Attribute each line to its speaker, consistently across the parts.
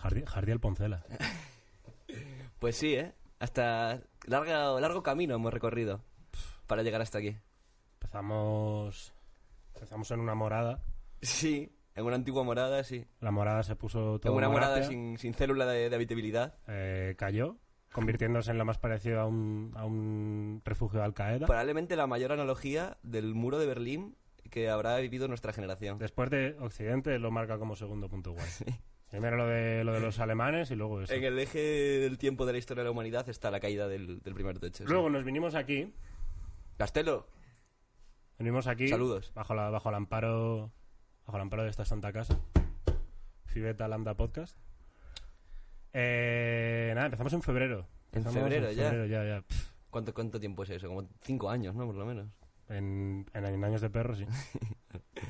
Speaker 1: Jardi- Jardiel Poncela.
Speaker 2: Pues sí, ¿eh? Hasta larga, largo camino hemos recorrido para llegar hasta aquí.
Speaker 1: Empezamos, empezamos en una morada.
Speaker 2: Sí, en una antigua morada, sí.
Speaker 1: La morada se puso todo
Speaker 2: en una morada
Speaker 1: morácea.
Speaker 2: sin, sin célula de, de habitabilidad.
Speaker 1: Eh, cayó, convirtiéndose en lo más parecido a un, a un refugio de Al-Qaeda.
Speaker 2: Probablemente la mayor analogía del muro de Berlín que habrá vivido nuestra generación.
Speaker 1: Después de Occidente lo marca como segundo punto igual. Primero lo de, lo de los alemanes y luego eso.
Speaker 2: En el eje del tiempo de la historia de la humanidad está la caída del, del primer techo. sí.
Speaker 1: Luego nos vinimos aquí, nos
Speaker 2: Castelo,
Speaker 1: vinimos aquí
Speaker 2: Saludos.
Speaker 1: bajo la, bajo el amparo bajo el amparo de esta santa casa. Fibeta Lambda Podcast. Eh, nada, empezamos en febrero.
Speaker 2: En
Speaker 1: Empezamos
Speaker 2: febrero ya.
Speaker 1: ya, ya. Pff,
Speaker 2: ¿cuánto, ¿cuánto tiempo es eso? Como cinco años, ¿no? Por lo menos.
Speaker 1: En, en- en años de perros, sí.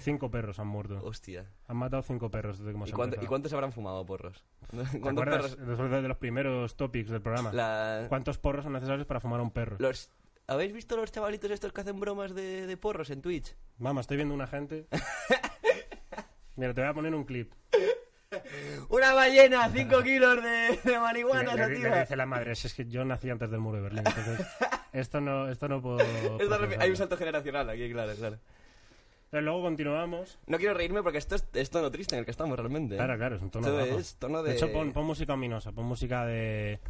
Speaker 1: cinco perros han muerto.
Speaker 2: Hostia.
Speaker 1: Han matado cinco perros desde que hemos
Speaker 2: ¿Y, cuánto-
Speaker 1: empezado.
Speaker 2: y cuántos habrán fumado porros?
Speaker 1: ¿Te
Speaker 2: ¿Cuántos
Speaker 1: acuerdas
Speaker 2: perros?
Speaker 1: de los- de los primeros topics del programa?
Speaker 2: La-
Speaker 1: ¿Cuántos porros son necesarios para fumar a un perro?
Speaker 2: los- ¿Habéis visto los chavalitos estos que hacen bromas de, de porros en Twitch?
Speaker 1: Mamá, estoy viendo una gente. Mira, te voy a poner un clip.
Speaker 2: ¡Una ballena! ¡Cinco kilos de, de
Speaker 1: Le,
Speaker 2: marihuana,
Speaker 1: le-
Speaker 2: esa
Speaker 1: le
Speaker 2: tía!
Speaker 1: dice la madre, "Si es que yo nací antes del muro de Berlín, entonces esto no, esto no puedo...
Speaker 2: Esta refi- hay
Speaker 1: procesarlo".
Speaker 2: un salto generacional aquí, claro, claro.
Speaker 1: Entonces, luego continuamos.
Speaker 2: No quiero reírme porque esto es, es tono triste en el que estamos realmente. ¿eh?
Speaker 1: Claro, claro, es un tono
Speaker 2: Esto
Speaker 1: bajo.
Speaker 2: es tono de-
Speaker 1: hecho, pon, pon música ominosa, pon música de
Speaker 2: Eh.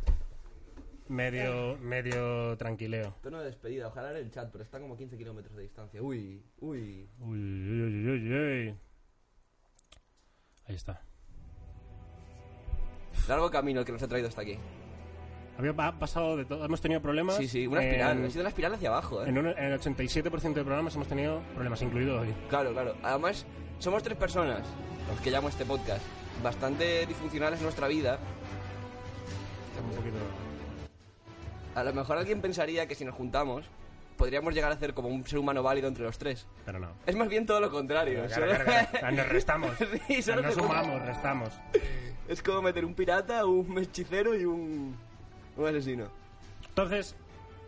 Speaker 1: medio, medio tranquileo.
Speaker 2: Tono de despedida, ojalá era el chat, pero está como 15 kilómetros de distancia. Uy, uy.
Speaker 1: Uy, uy, uy, uy, uy. Ahí está.
Speaker 2: Largo camino el que nos ha traído hasta aquí.
Speaker 1: Había ha pasado de todo. Hemos tenido problemas.
Speaker 2: Sí, sí, una
Speaker 1: en-
Speaker 2: espiral. Ha sido una espiral hacia abajo, ¿eh?
Speaker 1: En, un- en el 87% de programas hemos tenido problemas, incluido hoy.
Speaker 2: Claro, claro. Además, somos tres personas, los que llamo este podcast, bastante disfuncionales en nuestra vida.
Speaker 1: Un poquito.
Speaker 2: A lo mejor alguien pensaría que si nos juntamos, podríamos llegar a ser como un ser humano válido entre los tres.
Speaker 1: Pero no.
Speaker 2: Es más bien todo lo contrario.
Speaker 1: Claro,
Speaker 2: solo-
Speaker 1: claro, claro. Nos restamos.
Speaker 2: Sí, solo
Speaker 1: Nos
Speaker 2: se-
Speaker 1: sumamos, restamos.
Speaker 2: es como meter un pirata, un hechicero y un, un asesino.
Speaker 1: Entonces,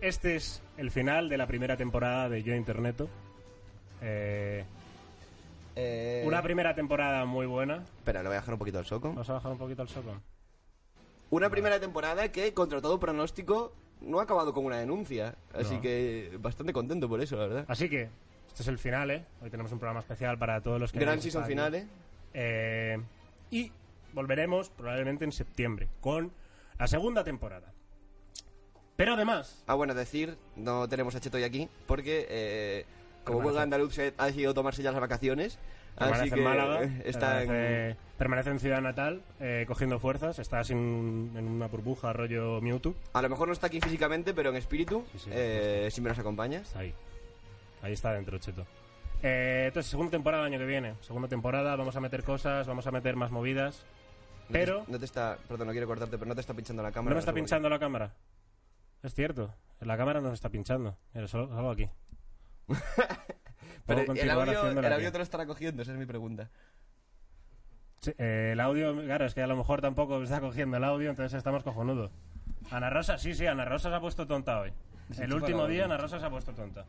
Speaker 1: este es el final de la primera temporada de Yo Interneto. Eh,
Speaker 2: Eh...
Speaker 1: Una primera temporada muy buena.
Speaker 2: Espera, lo voy a dejar un poquito al soco.
Speaker 1: Vamos a bajar un poquito el soco.
Speaker 2: Una primera temporada que, contra todo pronóstico, no ha acabado con una denuncia. Así
Speaker 1: No.
Speaker 2: que bastante contento por eso, la verdad.
Speaker 1: Así que, este es el final, ¿eh? Hoy tenemos un programa especial para todos los que...
Speaker 2: Gran
Speaker 1: hayáis
Speaker 2: season
Speaker 1: estado aquí.
Speaker 2: final, ¿eh?
Speaker 1: Eh, y volveremos probablemente en septiembre con la segunda temporada. Pero además,
Speaker 2: Ah, bueno, decir, no tenemos a Cheto hoy aquí porque, eh, como
Speaker 1: Permanece.
Speaker 2: buen andaluz, se ha decidido tomarse ya las vacaciones. Así
Speaker 1: permanece
Speaker 2: que
Speaker 1: en Málaga,
Speaker 2: eh, está
Speaker 1: permanece,
Speaker 2: en...
Speaker 1: permanece en Ciudad Natal eh, cogiendo fuerzas, está sin un- en una burbuja rollo Mewtwo.
Speaker 2: A lo mejor no está aquí físicamente, pero en espíritu
Speaker 1: Sí, sí,
Speaker 2: eh, siempre nos acompaña.
Speaker 1: Está ahí. Ahí está dentro, Cheto. Eh, entonces, segunda temporada el año que viene. Segunda temporada, vamos a meter cosas, vamos a meter más movidas.
Speaker 2: No te-
Speaker 1: Pero...
Speaker 2: No te, está... Perdón, no quiero cortarte, pero no te está pinchando la
Speaker 1: ¿No
Speaker 2: cámara.
Speaker 1: me está
Speaker 2: sé por qué.
Speaker 1: pinchando la cámara? Es cierto, la cámara no me está pinchando. Mira, solo, salgo aquí. Puedo
Speaker 2: Pero el
Speaker 1: continuar
Speaker 2: audio,
Speaker 1: haciéndola
Speaker 2: el
Speaker 1: aquí.
Speaker 2: audio te lo estará cogiendo, esa es mi pregunta.
Speaker 1: Sí, eh, el audio, claro, es que a lo mejor tampoco está cogiendo el audio, entonces estamos cojonudos. Ana Rosa, sí, sí, Ana Rosa se ha puesto tonta hoy. El último día Ana Rosa se ha puesto tonta.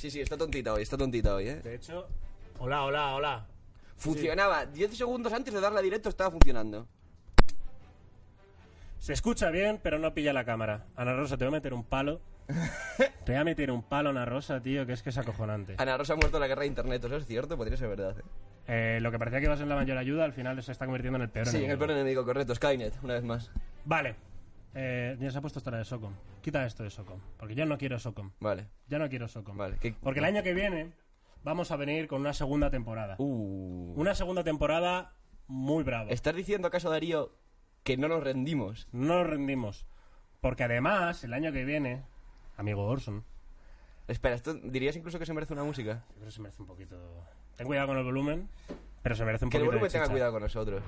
Speaker 2: Sí, sí, está tontita hoy, está tontita hoy, ¿eh?
Speaker 1: De hecho, hola, hola, hola.
Speaker 2: Funcionaba. 10 segundos antes de darle a directo estaba funcionando.
Speaker 1: Se escucha bien, pero no pilla la cámara. Ana Rosa, te voy a meter un palo. te voy a meter un palo, Ana Rosa, tío, que es que es acojonante.
Speaker 2: Ana Rosa ha muerto en la guerra de internet, eso es cierto, podría ser verdad. ¿eh?
Speaker 1: Eh, lo que parecía que iba a ser la mayor ayuda, al final se está convirtiendo en el peor.
Speaker 2: Sí, en
Speaker 1: enemigo.
Speaker 2: el peor enemigo, correcto, Skynet, una vez más.
Speaker 1: Vale. Eh, ya se ha puesto esta de Socom. Quita esto de Socom, porque yo no quiero Socom.
Speaker 2: Vale.
Speaker 1: Ya no quiero Socom.
Speaker 2: Vale, ¿qué-
Speaker 1: Porque el año que viene vamos a venir con una segunda temporada.
Speaker 2: Uh.
Speaker 1: Una segunda temporada muy brava.
Speaker 2: ¿Estás diciendo acaso, Darío, que no nos rendimos.
Speaker 1: No nos rendimos. Porque además, el año que viene, amigo Orson,
Speaker 2: Espera, ¿esto dirías incluso que se merece una música?
Speaker 1: yo creo que se merece un poquito. Ten cuidado con el volumen, pero se merece un
Speaker 2: Que el
Speaker 1: poquito
Speaker 2: volumen
Speaker 1: de
Speaker 2: tenga
Speaker 1: chicha.
Speaker 2: cuidado con nosotros.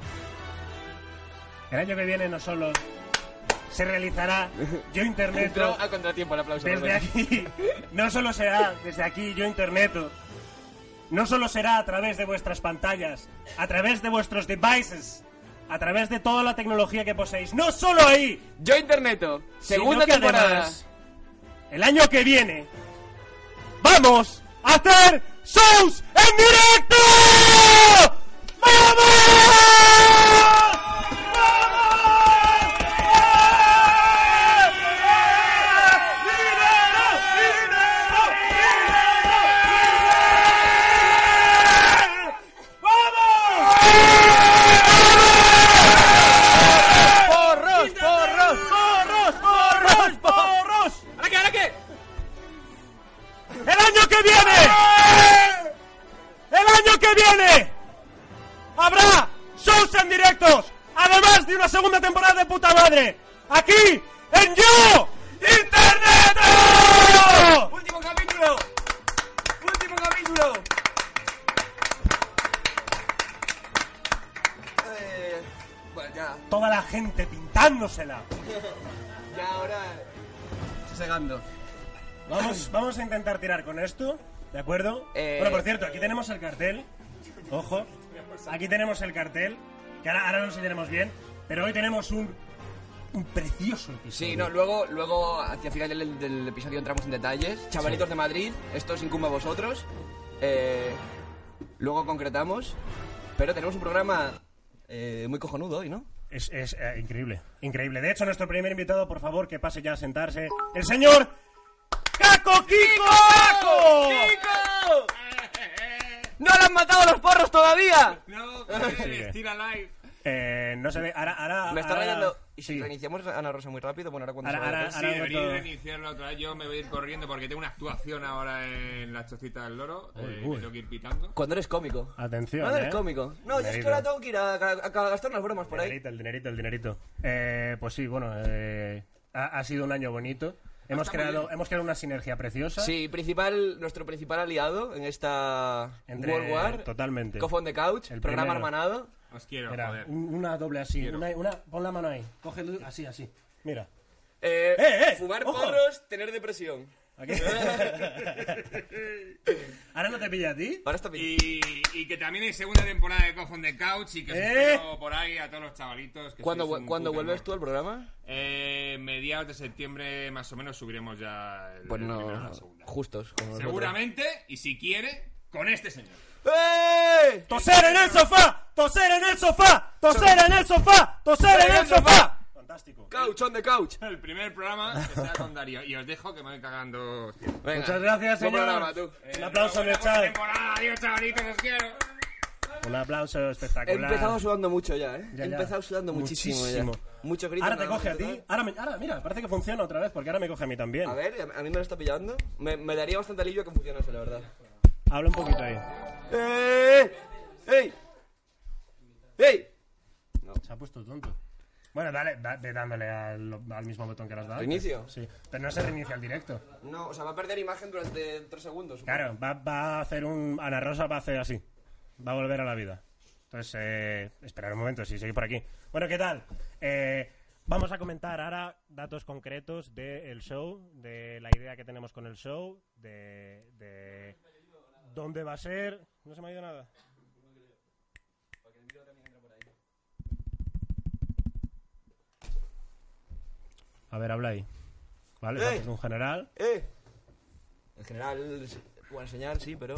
Speaker 1: El año que viene no solo se realizará Yo Internet
Speaker 2: Entró a contratiempo el aplauso.
Speaker 1: desde
Speaker 2: perdón.
Speaker 1: aquí, no solo será desde aquí Yo Internet, no solo será a través de vuestras pantallas, a través de vuestros devices, a través de toda la tecnología que poseéis, no solo ahí,
Speaker 2: Yo Interneto,
Speaker 1: sino
Speaker 2: segunda
Speaker 1: que
Speaker 2: temporada.
Speaker 1: además, el año que viene, vamos a hacer shows en directo. ¡Vamos!
Speaker 2: ¡Porros, porros, porros, porros, porros! ¿Ahora qué, ahora qué?
Speaker 1: ¡El año que viene! ¡El año que viene! ¡Habrá shows en directos! Además de una segunda temporada de puta madre. Aquí, en Yo, Internet.
Speaker 2: ¡Último capítulo! ¡Último capítulo! Eh, bueno, ya,
Speaker 1: Toda la gente pintándosela.
Speaker 2: ya ahora... Sosegando.
Speaker 1: Vamos, vamos a intentar tirar con esto, ¿de acuerdo?
Speaker 2: Eh,
Speaker 1: Bueno, por cierto, aquí tenemos el cartel. Ojo, aquí tenemos el cartel, que ahora, ahora no enseñaremos bien, pero hoy tenemos un, un precioso episodio.
Speaker 2: Sí, no, luego, luego hacia final del, del episodio entramos en detalles. Chavalitos de Madrid, esto os incumbe a vosotros. Eh, luego concretamos. Pero tenemos un programa eh, muy cojonudo hoy, ¿no?
Speaker 1: Es, es, eh, increíble, increíble. De hecho, nuestro primer invitado, por favor, que pase ya a sentarse, el señor Caco Kiko Caco.
Speaker 2: ¡Kiko! ¡No le han matado los porros todavía!
Speaker 3: No, que tira live.
Speaker 1: Eh, no se ve, ahora... ahora
Speaker 2: Me está
Speaker 1: ahora-
Speaker 2: rayando. Y si
Speaker 1: sí.
Speaker 2: reiniciamos a Ana Rosa muy rápido, bueno, ahora cuando
Speaker 1: Ahora-
Speaker 2: se vaya
Speaker 1: ahora-
Speaker 2: a
Speaker 3: Sí,
Speaker 1: ahora-
Speaker 3: debería
Speaker 1: todo.
Speaker 3: reiniciarlo otra vez. Yo me voy a ir corriendo porque tengo una actuación ahora en la chocita del loro.
Speaker 1: Uy,
Speaker 3: eh,
Speaker 1: uy.
Speaker 3: Me tengo que ir pitando.
Speaker 2: hacer. Cuando eres cómico.
Speaker 1: Atención,
Speaker 2: Cuando
Speaker 1: eh.
Speaker 2: eres cómico. No, yo es que
Speaker 1: Dinerito.
Speaker 2: ahora tengo que ir a, a- a gastar unas bromas por ahí.
Speaker 1: dinerito, el dinerito, el dinerito. Eh, pues sí, bueno, eh, ha, ha sido un año bonito.
Speaker 2: Ah,
Speaker 1: Hemos
Speaker 3: está muy
Speaker 1: creado,
Speaker 3: bien.
Speaker 1: hemos creado una sinergia preciosa.
Speaker 2: Sí, principal, nuestro principal aliado en esta
Speaker 1: Entre-
Speaker 2: World War.
Speaker 1: totalmente.
Speaker 2: Cofón de Couch,
Speaker 1: El
Speaker 2: programa
Speaker 1: primero.
Speaker 2: hermanado.
Speaker 3: Os quiero,
Speaker 1: Mira,
Speaker 3: joder.
Speaker 1: un- una doble así. Una, una- pon la mano ahí. Coge así, así. Mira.
Speaker 2: Eh,
Speaker 1: ¡Eh, eh!
Speaker 2: Fumar
Speaker 1: ¡Ojo!
Speaker 2: porros, tener depresión.
Speaker 1: Aquí. ¿Ahora no te pilla a ti?
Speaker 2: Ahora está bien.
Speaker 3: Y, y que también hay segunda temporada de Coffin de Couch y que os
Speaker 1: ¿Eh?
Speaker 3: espero por ahí a todos los chavalitos. Que
Speaker 2: ¿Cuándo,
Speaker 3: sois un
Speaker 2: vu- ¿cuándo
Speaker 3: puto
Speaker 2: vuelves
Speaker 3: amor.
Speaker 2: tú al programa?
Speaker 3: Eh, mediados de septiembre más o menos subiremos ya el,
Speaker 2: Pues
Speaker 3: el primero a
Speaker 2: no,
Speaker 3: la segunda.
Speaker 2: justos. como nosotros.
Speaker 3: Seguramente, y si quiere, con este señor.
Speaker 2: ¡Eh!
Speaker 1: ¡Toser en el sofá! ¡Toser en el sofá! ¡Toser en el sofá! ¡Toser en el sofá! Fantástico.
Speaker 2: Couch on the couch.
Speaker 3: El primer programa que sea con Darío. Y os dejo que me voy cagando. hostia.
Speaker 2: Venga,
Speaker 1: Muchas gracias,
Speaker 2: buen
Speaker 1: señor.
Speaker 2: programa, tú.
Speaker 1: Un aplauso en el
Speaker 3: Enhorabuena por la
Speaker 1: chat.
Speaker 3: temporada. Adiós, chavalitos, os quiero.
Speaker 1: Un aplauso
Speaker 2: He
Speaker 1: espectacular.
Speaker 2: empezado sudando mucho ya, ¿eh?
Speaker 1: Ya,
Speaker 2: He
Speaker 1: ya.
Speaker 2: empezado sudando muchísimo,
Speaker 1: Muchísimo.
Speaker 2: ya. Muchos gritos.
Speaker 1: Ahora te
Speaker 2: nada más
Speaker 1: coge a ti.
Speaker 2: empezar.
Speaker 1: Ahora, me- ahora, mira, parece que funciona otra vez porque ahora me coge a mí también.
Speaker 2: ¿eh? A ver, a a mí me lo está pillando. Me, me daría bastante alivio que funcionase, la verdad.
Speaker 1: Habla un poquito ahí.
Speaker 2: ¡Eh! ¡Ey! ¡Ey!
Speaker 1: Se ha puesto tonto. Bueno, dale, da- ve dándole al, al mismo botón que le has dado.
Speaker 2: ¿Reinicio?
Speaker 1: Sí, pero no se reinicia el directo.
Speaker 2: No, o sea, va a perder imagen durante tres segundos. supongo.
Speaker 1: Claro, va, va a hacer un... Ana Rosa va a hacer así. Va a volver a la vida. Entonces, eh, esperar un momento, si seguís por aquí. Bueno, ¿qué tal? Eh, vamos a comentar ahora datos concretos del show, de la idea que tenemos con el show, de, de dónde va a ser... No se me ha ido nada. A ver, habla ahí. Vale,
Speaker 2: ¡Ey!
Speaker 1: datos de un general.
Speaker 2: ¡Eh! En general, es buena señal, sí, pero.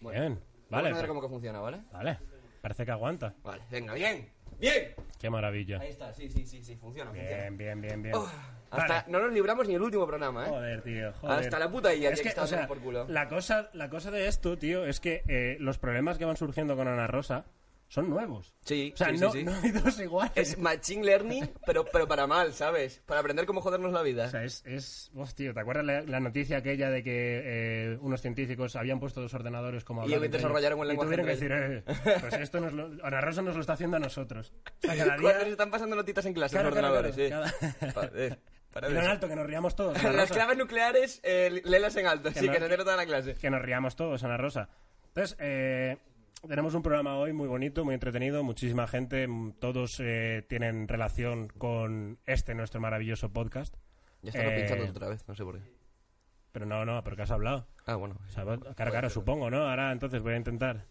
Speaker 2: Bueno,
Speaker 1: Bien.
Speaker 2: vamos
Speaker 1: Vale,
Speaker 2: a ver
Speaker 1: pues-
Speaker 2: cómo que funciona, ¿vale?
Speaker 1: Vale, parece que aguanta.
Speaker 2: Vale, venga, bien. ¡Bien!
Speaker 1: Qué maravilla.
Speaker 2: Ahí está, sí, sí, sí, sí, funciona, funciona.
Speaker 1: Bien, bien, bien, bien.
Speaker 2: Hasta
Speaker 1: Vale.
Speaker 2: no nos libramos ni el último programa, ¿eh?
Speaker 1: Joder, tío. joder.
Speaker 2: Hasta la puta IA
Speaker 1: Es
Speaker 2: que
Speaker 1: que,
Speaker 2: está
Speaker 1: o sea,
Speaker 2: dando por culo.
Speaker 1: la cosa, la cosa de esto, tío, es que eh, los problemas que van surgiendo con Ana Rosa son nuevos.
Speaker 2: Sí,
Speaker 1: O sea,
Speaker 2: sí, sí,
Speaker 1: no,
Speaker 2: sí.
Speaker 1: no hay dos iguales.
Speaker 2: Es machine learning, pero, pero para mal, ¿sabes? Para aprender cómo jodernos la vida.
Speaker 1: O sea, es... es uf, tío, ¿te acuerdas la, la noticia aquella de que eh, unos científicos habían puesto dos ordenadores como
Speaker 2: Y
Speaker 1: hablar entre
Speaker 2: desarrollaron
Speaker 1: ellos?
Speaker 2: un lenguaje
Speaker 1: Y tuvieron que decir,
Speaker 2: entre
Speaker 1: eh, pues esto nos lo, Ana Rosa nos lo está haciendo a nosotros. O sea, cada día...
Speaker 2: Cuando se están pasando notitas en clase, en
Speaker 1: Claro,
Speaker 2: los
Speaker 1: claro,
Speaker 2: ordenadores,
Speaker 1: claro,
Speaker 2: sí. Pa- eh, para
Speaker 1: Y
Speaker 2: ver
Speaker 1: lo en
Speaker 2: eso.
Speaker 1: alto, que nos riamos todos. Ana
Speaker 2: Las
Speaker 1: Rosa.
Speaker 2: claves nucleares, eh, léelas en alto, sí,
Speaker 1: no-
Speaker 2: que te entero toda la clase.
Speaker 1: que nos riamos todos, Ana Rosa. Entonces, eh, tenemos un programa hoy muy bonito, muy entretenido, muchísima gente, m- todos eh, tienen relación con este nuestro maravilloso podcast.
Speaker 2: Ya estamos
Speaker 1: Eh,
Speaker 2: pinchando otra vez, no sé por qué.
Speaker 1: Pero no, no, pero que has hablado.
Speaker 2: Ah, bueno.
Speaker 1: O sea, va- claro, claro, supongo, ¿no? Ahora entonces voy a intentar.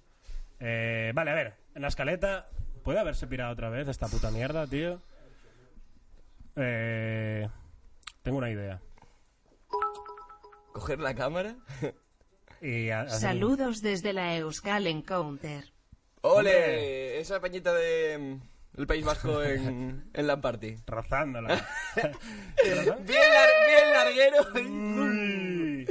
Speaker 1: Eh, vale, a ver, en la escaleta, ¿puede haberse pirado otra vez esta puta mierda, tío? Eh, tengo una idea.
Speaker 2: Coger la cámara.
Speaker 1: Y ha- hacer-
Speaker 4: Saludos desde la Euskal Encounter.
Speaker 2: ¡Ole! Esa pañita de. mm, El País Vasco en, en la party.
Speaker 1: Rozándola.
Speaker 2: Bien, lar- bien larguero.
Speaker 1: Uy.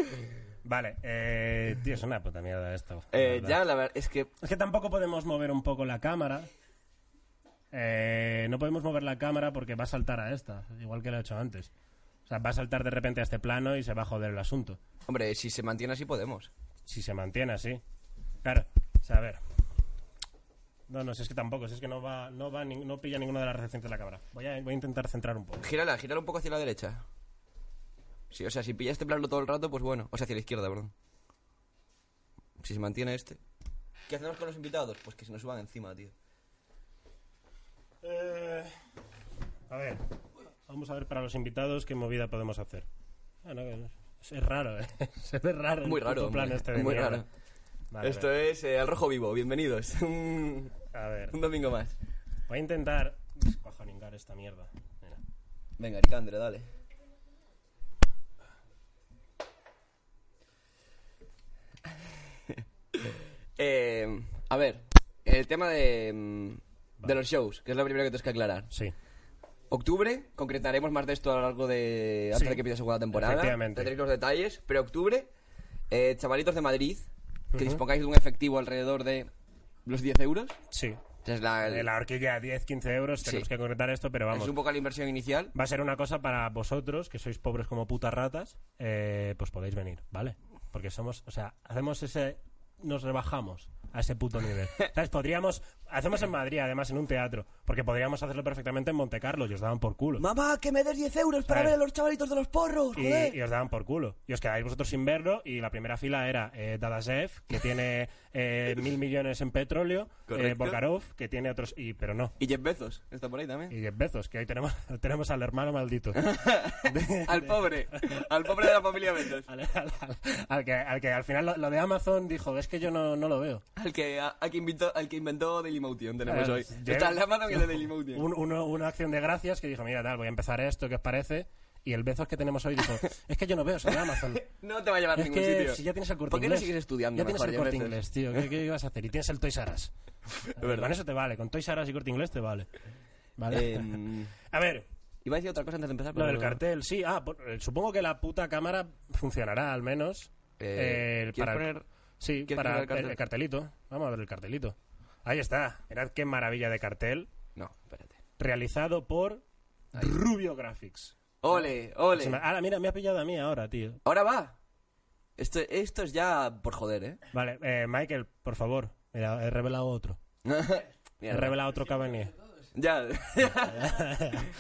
Speaker 1: Vale, eh, tío, es una puta mierda esto. la
Speaker 2: Eh,
Speaker 1: verdad.
Speaker 2: ya, la verdad, es que.
Speaker 1: Es que tampoco podemos mover un poco la cámara. Eh, no podemos mover la cámara porque va a saltar a esta, igual que lo he hecho antes. O sea, va a saltar de repente a este plano y se va a joder el asunto.
Speaker 2: Hombre, si se mantiene así podemos.
Speaker 1: Si se mantiene así. Claro, o sea, a ver. No, no, si es que tampoco, si es que no va, no va, ni- no pilla ninguna de las recientes de la cámara. Voy a, voy a intentar centrar un poco.
Speaker 2: Gírala, gírala un poco hacia la derecha. Sí, o sea, si pilla este plano todo el rato, pues bueno. O sea, hacia la izquierda, perdón. Si se mantiene este. ¿Qué hacemos con los invitados? Pues que se nos suban encima, tío.
Speaker 1: Eh, a ver, vamos a ver para los invitados qué movida podemos hacer. Ah, no, que- es raro, ¿eh? Se ve raro. el
Speaker 2: Muy
Speaker 1: puto
Speaker 2: raro, hombre.
Speaker 1: plan este de
Speaker 2: Muy
Speaker 1: mierda.
Speaker 2: raro.
Speaker 1: Vale,
Speaker 2: Esto es eh, Al Rojo Vivo, bienvenidos. un
Speaker 1: A ver,
Speaker 2: un domingo más.
Speaker 1: voy a intentar descuajoningar esta mierda. Mira.
Speaker 2: Venga, Aricandre, dale. Eh, a ver, el tema de, mm, de los shows, que es lo primero que tienes que aclarar.
Speaker 1: Sí,
Speaker 2: Octubre, concretaremos más de esto a lo largo de. antes
Speaker 1: Sí,
Speaker 2: de que empiece la segunda temporada.
Speaker 1: efectivamente.
Speaker 2: Ya tenéis los detalles, pero octubre, eh, chavalitos de Madrid, que dispongáis de un efectivo alrededor de los 10 euros.
Speaker 1: sí.
Speaker 2: Esa es la-
Speaker 1: De la horquilla 10-15 euros, tenemos
Speaker 2: Sí.
Speaker 1: que concretar esto, pero
Speaker 2: es
Speaker 1: vamos.
Speaker 2: un poco la inversión inicial.
Speaker 1: Va a ser una cosa para vosotros, que sois pobres como putas ratas, eh, pues podéis venir, ¿vale? Porque somos, o sea, hacemos ese, nos rebajamos a ese puto nivel. ¿Sabes? Podríamos, hacemos en Madrid, además, en un teatro, porque podríamos hacerlo perfectamente en Monte Carlo y os daban por culo.
Speaker 2: Mamá, que me des 10 euros
Speaker 1: para ver a
Speaker 2: los chavalitos de los porros,
Speaker 1: Y, y os daban por culo. Y os quedáis vosotros sin verlo. Y la primera fila era eh, Dadasev, que tiene eh, mil millones en petróleo. Eh,
Speaker 2: Correcto.
Speaker 1: Bokarov, que tiene otros. Y, pero no.
Speaker 2: Y Jeff Bezos, está por ahí también.
Speaker 1: Y Jeff Bezos, que hoy tenemos, tenemos al hermano maldito.
Speaker 2: Al pobre, al pobre de la familia Bezos.
Speaker 1: Al, al- al- al que, al que al final lo, lo de Amazon dijo, es que yo no, no lo veo.
Speaker 2: Al que, a- al que, inventó, al que inventó Dailymotion tenemos
Speaker 1: Eh,
Speaker 2: hoy.
Speaker 1: Jeff-
Speaker 2: Está el Amazon y el de Dailymotion.
Speaker 1: Un- uno- una acción de gracias que dijo, mira, tal, voy a empezar esto, ¿qué os parece? Y el Bezos que tenemos hoy dijo, es que yo no veo, soy de Amazon.
Speaker 2: No te va a llevar a
Speaker 1: Es
Speaker 2: ningún
Speaker 1: que
Speaker 2: sitio.
Speaker 1: si ya tienes el corte
Speaker 2: ¿Por qué no
Speaker 1: inglés,
Speaker 2: sigues estudiando?
Speaker 1: Ya tienes
Speaker 2: mejor,
Speaker 1: el
Speaker 2: Jeff
Speaker 1: corte
Speaker 2: Bezos?
Speaker 1: inglés, tío. ¿Qué, qué vas a hacer? Y tienes el Toys R Us.
Speaker 2: verdad.
Speaker 1: Con eso te vale. Con Toys R Us y corte inglés te vale. Vale.
Speaker 2: Eh,
Speaker 1: a ver,
Speaker 2: iba a decir otra cosa antes de empezar.
Speaker 1: lo
Speaker 2: pero
Speaker 1: del
Speaker 2: no.
Speaker 1: cartel, sí. Ah, por- eh, supongo que la puta cámara funcionará al menos.
Speaker 2: Eh,
Speaker 1: eh, para
Speaker 2: ¿quieres poner-
Speaker 1: Sí,
Speaker 2: quieres
Speaker 1: para
Speaker 2: poner el
Speaker 1: el,
Speaker 2: cartel?
Speaker 1: el cartelito. Vamos a ver el cartelito. Ahí está. Mirad qué maravilla de cartel.
Speaker 2: No, espérate.
Speaker 1: Realizado por Rubio Graphics.
Speaker 2: Ole,
Speaker 1: Se me-
Speaker 2: ole.
Speaker 1: Ahora, mira, me ha pillado a mí ahora, tío.
Speaker 2: Ahora va. Esto, esto es ya por joder, ¿eh?
Speaker 1: Vale, eh, Michael, por favor. Mira, he revelado otro. He
Speaker 2: Mierda.
Speaker 1: revelado otro que venía.
Speaker 2: Ya.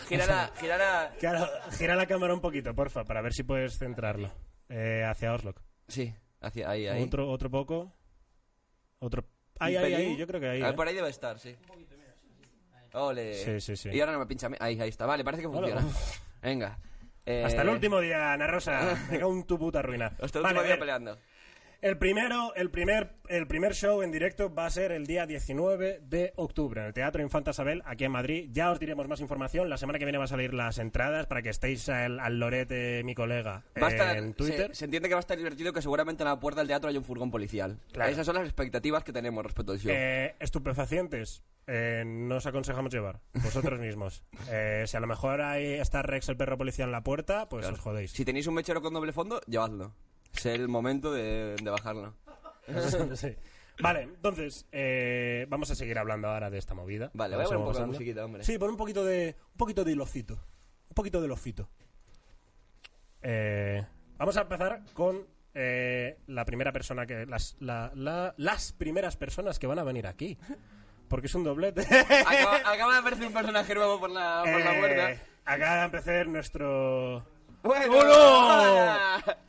Speaker 2: girala, girala.
Speaker 1: Claro, gira la cámara un poquito, porfa, para ver si puedes centrarla. Eh, hacia Oslo.
Speaker 2: Sí, hacia ahí, ahí.
Speaker 1: Otro, otro poco. Otro. Ahí,
Speaker 2: Un
Speaker 1: ahí,
Speaker 2: pelín.
Speaker 1: ahí. Yo creo que ahí.
Speaker 2: Ah,
Speaker 1: ¿eh?
Speaker 2: Por ahí debe estar, sí. Ole.
Speaker 1: Sí, sí, sí.
Speaker 2: Y ahora no me pincha. a mí. Ahí, ahí está. Vale, parece que
Speaker 1: Hola.
Speaker 2: funciona. Venga. Eh,
Speaker 1: Hasta el último día, Ana Rosa. Me cago en tu puta ruina.
Speaker 2: Hasta el
Speaker 1: Vale, eh,
Speaker 2: último
Speaker 1: a
Speaker 2: día
Speaker 1: ver,
Speaker 2: peleando.
Speaker 1: El primero, el primer, el primer show en directo va a ser el día 19 de octubre en el Teatro Infanta Isabel, aquí en Madrid. Ya os diremos más información. La semana que viene van a salir las entradas para que estéis al, al Lorete, mi colega,
Speaker 2: Va a estar-
Speaker 1: eh, en Twitter.
Speaker 2: Se, se entiende que va a estar divertido que seguramente en la puerta del teatro hay un furgón policial.
Speaker 1: Claro.
Speaker 2: Esas son las expectativas que tenemos respecto al show.
Speaker 1: Eh, estupefacientes. eh, no os aconsejamos llevar, vosotros mismos. Eh, si a lo mejor ahí está Rex el perro policía en la puerta, pues os jodéis.
Speaker 2: Si tenéis un mechero con doble fondo, llevadlo. Es el momento de, de bajarlo.
Speaker 1: Sí. Vale, entonces, eh, vamos a seguir hablando ahora de esta movida.
Speaker 2: Vale,
Speaker 1: Ahora
Speaker 2: voy a poner
Speaker 1: seguimos
Speaker 2: un poco de
Speaker 1: hablando.
Speaker 2: musiquita, hombre.
Speaker 1: Sí, pon un poquito de, un poquito de hilocito. Un poquito de hilocito. Eh, vamos a empezar con eh, la primera persona que... Las, la- la- las primeras personas que van a venir aquí. Porque es un doblete.
Speaker 2: Acaba, acaba de aparecer un personaje nuevo por la, por la
Speaker 1: Eh,
Speaker 2: puerta.
Speaker 1: acaba de empezar nuestro...
Speaker 2: Bueno.
Speaker 1: ¡Uno!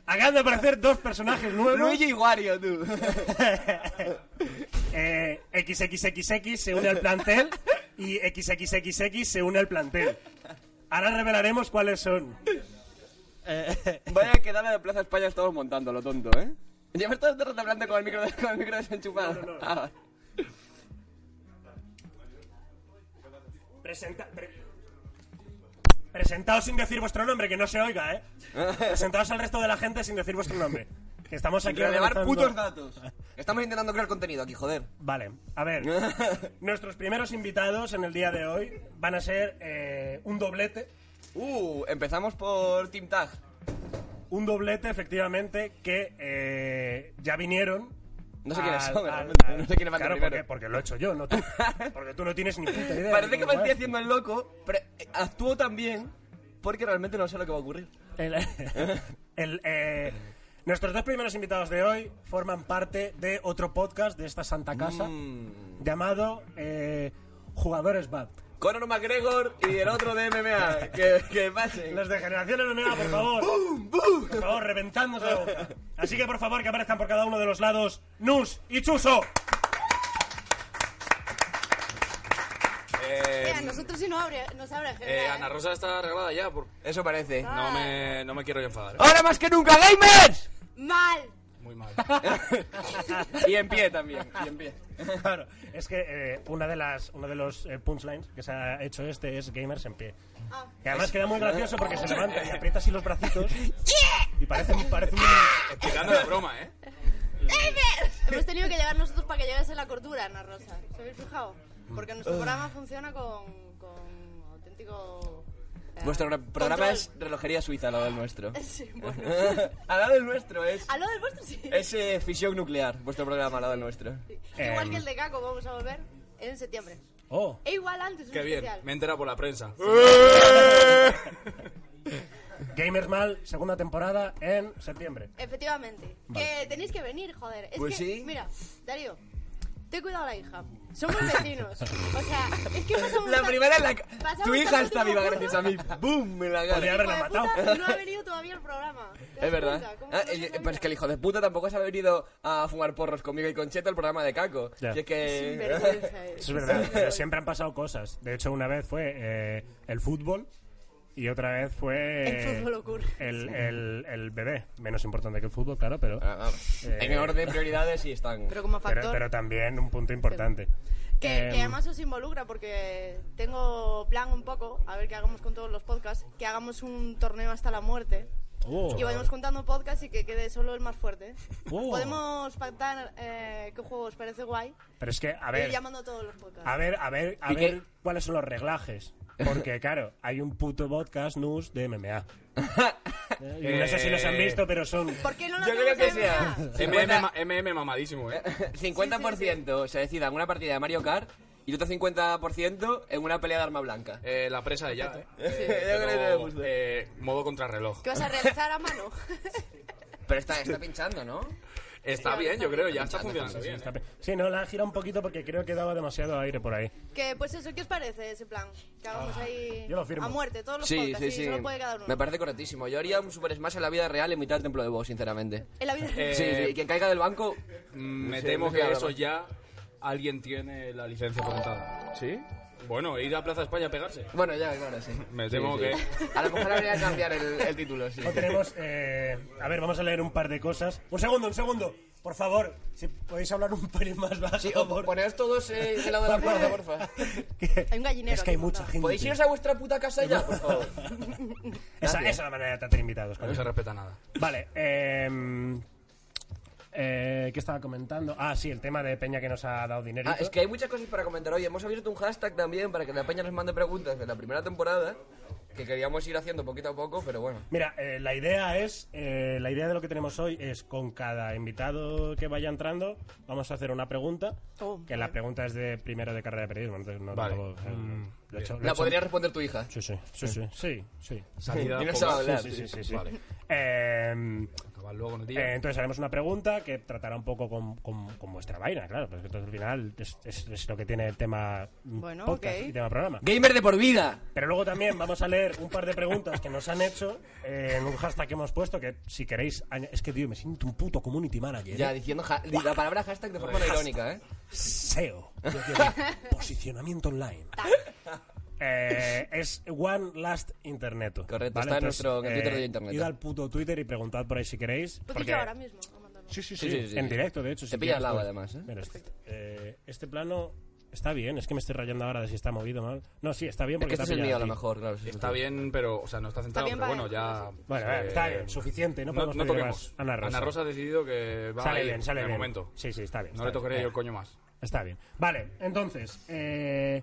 Speaker 1: Acaban de aparecer dos personajes nuevos.
Speaker 2: Luigi y Wario, tú.
Speaker 1: Eh, XXXX se une al plantel y XXXX se une al plantel. Ahora revelaremos cuáles son. eh.
Speaker 2: Vaya quedada de Plaza España estamos montando, lo tonto, ¿eh? Llevas todo el rato hablando con el micro, con el micro desenchufado. Ah, vale.
Speaker 1: Presenta- pre- presentaos sin decir vuestro nombre, que no se oiga, ¿eh? Presentaos al resto de la gente sin decir vuestro nombre. Que estamos aquí
Speaker 2: Relevar
Speaker 1: organizando-
Speaker 2: putos datos. Estamos intentando crear contenido aquí, joder.
Speaker 1: Vale, a ver. Nuestros primeros invitados en el día de hoy van a ser eh, un doblete.
Speaker 2: Uh, empezamos por Team Tag.
Speaker 1: Un doblete, efectivamente, que eh, ya vinieron.
Speaker 2: No sé quiénes
Speaker 1: al-
Speaker 2: son,
Speaker 1: al-
Speaker 2: realmente.
Speaker 1: al-
Speaker 2: No sé quiénes van de
Speaker 1: Claro,
Speaker 2: primero.
Speaker 1: porque, porque lo he hecho yo, no tú. Porque tú no tienes ni puta idea.
Speaker 2: Parece que me estoy
Speaker 1: Igual.
Speaker 2: haciendo el loco, pero eh, actúo tan bien porque realmente no sé lo que va a ocurrir.
Speaker 1: El- el, eh, nuestros dos primeros invitados de hoy forman parte de otro podcast de esta santa casa
Speaker 2: Mm.
Speaker 1: llamado eh, Jugadores Bad.
Speaker 2: Conor McGregor y el otro de MMA. que, que pase.
Speaker 1: Los de Generación MMA, por favor. Por favor, reventándose la boca. Así que, por favor, que aparezcan por cada uno de los lados Nus y Chuso.
Speaker 5: Eh,
Speaker 6: Mira, nosotros si no abre, nos abre
Speaker 5: eh,
Speaker 6: Ángela,
Speaker 5: Ana
Speaker 6: ¿eh?
Speaker 5: Rosa está arreglada ya. Por...
Speaker 2: Eso parece.
Speaker 5: No, me, no me quiero yo enfadar. ¿eh?
Speaker 2: ¡Ahora más que nunca, gamers!
Speaker 6: Mal.
Speaker 5: Muy mal.
Speaker 2: y en pie también. Y en pie.
Speaker 1: Claro, es que eh, una de las, uno de los eh, punchlines que se ha hecho este es Gamers en pie.
Speaker 6: Ah.
Speaker 1: Que además queda muy gracioso porque se levanta y aprieta así los bracitos. Y parece, un- parece
Speaker 2: Eh.
Speaker 1: un.
Speaker 5: Explicando la broma, ¿eh?
Speaker 6: Hemos tenido que llegar nosotros para que llegase la cordura, Ana Rosa. ¿Se habéis fijado? Porque nuestro programa funciona con, con auténtico... eh,
Speaker 2: Vuestro programa
Speaker 6: control.
Speaker 2: es relojería suiza, al lado del nuestro.
Speaker 6: Sí, bueno.
Speaker 2: al lado del nuestro es.
Speaker 6: ¿A lo del vuestro sí?
Speaker 2: Es eh, fisión nuclear, vuestro programa, al lado del nuestro.
Speaker 6: Igual
Speaker 1: Em.
Speaker 6: que el de Caco, vamos a volver en septiembre.
Speaker 1: Oh,
Speaker 6: E igual antes, un
Speaker 5: Qué bien.
Speaker 6: especial.
Speaker 5: Me entera por la prensa.
Speaker 2: Eh,
Speaker 1: Gamers Mal, segunda temporada en septiembre.
Speaker 6: Efectivamente. Que tenéis que venir, joder. Es
Speaker 2: Pues
Speaker 6: que,
Speaker 2: sí.
Speaker 6: Mira, Darío, te he cuidado a la hija. Somos vecinos. O sea, es que pasamos
Speaker 2: La
Speaker 6: tan-
Speaker 2: primera es la.
Speaker 6: pasamos
Speaker 2: Tu hija
Speaker 6: tanto
Speaker 2: está
Speaker 6: tiempo
Speaker 2: viva gracias a mí. ¡Bum! Me la
Speaker 1: Podría
Speaker 2: gana.
Speaker 1: haberla
Speaker 6: Hijo de
Speaker 1: matado.
Speaker 6: puta, y no ha venido todavía el programa. ¿Te das
Speaker 2: Es verdad.
Speaker 6: cuenta? ¿Cómo
Speaker 2: Ah,
Speaker 6: que no
Speaker 2: eh,
Speaker 6: se
Speaker 2: pero es que
Speaker 6: avisa?
Speaker 2: el hijo de puta tampoco se ha venido a fumar porros conmigo y con Cheto al programa de Caco.
Speaker 1: Ya.
Speaker 2: Si es que.
Speaker 6: Sin vergüenza, eh.
Speaker 1: Eso es verdad, pero siempre han pasado cosas. De hecho, una vez fue eh, el fútbol y otra vez fue
Speaker 6: El fútbol ocurre.
Speaker 1: el, el- el bebé. Menos importante que el fútbol, claro, pero,
Speaker 2: Ah, vamos.
Speaker 1: Eh.
Speaker 2: En orden de prioridades y están.
Speaker 6: Pero como factor.
Speaker 1: pero, pero también un punto importante.
Speaker 6: que,
Speaker 1: Em,
Speaker 6: que además os involucra porque tengo plan un poco, a ver qué hagamos con todos los podcasts, que hagamos un torneo hasta la muerte.
Speaker 1: oh,
Speaker 6: Y vayamos contando podcasts y que quede solo el más fuerte.
Speaker 1: Oh.
Speaker 6: Podemos pactar eh, qué juego os parece guay
Speaker 1: pero es que, a
Speaker 6: y
Speaker 1: ver,
Speaker 6: ir llamando a todos los podcasts.
Speaker 1: a ver, a ver, a
Speaker 2: ¿Y qué?
Speaker 1: ver cuáles son los reglajes. Porque, claro, hay un puto podcast news de MMA.
Speaker 2: Eh,
Speaker 1: Y Eh, no sé si los han visto, pero son...
Speaker 6: ¿Por qué no lo
Speaker 2: Yo creo
Speaker 6: hacemos
Speaker 2: que
Speaker 6: en MMA?
Speaker 2: sea.
Speaker 5: MM, ma- MM mamadísimo, ¿eh?
Speaker 2: 50% se decida en una partida de Mario Kart y el otro 50% en una pelea de arma blanca.
Speaker 5: Eh, La presa de ya. ¿eh? Eh,
Speaker 2: creo que me
Speaker 5: pero,
Speaker 2: gusta.
Speaker 5: eh, modo contrarreloj.
Speaker 6: ¿Qué vas a realizar a mano?
Speaker 2: Pero está, está pinchando, ¿no?
Speaker 5: Está bien, yo creo, ya está funcionando bien. ¿eh?
Speaker 1: Está pe- Sí, no, la han girado un poquito porque creo que daba demasiado aire por ahí.
Speaker 6: que pues eso, ¿qué os parece ese plan? Que hagamos ahí
Speaker 1: Ah, yo lo firmo.
Speaker 6: a muerte todos los podcasts y solo puede quedar uno.
Speaker 2: Me parece correctísimo. Yo haría un Super Smash en la vida real en mitad del templo de Boss, sinceramente.
Speaker 6: En la vida
Speaker 5: Eh,
Speaker 2: Sí, sí, quien caiga del banco.
Speaker 5: Mm, Me
Speaker 2: Sí,
Speaker 5: temo
Speaker 2: sí,
Speaker 5: que
Speaker 2: claro.
Speaker 5: eso ya alguien tiene la licencia patentada.
Speaker 2: ¿Sí?
Speaker 5: Bueno, ir a Plaza España a pegarse.
Speaker 2: Bueno, ya, claro, sí.
Speaker 5: Me temo
Speaker 2: Sí, sí. A lo mejor habría que cambiar el, el título, sí.
Speaker 1: No tenemos. eh, a ver, vamos a leer un par de cosas. Un segundo, un segundo. Por favor, si podéis hablar un pelín más bajo.
Speaker 2: Sí, o
Speaker 1: por...
Speaker 2: poneos todos eh, del lado de la puerta, porfa.
Speaker 1: que-
Speaker 6: Hay un gallinero
Speaker 1: Es que hay
Speaker 6: aquí,
Speaker 1: mucha
Speaker 6: ¿no?
Speaker 1: gente.
Speaker 2: ¿Podéis iros a vuestra puta casa ya, por favor?
Speaker 1: Esa, esa es la manera de tratar invitados.
Speaker 5: que no
Speaker 1: coño.
Speaker 5: se respeta nada.
Speaker 1: Vale. em, Eh, ¿Qué estaba comentando? Ah, sí, el tema de Peña que nos ha dado dinero.
Speaker 2: Ah, es que hay muchas cosas para comentar hoy. Hemos abierto un hashtag también para que la peña nos mande preguntas de la primera temporada que queríamos ir haciendo poquito a poco, pero bueno.
Speaker 1: Mira, eh, la idea es, eh, la idea de lo que tenemos hoy es con cada invitado que vaya entrando, vamos a hacer una pregunta,
Speaker 6: Oh,
Speaker 1: que la pregunta es de primero de carrera de periodismo, entonces no
Speaker 5: Vale.
Speaker 1: tampoco, o sea, lo he hecho- lo he
Speaker 2: La
Speaker 1: hecho-
Speaker 2: podría responder tu hija.
Speaker 1: Sí, sí, sí, sí, sí, sí.
Speaker 5: Sanidad,
Speaker 2: Y no
Speaker 5: poco-
Speaker 2: sabe hablar.
Speaker 1: Eh. Sí, sí, sí, sí.
Speaker 5: Vale.
Speaker 1: Eh,
Speaker 5: Acabar luego con el día.
Speaker 1: eh, entonces haremos una pregunta que tratará un poco con, con- con vuestra vaina, claro, porque entonces al final es, es- es lo que tiene el tema mm,
Speaker 6: Bueno,
Speaker 1: podcast
Speaker 6: ok.
Speaker 1: y tema programa.
Speaker 2: Gamer de por vida.
Speaker 1: Pero luego también vamos a leer un par de preguntas que nos han hecho eh, en un hashtag que hemos puesto que si queréis... añ- Es que, tío, me siento un puto community manager.
Speaker 2: Ya
Speaker 1: ¿eh?
Speaker 2: diciendo ja- la palabra hashtag de forma
Speaker 5: Pues,
Speaker 2: no irónica, ¿eh?
Speaker 1: SEO. Yo quiero posicionamiento online. Eh, es One Last Internet.
Speaker 2: Correcto, está en nuestro- en Twitter de Internet.
Speaker 1: pues, eh, Id al puto Twitter y preguntad por ahí si queréis.
Speaker 6: Lo
Speaker 1: porque-
Speaker 6: pillo ahora mismo. lo mando, ¿no?
Speaker 1: Sí, sí,
Speaker 2: Sí,
Speaker 1: sí,
Speaker 2: sí, sí,
Speaker 1: En
Speaker 2: sí.
Speaker 1: directo, de hecho.
Speaker 2: Te
Speaker 1: si
Speaker 2: pilla
Speaker 1: quieres,
Speaker 2: al lado,
Speaker 1: pues.
Speaker 2: además, ¿eh?
Speaker 1: Mira, este, eh, este plano está bien. Es que me estoy rayando ahora de si está movido o mal. No, sí, está bien
Speaker 2: Es
Speaker 1: porque
Speaker 2: que este es
Speaker 1: está
Speaker 2: el mío
Speaker 1: pillado
Speaker 2: a lo
Speaker 1: aquí.
Speaker 2: mejor, claro. sí, sí,
Speaker 5: Está
Speaker 2: sí.
Speaker 5: bien, pero, o sea, no está centrado,
Speaker 6: bien
Speaker 5: pero bueno,
Speaker 6: para
Speaker 5: ya...
Speaker 6: él, sí,
Speaker 1: Bueno, a ver,
Speaker 5: eh,
Speaker 1: está bien, suficiente. No
Speaker 5: No,
Speaker 1: podemos
Speaker 5: no
Speaker 1: pedir
Speaker 5: toquemos.
Speaker 1: más. Ana Rosa.
Speaker 5: ha decidido que va a
Speaker 1: Sale
Speaker 5: ir
Speaker 1: bien, sale
Speaker 5: de
Speaker 1: bien.
Speaker 5: momento.
Speaker 1: Sí, sí, está bien.
Speaker 5: No
Speaker 1: está
Speaker 5: le
Speaker 1: bien.
Speaker 5: tocaré yo el
Speaker 1: Eh,
Speaker 5: coño más.
Speaker 1: Está bien. Vale, entonces, eh,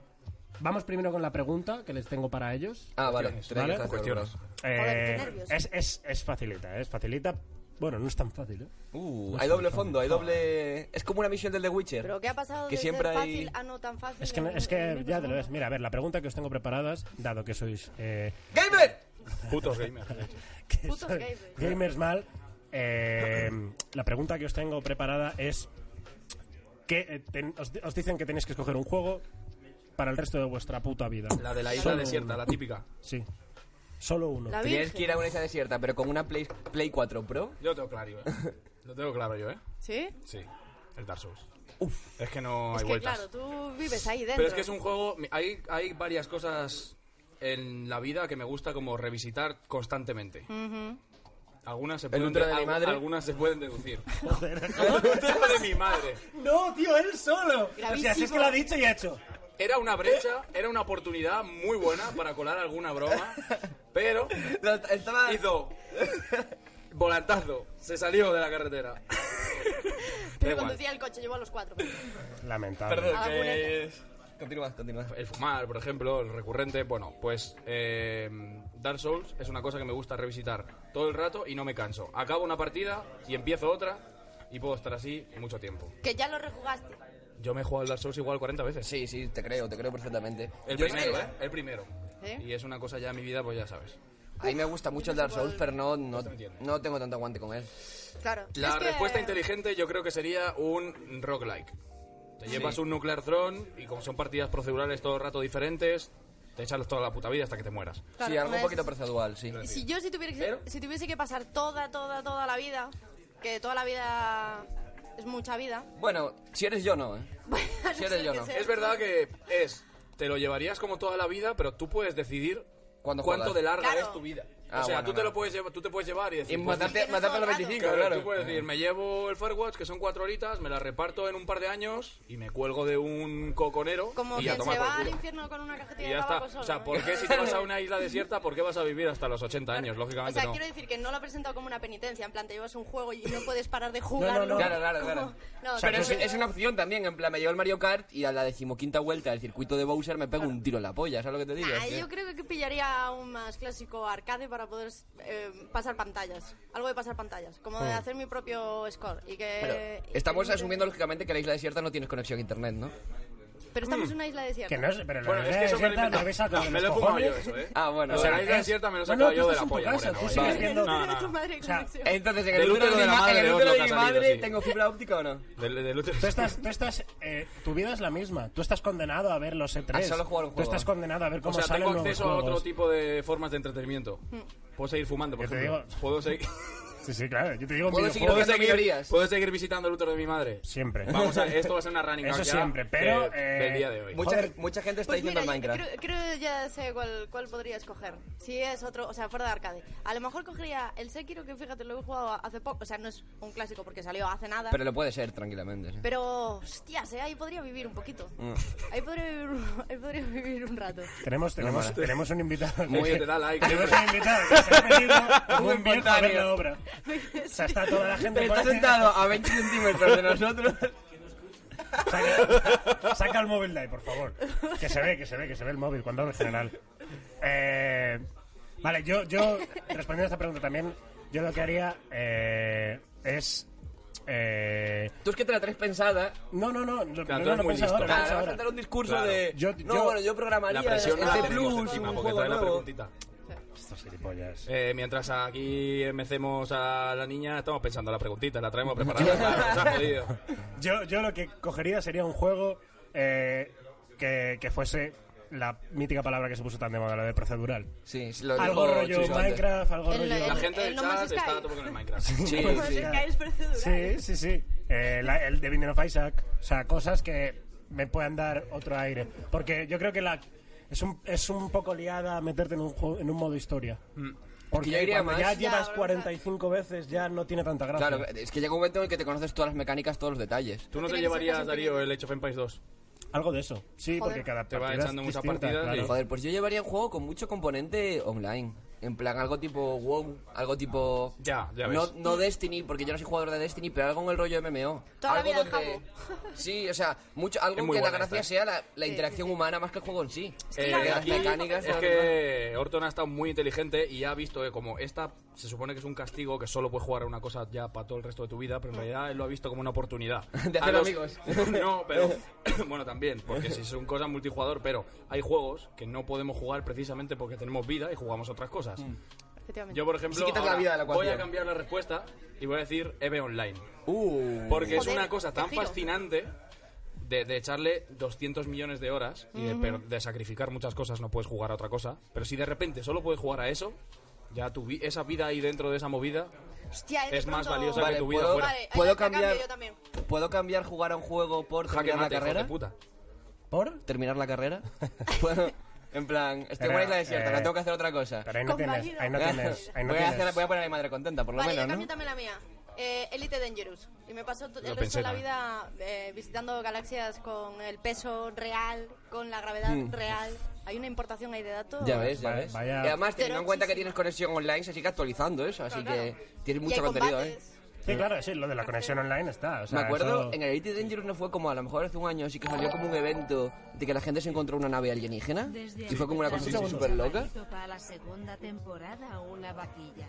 Speaker 1: vamos primero con la pregunta que les tengo para ellos.
Speaker 2: Ah, vale. Tenía que
Speaker 1: ¿vale?
Speaker 2: hacer,
Speaker 5: Cuestiones.
Speaker 2: bro.
Speaker 1: Eh,
Speaker 6: Joder, qué nervios.
Speaker 1: es, es, es facilita, ¿eh? es facilita. Bueno, no es tan fácil, ¿eh?
Speaker 2: Uh,
Speaker 5: pues,
Speaker 2: hay doble fondo, hay doble... Es como una misión del The Witcher.
Speaker 6: Pero ¿qué ha pasado
Speaker 2: Que
Speaker 6: de
Speaker 2: siempre
Speaker 6: ser
Speaker 2: hay-
Speaker 6: fácil a no tan fácil?
Speaker 1: Es que,
Speaker 6: en
Speaker 1: no-
Speaker 6: un-
Speaker 1: es
Speaker 6: en
Speaker 1: que
Speaker 6: un
Speaker 1: ya te lo
Speaker 6: segundo?
Speaker 1: ves. Mira, a ver, la pregunta que os tengo preparadas, dado que sois, eh,
Speaker 2: ¡Gamer!
Speaker 5: Putos gamers. de hecho.
Speaker 1: que
Speaker 6: Putos
Speaker 1: sois
Speaker 6: gamers.
Speaker 1: gamers mal, eh, la pregunta que os tengo preparada es que eh, ten- os, di- os dicen que tenéis que escoger un juego para el resto de vuestra puta vida.
Speaker 5: La de la isla
Speaker 1: Solo
Speaker 5: desierta,
Speaker 1: uno.
Speaker 5: la típica.
Speaker 1: Sí, solo uno.
Speaker 6: La
Speaker 2: Tienes que
Speaker 6: Virgen.
Speaker 2: ir a una isla desierta, pero con una Play, Play 4 Pro.
Speaker 5: Pues, Yo lo tengo claro, yo, ¿eh? Lo tengo claro yo, ¿eh?
Speaker 6: ¿Sí?
Speaker 5: Sí, el Dark Souls. Uf. Es que no
Speaker 6: Es
Speaker 5: hay
Speaker 6: que
Speaker 5: vueltas.
Speaker 6: claro, tú vives ahí dentro.
Speaker 5: Pero es que es un juego. Hay, hay varias cosas en la vida que me gusta como revisitar constantemente. Algunas se pueden
Speaker 2: útero de mi
Speaker 5: algu-
Speaker 2: madre?
Speaker 5: Algunas se pueden deducir. El útero de mi madre.
Speaker 1: No, tío, él solo. O sea, si es
Speaker 6: Gravísimo.
Speaker 1: que lo ha dicho y ha hecho.
Speaker 5: Era una brecha, era una oportunidad muy buena para colar alguna broma, pero
Speaker 2: No, Estaba...
Speaker 5: hizo volantazo, se salió de la carretera. Da
Speaker 6: Pero
Speaker 5: igual.
Speaker 6: conducía el coche, llevo a los cuatro.
Speaker 1: Lamentable.
Speaker 5: Perdón,
Speaker 2: Ah,
Speaker 6: A la
Speaker 5: que
Speaker 6: cuneta.
Speaker 5: es-
Speaker 2: Continúa, continúa.
Speaker 5: el fumar, por ejemplo, el recurrente, bueno, pues eh, Dark Souls es una cosa que me gusta revisitar todo el rato y no me canso. Acabo una partida y empiezo otra y puedo estar así mucho tiempo.
Speaker 6: Que ya lo rejugaste.
Speaker 5: Yo me he jugado al Dark Souls igual 40 veces.
Speaker 2: Sí, sí, te creo, te creo perfectamente.
Speaker 5: El
Speaker 2: Yo
Speaker 5: primero,
Speaker 2: es
Speaker 5: ¿eh? El primero.
Speaker 6: ¿Sí?
Speaker 5: Y es una cosa ya en mi vida, pues ya sabes.
Speaker 2: que- A mí me gusta mucho el Dark Souls, pero no, no, no tengo tanto aguante con él.
Speaker 6: Claro.
Speaker 5: La
Speaker 6: Es que-
Speaker 5: respuesta inteligente yo creo que sería un roguelike. Te llevas un Nuclear Throne y como son partidas procedurales todo el rato diferentes, te echas toda la puta vida hasta que te mueras.
Speaker 6: Claro,
Speaker 2: sí, algo
Speaker 6: una de
Speaker 2: un poquito
Speaker 6: esas-
Speaker 2: procedual, sí.
Speaker 6: Y si yo si tuviera que,
Speaker 5: Pero-
Speaker 6: si tuviese que pasar toda, toda, toda la vida, que toda la vida es mucha vida.
Speaker 2: Bueno, si eres yo, no, ¿eh?
Speaker 6: a
Speaker 2: Si eres
Speaker 6: ser
Speaker 2: yo,
Speaker 6: que
Speaker 2: no.
Speaker 6: sea-
Speaker 5: Es verdad que es, te lo llevarías como toda la vida, pero tú puedes decidir
Speaker 2: Cuándo
Speaker 5: cuánto
Speaker 2: juegas.
Speaker 5: de larga
Speaker 6: Claro.
Speaker 5: es tu vida.
Speaker 2: Ah,
Speaker 5: o sea,
Speaker 2: bueno,
Speaker 5: tú, te
Speaker 2: claro.
Speaker 5: lo puedes llevar, tú te puedes llevar y
Speaker 2: Y
Speaker 5: decir... pues,
Speaker 2: matarte,
Speaker 6: tienes
Speaker 2: matarte a los
Speaker 6: todo el
Speaker 2: 25,
Speaker 5: claro,
Speaker 2: claro.
Speaker 5: tú puedes decir, me llevo el Firewatch, que son cuatro horitas, me la reparto en un par de años y me cuelgo de un coconero
Speaker 6: Como
Speaker 5: y a
Speaker 6: quien
Speaker 5: tomar
Speaker 6: se va
Speaker 5: por
Speaker 6: al
Speaker 5: culo.
Speaker 6: infierno con una cajetilla
Speaker 5: Y ya
Speaker 6: de
Speaker 5: está.
Speaker 6: tabaco solo.
Speaker 5: O sea,
Speaker 6: ¿no?
Speaker 5: ¿por qué si te vas a una isla desierta, por qué vas a vivir hasta los 80 años?
Speaker 6: O
Speaker 5: Lógicamente
Speaker 6: sea,
Speaker 5: no.
Speaker 6: quiero decir que no lo he presentado como una penitencia, en plan, te llevas un juego y no puedes parar de jugarlo.
Speaker 1: no.
Speaker 2: Claro, claro, claro.
Speaker 6: Como- No,
Speaker 2: Pero
Speaker 6: no,
Speaker 2: es,
Speaker 6: no.
Speaker 2: es una opción también, en plan, me llevo el Mario Kart y a la decimoquinta vuelta del circuito de Bowser me pego un tiro en la polla, ¿sabes lo que te digo?
Speaker 6: Nah,
Speaker 2: Es que-
Speaker 6: Ah, yo creo que pillaría un más clásico arcade para poder eh, pasar pantallas. Algo de pasar pantallas. Como
Speaker 1: Hmm.
Speaker 6: de hacer mi propio score. Y que,
Speaker 2: Pero
Speaker 6: y que
Speaker 2: estamos
Speaker 6: no te-
Speaker 2: asumiendo lógicamente que la isla desierta no tienes conexión a internet, ¿no?
Speaker 6: Pero estamos en una isla desierta.
Speaker 1: Hmm. Que no es, pero
Speaker 5: Bueno,
Speaker 1: la
Speaker 5: es
Speaker 1: idea
Speaker 5: que eso me lo
Speaker 1: cierta,
Speaker 5: he
Speaker 1: lo habéis sacado
Speaker 5: inventado.
Speaker 1: de los
Speaker 5: Me lo he fumado yo,
Speaker 1: cojones.
Speaker 5: eso, ¿eh?
Speaker 2: Ah, bueno,
Speaker 5: O sea,
Speaker 2: vale.
Speaker 5: la isla
Speaker 1: Es-
Speaker 5: desierta me lo
Speaker 1: No,
Speaker 5: he
Speaker 1: no,
Speaker 5: sacado
Speaker 1: tú
Speaker 5: yo de la
Speaker 1: estás en tu
Speaker 5: polla,
Speaker 1: casa,
Speaker 5: morena,
Speaker 1: tú
Speaker 5: vale.
Speaker 1: sigues
Speaker 5: Vale.
Speaker 1: viendo-
Speaker 5: No, no, no.
Speaker 6: de tu madre
Speaker 1: O sea,
Speaker 6: conexión.
Speaker 2: Entonces, en
Speaker 5: Del
Speaker 2: el útero
Speaker 5: útero
Speaker 2: de,
Speaker 5: de la
Speaker 2: ma-
Speaker 5: madre
Speaker 2: en el
Speaker 5: de
Speaker 2: útero
Speaker 5: Oslo
Speaker 2: de mi
Speaker 5: que ha salido,
Speaker 2: madre
Speaker 5: sí.
Speaker 2: tengo fibra óptica o no?
Speaker 5: Del- del útero-
Speaker 1: Tú estás, tú estás, eh, tu vida es la misma. Tú estás condenado a ver los E3.
Speaker 5: Ah,
Speaker 2: A solo jugar un
Speaker 1: Tú
Speaker 2: juego.
Speaker 1: estás condenado a ver
Speaker 5: O
Speaker 1: cómo
Speaker 5: sea,
Speaker 1: salen
Speaker 5: tengo
Speaker 1: nuevos
Speaker 5: acceso a otro
Speaker 1: juegos.
Speaker 5: tipo de formas de entretenimiento. Puedo seguir fumando, por
Speaker 1: Yo te
Speaker 5: ejemplo.
Speaker 1: digo-
Speaker 5: Puedo seguir...
Speaker 1: Sí, sí, claro. Yo te digo,
Speaker 2: Puedo seguir
Speaker 1: videojuegos
Speaker 2: haciendo minorías.
Speaker 5: Puedo seguir visitando el útero de mi madre.
Speaker 1: siempre.
Speaker 5: Vamos a esto va a ser una running
Speaker 1: Eso
Speaker 5: gag ya
Speaker 1: siempre, pero,
Speaker 5: de- del
Speaker 1: eh,
Speaker 5: día de hoy.
Speaker 2: Mucha,
Speaker 1: Joder.
Speaker 2: mucha gente está
Speaker 6: Pues
Speaker 2: diciendo
Speaker 6: mira,
Speaker 2: el
Speaker 6: yo
Speaker 2: Minecraft.
Speaker 6: creo, creo ya sé cuál, cuál podría escoger. Si es otro, o sea, fuera de arcade. A lo mejor cogería el Sekiro, que fíjate, lo he jugado hace poco. O sea, no es un clásico porque salió hace nada.
Speaker 2: Pero lo puede ser tranquilamente. sí.
Speaker 6: Pero, hostias, eh, ahí podría vivir un poquito.
Speaker 5: Mm.
Speaker 6: Ahí, podría vivir, un- ahí podría vivir un rato.
Speaker 1: Tenemos, tenemos, tenemos un invitado.
Speaker 5: Muy- Te da like,
Speaker 1: Tenemos
Speaker 5: siempre.
Speaker 1: un invitado que se ha pedido como
Speaker 2: Muy
Speaker 1: un viejo a ver
Speaker 2: espontáneo.
Speaker 1: la obra. O sea, está toda la gente.
Speaker 2: Pero
Speaker 1: por
Speaker 2: está
Speaker 1: ahí.
Speaker 2: sentado a 20 centímetros de nosotros.
Speaker 1: Saca, saca el móvil de ahí, por favor. Que se ve, que se ve, que se ve el móvil cuando hablo en general. Eh, vale, yo, yo, respondiendo a esta pregunta también, yo lo que haría eh, es. eh,
Speaker 2: Tú es que te la traes pensada.
Speaker 1: no, no, no, lo-
Speaker 5: Claro, tú
Speaker 1: no, no,
Speaker 5: eres muy
Speaker 1: piensa ahora,
Speaker 2: Claro,
Speaker 5: listo.
Speaker 1: piensa
Speaker 2: vas a
Speaker 1: ahora.
Speaker 2: cantar un discurso
Speaker 5: Claro.
Speaker 2: de.
Speaker 1: Yo-
Speaker 2: no,
Speaker 1: yo-
Speaker 2: bueno, yo programaría
Speaker 5: La presión no la
Speaker 2: este
Speaker 5: tenemos
Speaker 2: plus,
Speaker 5: encima
Speaker 2: un
Speaker 5: porque
Speaker 2: juego
Speaker 5: trae la
Speaker 2: nuevo.
Speaker 5: preguntita.
Speaker 1: Estos gilipollas.
Speaker 5: Eh, mientras aquí mecemos a la niña, estamos pensando la preguntita, la traemos preparada. claro, nos ha jodido.
Speaker 1: Yo, yo lo que cogería sería un juego eh, que, que fuese la mítica palabra que se puso tan de moda, la de procedural.
Speaker 2: Sí, sí, lo
Speaker 1: Algo
Speaker 2: dijo
Speaker 1: rollo
Speaker 2: Chuso antes.
Speaker 1: Minecraft, algo
Speaker 6: El-
Speaker 1: rollo...
Speaker 5: La
Speaker 6: el-
Speaker 5: gente del
Speaker 6: No Man's
Speaker 5: chat
Speaker 6: Sky.
Speaker 5: está a tope con el Minecraft.
Speaker 2: Sí,
Speaker 1: Pues
Speaker 2: sí.
Speaker 1: ya.
Speaker 6: Sky es procedural.
Speaker 1: Sí, sí, sí. Eh, la- el de Binding of Isaac. O sea, cosas que me puedan dar otro aire. Porque yo creo que la es un, es un poco liada meterte en un, juego- en un modo historia. Porque
Speaker 2: yo iría
Speaker 1: cuando
Speaker 2: más-
Speaker 1: ya
Speaker 2: Ya,
Speaker 1: llevas
Speaker 6: ¿verdad?
Speaker 1: 45 veces, ya no tiene tanta gracia.
Speaker 2: Claro, eh, es que llega un momento en el que te conoces todas las mecánicas, todos los detalles.
Speaker 5: ¿Tú
Speaker 6: Tiene
Speaker 5: no te
Speaker 6: que
Speaker 5: llevarías,
Speaker 6: sacarse un
Speaker 5: Darío,
Speaker 6: pequeño.
Speaker 5: el Age of Empires 2?
Speaker 1: Algo de eso. Sí,
Speaker 6: Joder.
Speaker 1: porque cada
Speaker 5: Te va
Speaker 1: partida es
Speaker 5: echando muchas
Speaker 1: distinta,
Speaker 5: partidas
Speaker 1: claro.
Speaker 5: y-
Speaker 2: Joder, pues yo llevaría un juego con mucho componente online. En plan, algo tipo WoW, algo tipo...
Speaker 5: Ya, ya
Speaker 2: no,
Speaker 5: ves.
Speaker 2: no Destiny, porque yo no soy jugador de Destiny, pero algo en el rollo MMO.
Speaker 6: Toda la
Speaker 2: algo
Speaker 6: vida
Speaker 2: donde... Sí, o sea, mucho, algo
Speaker 5: Es
Speaker 2: en
Speaker 5: muy
Speaker 2: que la
Speaker 5: buena
Speaker 2: gracia
Speaker 5: esta,
Speaker 2: sea la, la interacción humana más que el juego en sí.
Speaker 5: Eh,
Speaker 2: Porque las
Speaker 5: aquí
Speaker 2: mecánicas...
Speaker 5: es
Speaker 2: no-
Speaker 5: que Orton ha estado muy inteligente y ha visto que como esta se supone que es un castigo que solo puedes jugar a una cosa ya para todo el resto de tu vida, pero en realidad él lo ha visto como una oportunidad.
Speaker 2: De
Speaker 5: A
Speaker 2: hacer amigos.
Speaker 5: No, pero bueno, también, porque si son cosas multijugador, pero hay juegos que no podemos jugar precisamente porque tenemos vida y jugamos otras cosas.
Speaker 2: Mm.
Speaker 6: Efectivamente.
Speaker 5: Yo, por ejemplo,
Speaker 2: Si quitas la
Speaker 5: ahora
Speaker 2: vida de la
Speaker 5: voy a
Speaker 2: ecuación.
Speaker 5: cambiar la respuesta y voy a decir EVE Online.
Speaker 2: Uh,
Speaker 5: Porque es
Speaker 6: Joder,
Speaker 5: una cosa
Speaker 6: qué
Speaker 5: tan
Speaker 6: giro.
Speaker 5: fascinante de, de echarle 200 millones de horas y de, per- de sacrificar muchas cosas, no puedes jugar a otra cosa. Pero si de repente solo puedes jugar a eso, ya tu vi- esa vida ahí dentro de esa movida
Speaker 6: Hostia, eh, de
Speaker 5: es más
Speaker 6: pronto-
Speaker 5: valiosa
Speaker 2: Vale,
Speaker 5: que tu vida
Speaker 2: puedo-
Speaker 5: fuera.
Speaker 6: Vale, ahí
Speaker 2: ¿Puedo
Speaker 6: la cambio
Speaker 2: cambiar?
Speaker 6: yo también.
Speaker 2: ¿Puedo cambiar jugar a un juego por
Speaker 5: Jaque
Speaker 2: terminar la
Speaker 5: mate, hijo de
Speaker 2: carrera?
Speaker 5: puta.
Speaker 1: ¿Por?
Speaker 2: ¿Terminar la carrera? Puedo- En plan, estoy
Speaker 1: Era,
Speaker 2: en la desierta,
Speaker 1: eh,
Speaker 2: no tengo que hacer otra cosa.
Speaker 1: Pero ahí no tienes... Ahí no tienes... Ahí no
Speaker 2: voy, a hacer-
Speaker 1: tienes-
Speaker 2: voy a poner a mi madre contenta, por lo
Speaker 6: Vale, yo
Speaker 2: menos,
Speaker 6: cambio
Speaker 2: ¿no?
Speaker 6: también la mía. Eh, Elite Dangerous. Y me paso to- el
Speaker 5: Lo
Speaker 6: resto
Speaker 5: pensé
Speaker 6: de la
Speaker 5: también.
Speaker 6: vida eh, visitando galaxias con el peso real, con la gravedad
Speaker 5: Mm.
Speaker 6: real. Hay una importación ahí de datos.
Speaker 2: Ya ves, ya
Speaker 1: Vaya-
Speaker 2: ves.
Speaker 1: Pues vaya-
Speaker 2: Y además, teniendo
Speaker 6: Pero
Speaker 2: en cuenta que
Speaker 6: muchísimo.
Speaker 2: tienes conexión online, se sigue actualizando eso, así
Speaker 6: Claro,
Speaker 2: que
Speaker 6: claro.
Speaker 2: tienes
Speaker 6: Y
Speaker 2: mucho
Speaker 6: hay
Speaker 2: contenido, ¿eh?
Speaker 6: combates.
Speaker 1: Sí, claro, sí, lo de la conexión online está. o sea,
Speaker 2: Me acuerdo,
Speaker 1: eso-
Speaker 2: en el Elite Dangerous no fue como a lo mejor hace un año, así que salió como un evento de que la gente se encontró una nave alienígena y fue como una cosa así súper loca.
Speaker 4: Para la segunda temporada una vaquilla.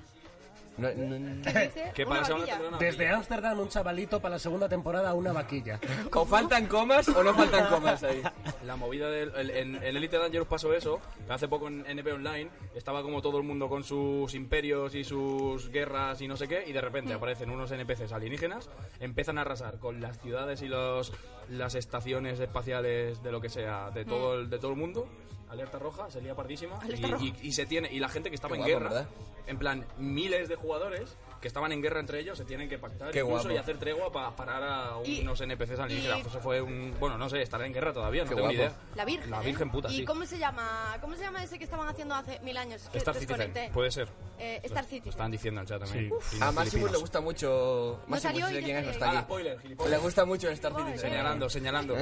Speaker 2: No, no- no.
Speaker 6: ¿Qué dice?
Speaker 5: Que
Speaker 6: Una
Speaker 5: para esa
Speaker 6: vaquilla.
Speaker 5: una tendrá
Speaker 1: Desde
Speaker 5: una-
Speaker 1: Ámsterdam, un chavalito para la segunda temporada, una vaquilla.
Speaker 2: ¿O faltan comas o no faltan comas ahí?
Speaker 5: La movida del. el- en en Elite Dangerous pasó eso. Hace poco en NP Online estaba como todo el mundo con sus imperios y sus guerras y no sé qué. Y de repente aparecen unos NPCs alienígenas, empiezan a arrasar con las ciudades y los, las estaciones espaciales de lo que sea, de todo el, de todo el mundo. Alerta roja, sería pardísima. Y, y- y se tiene, y la gente que estaba
Speaker 2: Qué
Speaker 5: en
Speaker 2: guapo,
Speaker 5: guerra,
Speaker 2: ¿verdad?
Speaker 5: en plan, miles de jugadores que estaban en guerra entre ellos, se tienen que pactar
Speaker 2: Qué
Speaker 5: incluso
Speaker 2: guapo.
Speaker 5: y hacer tregua para parar a
Speaker 6: Y-
Speaker 5: unos NPCs alienígenas.
Speaker 6: y-
Speaker 5: Eso fue un. Bueno, no sé, estará en guerra todavía, no
Speaker 2: Qué
Speaker 5: tengo ni
Speaker 2: guapo.
Speaker 5: idea.
Speaker 6: La Virgen.
Speaker 5: La
Speaker 6: ¿eh?
Speaker 5: Virgen puta,
Speaker 6: ¿Y
Speaker 5: sí.
Speaker 6: cómo se llama? ¿Cómo se llama ese que estaban haciendo hace mil años? Que
Speaker 5: Star
Speaker 6: desconecté.
Speaker 5: Citizen, Pues- puede ser.
Speaker 6: Eh,
Speaker 5: Lo-
Speaker 6: Star
Speaker 5: lo
Speaker 6: Citizen.
Speaker 5: Estaban diciendo en el chat también.
Speaker 1: Sí.
Speaker 5: Y los
Speaker 2: A Máximo
Speaker 5: filipinos.
Speaker 2: le gusta mucho.
Speaker 6: No
Speaker 2: Máximo,
Speaker 6: salió
Speaker 2: no sé
Speaker 6: y ya
Speaker 2: quién es, no
Speaker 6: está
Speaker 2: está
Speaker 5: Ah,
Speaker 2: aquí.
Speaker 5: spoiler, gilipollas.
Speaker 2: Le gusta mucho el Star
Speaker 6: Spoiler.
Speaker 2: Citizen.
Speaker 5: Señalando, señalando.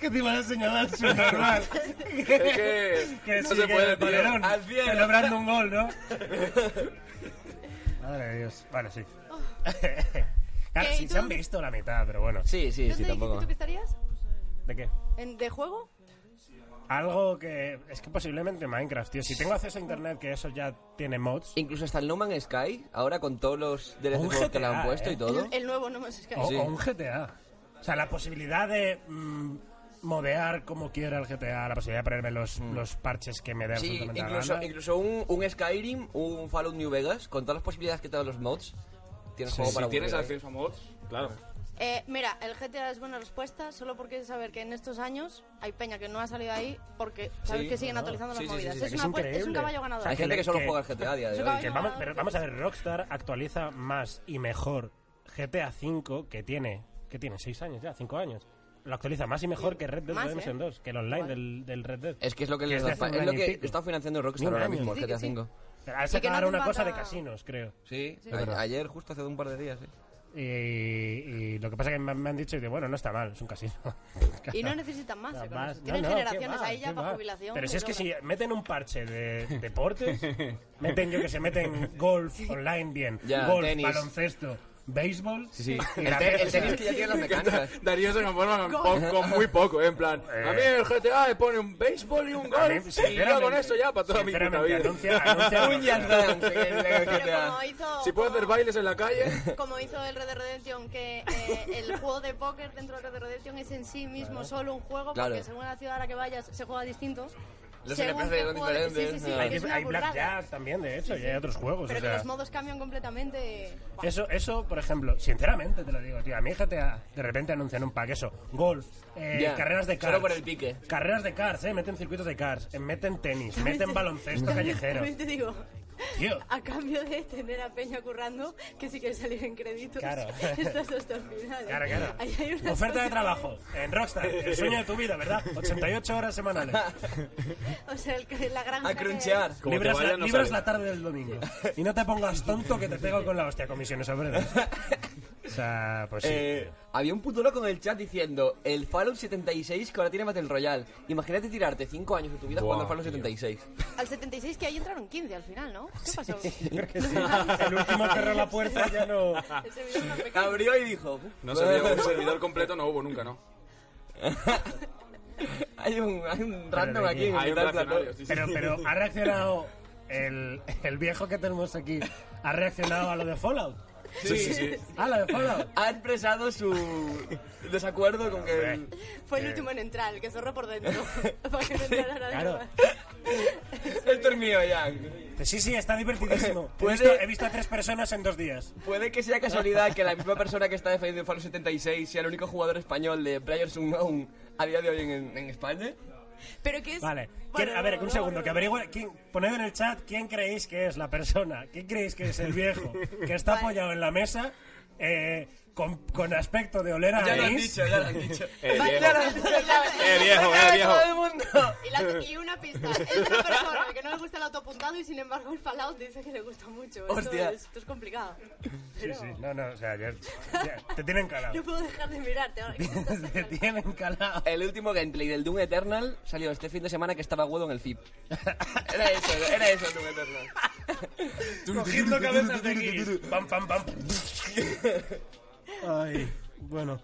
Speaker 1: ¿Qué te ibas a señalar, normal?
Speaker 5: es que, no
Speaker 1: sí,
Speaker 5: se
Speaker 1: que
Speaker 5: puede,
Speaker 1: el polerón,
Speaker 5: tío.
Speaker 2: Al cielo.
Speaker 1: Celebrando un gol, ¿no? Madre de Dios. Vale, sí.
Speaker 6: Oh.
Speaker 1: claro,
Speaker 6: ¿Qué,
Speaker 1: sí,
Speaker 6: y
Speaker 1: se han
Speaker 6: dónde-
Speaker 1: visto la mitad, pero bueno.
Speaker 2: Sí, sí,
Speaker 6: ¿Dónde
Speaker 2: sí,
Speaker 6: dijiste
Speaker 2: tampoco.
Speaker 6: tú que estarías?
Speaker 1: ¿De qué?
Speaker 6: ¿En- ¿De juego?
Speaker 1: Algo que... Es que posiblemente Minecraft, tío. Si tengo acceso a internet, que eso ya tiene mods...
Speaker 2: Incluso hasta el No Man's Sky, ahora con todos los DLCs
Speaker 1: Un
Speaker 2: nuevos que le
Speaker 1: GTA,
Speaker 2: han puesto
Speaker 1: ¿eh?
Speaker 2: y todo.
Speaker 6: El, el nuevo no me sé qué.
Speaker 5: Oh,
Speaker 1: O,
Speaker 2: Sí.
Speaker 1: o un GTA. O sea, la posibilidad de... mm, modear como quiera el GTA, la posibilidad de ponerme los, los parches que me dé
Speaker 2: Mm. Sí,
Speaker 1: absolutamente la
Speaker 2: incluso,
Speaker 1: gana.
Speaker 2: incluso un, un Skyrim, un Fallout New Vegas, con todas las posibilidades que te dan los mods, tienes juego para
Speaker 5: Si tienes
Speaker 2: aburrir, ¿eh?
Speaker 5: acceso a mods, claro.
Speaker 6: Eh, mira, el GTA es buena respuesta solo porque saber que en estos años hay peña que no ha salido ahí porque sabes
Speaker 2: Sí,
Speaker 6: que siguen actualizando
Speaker 2: Sí,
Speaker 6: las
Speaker 2: sí, sí,
Speaker 6: movidas.
Speaker 2: sí,
Speaker 6: es,
Speaker 1: que es
Speaker 6: una apuesta- es un
Speaker 1: increíble.
Speaker 6: caballo ganador.
Speaker 1: O sea,
Speaker 2: Hay gente que solo
Speaker 1: que-
Speaker 2: juega al GTA a día de
Speaker 6: Yo
Speaker 2: hoy.
Speaker 1: Que
Speaker 6: No,
Speaker 1: vamos,
Speaker 6: no,
Speaker 1: pero
Speaker 6: no.
Speaker 1: vamos a ver, Rockstar actualiza más y mejor GTA V, que tiene, que tiene 6 años ya, 5 años. Lo actualiza más y mejor que Red Dead
Speaker 6: Más,
Speaker 1: Redemption
Speaker 6: ¿eh?
Speaker 1: 2, que el online del, del Red Dead.
Speaker 2: Es que es lo que,
Speaker 1: Que
Speaker 2: les
Speaker 1: es
Speaker 2: da
Speaker 1: de hace
Speaker 2: fa-
Speaker 1: un
Speaker 2: es lo
Speaker 1: año y
Speaker 2: que
Speaker 1: pico.
Speaker 2: está financiando
Speaker 1: Ni
Speaker 2: Rockstar
Speaker 1: un
Speaker 2: ahora
Speaker 1: año.
Speaker 2: mismo,
Speaker 1: Sí,
Speaker 2: el
Speaker 6: que
Speaker 2: GTA
Speaker 6: sí.
Speaker 2: V.
Speaker 1: Ha
Speaker 6: que no
Speaker 1: sacado
Speaker 6: hace
Speaker 1: una cosa de
Speaker 6: falta-
Speaker 1: casinos, creo.
Speaker 2: Sí,
Speaker 1: verdad.
Speaker 2: a- ayer justo hace un par de días. ¿eh?
Speaker 1: Y, y lo que pasa es que me, me han dicho, y de, bueno, no está mal, es un casino.
Speaker 6: Y no necesitan más.
Speaker 1: Nada
Speaker 6: eh, con
Speaker 1: más.
Speaker 6: eso.
Speaker 1: No,
Speaker 6: Tienen
Speaker 1: no, qué
Speaker 6: generaciones
Speaker 1: va,
Speaker 6: ahí ya
Speaker 1: qué
Speaker 6: para
Speaker 1: va.
Speaker 6: jubilación.
Speaker 1: Pero si es que si
Speaker 6: sobra.
Speaker 1: meten un parche de deportes, meten yo que se meten golf online bien,
Speaker 2: Ya,
Speaker 1: golf,
Speaker 2: tenis.
Speaker 1: baloncesto, béisbol.
Speaker 2: Sí, sí.
Speaker 1: y
Speaker 2: El,
Speaker 1: la
Speaker 2: te- el
Speaker 1: pesca.
Speaker 2: tenis que ya tiene las mecánicas.
Speaker 5: Darío se conforma con, po- con muy poco, eh, en plan. A mí el GTA le pone un béisbol y un
Speaker 1: A mí,
Speaker 5: golf. y yo con eso ya para toda mi puta
Speaker 1: sinceramente,
Speaker 5: vida.
Speaker 1: anuncia, anuncia-
Speaker 2: Un jazz dance que es el
Speaker 6: Pero
Speaker 2: GTA.
Speaker 6: como hizo,
Speaker 5: Si puedo hacer
Speaker 6: como-
Speaker 5: bailes en la calle.
Speaker 6: como hizo el Red Dead Redemption, que eh, el juego de póker dentro del Red Dead Redemption es en sí mismo solo un juego,
Speaker 2: Claro.
Speaker 6: porque según la ciudad a la que vayas se juega distinto.
Speaker 2: Los
Speaker 6: Según
Speaker 2: NPC
Speaker 6: qué
Speaker 2: son
Speaker 6: juego- sí,
Speaker 2: diferentes,
Speaker 6: sí, sí,
Speaker 2: ¿no?
Speaker 6: que
Speaker 1: Hay,
Speaker 6: es una
Speaker 1: hay
Speaker 6: burrada.
Speaker 1: blackjack también, de hecho, y hay otros juegos.
Speaker 6: Pero
Speaker 1: o
Speaker 6: que
Speaker 1: sea,
Speaker 6: los modos cambian completamente. Buah,
Speaker 1: eso, eso, por ejemplo, sinceramente te lo digo, tío. A mí GTA de repente anuncian un pack, eso. Golf, eh,
Speaker 2: Ya,
Speaker 1: carreras de
Speaker 2: solo
Speaker 1: cars.
Speaker 2: por el pique.
Speaker 1: Carreras de cars, eh. Meten circuitos de cars, eh, meten tenis, meten baloncesto callejero.
Speaker 6: También te digo,
Speaker 1: Tío.
Speaker 6: a cambio de tener a Peña currando, que si quieres salir en créditos,
Speaker 1: Claro.
Speaker 6: estás hasta el final. ¿eh?
Speaker 1: Claro, claro.
Speaker 6: Ahí hay unas
Speaker 1: Oferta de
Speaker 6: cosas-
Speaker 1: trabajo en Rockstar, el sueño de tu vida, ¿verdad? 88 horas semanales.
Speaker 6: O sea, el que- la granja.
Speaker 2: A crunchear.
Speaker 5: Como te
Speaker 1: libras
Speaker 5: vaya,
Speaker 1: la,
Speaker 5: no
Speaker 1: libras
Speaker 5: sales.
Speaker 1: la tarde del domingo. Y no te pongas tonto que te pego con la hostia comisiones obreras. O sea, pues sí.
Speaker 2: Eh, había un puto loco en el chat diciendo el Fallout 76 que ahora tiene Battle Royale. Imagínate tirarte 5 años de tu vida
Speaker 5: Buah,
Speaker 2: jugando a Fallout
Speaker 5: tío.
Speaker 2: 76.
Speaker 6: que- Al 76 que ahí entraron 15 al final, ¿no? ¿Qué pasó?
Speaker 1: El último cerró la puerta ya no.
Speaker 6: El servidor más pequeño.
Speaker 2: Abrió y dijo...
Speaker 5: No se vio un servidor completo, no hubo nunca, ¿no?
Speaker 2: Hay un, hay un random
Speaker 1: de
Speaker 2: aquí.
Speaker 1: qué?
Speaker 2: en
Speaker 5: Hay
Speaker 2: el
Speaker 5: un
Speaker 2: tal plató.
Speaker 5: reaccionario, sí, sí.
Speaker 1: Pero, pero ha reaccionado el, el viejo que tenemos aquí. Ha reaccionado a lo de Fallout.
Speaker 5: Sí, sí, sí.
Speaker 1: A lo Ah, de Fallout.
Speaker 2: Ha expresado su desacuerdo con que... el-
Speaker 6: Fue el último en entrar, el que cerró por dentro. para que no entrara nadie
Speaker 1: Claro.
Speaker 6: más.
Speaker 2: Esto es mío ya.
Speaker 1: Sí, sí, está
Speaker 5: Eh,
Speaker 1: divertidísimo. He
Speaker 2: Puede-
Speaker 1: visto, he visto a tres personas en dos días.
Speaker 2: Puede que sea casualidad que la misma persona que está defendiendo Fallout 76 sea el único jugador español de Players Unknown a día de hoy en, en España.
Speaker 6: Pero que es.
Speaker 1: Vale.
Speaker 6: Bueno,
Speaker 1: ¿Quién- a ver,
Speaker 6: bueno,
Speaker 1: un segundo,
Speaker 6: bueno,
Speaker 1: que averigüe. ¿quién, poned en el chat quién creéis que es la persona, quién creéis que es el viejo, que está
Speaker 6: Vale.
Speaker 1: apoyado en la mesa, eh, con, con aspecto de olera
Speaker 2: Ya lo han
Speaker 1: anís.
Speaker 2: dicho, ya lo han dicho.
Speaker 5: Eh,
Speaker 6: Vale,
Speaker 5: viejo.
Speaker 6: vale, vale, vale.
Speaker 5: Eh, viejo, eh, viejo.
Speaker 2: Todo el mundo.
Speaker 6: Y, la- y una pista. Es una persona que no le gusta el autopuntado y sin embargo el Fallout dice que le gusta mucho. Esto
Speaker 2: Hostia.
Speaker 6: es, esto es complicado.
Speaker 1: Sí,
Speaker 6: Pero
Speaker 1: sí, no, no, o sea, ya- ya, te tienen
Speaker 6: no
Speaker 1: calado.
Speaker 6: puedo dejar de mirarte ahora que estás cerca.
Speaker 1: te tienen calado.
Speaker 2: El último gameplay del Doom Eternal salió este fin de semana que estaba huevo en el FIP. Era eso, ¿eh? era eso el Doom Eternal.
Speaker 1: Cogiendo cabezas de aquí. Pam, pam, pam. Ay, bueno.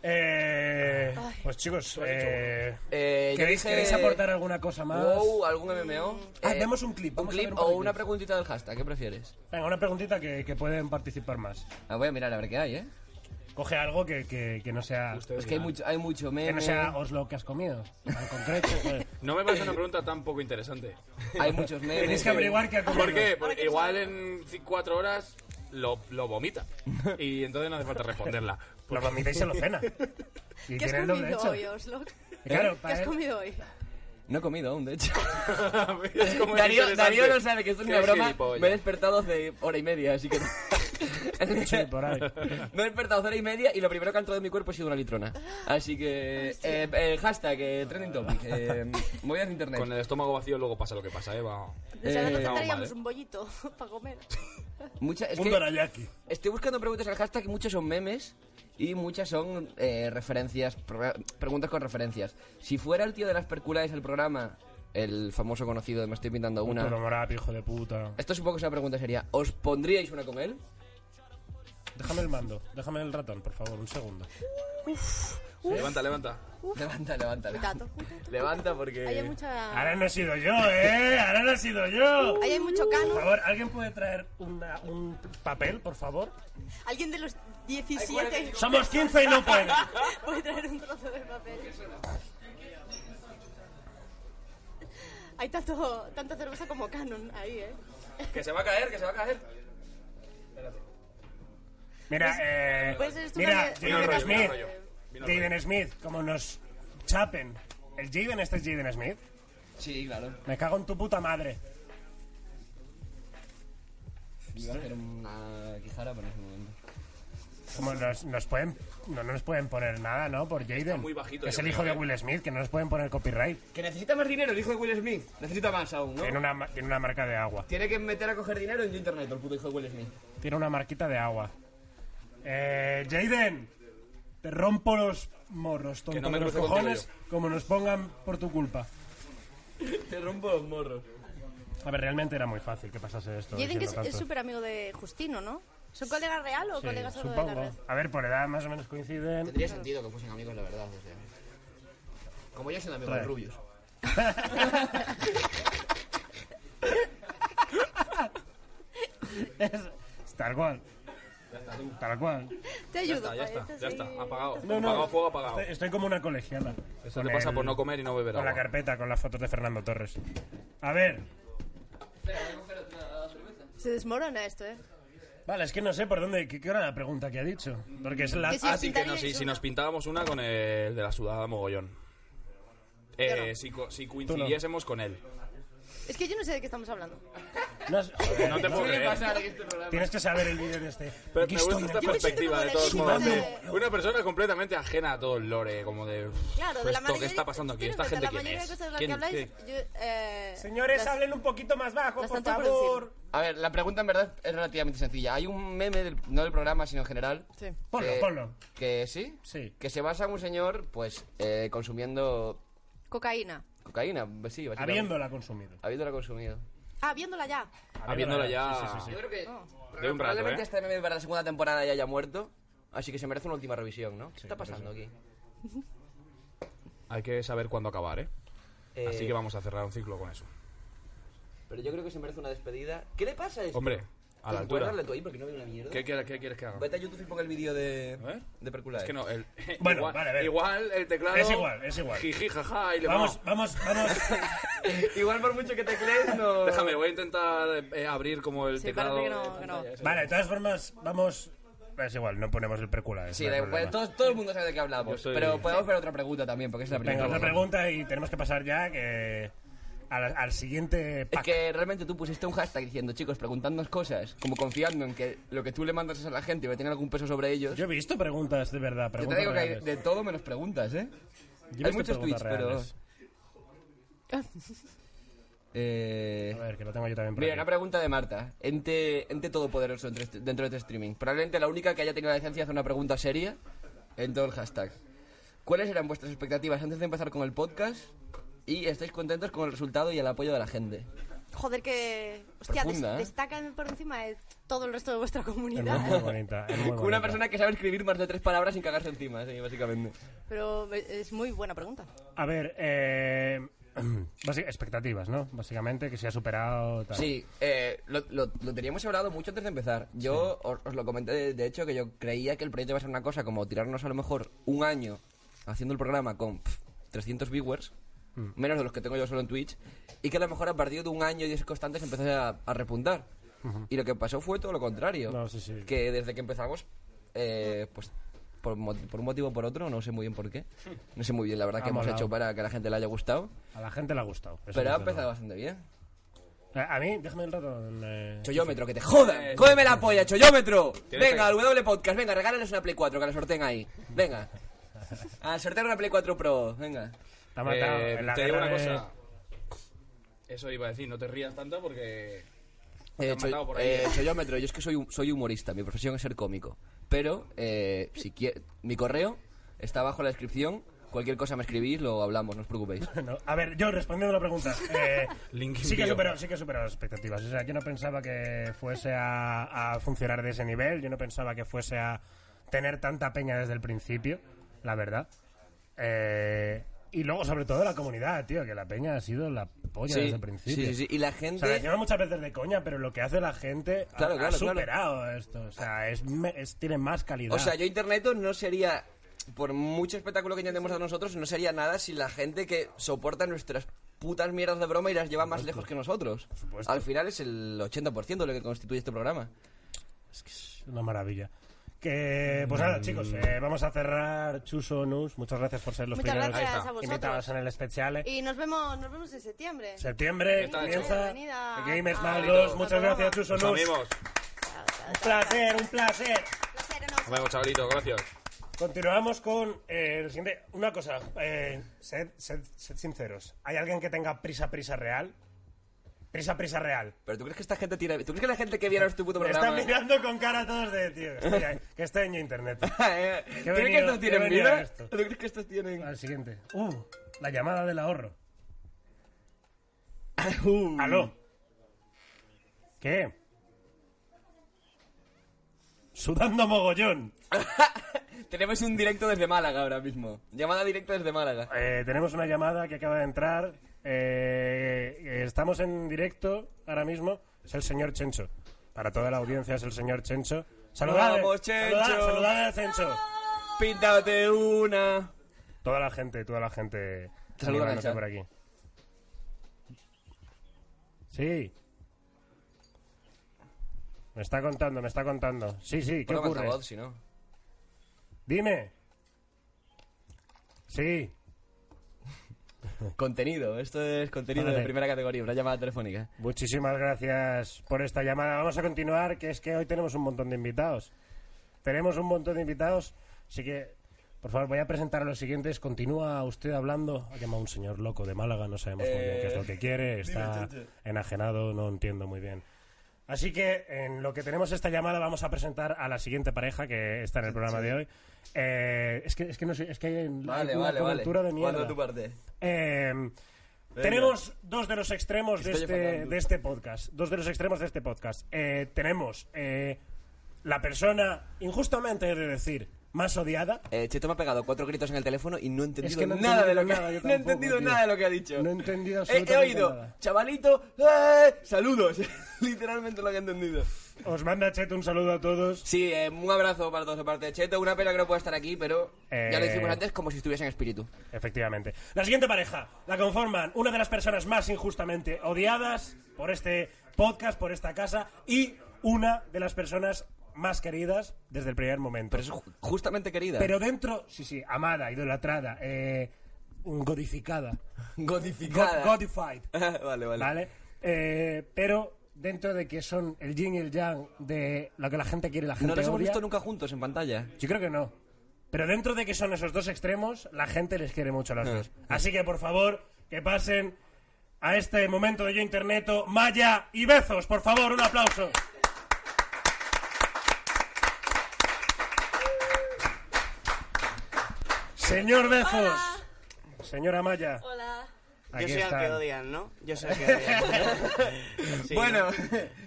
Speaker 1: Eh, pues chicos, eh,
Speaker 2: Eh, yo
Speaker 1: ¿queréis,
Speaker 2: dije-
Speaker 1: queréis aportar alguna cosa más?
Speaker 2: Wow, algún MMO.
Speaker 1: Ah, demos un clip,
Speaker 2: Eh, Un
Speaker 1: vamos a ver
Speaker 2: clip
Speaker 1: un par de
Speaker 2: o una
Speaker 1: clips.
Speaker 2: preguntita del hashtag, ¿qué prefieres?
Speaker 1: Venga, una preguntita que, que pueden participar más.
Speaker 2: Ah, voy a mirar a ver qué hay, ¿eh?
Speaker 1: Coge algo que, que, que no sea
Speaker 5: Ustedes
Speaker 2: Es que hay
Speaker 5: dirán.
Speaker 2: mucho, hay mucho meme.
Speaker 1: que no sea Oslo que has comido. En concreto, joder.
Speaker 5: No me parece una pregunta tan poco interesante.
Speaker 2: Hay muchos memes.
Speaker 1: Tenéis que averiguar qué ha comido.
Speaker 5: ¿Por qué? Porque igual en ci- cuatro horas lo, lo vomita. Y entonces no hace falta responderla.
Speaker 1: Lo vomitáis y se lo cena. Y
Speaker 6: ¿Qué has
Speaker 1: tiene el doble
Speaker 6: comido
Speaker 1: hecho.
Speaker 6: hoy, Oslo?
Speaker 1: Y Claro,
Speaker 6: ¿Qué has
Speaker 1: para- eh,
Speaker 6: comido hoy?
Speaker 2: Eh, No he comido aún, de hecho.
Speaker 5: Es como es
Speaker 2: Darío,
Speaker 5: interesante.
Speaker 2: Darío no sabe que esto es
Speaker 5: Qué
Speaker 2: una broma.
Speaker 5: gilipollas.
Speaker 2: Me he despertado hace hora y media, así que.
Speaker 1: Sí, por ahí.
Speaker 2: Me he despertado hace hora y media y lo primero que ha entrado en mi cuerpo ha sido una litrona. Así que. eh, eh, hashtag, eh, trending topic. Eh, voy a internet.
Speaker 5: Con el estómago vacío luego pasa lo que pasa, ¿eh? Va.
Speaker 6: O sea,
Speaker 2: Eh,
Speaker 6: nosotros
Speaker 5: no,
Speaker 6: traíamos
Speaker 5: vale.
Speaker 6: un bollito para comer.
Speaker 2: Mucha- es
Speaker 1: Un
Speaker 2: que
Speaker 1: dorayaki.
Speaker 2: estoy buscando preguntas en el hashtag y muchas son memes y muchas son eh, referencias, pro- preguntas con referencias. Si fuera el tío de las perculades del programa, el famoso conocido de Me estoy pintando
Speaker 1: Una.
Speaker 2: una.
Speaker 1: hijo de puta.
Speaker 2: Esto supongo que es una pregunta sería: ¿os pondríais una con él?
Speaker 1: Déjame el mando, déjame el ratón, por favor, un segundo.
Speaker 5: Levanta, levanta.
Speaker 2: Levanta, levanta.
Speaker 6: Un
Speaker 2: levanta.
Speaker 6: gato. un gato.
Speaker 2: Levanta
Speaker 6: Ahí hay
Speaker 2: porque.
Speaker 6: mucha.
Speaker 1: Ahora no he sido yo, ¿eh? Ahora no he sido yo.
Speaker 6: Ahí hay mucho
Speaker 1: Por
Speaker 6: cano.
Speaker 1: favor, ¿alguien puede traer una- un papel, por favor?
Speaker 6: Alguien de los 17
Speaker 1: Somos 15 y no pueden.
Speaker 6: puede traer un trozo de papel. Hay tanto, tanta cerveza como canon ahí, ¿eh?
Speaker 5: Que se va a caer, que se va a caer.
Speaker 1: Mira, eh,
Speaker 6: puede ser esto
Speaker 1: mira,
Speaker 6: Pues, una-
Speaker 1: Jaden
Speaker 5: una rollo, una
Speaker 1: Smith.
Speaker 5: rollo. Vino
Speaker 1: Jaden Smith, como nos chapen. ¿El Jaden este es Jaden Smith?
Speaker 2: Sí, claro.
Speaker 1: Me cago en tu puta madre.
Speaker 2: Iba a hacer una quijara, pero no es el momento.
Speaker 1: Como nos, nos pueden, no, no nos pueden poner nada, ¿no? Por Jaden.
Speaker 5: muy bajito,
Speaker 1: Que es
Speaker 5: yo
Speaker 1: el
Speaker 5: creo,
Speaker 1: hijo de
Speaker 5: ¿eh?
Speaker 1: Will Smith, que no nos pueden poner copyright.
Speaker 2: Que necesita más dinero, el hijo de Will Smith. Necesita más aún, ¿no?
Speaker 1: Tiene una, ma- tiene una marca de agua.
Speaker 2: Tiene que meter a coger dinero en internet, el puto hijo de Will Smith.
Speaker 1: Tiene una marquita de agua. Eh, Jaden, te rompo los morros, tonto,
Speaker 5: Que no me
Speaker 1: de los
Speaker 5: cruce contigo
Speaker 1: cojones, como nos pongan por tu culpa.
Speaker 2: Te rompo los morros.
Speaker 1: A ver, realmente era muy fácil que pasase esto.
Speaker 6: Jaden, que es-
Speaker 1: diciendo
Speaker 6: es
Speaker 1: tanto.
Speaker 6: súper amigo de Justino, ¿no? ¿Son colegas real o
Speaker 1: Sí,
Speaker 6: colegas solo de la
Speaker 1: supongo.
Speaker 6: red?
Speaker 1: A ver, por edad más o menos coinciden.
Speaker 2: Tendría sentido que fuesen amigos, la verdad. O sea. Como yo siendo amigo
Speaker 1: Trae.
Speaker 2: de Rubius. Ah,
Speaker 1: Es, es tal cual. Tal cual.
Speaker 6: Te ayudo.
Speaker 5: Ya está, ya
Speaker 6: para
Speaker 5: está,
Speaker 6: esto,
Speaker 5: ya
Speaker 6: sí.
Speaker 5: está. Apagado.
Speaker 1: No, no.
Speaker 5: Apagado, fuego, apagado.
Speaker 1: Estoy, estoy como una colegiala.
Speaker 5: Eso
Speaker 1: Con
Speaker 5: te pasa
Speaker 1: el-
Speaker 5: por no comer y no beber
Speaker 1: Con la
Speaker 5: agua.
Speaker 1: carpeta, con las fotos de Fernando Torres. A ver.
Speaker 6: Se desmorona esto, ¿eh?
Speaker 1: Vale, es que no sé por dónde. ¿Qué, qué era la pregunta que ha dicho? Porque es la.
Speaker 6: Que sí.
Speaker 5: Ah, sí, que
Speaker 6: pintaríais
Speaker 5: no, sí, si
Speaker 6: una.
Speaker 5: nos pintábamos una con el de la sudada mogollón. Eh,
Speaker 6: Yo no.
Speaker 5: si, co- si coincidiésemos con él.
Speaker 6: Es que yo no sé de qué estamos hablando.
Speaker 1: Eh. No, es- joder,
Speaker 5: No te puedo creer.
Speaker 1: Tienes que saber el vídeo de este.
Speaker 5: Pero
Speaker 1: Aquí
Speaker 5: me gusta
Speaker 1: estoy,
Speaker 5: esta
Speaker 1: aquí
Speaker 6: Yo me siento
Speaker 5: perspectiva
Speaker 6: como
Speaker 5: de
Speaker 6: en
Speaker 5: todos
Speaker 6: el
Speaker 5: modos.
Speaker 6: libro
Speaker 5: Sí. Una persona completamente ajena a todo el lore, como de. "Pues
Speaker 6: Claro, de la
Speaker 5: ¿esto
Speaker 6: mayoría
Speaker 5: ¿Qué está pasando aquí?
Speaker 6: Pero
Speaker 5: ¿Esta
Speaker 6: de
Speaker 5: gente
Speaker 6: la
Speaker 5: quién
Speaker 6: mayoría
Speaker 5: es?
Speaker 6: de cosas de las
Speaker 5: ¿Quién-
Speaker 6: que habláis,
Speaker 5: qué?
Speaker 6: yo, eh,
Speaker 1: Señores,
Speaker 6: las-
Speaker 1: hablen un poquito más bajo,
Speaker 6: las
Speaker 1: por
Speaker 6: tanto por
Speaker 1: favor.
Speaker 2: A ver, la pregunta en verdad es relativamente sencilla. Hay un meme, del- no del programa, sino en general.
Speaker 6: Sí.
Speaker 1: Ponlo,
Speaker 2: que-
Speaker 1: ponlo.
Speaker 2: Que sí.
Speaker 1: Sí.
Speaker 2: Que se basa en un señor, pues, eh, consumiendo
Speaker 6: Cocaína.
Speaker 2: cocaína. pues Sí, básicamente.
Speaker 1: Habiéndola consumido.
Speaker 2: Habiéndola consumido.
Speaker 6: Ah, viéndola ya.
Speaker 5: Habiéndola ya.
Speaker 1: Sí, sí, sí, sí.
Speaker 2: Yo creo que
Speaker 6: Oh.
Speaker 5: De un rato,
Speaker 2: probablemente
Speaker 5: ¿eh?
Speaker 2: este meme para la segunda temporada ya haya muerto. Así que se merece una última revisión, ¿no? ¿Qué está
Speaker 1: pues
Speaker 2: pasando aquí?
Speaker 5: Hay que saber cuándo acabar, ¿eh?
Speaker 2: Eh,
Speaker 5: Así que vamos a cerrar un ciclo con eso.
Speaker 2: Pero yo creo que se merece una despedida. ¿Qué le pasa a esto?
Speaker 5: Hombre, a la
Speaker 2: ¿Puedes
Speaker 5: altura.
Speaker 2: darle tú ahí porque no veo una mierda?
Speaker 5: ¿Qué, quieres- qué quieres que haga?
Speaker 2: Vete a YouTube y ponga el vídeo de,
Speaker 5: ver.
Speaker 2: de Perculae.
Speaker 5: Es que no, el,
Speaker 1: Bueno,
Speaker 5: igual,
Speaker 1: vale, a ver.
Speaker 5: igual el teclado.
Speaker 1: Es igual, es igual.
Speaker 5: Jiji, jaja, y le
Speaker 1: Vamos, vamos, vamos.
Speaker 2: Igual por mucho que teclees, no...
Speaker 5: Déjame, voy a intentar eh, abrir como el
Speaker 6: Sí,
Speaker 5: teclado.
Speaker 6: parece que no,
Speaker 5: de
Speaker 6: que no.
Speaker 5: pantalla, eso.
Speaker 1: vale, de todas formas, vamos. Es igual, no ponemos el precula.
Speaker 2: Sí, da igual. Todo, todo el mundo sabe de qué hablamos.
Speaker 5: Yo estoy-
Speaker 2: Pero podemos ver otra pregunta también, porque es la primera.
Speaker 1: Venga, otra pregunta y tenemos que pasar ya que al, al siguiente
Speaker 2: Es
Speaker 1: pack.
Speaker 2: que realmente tú pusiste un hashtag diciendo, chicos, preguntadnos cosas, como confiando en que lo que tú le mandas es a la gente y va a tener algún peso sobre ellos.
Speaker 1: Yo he visto preguntas de verdad,
Speaker 2: Yo te
Speaker 1: preguntas
Speaker 2: digo que hay
Speaker 1: reales.
Speaker 2: de todo menos preguntas, ¿eh?
Speaker 1: Yo he
Speaker 2: hay
Speaker 1: visto
Speaker 2: muchos
Speaker 1: preguntas
Speaker 2: tweets, pero...
Speaker 1: reales.
Speaker 2: Eh...
Speaker 1: A ver, que lo tengo yo también por
Speaker 2: Mira,
Speaker 1: aquí.
Speaker 2: una pregunta de Marta. Ente, ente todopoderoso entre este- dentro de este streaming. Probablemente la única que haya tenido la decencia de hacer una pregunta seria en todo el hashtag. ¿Cuáles eran vuestras expectativas antes de empezar con el podcast? ¿Y estáis contentos con el resultado y el apoyo de la gente?
Speaker 6: Joder, que. Hostia,
Speaker 2: Profunda,
Speaker 6: des-
Speaker 2: ¿eh?
Speaker 6: destacan por encima de todo el resto de vuestra
Speaker 1: Es muy, muy
Speaker 6: comunidad.
Speaker 1: bonita. es muy
Speaker 2: Con una
Speaker 1: bonita.
Speaker 2: persona que sabe escribir más de tres palabras sin cagarse encima, sí, básicamente.
Speaker 6: Pero es muy buena pregunta.
Speaker 1: A ver, eh, basi- expectativas, ¿no? Básicamente, que se ha superado. Tal.
Speaker 2: Sí, eh, lo, lo- lo teníamos hablado mucho antes de empezar. Yo os, os lo comenté, de, de hecho, que yo creía que el proyecto iba a ser una cosa como tirarnos a lo mejor un año haciendo el programa con pf, 300 viewers,
Speaker 1: Mm.
Speaker 2: menos de los que tengo yo solo en Twitch, y que a lo mejor a partir de un año y es constante se empezó a, a repuntar. Y lo que pasó fue todo lo contrario.
Speaker 1: Mm. No, sí, sí.
Speaker 2: Que desde que empezamos, eh, pues por, mo- por un motivo o por otro, no sé muy bien por qué, no sé muy bien la verdad
Speaker 1: Ha
Speaker 2: que hemos
Speaker 1: molado.
Speaker 2: hecho para que a la gente le haya gustado,
Speaker 1: A la gente le ha gustado. eso
Speaker 2: pero ha
Speaker 1: desde
Speaker 2: empezado
Speaker 1: luego.
Speaker 2: bastante bien.
Speaker 1: Eh, A a mí, déjame el rato. eh,
Speaker 2: Chollómetro, que te jodan. Cómeme la polla, chollómetro.
Speaker 5: Tienes
Speaker 2: Venga,
Speaker 5: ahí.
Speaker 2: al W Podcast, venga, regálales una Play 4, que la sorteen ahí. Venga. A sortear una Play 4 Pro, venga.
Speaker 1: Te ha matado.
Speaker 5: Eh,
Speaker 1: en la
Speaker 5: te digo
Speaker 1: guerra
Speaker 5: una
Speaker 1: de-
Speaker 5: cosa. Eso iba a decir, no te rías tanto porque.
Speaker 2: Eh,
Speaker 5: han matado
Speaker 2: cho-
Speaker 5: por ahí,
Speaker 2: eh,
Speaker 5: eh.
Speaker 2: chollómetro, yo es que soy, hu- soy humorista, mi profesión es ser cómico. Pero, eh, si quie- mi correo está abajo en la descripción. Cualquier cosa me escribís, lo hablamos, no os preocupéis.
Speaker 1: No, a ver, yo respondiendo a la pregunta. eh,
Speaker 5: Link
Speaker 1: sí, que
Speaker 5: envío.
Speaker 1: superó, sí que superó las expectativas. O sea, yo no pensaba que fuese a, a funcionar de ese nivel. Yo no pensaba que fuese a tener tanta peña desde el principio, la verdad. Eh, y luego, sobre todo, la comunidad, tío, que la peña ha sido la polla desde el principio.
Speaker 2: sí, sí, sí. Y la
Speaker 1: O sea, lo
Speaker 2: gente.
Speaker 1: decimos muchas veces de coña, pero lo que hace la gente ha-
Speaker 2: Claro,
Speaker 1: ha,
Speaker 2: claro, claro.
Speaker 1: superado eh. esto. O sea, es, me- es- tiene más calidad.
Speaker 2: O sea, yo interneto no sería, por mucho espectáculo que intentemos a nosotros, no sería nada sin la gente que soporta nuestras putas mierdas de broma y las lleva más lejos que nosotros.
Speaker 1: supuesto.
Speaker 2: Al final es el 80% lo que constituye este programa.
Speaker 1: Es una maravilla. Que, pues
Speaker 2: Mm.
Speaker 1: nada, chicos, eh, vamos a cerrar Chuso News. Muchas gracias por ser los
Speaker 6: Muchas
Speaker 1: primeros
Speaker 6: gracias a
Speaker 1: invitados
Speaker 6: vosotros.
Speaker 1: en el especial. eh.
Speaker 6: Y nos vemos, nos vemos en septiembre.
Speaker 1: Septiembre
Speaker 5: Está hecho.
Speaker 1: comienza
Speaker 6: Bienvenida Ah,
Speaker 1: Gamers
Speaker 6: a-
Speaker 1: Now
Speaker 6: a-
Speaker 1: 2.
Speaker 6: a-
Speaker 1: Muchas
Speaker 6: a-
Speaker 1: gracias, Chuso
Speaker 5: Nos
Speaker 1: News.
Speaker 5: vemos.
Speaker 1: Un placer, un placer.
Speaker 6: Placer, enorme.
Speaker 5: Nos vemos, chavalito, gracias.
Speaker 1: Continuamos con eh, el siguiente. Una cosa, eh, sed, sed- sed sinceros. ¿Hay alguien que tenga prisa, prisa real? Prisa, prisa real.
Speaker 2: Pero tú crees que esta gente tiene. ¿Tú crees que la gente que viera nuestro puto
Speaker 1: Me están
Speaker 2: programa. ¿eh?
Speaker 1: mirando con cara todos de tío. eh. Que estoy, ahí, que estoy en internet.
Speaker 2: Eh,
Speaker 1: ¿Qué
Speaker 2: ¿Tú crees que
Speaker 1: venía-
Speaker 2: estos
Speaker 1: qué
Speaker 2: tienen
Speaker 1: venía
Speaker 2: vida?
Speaker 1: esto?
Speaker 2: ¿Tú crees que estos tienen.?
Speaker 1: Al siguiente. Uh, la llamada del ahorro.
Speaker 2: Uh.
Speaker 1: Aló. ¿Qué? Sudando mogollón.
Speaker 2: Tenemos un directo desde Málaga ahora mismo. Llamada directa desde Málaga.
Speaker 1: Eh, tenemos una llamada que acaba de entrar. Eh, estamos en directo ahora mismo. Es el señor Chencho. Para toda la audiencia es el señor Chencho. Saludad,
Speaker 2: Vamos, Chencho.
Speaker 1: saludad, saludad al Chencho.
Speaker 2: Píntate una.
Speaker 1: Toda la gente, toda la gente.
Speaker 2: Te saluda
Speaker 1: animándose
Speaker 2: Nacho.
Speaker 1: por aquí. Sí. Me está contando, me está contando. Sí, sí, ¿qué
Speaker 2: Ponlo con
Speaker 1: ocurre?
Speaker 2: altavoz, si no.
Speaker 1: Dime. Sí.
Speaker 2: Contenido. Esto es contenido
Speaker 1: Vale.
Speaker 2: de primera categoría, una llamada telefónica.
Speaker 1: Muchísimas gracias por esta llamada. Vamos a continuar, que es que hoy tenemos un montón de invitados. Tenemos un montón de invitados, así que, por favor, voy a presentar a los siguientes. Continúa usted hablando. Ha llamado un señor loco de Málaga, no sabemos muy bien qué es lo
Speaker 2: Eh,
Speaker 1: que quiere, está enajenado, no entiendo muy bien. Así que, en lo que tenemos esta llamada, vamos a presentar a la siguiente pareja que está en el programa de hoy. Eh, es, que, es que no sé, es que hay en-
Speaker 2: Vale,
Speaker 1: hay una
Speaker 2: vale, vale.
Speaker 1: cobertura de
Speaker 2: Guarda
Speaker 1: mierda.
Speaker 2: tu parte.
Speaker 1: Eh, tenemos dos de los extremos de
Speaker 2: Estoy
Speaker 1: este,
Speaker 2: fatal.
Speaker 1: de este podcast. Dos de los extremos de este podcast. Eh, tenemos eh, la persona, injustamente he de decir, más odiada.
Speaker 2: Eh, Cheto me ha pegado cuatro gritos en el teléfono y no he entendido
Speaker 1: Es que no he
Speaker 2: nada de lo que
Speaker 1: entendido nada, yo
Speaker 2: no he
Speaker 1: tampoco,
Speaker 2: entendido
Speaker 1: tío.
Speaker 2: nada de lo que ha dicho.
Speaker 1: No he entendido
Speaker 2: He- he,
Speaker 1: absolutamente
Speaker 2: oído,
Speaker 1: nada.
Speaker 2: chavalito, ¡eh! saludos. Literalmente lo que he entendido.
Speaker 1: Os manda Chet un saludo a todos.
Speaker 2: Sí, eh, un abrazo para todos de parte de Cheto. Una pena que no pueda estar aquí, pero ya lo
Speaker 1: Eh.
Speaker 2: dijimos antes como si estuviese en espíritu.
Speaker 1: Efectivamente. La siguiente pareja la conforman una de las personas más injustamente odiadas por este podcast, por esta casa, y una de las personas más queridas desde el primer momento.
Speaker 2: Pero es ju- justamente querida.
Speaker 1: Pero dentro, sí, sí, amada, idolatrada, eh, godificada.
Speaker 2: Godificada.
Speaker 1: God- godified.
Speaker 2: vale, vale.
Speaker 1: ¿Vale? Eh, pero dentro de que son el yin y el yang de lo que la gente quiere y la gente
Speaker 2: No los hemos
Speaker 1: odia,
Speaker 2: visto nunca juntos en pantalla.
Speaker 1: Yo creo que no. Pero dentro de que son esos dos extremos, la gente les quiere mucho a las
Speaker 2: Ah.
Speaker 1: dos. Así que, por favor, que pasen a este momento de Yo Interneto, Maya y Bezos. Por favor, un aplauso. Señor Bezos. Señora Maya.
Speaker 6: Hola.
Speaker 1: Aquí
Speaker 7: Yo soy el que
Speaker 1: están.
Speaker 7: odian, ¿no? Yo soy el que odian. Sí,
Speaker 2: bueno,
Speaker 7: ¿no?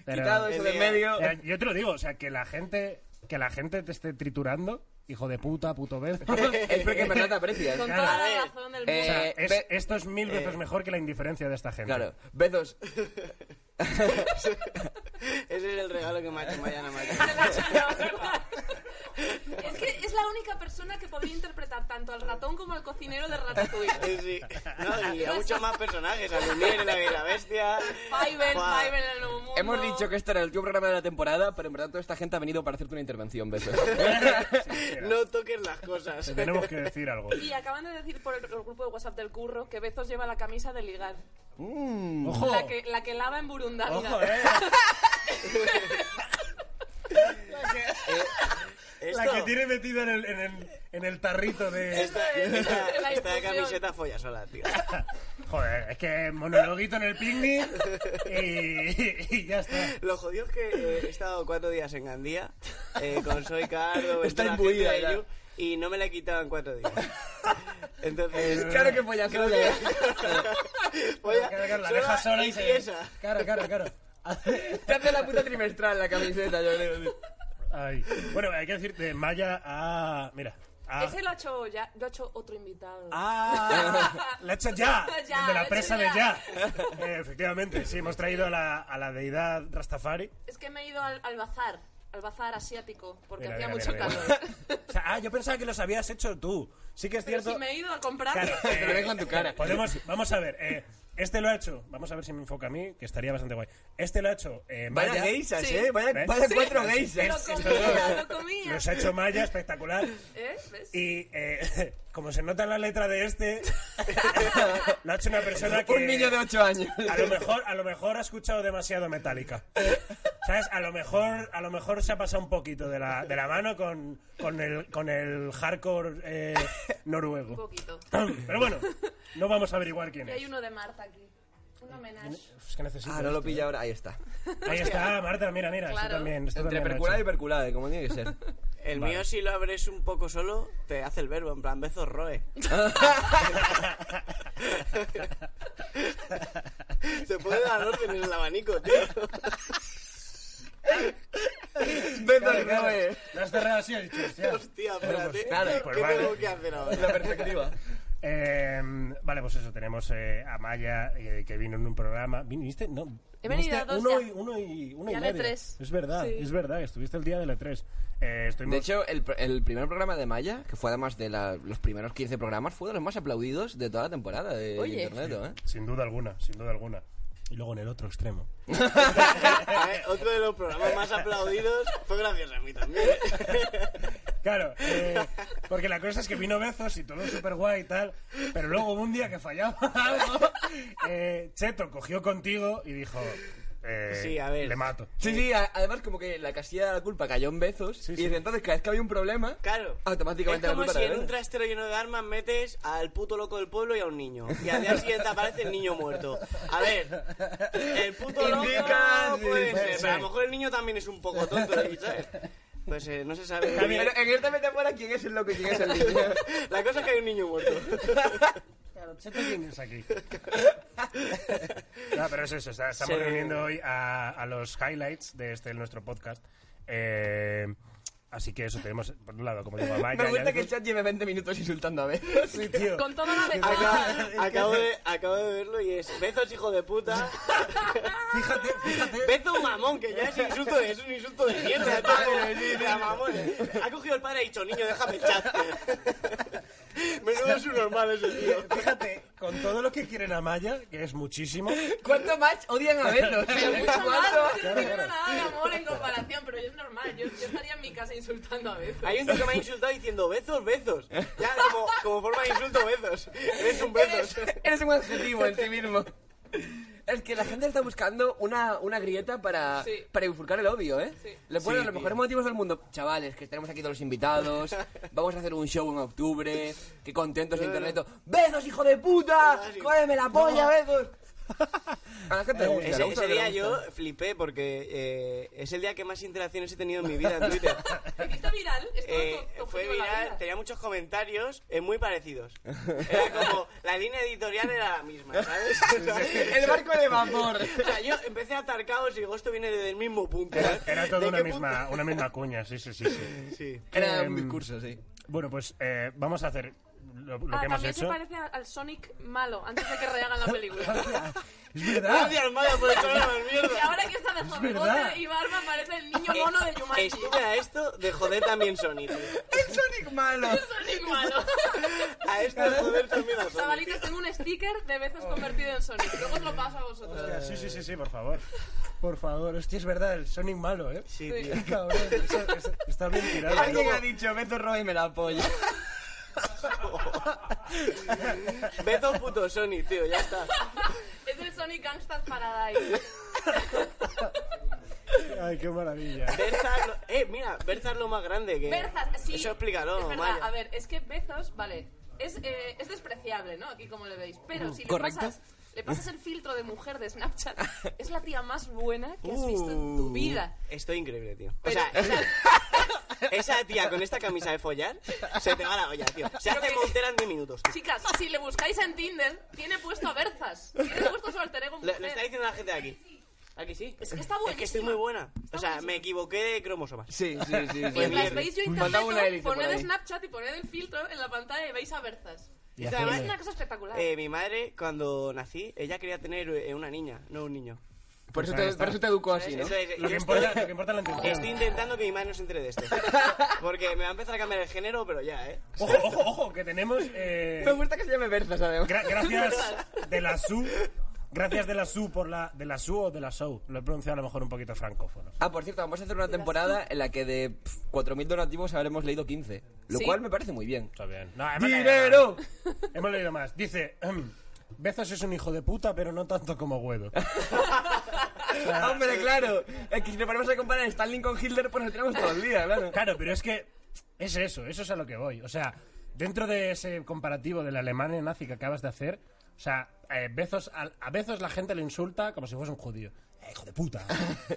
Speaker 1: Pero-
Speaker 2: quitado eso de en medio.
Speaker 1: Eh, yo te lo digo, o sea, que la gente que la gente te esté triturando, hijo de puta, puto Bezos.
Speaker 2: es porque en verdad te aprecias.
Speaker 6: Con
Speaker 1: Claro.
Speaker 6: toda la razón del mundo.
Speaker 1: O sea,
Speaker 2: Eh,
Speaker 1: es-
Speaker 2: Be-
Speaker 1: esto es mil veces mejor que la indiferencia de esta gente.
Speaker 2: Claro, Bezos.
Speaker 7: Ese es el regalo que me ha hecho Mariana María.
Speaker 8: Es que es la única persona que podría interpretar tanto al ratón como al cocinero de Ratatouille.
Speaker 7: Sí, sí. No, y a muchos más personajes, a Lumiere, la Bella Bestia.
Speaker 8: Fiverr,
Speaker 7: Buah.
Speaker 8: Fiverr en el nuevo mundo.
Speaker 2: Hemos dicho que este era el último programa de la temporada, pero en verdad toda esta gente ha venido para hacerte una intervención, Bezos.
Speaker 7: No toques las cosas.
Speaker 1: Te tenemos que decir algo.
Speaker 8: Y acaban de decir por el, el grupo de WhatsApp del curro que Bezos lleva la camisa de ligar.
Speaker 1: Mm. Ojo,
Speaker 8: La que, la que lava en Burundanga.
Speaker 1: ojo, eh. La que
Speaker 7: Esto-
Speaker 1: tiene metida en el, en el- en el tarrito de...
Speaker 7: Esta,
Speaker 8: es
Speaker 7: esta-
Speaker 8: la
Speaker 7: esta
Speaker 8: infusión.
Speaker 7: camiseta folla sola, tío.
Speaker 1: Joder, es que monologuito en el picnic y, y ya está.
Speaker 7: Lo jodido es que eh, he estado cuatro días en Gandía eh, con Soy Cardo,
Speaker 2: Está
Speaker 7: toda la gente
Speaker 2: imbuida
Speaker 7: de
Speaker 2: ya.
Speaker 7: You, y no me la he quitado en cuatro días. Entonces,
Speaker 2: claro que follas sola.
Speaker 1: Claro,
Speaker 7: folla
Speaker 1: claro, la deja sola y se...
Speaker 7: tiesa.
Speaker 1: Claro, claro, claro.
Speaker 2: Te hace la puta trimestral la camiseta, yo creo.
Speaker 1: Ay. Bueno, hay que decirte, Maya ha... Mira, ha-
Speaker 8: Ese lo ha hecho ya, lo ha hecho otro invitado.
Speaker 1: Ah, la he hecho ya,
Speaker 8: Ya, la he
Speaker 1: de la
Speaker 8: hecho
Speaker 1: presa de ya.
Speaker 8: ya.
Speaker 1: Eh, efectivamente, sí, hemos traído a la, a la deidad Rastafari.
Speaker 8: Es que me he ido al, al bazar, al bazar asiático, porque
Speaker 1: Mira,
Speaker 8: hacía
Speaker 1: mira,
Speaker 8: mucho
Speaker 1: mira, mira.
Speaker 8: calor.
Speaker 1: O sea, ah, yo pensaba que los habías hecho tú. Sí que es
Speaker 8: Pero
Speaker 1: cierto.
Speaker 8: si me he ido a comprar.
Speaker 1: Claro,
Speaker 2: Te lo ves con tu cara.
Speaker 1: Podemos, vamos a ver. eh, este lo ha hecho. Vamos a ver si me enfoca a mí, que estaría bastante guay. Este lo ha hecho eh, Maya.
Speaker 2: Vaya geisas,
Speaker 8: Sí.
Speaker 2: ¿eh? Vaya,
Speaker 1: ¿Ves?
Speaker 2: vaya
Speaker 1: Sí.
Speaker 2: cuatro
Speaker 8: Lo
Speaker 2: geisas.
Speaker 8: comía, lo comía.
Speaker 1: Los ha hecho Maya, espectacular.
Speaker 8: ¿Eh? ¿Ves?
Speaker 1: Y eh, como se nota en la letra de este, lo ha hecho una persona que.
Speaker 2: Un niño de ocho años.
Speaker 1: A lo mejor, a lo mejor ha escuchado demasiado Metallica. ¿Sabes? A lo mejor, a lo mejor se ha pasado un poquito de la, de la mano con, con el, con el hardcore eh,
Speaker 8: Un
Speaker 1: noruego.
Speaker 8: poquito.
Speaker 1: Pero bueno, no vamos a averiguar quién
Speaker 8: Y hay
Speaker 1: es.
Speaker 8: uno de Marta aquí. Un homenaje.
Speaker 1: Es que necesito.
Speaker 2: Ah, no lo
Speaker 1: esto,
Speaker 2: pilla
Speaker 1: ¿eh?
Speaker 2: ahora, ahí está.
Speaker 1: Ahí está, Marta, mira, mira. Esto
Speaker 8: Claro.
Speaker 1: también. Esto
Speaker 2: Entre
Speaker 1: también lo he
Speaker 2: perculada y
Speaker 1: hecho.
Speaker 2: perculada, como tiene que ser.
Speaker 7: El
Speaker 1: Vale.
Speaker 7: mío, si lo abres un poco solo, te hace el verbo, en plan, besos roe. Se puede dar orden en el abanico, tío.
Speaker 2: Venga, Roe.
Speaker 1: Lo has cerrado así, he dicho, hostia.
Speaker 7: Hostia, espérate.
Speaker 2: Claro,
Speaker 1: pues
Speaker 7: ¿Qué
Speaker 1: vale.
Speaker 7: tengo que hacer ahora?
Speaker 2: La perspectiva.
Speaker 1: Eh, vale, pues eso, tenemos eh, a Maya, eh, que vino en un programa. ¿Vin- ¿Viniste? No.
Speaker 8: He
Speaker 1: viniste
Speaker 8: venido a dos
Speaker 1: este uno
Speaker 8: ya.
Speaker 1: y, uno y, uno
Speaker 8: Y
Speaker 1: y
Speaker 8: al
Speaker 1: medio.
Speaker 8: E3.
Speaker 1: Es verdad,
Speaker 8: Sí.
Speaker 1: es verdad, estuviste el día del E3. Eh, estuvimos...
Speaker 2: De hecho, el, pr- el primer programa de Maya, que fue además de la- los primeros 15 programas, fue de los más aplaudidos de toda la temporada de
Speaker 8: Oye.
Speaker 2: Internet, ¿eh?
Speaker 1: Sin duda alguna, sin duda alguna. Y luego en el otro extremo.
Speaker 7: Eh, Otro de los programas más aplaudidos fue gracias a mí también.
Speaker 1: Claro, eh, porque la cosa es que vino Bezos y todo súper guay y tal, pero luego hubo un día que fallaba algo. eh, Cheto cogió contigo y dijo: eh,
Speaker 7: Sí, a ver.
Speaker 1: Le mato.
Speaker 2: Sí, sí, a- además como que la casilla de la culpa cayó en Bezos y desde entonces cada vez que había un problema,
Speaker 7: Claro.
Speaker 2: automáticamente
Speaker 7: es
Speaker 2: la
Speaker 7: como
Speaker 2: culpa
Speaker 7: si
Speaker 2: era de
Speaker 7: en un
Speaker 2: Bezos.
Speaker 7: trastero lleno de armas metes al puto loco del pueblo y a un niño. Y al día siguiente aparece el niño muerto. A ver, el puto loco
Speaker 2: Indica-
Speaker 7: puede ser,
Speaker 2: pues. sí,
Speaker 1: sí.
Speaker 7: pues, eh, pero a lo mejor el niño también es un poco tonto, ¿sabes? Pues eh, no se sabe.
Speaker 2: Pero en esta metáfora, ¿quién es el loco y quién es el niño?
Speaker 7: La cosa es que hay un niño muerto.
Speaker 1: Claro, Cheto, ¿quién es aquí? no, pero es eso. está- estamos
Speaker 7: Sí.
Speaker 1: reuniendo hoy a, a los highlights de este nuestro podcast. Eh, así que eso tenemos, por un lado, como digo, a Maya.
Speaker 2: Me
Speaker 1: y a
Speaker 2: gusta que el
Speaker 1: Bezos.
Speaker 2: chat lleve 20 minutos insultando a Bezos.
Speaker 1: Sí, tío.
Speaker 8: Con toda la ventaja.
Speaker 7: Acabo, acabo de, acabo de verlo y es Bezos, hijo de puta.
Speaker 1: Fíjate, fíjate.
Speaker 7: Bezos, mamón, que ya es insulto de, es un insulto de mierda. tío. eh. Ya, mamón. Ha cogido el padre y ha dicho, niño, déjame el chat. Menudo es un normal ese tío.
Speaker 1: Fíjate, con todo lo que quieren a Maya, que es muchísimo,
Speaker 2: ¿Cuánto más odian a Bezos?
Speaker 8: Mucho más,
Speaker 2: ¿Cuánto?
Speaker 8: yo no tengo nada de amor en comparación, pero yo es normal, yo, yo estaría en mi casa insultando a veces.
Speaker 7: Hay un tío que me ha insultado diciendo bezos, bezos. Ya, como, como forma de insulto, bezos. Eres un bezos.
Speaker 2: Eres un adjetivo en sí mismo. Es que la gente está buscando una, una grieta para,
Speaker 8: Sí.
Speaker 2: para bifurcar el odio, ¿eh?
Speaker 8: Sí.
Speaker 2: Le ponen
Speaker 7: Sí, tío.
Speaker 2: los mejores motivos del mundo. Chavales, que tenemos aquí todos los invitados, vamos a hacer un show en octubre, que contentos en internet. ¡Besos, hijo de puta!
Speaker 7: Claro.
Speaker 2: ¡Cógeme la polla, besos! A la gente le gusta, le
Speaker 7: Ese,
Speaker 2: gusta
Speaker 7: ese
Speaker 2: lo que le
Speaker 7: día
Speaker 2: gusta.
Speaker 7: yo flipé porque eh, es el día que más interacciones he tenido en mi vida en Twitter.
Speaker 8: ¿Te viste viral? ¿Es todo
Speaker 7: Eh,
Speaker 8: tu- tu
Speaker 7: fue
Speaker 8: objetivo en la vida?
Speaker 7: viral, tenía muchos comentarios eh, muy parecidos. Era como, la línea editorial era la misma, ¿sabes?
Speaker 2: El barco de vapor.
Speaker 7: O sea, yo empecé a atar caos y digo, esto viene del mismo punto. ¿eh?
Speaker 1: era
Speaker 7: ¿De
Speaker 1: toda una
Speaker 7: qué
Speaker 1: misma, una misma cuña, sí, sí, sí. sí.
Speaker 7: punto? Sí.
Speaker 2: Era
Speaker 1: Em,
Speaker 2: un discurso, sí.
Speaker 1: Bueno, pues eh, vamos a hacer lo, lo
Speaker 8: Ah,
Speaker 1: que hemos
Speaker 8: también se
Speaker 1: hecho.
Speaker 8: parece a- al Sonic malo, antes de que rehagan la película.
Speaker 1: Es verdad.
Speaker 7: Gracias, Maya, por el programa de
Speaker 8: y
Speaker 7: mierda.
Speaker 8: ahora que está de
Speaker 1: verdad.
Speaker 8: jorgote y barba, parece el niño mono de Yumanji.
Speaker 7: Estuve a esto de joder también Sony, tío.
Speaker 2: El Sonic malo.
Speaker 8: Sonic malo.
Speaker 7: A esto de joder también a Sony.
Speaker 8: Chavalitos, tengo un sticker de veces convertido en Sonic. Luego os lo paso a vosotros.
Speaker 1: Hostia, Sí, sí, sí, sí, por favor. Por favor, hostia, es verdad, el Sonic malo, ¿eh?
Speaker 7: Sí, tío.
Speaker 1: Cabrón, eso- eso- está bien tirado.
Speaker 2: Alguien ha dicho, Beto Roy me la polla.
Speaker 7: Beto puto Sony, tío, ya está.
Speaker 8: Es el Sonic Gangsters Paradise.
Speaker 1: Ay, qué maravilla.
Speaker 7: Berza, lo- eh, mira, Berza es lo más grande que.
Speaker 8: Berzas, sí.
Speaker 7: Eso explícalo,
Speaker 8: es verdad.
Speaker 7: Maya.
Speaker 8: A ver, es que Bezos, vale, es, eh, es despreciable, ¿no? Aquí como le veis. Pero si le
Speaker 2: Correcto.
Speaker 8: pasas, le pasas el filtro de mujer de Snapchat, es la tía más buena que has visto en
Speaker 7: Uh.
Speaker 2: Uh.
Speaker 8: tu vida.
Speaker 7: Estoy increíble, tío. O
Speaker 8: Pero,
Speaker 7: sea,
Speaker 8: o sea,
Speaker 7: esa tía con esta camisa de follar se te va la olla, tío. Se hace
Speaker 8: que-
Speaker 7: montera en 10 minutos. tío.
Speaker 8: chicas, si le buscáis en Tinder, tiene puesto a Berzas. Tiene puesto su alter ego
Speaker 7: Lo,
Speaker 8: mujer.
Speaker 7: lo está diciendo la gente de aquí. Aquí sí.
Speaker 8: Es que está
Speaker 7: Es que estoy
Speaker 8: buenísima.
Speaker 7: muy buena. O
Speaker 8: Está
Speaker 7: sea,
Speaker 8: buenísima.
Speaker 7: me equivoqué de cromosomas.
Speaker 2: Sí, sí, sí. sí.
Speaker 8: Pues las veis yo
Speaker 2: Faltaba una
Speaker 8: internet,
Speaker 2: hélice por
Speaker 8: poned
Speaker 2: ahí.
Speaker 8: Snapchat y poned el filtro en la pantalla y veis a Berzas.
Speaker 1: Y
Speaker 7: Está
Speaker 1: hacerle-
Speaker 8: Es una cosa espectacular.
Speaker 7: Eh, mi madre, cuando nací, ella quería tener eh, una niña, no un niño.
Speaker 2: Por eso,
Speaker 1: Ahí
Speaker 2: te,
Speaker 1: está.
Speaker 2: por eso te educó así, ¿no?
Speaker 7: Entonces,
Speaker 1: Lo
Speaker 7: yo
Speaker 1: que
Speaker 7: estoy-
Speaker 1: importa, lo que importa es la intención.
Speaker 7: Estoy intentando que mi madre no se entere de esto. Porque me va a empezar a cambiar el género, pero ya, ¿eh?
Speaker 1: Ojo, ojo, ojo, que tenemos... eh,
Speaker 2: Me gusta que se llame Berzas, además.
Speaker 1: gra- gracias de la SU... Gracias de la SU por la... ¿De la SU o de la SOU? Lo he pronunciado a lo mejor un poquito francófono.
Speaker 2: Ah, por cierto, vamos a hacer una temporada en la que de pf, 4.000 donativos habremos leído 15. Lo
Speaker 8: Sí.
Speaker 2: cual me parece muy bien.
Speaker 1: Está bien. No, eh. hemos leído
Speaker 2: ¡Dinero!
Speaker 1: más. Hemos leído más. Dice... Bezos es un hijo de puta, pero no tanto como Guedo.
Speaker 2: Ah, ¡Hombre, claro! Es que si nos ponemos a comparar Stalin con Hitler, pues nos tiramos todo el día, claro.
Speaker 1: Claro, pero es que es eso, eso es a lo que voy. O sea, dentro de ese comparativo de la Alemania nazi que acabas de hacer, o sea, eh, Bezos, a, a Bezos la gente le insulta como si fuese un judío. Eh, hijo de puta,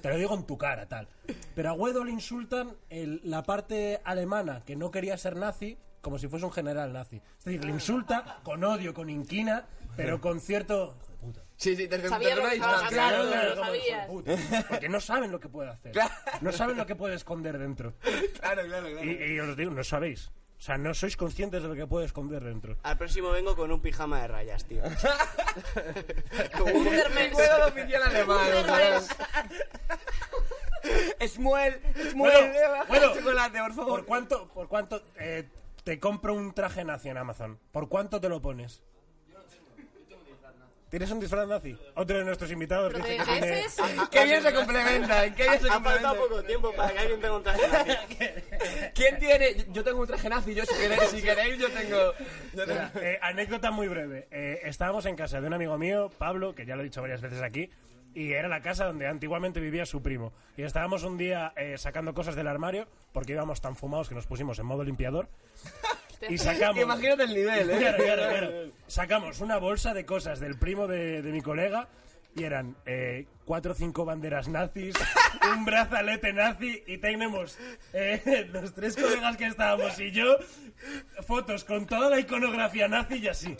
Speaker 1: te lo digo en tu cara, tal. Pero a Guedo le insultan el- la parte alemana que no quería ser nazi como si fuese un general nazi. Es decir, le insulta con odio, con inquina, pero con cierto... hijo de puta.
Speaker 2: Sí, sí, desde,
Speaker 8: Sabía lo
Speaker 2: desde una
Speaker 8: que
Speaker 5: Ah,
Speaker 8: estabas
Speaker 2: distancia.
Speaker 8: Claro,
Speaker 1: Claro,
Speaker 8: claro,
Speaker 1: claro, como
Speaker 8: sabías.
Speaker 1: hijo de puta. Porque no saben lo que puede hacer.
Speaker 2: Claro.
Speaker 1: No saben lo que puede esconder dentro.
Speaker 2: Claro, claro, claro.
Speaker 1: Y, y os digo, no sabéis. O sea, no sois conscientes de lo que puede esconder dentro.
Speaker 7: Al próximo vengo con un pijama de rayas, tío.
Speaker 2: Como un juego oficial alemán. Smuel, Smuel, Eva, ¿eh? chocolate, por favor.
Speaker 1: ¿Por cuánto, por cuánto eh, te compro un traje nazi en Amazon? ¿Por cuánto te lo pones? ¿Tienes un disfraz nazi? Otro de nuestros invitados
Speaker 8: Pero
Speaker 1: dice
Speaker 8: de,
Speaker 1: que
Speaker 8: de
Speaker 1: tiene...
Speaker 8: ese sí.
Speaker 2: Qué bien se complementan, qué bien se
Speaker 7: Ha faltado
Speaker 2: complementan.
Speaker 7: poco tiempo para que alguien tenga un traje nazi.
Speaker 2: ¿Quién tiene? Yo- Yo tengo un traje nazi, yo si queréis, si queréis yo tengo... yo tengo-
Speaker 1: Eh, anécdota muy breve. Eh, estábamos en casa de un amigo mío, Pablo, que ya lo he dicho varias veces aquí, y era la casa donde antiguamente vivía su primo. Y estábamos un día eh, sacando cosas del armario, porque íbamos tan fumados que nos pusimos en modo limpiador. Y sacamos.
Speaker 2: Imagínate el nivel, ¿eh?
Speaker 1: Claro, claro, claro. Sacamos una bolsa de cosas del primo de, de mi colega y eran eh, cuatro o cinco banderas nazis, un brazalete nazi y tenemos eh, los tres colegas que estábamos y yo fotos con toda la iconografía nazi y así.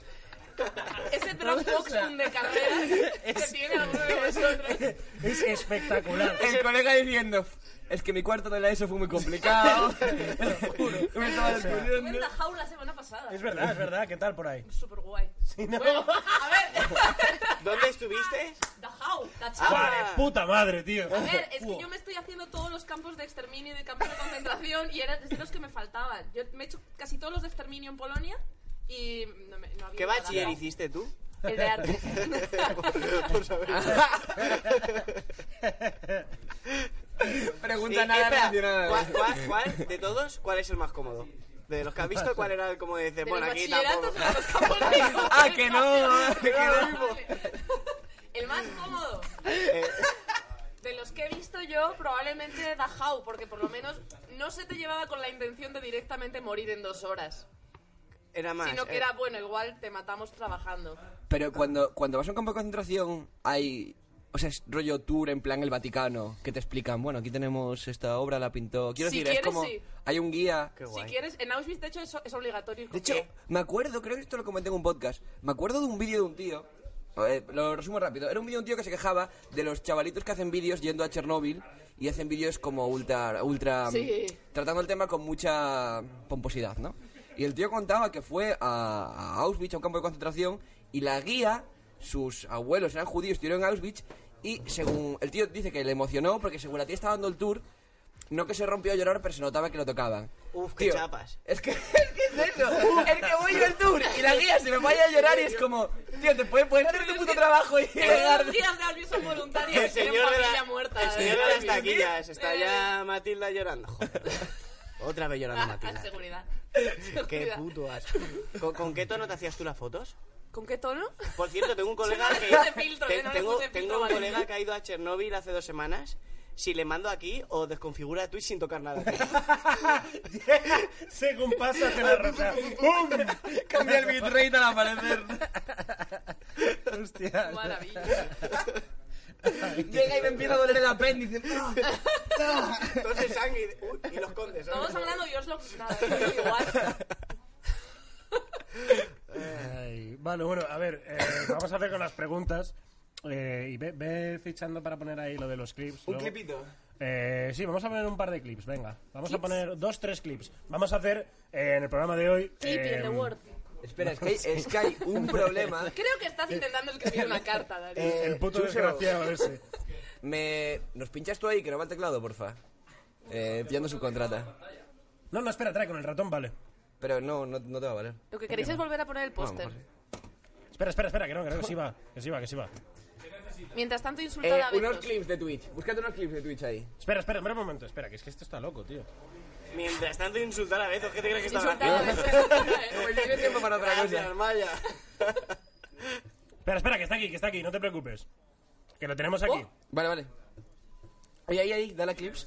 Speaker 8: Ese Dropbox de carreras que tiene alguno de vosotros.
Speaker 1: Es espectacular.
Speaker 2: El colega diciendo... Es que mi cuarto de la ESO fue muy complicado. Te lo juro. Me estaba
Speaker 8: Fue
Speaker 2: descubriendo.
Speaker 8: en la jaula la semana pasada.
Speaker 1: Es verdad, Ah, es verdad. ¿Qué tal por ahí?
Speaker 8: Súper guay.
Speaker 1: Sí, ¿no?
Speaker 8: Bueno, ah, a ver.
Speaker 7: ¿Dónde estuviste?
Speaker 8: Dachau, Dachau.
Speaker 1: Ah, Vale,
Speaker 2: Ah.
Speaker 1: puta madre, tío.
Speaker 8: A ver, es que yo me estoy haciendo todos los campos de exterminio y de campos de concentración y eran de los que me faltaban. Yo me he hecho casi todos los de exterminio en Polonia y no, me, no había
Speaker 7: ¿Qué
Speaker 8: nada.
Speaker 7: bachiller hiciste tú?
Speaker 8: El de arte.
Speaker 7: Por saber.
Speaker 2: Pregunta
Speaker 7: Sí,
Speaker 2: nada,
Speaker 7: espera,
Speaker 2: relacionada.
Speaker 7: ¿cuál, cuál, cuál de todos, cuál es el más cómodo? De los que has visto, ¿cuál era el como de decir,
Speaker 8: De
Speaker 7: bueno,
Speaker 8: los
Speaker 7: aquí
Speaker 8: bachilleratos
Speaker 7: tampoco?
Speaker 8: a los campos de
Speaker 2: Ah, que no, que no.
Speaker 8: El más cómodo.
Speaker 7: Eh,
Speaker 8: De los que he visto yo, probablemente Dachau, porque por lo menos no se te llevaba con la intención de directamente morir en dos horas,
Speaker 7: era más.
Speaker 8: sino que
Speaker 7: eh,
Speaker 8: era, bueno, igual te matamos trabajando.
Speaker 2: Pero cuando, cuando vas a un campo de concentración hay... O sea, es rollo tour en plan el Vaticano, que te explican, bueno, aquí tenemos esta obra, la pintó... Quiero
Speaker 8: Si
Speaker 2: decir, es
Speaker 8: quieres,
Speaker 2: como...
Speaker 8: sí.
Speaker 2: Hay un guía...
Speaker 7: Qué
Speaker 8: Si
Speaker 7: guay.
Speaker 8: quieres, en Auschwitz, de hecho, es, es obligatorio.
Speaker 2: De hecho, me acuerdo, creo que esto lo comenté en un podcast, me acuerdo de un vídeo de un tío, eh, lo resumo rápido, era un vídeo de un tío que se quejaba de los chavalitos que hacen vídeos yendo a Chernóbil y hacen vídeos como ultra, ultra,
Speaker 8: Sí.
Speaker 2: tratando el tema con mucha pomposidad, ¿no? Y el tío contaba que fue a, a Auschwitz, a un campo de concentración, y la guía, sus abuelos eran judíos, estuvieron en Auschwitz, y según el tío dice que le emocionó porque según la tía estaba dando el tour, no que se rompió a llorar, pero se notaba que lo tocaban.
Speaker 7: Uf, qué
Speaker 2: Tío,
Speaker 7: chapas.
Speaker 2: es que, es que es eso. Es que voy yo al tour y la guía se me vaya a llorar y es como, tío, te puedes, puedes hacer tu puto trabajo y
Speaker 8: Los
Speaker 2: llegar.
Speaker 8: días de Albi son voluntarios.
Speaker 7: El
Speaker 8: tienen
Speaker 7: señor de
Speaker 8: familia
Speaker 7: la,
Speaker 8: muerta.
Speaker 7: el señor de las
Speaker 8: Auschwitz.
Speaker 7: taquillas. Está
Speaker 8: Eh,
Speaker 7: ya Matilda llorando. Joder. Otra vez llorando
Speaker 8: Ah, ah,
Speaker 7: Matilda.
Speaker 8: seguridad.
Speaker 7: Qué
Speaker 8: Seguridad.
Speaker 7: puto asco. ¿Con, con qué tono te hacías tú las fotos?
Speaker 8: ¿Con qué tono?
Speaker 7: Por cierto, tengo un colega
Speaker 8: Sí,
Speaker 7: que.
Speaker 8: no le puse filtro,
Speaker 7: te-
Speaker 8: eh, no le
Speaker 7: tengo
Speaker 8: puse
Speaker 7: tengo
Speaker 8: filtro,
Speaker 7: un
Speaker 8: vale.
Speaker 7: colega que ha ido a Chernóbil hace dos semanas. Si le mando aquí o desconfigura Twitch sin tocar nada.
Speaker 1: Según pasa, te la
Speaker 7: pues,
Speaker 1: rosa. ¡Bum!
Speaker 2: Cambia el bitrate al aparecer.
Speaker 1: Hostia.
Speaker 8: Maravilla.
Speaker 2: Llega y me empieza a doler el apéndice. ¡Ah!
Speaker 7: Entonces sangre y, uy, y los condes. ¿sabes?
Speaker 8: Todos hablando y os lo... Nada, yo igual.
Speaker 2: Ah,
Speaker 1: Ay, vale, bueno, a ver, eh, vamos a hacer con las preguntas. Eh, y ve, ve fichando para poner ahí lo de los clips.
Speaker 7: Un
Speaker 1: luego.
Speaker 7: clipito.
Speaker 1: Eh, sí, vamos a poner un par de clips, venga. Vamos a poner dos, tres clips. Vamos a hacer eh, en el programa de hoy...
Speaker 8: Clip y el de
Speaker 1: em,
Speaker 8: Word.
Speaker 2: Espera, es que, hay, es que hay un problema. Eh,
Speaker 8: Creo que estás intentando escribir una carta, Darío.
Speaker 1: El puto
Speaker 2: Chuso.
Speaker 1: desgraciado eh. ese.
Speaker 2: Me... ¿Nos pinchas tú ahí que no va el teclado, porfa? Eh, pillando su contrata.
Speaker 1: No, no, espera, trae con el ratón, vale.
Speaker 2: Pero no, no, no te va a valer.
Speaker 8: Lo que queréis es volver a poner el póster.
Speaker 2: Vamos.
Speaker 1: Espera, espera, espera, que no, creo que sí va, que sí va, que sí va.
Speaker 8: Mientras tanto, insultad
Speaker 2: Eh,
Speaker 8: a
Speaker 2: unos
Speaker 8: Bezos.
Speaker 2: clips de Twitch. Búscate unos clips de Twitch ahí.
Speaker 1: Espera, espera, espera un momento, espera, que es que esto está loco, tío.
Speaker 7: Mientras tanto insultar a Bezos, ¿qué te crees que estaba
Speaker 8: Insultad
Speaker 7: haciendo?
Speaker 8: a ¿eh? Bezos.
Speaker 2: Pues tiene tiempo para otra cosa.
Speaker 7: Gracias, Maya.
Speaker 1: Espera, espera, que está aquí, que está aquí, no te preocupes. Que lo tenemos aquí.
Speaker 2: Oh. Vale, vale. Ahí, ahí, ahí, dale a clips.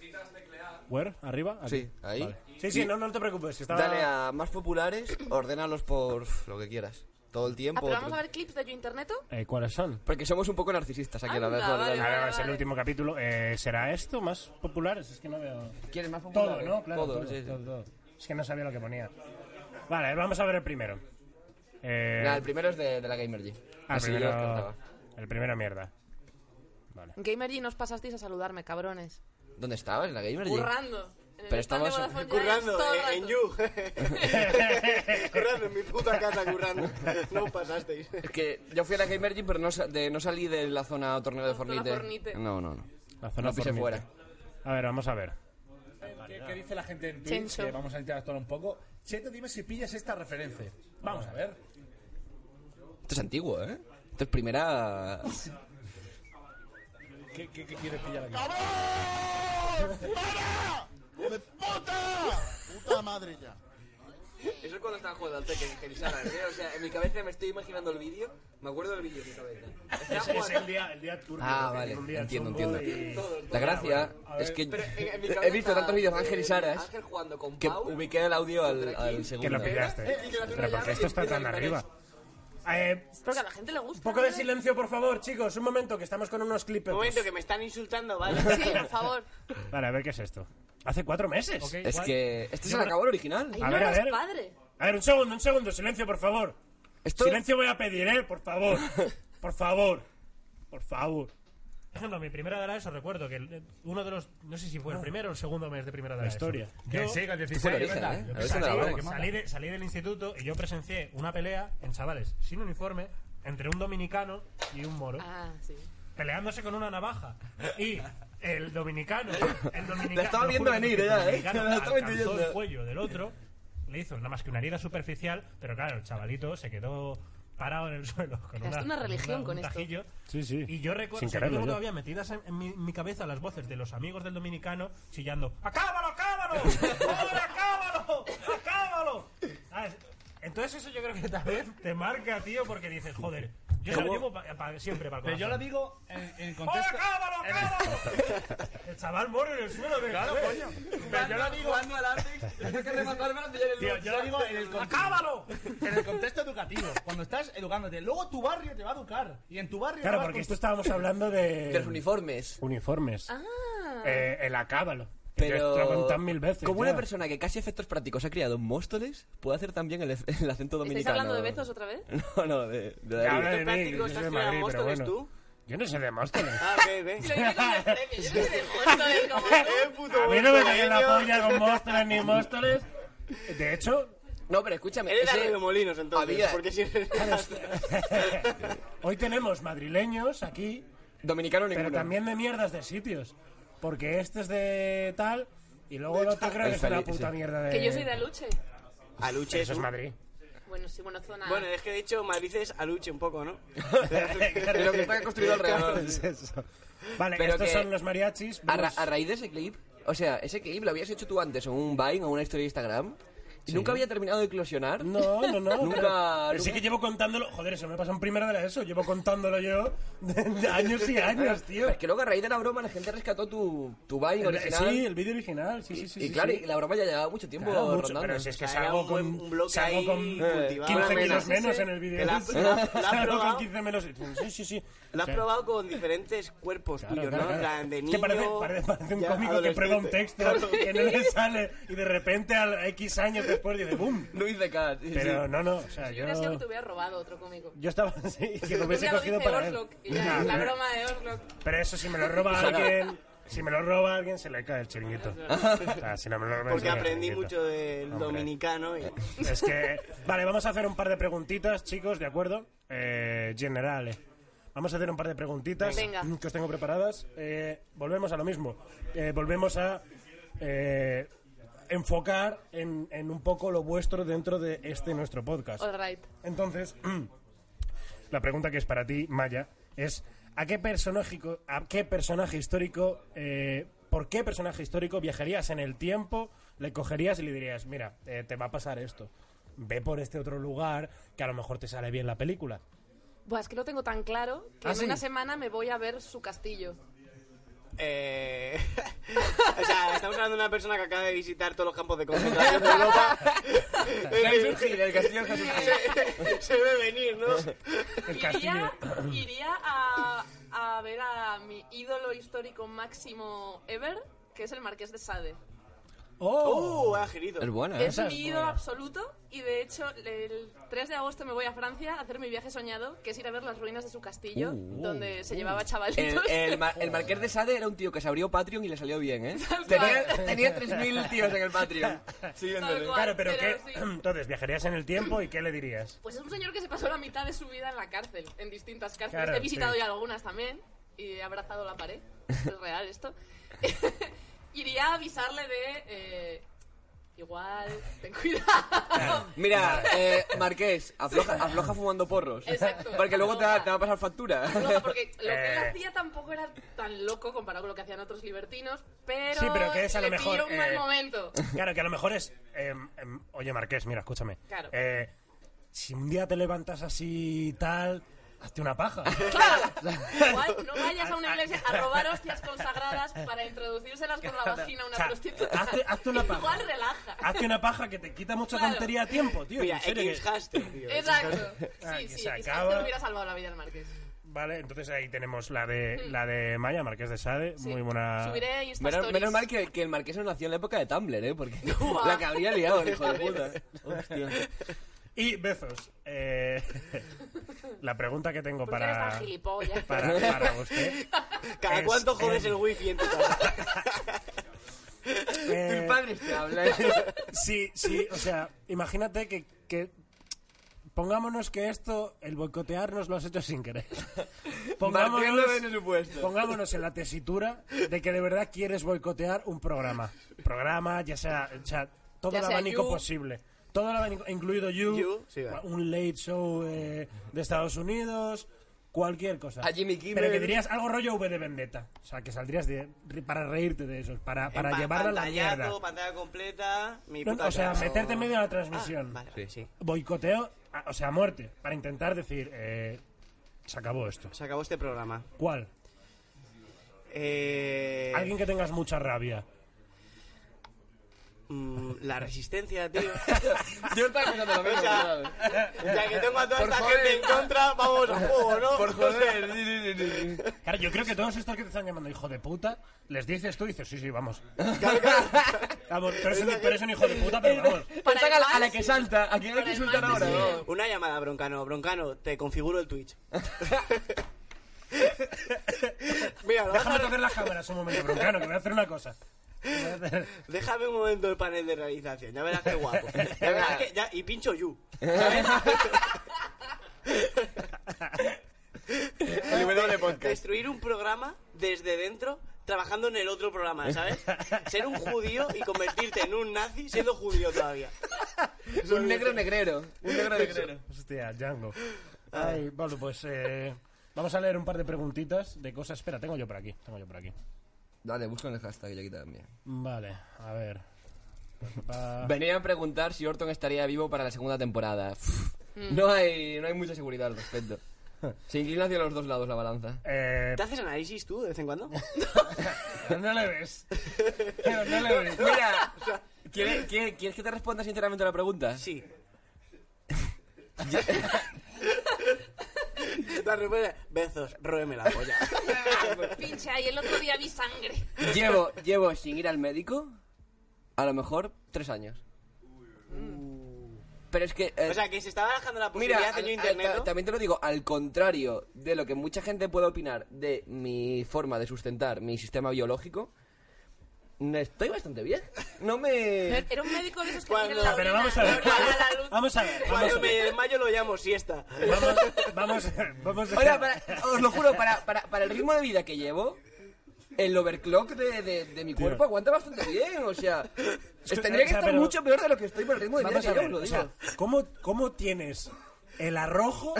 Speaker 1: ¿Where? ¿Arriba? Aquí.
Speaker 2: Sí, ahí.
Speaker 1: Vale. Sí, sí, no, no te preocupes, que está...
Speaker 2: Dale a más populares, ordénalos por lo que quieras.
Speaker 9: todo el
Speaker 8: Ah,
Speaker 9: tiempo.
Speaker 8: pero vamos
Speaker 9: otro-
Speaker 8: a ver clips de Yo Interneto.
Speaker 1: Eh, ¿Cuáles son?
Speaker 2: Porque somos un poco narcisistas aquí, la
Speaker 8: Anda,
Speaker 2: verdad.
Speaker 8: vale.
Speaker 1: A ver, es el último capítulo. Eh, ¿Será esto más populares? Es que no veo.
Speaker 2: ¿Quieres más
Speaker 1: Todo,
Speaker 2: populares?
Speaker 1: ¿no? Claro,
Speaker 2: Todo,
Speaker 1: todo,
Speaker 2: sí, sí.
Speaker 1: todo, todo. Es que no sabía lo que ponía. Vale, vamos a ver el primero. Eh,
Speaker 2: Nada, el primero es de, de la Gamer G.
Speaker 1: ah,
Speaker 2: Así yo
Speaker 1: primero-
Speaker 2: os contaba.
Speaker 1: el primero mierda. Vale.
Speaker 8: Gamergy, nos pasasteis a saludarme, cabrones.
Speaker 2: ¿Dónde estabas? ¿En la Gamer G?
Speaker 8: Currando. En el
Speaker 2: Pero
Speaker 8: stand de
Speaker 2: estabas
Speaker 8: Vodafone Giants
Speaker 7: Currando,
Speaker 8: Pues todo el
Speaker 7: eh,
Speaker 8: rato.
Speaker 7: en You. currando, en mi puta casa currando. No os pasasteis.
Speaker 2: Es que yo fui a la Gamer G, pero no, sa- de- no salí de la zona torneo de
Speaker 8: La zona
Speaker 2: Fornite.
Speaker 8: Fornite.
Speaker 2: No, no, no.
Speaker 1: La zona
Speaker 2: No pise
Speaker 1: fornite.
Speaker 2: fuera.
Speaker 1: A ver, vamos a ver.
Speaker 10: ¿Qué, qué dice la gente en Twitch?
Speaker 8: Chencho.
Speaker 10: Que vamos a interactuar un poco. Cheto, dime si pillas esta referencia. Vamos a ver.
Speaker 2: Esto es antiguo, ¿eh? Esto es primera...
Speaker 10: ¿Qué, qué- qué quieres pillar aquí?
Speaker 11: ¡Joder, puta! ¡Puta madre ya!
Speaker 2: Eso es cuando estaba jugando al Tekken en ¿eh? O sea, en mi cabeza me estoy imaginando el vídeo. Me acuerdo del vídeo en mi cabeza.
Speaker 1: Es, es
Speaker 7: ¿eh?
Speaker 1: el día, el día turbio.
Speaker 2: Ah,
Speaker 1: que
Speaker 2: vale,
Speaker 1: tiene un día
Speaker 2: entiendo,
Speaker 1: chungo
Speaker 2: entiendo.
Speaker 1: y-
Speaker 2: La gracia
Speaker 1: Ah, bueno, a
Speaker 2: es
Speaker 1: ver,
Speaker 2: que
Speaker 7: Pero en- en mi
Speaker 2: he
Speaker 7: cabeza,
Speaker 2: visto tantos vídeos de Ángel y
Speaker 7: eh,
Speaker 2: Saras
Speaker 7: Ángel jugando con
Speaker 2: que
Speaker 7: Pau.
Speaker 2: ubiqué el audio al,
Speaker 7: Contra
Speaker 2: al
Speaker 7: aquí.
Speaker 1: Que
Speaker 2: segundo.
Speaker 1: lo pillaste.
Speaker 7: Eh, que la tuya
Speaker 1: Pero
Speaker 7: llama
Speaker 1: porque
Speaker 7: y
Speaker 1: esto está
Speaker 7: empieza
Speaker 1: tan
Speaker 7: el
Speaker 1: arriba. Eh,
Speaker 8: Porque a la gente le gusta.
Speaker 1: un poco de
Speaker 8: ¿no?
Speaker 1: silencio, por favor, chicos. Un momento, que estamos con unos clips.
Speaker 7: Un momento, que me están insultando, ¿vale?
Speaker 8: Sí, por favor.
Speaker 1: Vale, a ver qué es esto. Hace cuatro meses.
Speaker 10: Ok.
Speaker 2: Es que... ¿Este se le acabó el original?
Speaker 8: Ahí
Speaker 1: A
Speaker 8: no
Speaker 1: ver, a
Speaker 8: eras
Speaker 1: ver.
Speaker 8: padre.
Speaker 1: A ver, un segundo, un segundo. Silencio, por favor.
Speaker 2: Esto-
Speaker 1: Silencio voy a pedir, ¿eh? Por favor. Por favor. Por favor.
Speaker 12: Por ejemplo, mi primera de la ESO, recuerdo que el- eh, uno de los, no sé si fue el primero o el segundo mes de primera de la,
Speaker 1: Ah. La
Speaker 12: ESO.
Speaker 1: historia.
Speaker 12: Yo
Speaker 10: Que siga, 16.
Speaker 2: fue el origen,
Speaker 10: ¿verdad?
Speaker 2: ¿eh?
Speaker 10: Yo
Speaker 2: A
Speaker 10: que
Speaker 2: ver si
Speaker 10: salí,
Speaker 2: me la
Speaker 10: ¿verdad?
Speaker 2: vamos.
Speaker 10: Que manda.
Speaker 12: salí, de- salí del instituto y yo presencié una pelea en chavales sin uniforme entre un dominicano y un moro
Speaker 8: Ah, sí.
Speaker 12: peleándose con una navaja y el dominicano el dominicano
Speaker 2: La estaba
Speaker 12: lo
Speaker 2: viendo
Speaker 12: juro que
Speaker 2: venir,
Speaker 12: el
Speaker 2: ya, ¿eh?
Speaker 12: dominicano
Speaker 2: La estaba
Speaker 12: alcanzó
Speaker 2: intuyendo.
Speaker 12: el cuello del otro le hizo nada más que una herida superficial pero claro el chavalito se quedó parado en el suelo con
Speaker 8: Hasta una religión con
Speaker 12: un
Speaker 8: esto.
Speaker 12: tajillo.
Speaker 1: Sí, sí.
Speaker 12: y yo recuerdo
Speaker 1: Sin
Speaker 12: o sea, yo
Speaker 1: quererlo,
Speaker 12: tengo
Speaker 1: yo.
Speaker 12: todavía metidas en, en mi, mi cabeza las voces de los amigos del dominicano chillando ¡Acábalo, acábalo! ¡Joder, acábalo! ¡Acábalo! ¿Sabes? Entonces eso yo creo que también te marca, tío, porque dices, joder, yo se lo llevo pa- pa- siempre para el
Speaker 10: Pero yo
Speaker 12: corazón.
Speaker 10: lo digo en, en
Speaker 12: ¡Hola,
Speaker 10: contexto.
Speaker 12: cábalo, cábalo! El chaval morre en el suelo de Claro, coño.
Speaker 10: Pero yo lo digo,
Speaker 2: al Apex, tengo que rematarme antes de
Speaker 10: tío, yo lo digo en el contexto.
Speaker 12: ¡Acábalo!
Speaker 10: En el contexto educativo, cuando estás educándote, luego tu barrio te va a educar. Y en tu barrio.
Speaker 1: Claro,
Speaker 10: vas
Speaker 1: porque
Speaker 10: con
Speaker 1: esto
Speaker 10: tu-
Speaker 1: estábamos hablando de...
Speaker 2: De los uniformes.
Speaker 1: uniformes.
Speaker 13: Ah.
Speaker 2: Ah.
Speaker 1: Eh, el acábalo. Que
Speaker 2: Pero...
Speaker 1: Te lo contan mil veces.
Speaker 2: Como
Speaker 1: ya.
Speaker 2: una persona que casi efectos prácticos ha criado en Móstoles, puede hacer también el, ef- el acento dominicano.
Speaker 8: ¿Estáis hablando de besos otra vez?
Speaker 2: No, no, de, de
Speaker 1: Que habla
Speaker 2: David.
Speaker 1: de mí,
Speaker 7: práctico
Speaker 1: que soy
Speaker 7: estás
Speaker 1: de
Speaker 7: criado
Speaker 1: Madrid, pero bueno.
Speaker 7: en Móstoles, tú?
Speaker 1: Yo no soy de Móstoles.
Speaker 7: Ah, ve, ve.
Speaker 8: Lo hice con el premio, yo no sé de cuánto es como-
Speaker 7: Eh, puto
Speaker 1: A mí no me cayó la
Speaker 7: coño.
Speaker 1: polla con Móstoles ni Móstoles. De hecho,
Speaker 2: No, pero escúchame.
Speaker 7: Eres de
Speaker 2: ese-
Speaker 7: Arroyo Molinos, entonces.
Speaker 2: Había-
Speaker 7: Porque si eres-
Speaker 1: hoy tenemos madrileños aquí,
Speaker 2: Dominicano ninguno.
Speaker 1: pero también de mierdas de sitios. Porque este es de tal y luego el otro creo que
Speaker 2: El
Speaker 1: es una
Speaker 2: Fali-
Speaker 1: puta
Speaker 2: sí.
Speaker 1: mierda de...
Speaker 8: Que yo soy de Aluche.
Speaker 7: Aluche
Speaker 1: Eso es
Speaker 7: un-
Speaker 1: Madrid.
Speaker 8: Bueno, sí, bueno, zona.
Speaker 7: Bueno, es que de hecho Madrid es Aluche un poco, ¿no?
Speaker 2: De lo que está construido alrededor.
Speaker 1: Es eso. Vale,
Speaker 2: Pero
Speaker 1: estos
Speaker 2: que-
Speaker 1: son los mariachis.
Speaker 2: A, ra-
Speaker 1: vamos-
Speaker 2: a raíz de ese clip, o sea, ese clip lo habías hecho tú antes en un Vine o una historia de Instagram y nunca había terminado de eclosionar.
Speaker 1: No, no, no.
Speaker 2: Nunca-
Speaker 1: pero- pero sí
Speaker 2: nunca-
Speaker 1: que llevo contándolo. Joder, eso me pasa en primero de la ESO. Llevo contándolo yo de años y años, tío.
Speaker 2: Pero es que luego a raíz de la broma la gente rescató tu, tu Vine
Speaker 1: El-
Speaker 2: original.
Speaker 1: Sí, el vídeo original. Sí, sí, sí.
Speaker 2: y
Speaker 1: sí,
Speaker 2: claro,
Speaker 1: sí.
Speaker 2: y la broma ya llevaba mucho tiempo
Speaker 1: Claro, mucho,
Speaker 2: rondando.
Speaker 1: pero si es que
Speaker 7: O sea, era
Speaker 1: salgo
Speaker 7: un
Speaker 1: con,
Speaker 7: buen- un bloque
Speaker 1: salgo
Speaker 7: ahí
Speaker 1: con
Speaker 7: cultivado.
Speaker 1: 15
Speaker 7: Una
Speaker 1: kilos
Speaker 7: mena.
Speaker 1: menos en el vídeo.
Speaker 7: Que la-
Speaker 1: Sí.
Speaker 7: la- la has
Speaker 1: salgo con
Speaker 7: probado.
Speaker 1: 15 menos. Sí, sí, sí.
Speaker 7: La
Speaker 1: O
Speaker 7: has
Speaker 1: sea,
Speaker 7: probado con diferentes cuerpos
Speaker 1: claro,
Speaker 7: tuyos,
Speaker 1: claro,
Speaker 7: ¿no? En
Speaker 1: claro.
Speaker 7: plan de
Speaker 1: Es
Speaker 7: niño...
Speaker 1: que parece, parece- parece un
Speaker 7: ya
Speaker 1: cómico que prueba un
Speaker 7: adolescente.
Speaker 1: texto que no le sale y de repente al X años después dice ¡boom!
Speaker 2: Luis de Cat. sí,
Speaker 1: Pero
Speaker 2: sí.
Speaker 1: no, no, o sea,
Speaker 8: Yo hubiera sido que te
Speaker 1: yo...
Speaker 8: hubiera robado otro cómico.
Speaker 1: Yo estaba así, que lo
Speaker 8: Un
Speaker 1: hubiese
Speaker 8: día lo
Speaker 1: cogido
Speaker 8: dice
Speaker 1: para él.
Speaker 8: Orlok. y ya, La broma de Orlok.
Speaker 1: Pero eso, si me lo roba alguien, si me lo roba alguien, se le cae el chiringuito. O sea, si no me lo roba, se
Speaker 7: Porque
Speaker 1: le cae el
Speaker 7: aprendí
Speaker 1: chiringuito.
Speaker 7: mucho del
Speaker 1: Hombre. Eh,
Speaker 7: dominicano y...
Speaker 1: Es que. Vale, vamos a hacer un par de preguntitas, chicos, ¿de acuerdo? Eh, generale. Vamos a hacer un par de preguntitas
Speaker 8: Venga.
Speaker 1: que os tengo preparadas. Eh, volvemos a lo mismo. Eh, volvemos a eh, enfocar en, en un poco lo vuestro dentro de este nuestro podcast.
Speaker 8: All right.
Speaker 1: Entonces, la pregunta que es para ti, Maya, es ¿a qué personaje, a qué personaje histórico, eh, por qué personaje histórico viajarías en el tiempo, le cogerías y le dirías, mira, eh, te va a pasar esto, ve por este otro lugar que a lo mejor te sale bien la película?
Speaker 8: Buah, es que lo tengo tan claro que
Speaker 1: ¿Ah,
Speaker 8: en
Speaker 1: sí?
Speaker 8: una semana me voy a ver su castillo.
Speaker 7: Eh, o sea, estamos hablando de una persona que acaba de visitar todos los campos de concentración de Europa.
Speaker 2: Jesucristo, el castillo de Jesucristo.
Speaker 7: Se, se ve venir, ¿no?
Speaker 8: Iría, iría a, a ver a mi ídolo histórico máximo ever, que es el Marqués de Sade.
Speaker 7: ¡Oh! ah, girito.
Speaker 2: Es buena, ¿eh?
Speaker 8: Es mi ídolo absoluto y de hecho el 3 de agosto me voy a Francia a hacer mi viaje soñado, que es ir a ver las ruinas de su castillo,
Speaker 2: Uh,
Speaker 8: donde se
Speaker 2: uh.
Speaker 8: llevaba
Speaker 2: El,
Speaker 8: chavalitos.
Speaker 2: el ma- el marqués de Sade era un tío que se abrió Patreon y le salió bien, ¿eh?
Speaker 8: Tal
Speaker 2: Tenía,
Speaker 8: cual.
Speaker 2: tenía 3.000 tíos en el Patreon.
Speaker 8: Tal cual,
Speaker 1: Claro, pero,
Speaker 8: pero
Speaker 1: ¿qué?
Speaker 8: sí.
Speaker 1: Entonces, ¿viajarías en el tiempo y qué le dirías?
Speaker 8: Pues es un señor que se pasó la mitad de su vida en la cárcel, en distintas cárceles.
Speaker 1: Claro,
Speaker 8: He visitado
Speaker 1: sí.
Speaker 8: ya algunas también y he abrazado la pared. Es real esto. Iría a avisarle de... eh, igual, ten cuidado.
Speaker 2: Mira, eh, Marqués, afloja, afloja fumando porros.
Speaker 8: Exacto.
Speaker 2: Porque luego te va, te va a pasar factura.
Speaker 8: No, porque lo que él
Speaker 2: Eh.
Speaker 8: hacía tampoco era tan loco comparado con lo que hacían otros libertinos, pero,
Speaker 1: Sí, pero que es a lo
Speaker 8: le
Speaker 1: mejor,
Speaker 8: pilló un mal
Speaker 1: eh,
Speaker 8: momento.
Speaker 1: Claro, que a lo mejor es... eh, em, oye, Marqués, mira, escúchame.
Speaker 8: Claro.
Speaker 1: Eh, si un día te levantas así y tal, hazte una paja.
Speaker 8: Igual no vayas a
Speaker 1: Ah,
Speaker 8: una iglesia a robar hostias consagradas para introducírselas con la vagina a una
Speaker 1: O sea,
Speaker 8: prostituta.
Speaker 1: hazte- hazte una paja.
Speaker 8: Igual relaja.
Speaker 1: hazte una paja que te quita mucha
Speaker 8: Claro.
Speaker 1: tontería a tiempo, tío.
Speaker 7: Mira,
Speaker 1: en serio que-
Speaker 7: X hashtag, tío.
Speaker 8: Exacto.
Speaker 1: Ah,
Speaker 8: Sí, sí,
Speaker 1: que se
Speaker 8: quizás
Speaker 1: acaba.
Speaker 8: te hubiera salvado la vida el marqués.
Speaker 1: Vale, entonces ahí tenemos la de la de Maya, Marqués de Sade, muy buena.
Speaker 8: Mm. Subiré Insta
Speaker 2: Menos,
Speaker 8: Stories.
Speaker 2: menos mal que, que el Marqués no nació en la época de Tumblr, ¿eh? Porque
Speaker 8: Guau.
Speaker 2: la que habría liado, el hijo de puta. Hostia.
Speaker 1: Y Bezos, eh, la pregunta que tengo
Speaker 8: ¿Por qué eres
Speaker 1: para,
Speaker 8: tan gilipollas?
Speaker 1: para, para usted.
Speaker 7: ¿Cada
Speaker 1: es,
Speaker 7: cuánto jodes
Speaker 1: eh,
Speaker 7: el wifi en tu casa?
Speaker 1: eh,
Speaker 2: Tus padres te hablan.
Speaker 1: Sí, sí, o sea, imagínate que, que- Pongámonos que esto, el boicotearnos lo has hecho sin querer. Pongámonos,
Speaker 2: Partiendo de presupuesto.
Speaker 1: pongámonos en la tesitura de que de verdad quieres boicotear un programa. Programa, ya sea, o sea, todo
Speaker 8: Ya
Speaker 1: el
Speaker 8: sea
Speaker 1: abanico
Speaker 8: You.
Speaker 1: posible. Todo el abanico, incluido You,
Speaker 7: You, sí, va.
Speaker 1: un late show eh, de Estados Unidos, cualquier cosa.
Speaker 2: A Jimmy Kimmel.
Speaker 1: Pero que dirías algo rollo V de Vendetta. O sea, que saldrías de- para reírte de esos, para, para
Speaker 7: Pa-
Speaker 1: llevarlo a la
Speaker 7: pantallazo,
Speaker 1: mierda.
Speaker 7: pantalla completa, mi
Speaker 1: No,
Speaker 7: puta
Speaker 1: o sea,
Speaker 7: casa.
Speaker 1: meterte en medio de la transmisión.
Speaker 7: Ah, vale, vale, sí.
Speaker 1: Boicoteo, a- o sea, a muerte, para intentar decir, eh, se acabó esto.
Speaker 7: Se acabó este programa.
Speaker 1: ¿Cuál?
Speaker 7: Eh,
Speaker 1: Alguien que tengas mucha rabia.
Speaker 7: mm, la resistencia, tío.
Speaker 2: Yo estaba pensando lo mismo.
Speaker 7: O sea,
Speaker 2: ¿sabes?
Speaker 7: ya que tengo a toda
Speaker 2: Por
Speaker 7: esta
Speaker 2: joder.
Speaker 7: gente en contra, vamos a juego, ¿no?
Speaker 2: Por joder. sí, sí, sí, sí.
Speaker 1: Claro, yo creo que todos estos que te están llamando hijo de puta, les dices tú y dices, sí, sí, vamos. vamos, tú eres, un, tú eres un hijo de puta, pero vamos.
Speaker 2: Pues saca a la- a la
Speaker 8: mal,
Speaker 2: que
Speaker 8: sí.
Speaker 2: salta. ¿A quién hay
Speaker 8: Para
Speaker 2: que
Speaker 8: el
Speaker 2: insultar
Speaker 8: mal,
Speaker 2: ahora?
Speaker 8: sí.
Speaker 2: No.
Speaker 7: Una llamada, Broncano. Broncano, te configuro el Twitch. Mira, lo
Speaker 1: Déjame
Speaker 7: bajas-
Speaker 1: tocar las cámaras un momento, broncano, que voy a hacer una cosa.
Speaker 7: Déjame un momento el panel de realización, ya verás qué guapo. Ya verás que- ya- y pincho you.
Speaker 2: El W podcast.
Speaker 7: Destruir un programa desde dentro trabajando en el otro programa, ¿sabes? Ser un judío y convertirte en un nazi siendo judío todavía.
Speaker 2: Un negro negrero. Un negro negrero.
Speaker 1: Pues Hostia, Django. Ay, vale, pues eh, vamos a leer un par de preguntitas de cosas. Espera, tengo yo por aquí, tengo yo por aquí.
Speaker 2: Dale, busca el hashtag y le quita también.
Speaker 1: Vale, a ver. Pa-
Speaker 2: Venía a preguntar si Orton estaría vivo para la segunda temporada. Pff, No hay, no hay mucha seguridad al respecto. Se inclina hacia los dos lados la balanza.
Speaker 1: Eh,
Speaker 7: ¿Te haces análisis tú de vez en cuando?
Speaker 1: no le ves. No le ves.
Speaker 2: Mira, ¿quieres, quieres, quieres que te responda sinceramente a la pregunta?
Speaker 7: Sí. La respuesta es, Bezos, róeme la polla.
Speaker 1: Pues-
Speaker 8: Pinche, ahí el otro día vi sangre.
Speaker 2: Llevo, llevo sin ir al médico a lo mejor tres años. Pero es que... eh,
Speaker 7: O sea, que se está barajando la
Speaker 2: Mira,
Speaker 7: posibilidad de
Speaker 2: al-
Speaker 7: yo
Speaker 2: al-
Speaker 7: internet.
Speaker 2: ta- también te lo digo, al contrario de lo que mucha gente puede opinar de mi forma de sustentar mi sistema biológico, no- estoy bastante bien. No me...
Speaker 8: Eh, Era un médico de esos que
Speaker 7: Cuando-
Speaker 8: tienen la
Speaker 1: Pero
Speaker 8: orina,
Speaker 1: vamos a ver.
Speaker 8: apaga la luz.
Speaker 1: Vamos a ver. Vamos a
Speaker 7: Cuando
Speaker 1: ver.
Speaker 7: me desmayo lo llamo siesta.
Speaker 1: Vamos, vamos, vamos.
Speaker 2: Ahora, para- os lo juro, para, para, para el ritmo de vida que llevo, el overclock de, de- de mi cuerpo aguanta bastante bien, o sea... Tendría
Speaker 1: o
Speaker 2: que
Speaker 1: sea,
Speaker 2: estar
Speaker 1: pero-
Speaker 2: mucho peor de lo que estoy por el ritmo de vida
Speaker 1: Vamos
Speaker 2: que
Speaker 1: a
Speaker 2: llevo,
Speaker 1: ver.
Speaker 2: os lo
Speaker 1: o
Speaker 2: digo.
Speaker 1: sea, ¿cómo, ¿Cómo tienes el arrojo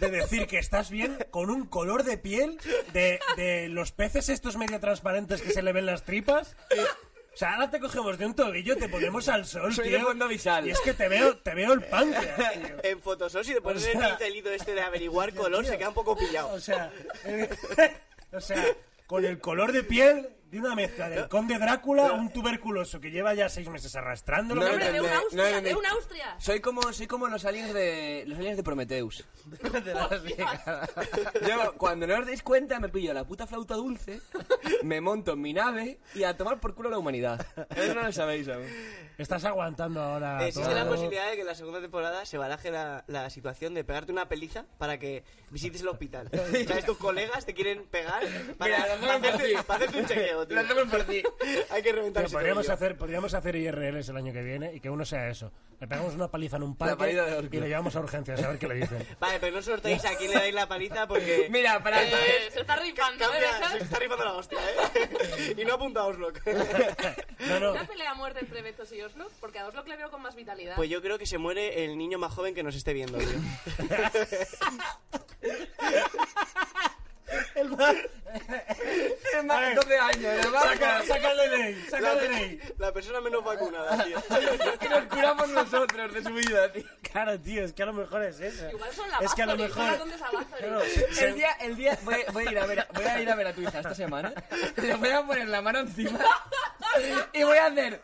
Speaker 1: de decir que estás bien con un color de piel de, de los peces estos medio transparentes que se le ven las tripas? O sea, ahora te cogemos de un tobillo, te ponemos al sol,
Speaker 2: Soy
Speaker 1: tío.
Speaker 2: de fondo
Speaker 1: Y
Speaker 2: visal.
Speaker 1: es que te veo, te veo el páncreas, tío.
Speaker 7: En Photoshop, si te pones
Speaker 1: O sea-
Speaker 7: el pincelito este de averiguar color, se queda un poco pillado.
Speaker 1: O sea, eh, o sea, con el color de piel de una mezcla del conde Drácula, un tuberculoso que lleva ya seis meses arrastrándolo.
Speaker 2: No, Hombre, de un no, Austria, no, no, no. de un
Speaker 8: Austria.
Speaker 2: Soy como, soy como los aliens de los aliens de Prometheus. Yo, cuando no os dais cuenta, me pillo la puta flauta dulce, me monto en mi nave y a tomar por culo a la humanidad. Eso no lo sabéis aún.
Speaker 1: Estás aguantando ahora.
Speaker 7: Existe
Speaker 1: todo.
Speaker 7: la posibilidad de que en la segunda temporada se baraje la, la situación de pegarte una peliza para que visites el hospital. ¿Sabes? Tus colegas te quieren pegar para,
Speaker 2: Mira, lo hacemos
Speaker 7: para
Speaker 2: por
Speaker 7: hacerte,
Speaker 2: ti.
Speaker 7: para hacerte un chequeo, tío.
Speaker 2: Lo hacemos por ti.
Speaker 7: Hay que reventar
Speaker 1: Tío,
Speaker 7: ese
Speaker 1: podríamos,
Speaker 7: tobillo.
Speaker 1: hacer, podríamos hacer IRLs el año que viene y que uno sea eso. Le pegamos una paliza en un parque
Speaker 2: paliza de orco.
Speaker 1: y lo llevamos a urgencias a ver qué le dicen.
Speaker 7: Vale, pero no sorteéis a quién le dais la paliza porque...
Speaker 2: Mira, para
Speaker 8: Eh, se está rifando, ¿eh?
Speaker 7: Cambia, se está rifando la hostia, ¿eh? Y no apuntaos, loco.
Speaker 1: No, no.
Speaker 8: Una pelea a muerte entre Betos y Oslo, porque a Oslo le veo con más vitalidad.
Speaker 7: Pues yo creo que se muere el niño más joven que nos esté viendo, tío.
Speaker 2: Tiene más de 12 años, ¿eh?
Speaker 1: Saca-
Speaker 2: ¿verdad?
Speaker 1: ¡Sácale de ahí!
Speaker 7: La,
Speaker 1: ¡Sácale de ahí!
Speaker 7: la persona menos vacunada, tío.
Speaker 2: Que nos curamos nosotros de su vida, tío.
Speaker 1: Claro, tío, es que a lo mejor es eso.
Speaker 8: Igual son la
Speaker 1: Es que a lo
Speaker 8: Bathory,
Speaker 1: mejor-
Speaker 8: ahora dónde es la Bathory.
Speaker 1: Claro, se-
Speaker 2: El día, el día voy, voy a ir a ver, a- voy a ir a ver a tu hija esta semana. Le voy a poner la mano encima y voy a hacer.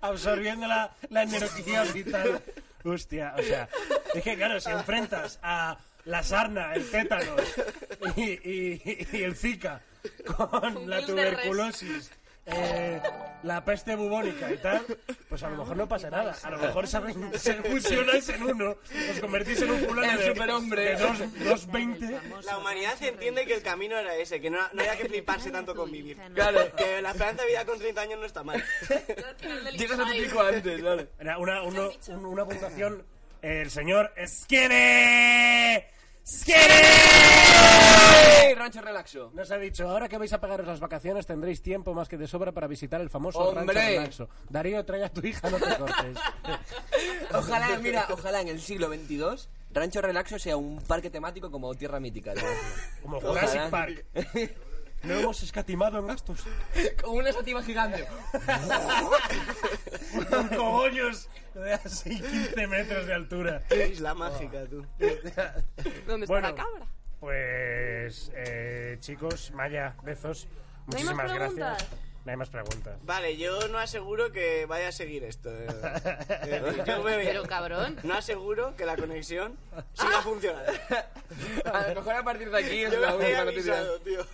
Speaker 1: absorbiendo la, la neuroquicina vital. Hostia, o sea, es que claro, si enfrentas a la sarna, el tétano y, y- y el zika con la
Speaker 8: virus de
Speaker 1: tuberculosis, eh, la peste bubónica y tal, pues a lo mejor no pasa nada. A lo mejor se, se fusionáis en uno, os convertís en un fulano
Speaker 2: El
Speaker 1: de,
Speaker 2: superhombre.
Speaker 1: de dos, dos veinte.
Speaker 7: La humanidad se entiende que el camino era ese, que no, no había que fliparse tanto con vivir.
Speaker 2: Claro.
Speaker 7: Que la esperanza de vida con 30 años no está mal.
Speaker 8: Al final del
Speaker 2: Llegas a tu
Speaker 8: Ibai.
Speaker 2: pico antes, vale.
Speaker 1: Era una, uno- un- una puntuación. El señor Skinny. Skinny.
Speaker 2: ¡Ey, Rancho Relaxo!
Speaker 1: Nos ha dicho, ahora que vais a pagaros las vacaciones tendréis tiempo más que de sobra para visitar el famoso
Speaker 2: ¡Hombre!
Speaker 1: rancho Relaxo. Darío, trae a tu hija, no te cortes.
Speaker 2: Ojalá, mira, ojalá en el siglo XXII Rancho Relaxo sea un parque temático como Tierra Mítica. tío.
Speaker 1: Como
Speaker 2: Ojalá.
Speaker 1: Jurassic Park. No hemos escatimado en gastos.
Speaker 2: Como una sativa gigante.
Speaker 1: Con cogollos de así 15 metros de altura.
Speaker 7: Isla mágica, tú.
Speaker 8: ¿Dónde está
Speaker 1: Bueno.
Speaker 8: la cabra?
Speaker 1: Pues, eh, chicos, Maya, Bezos,
Speaker 8: ¿No hay más
Speaker 1: muchísimas gracias.
Speaker 8: preguntas?
Speaker 1: No hay más preguntas.
Speaker 7: Vale, yo no aseguro que vaya a seguir esto. eh. Es decir, yo me voy a-
Speaker 8: Pero cabrón.
Speaker 7: No aseguro que la conexión siga funcionando.
Speaker 2: Ah. A lo mejor a partir de aquí es
Speaker 7: Yo
Speaker 2: la
Speaker 7: me he
Speaker 2: única noticia.
Speaker 7: avisado, tío.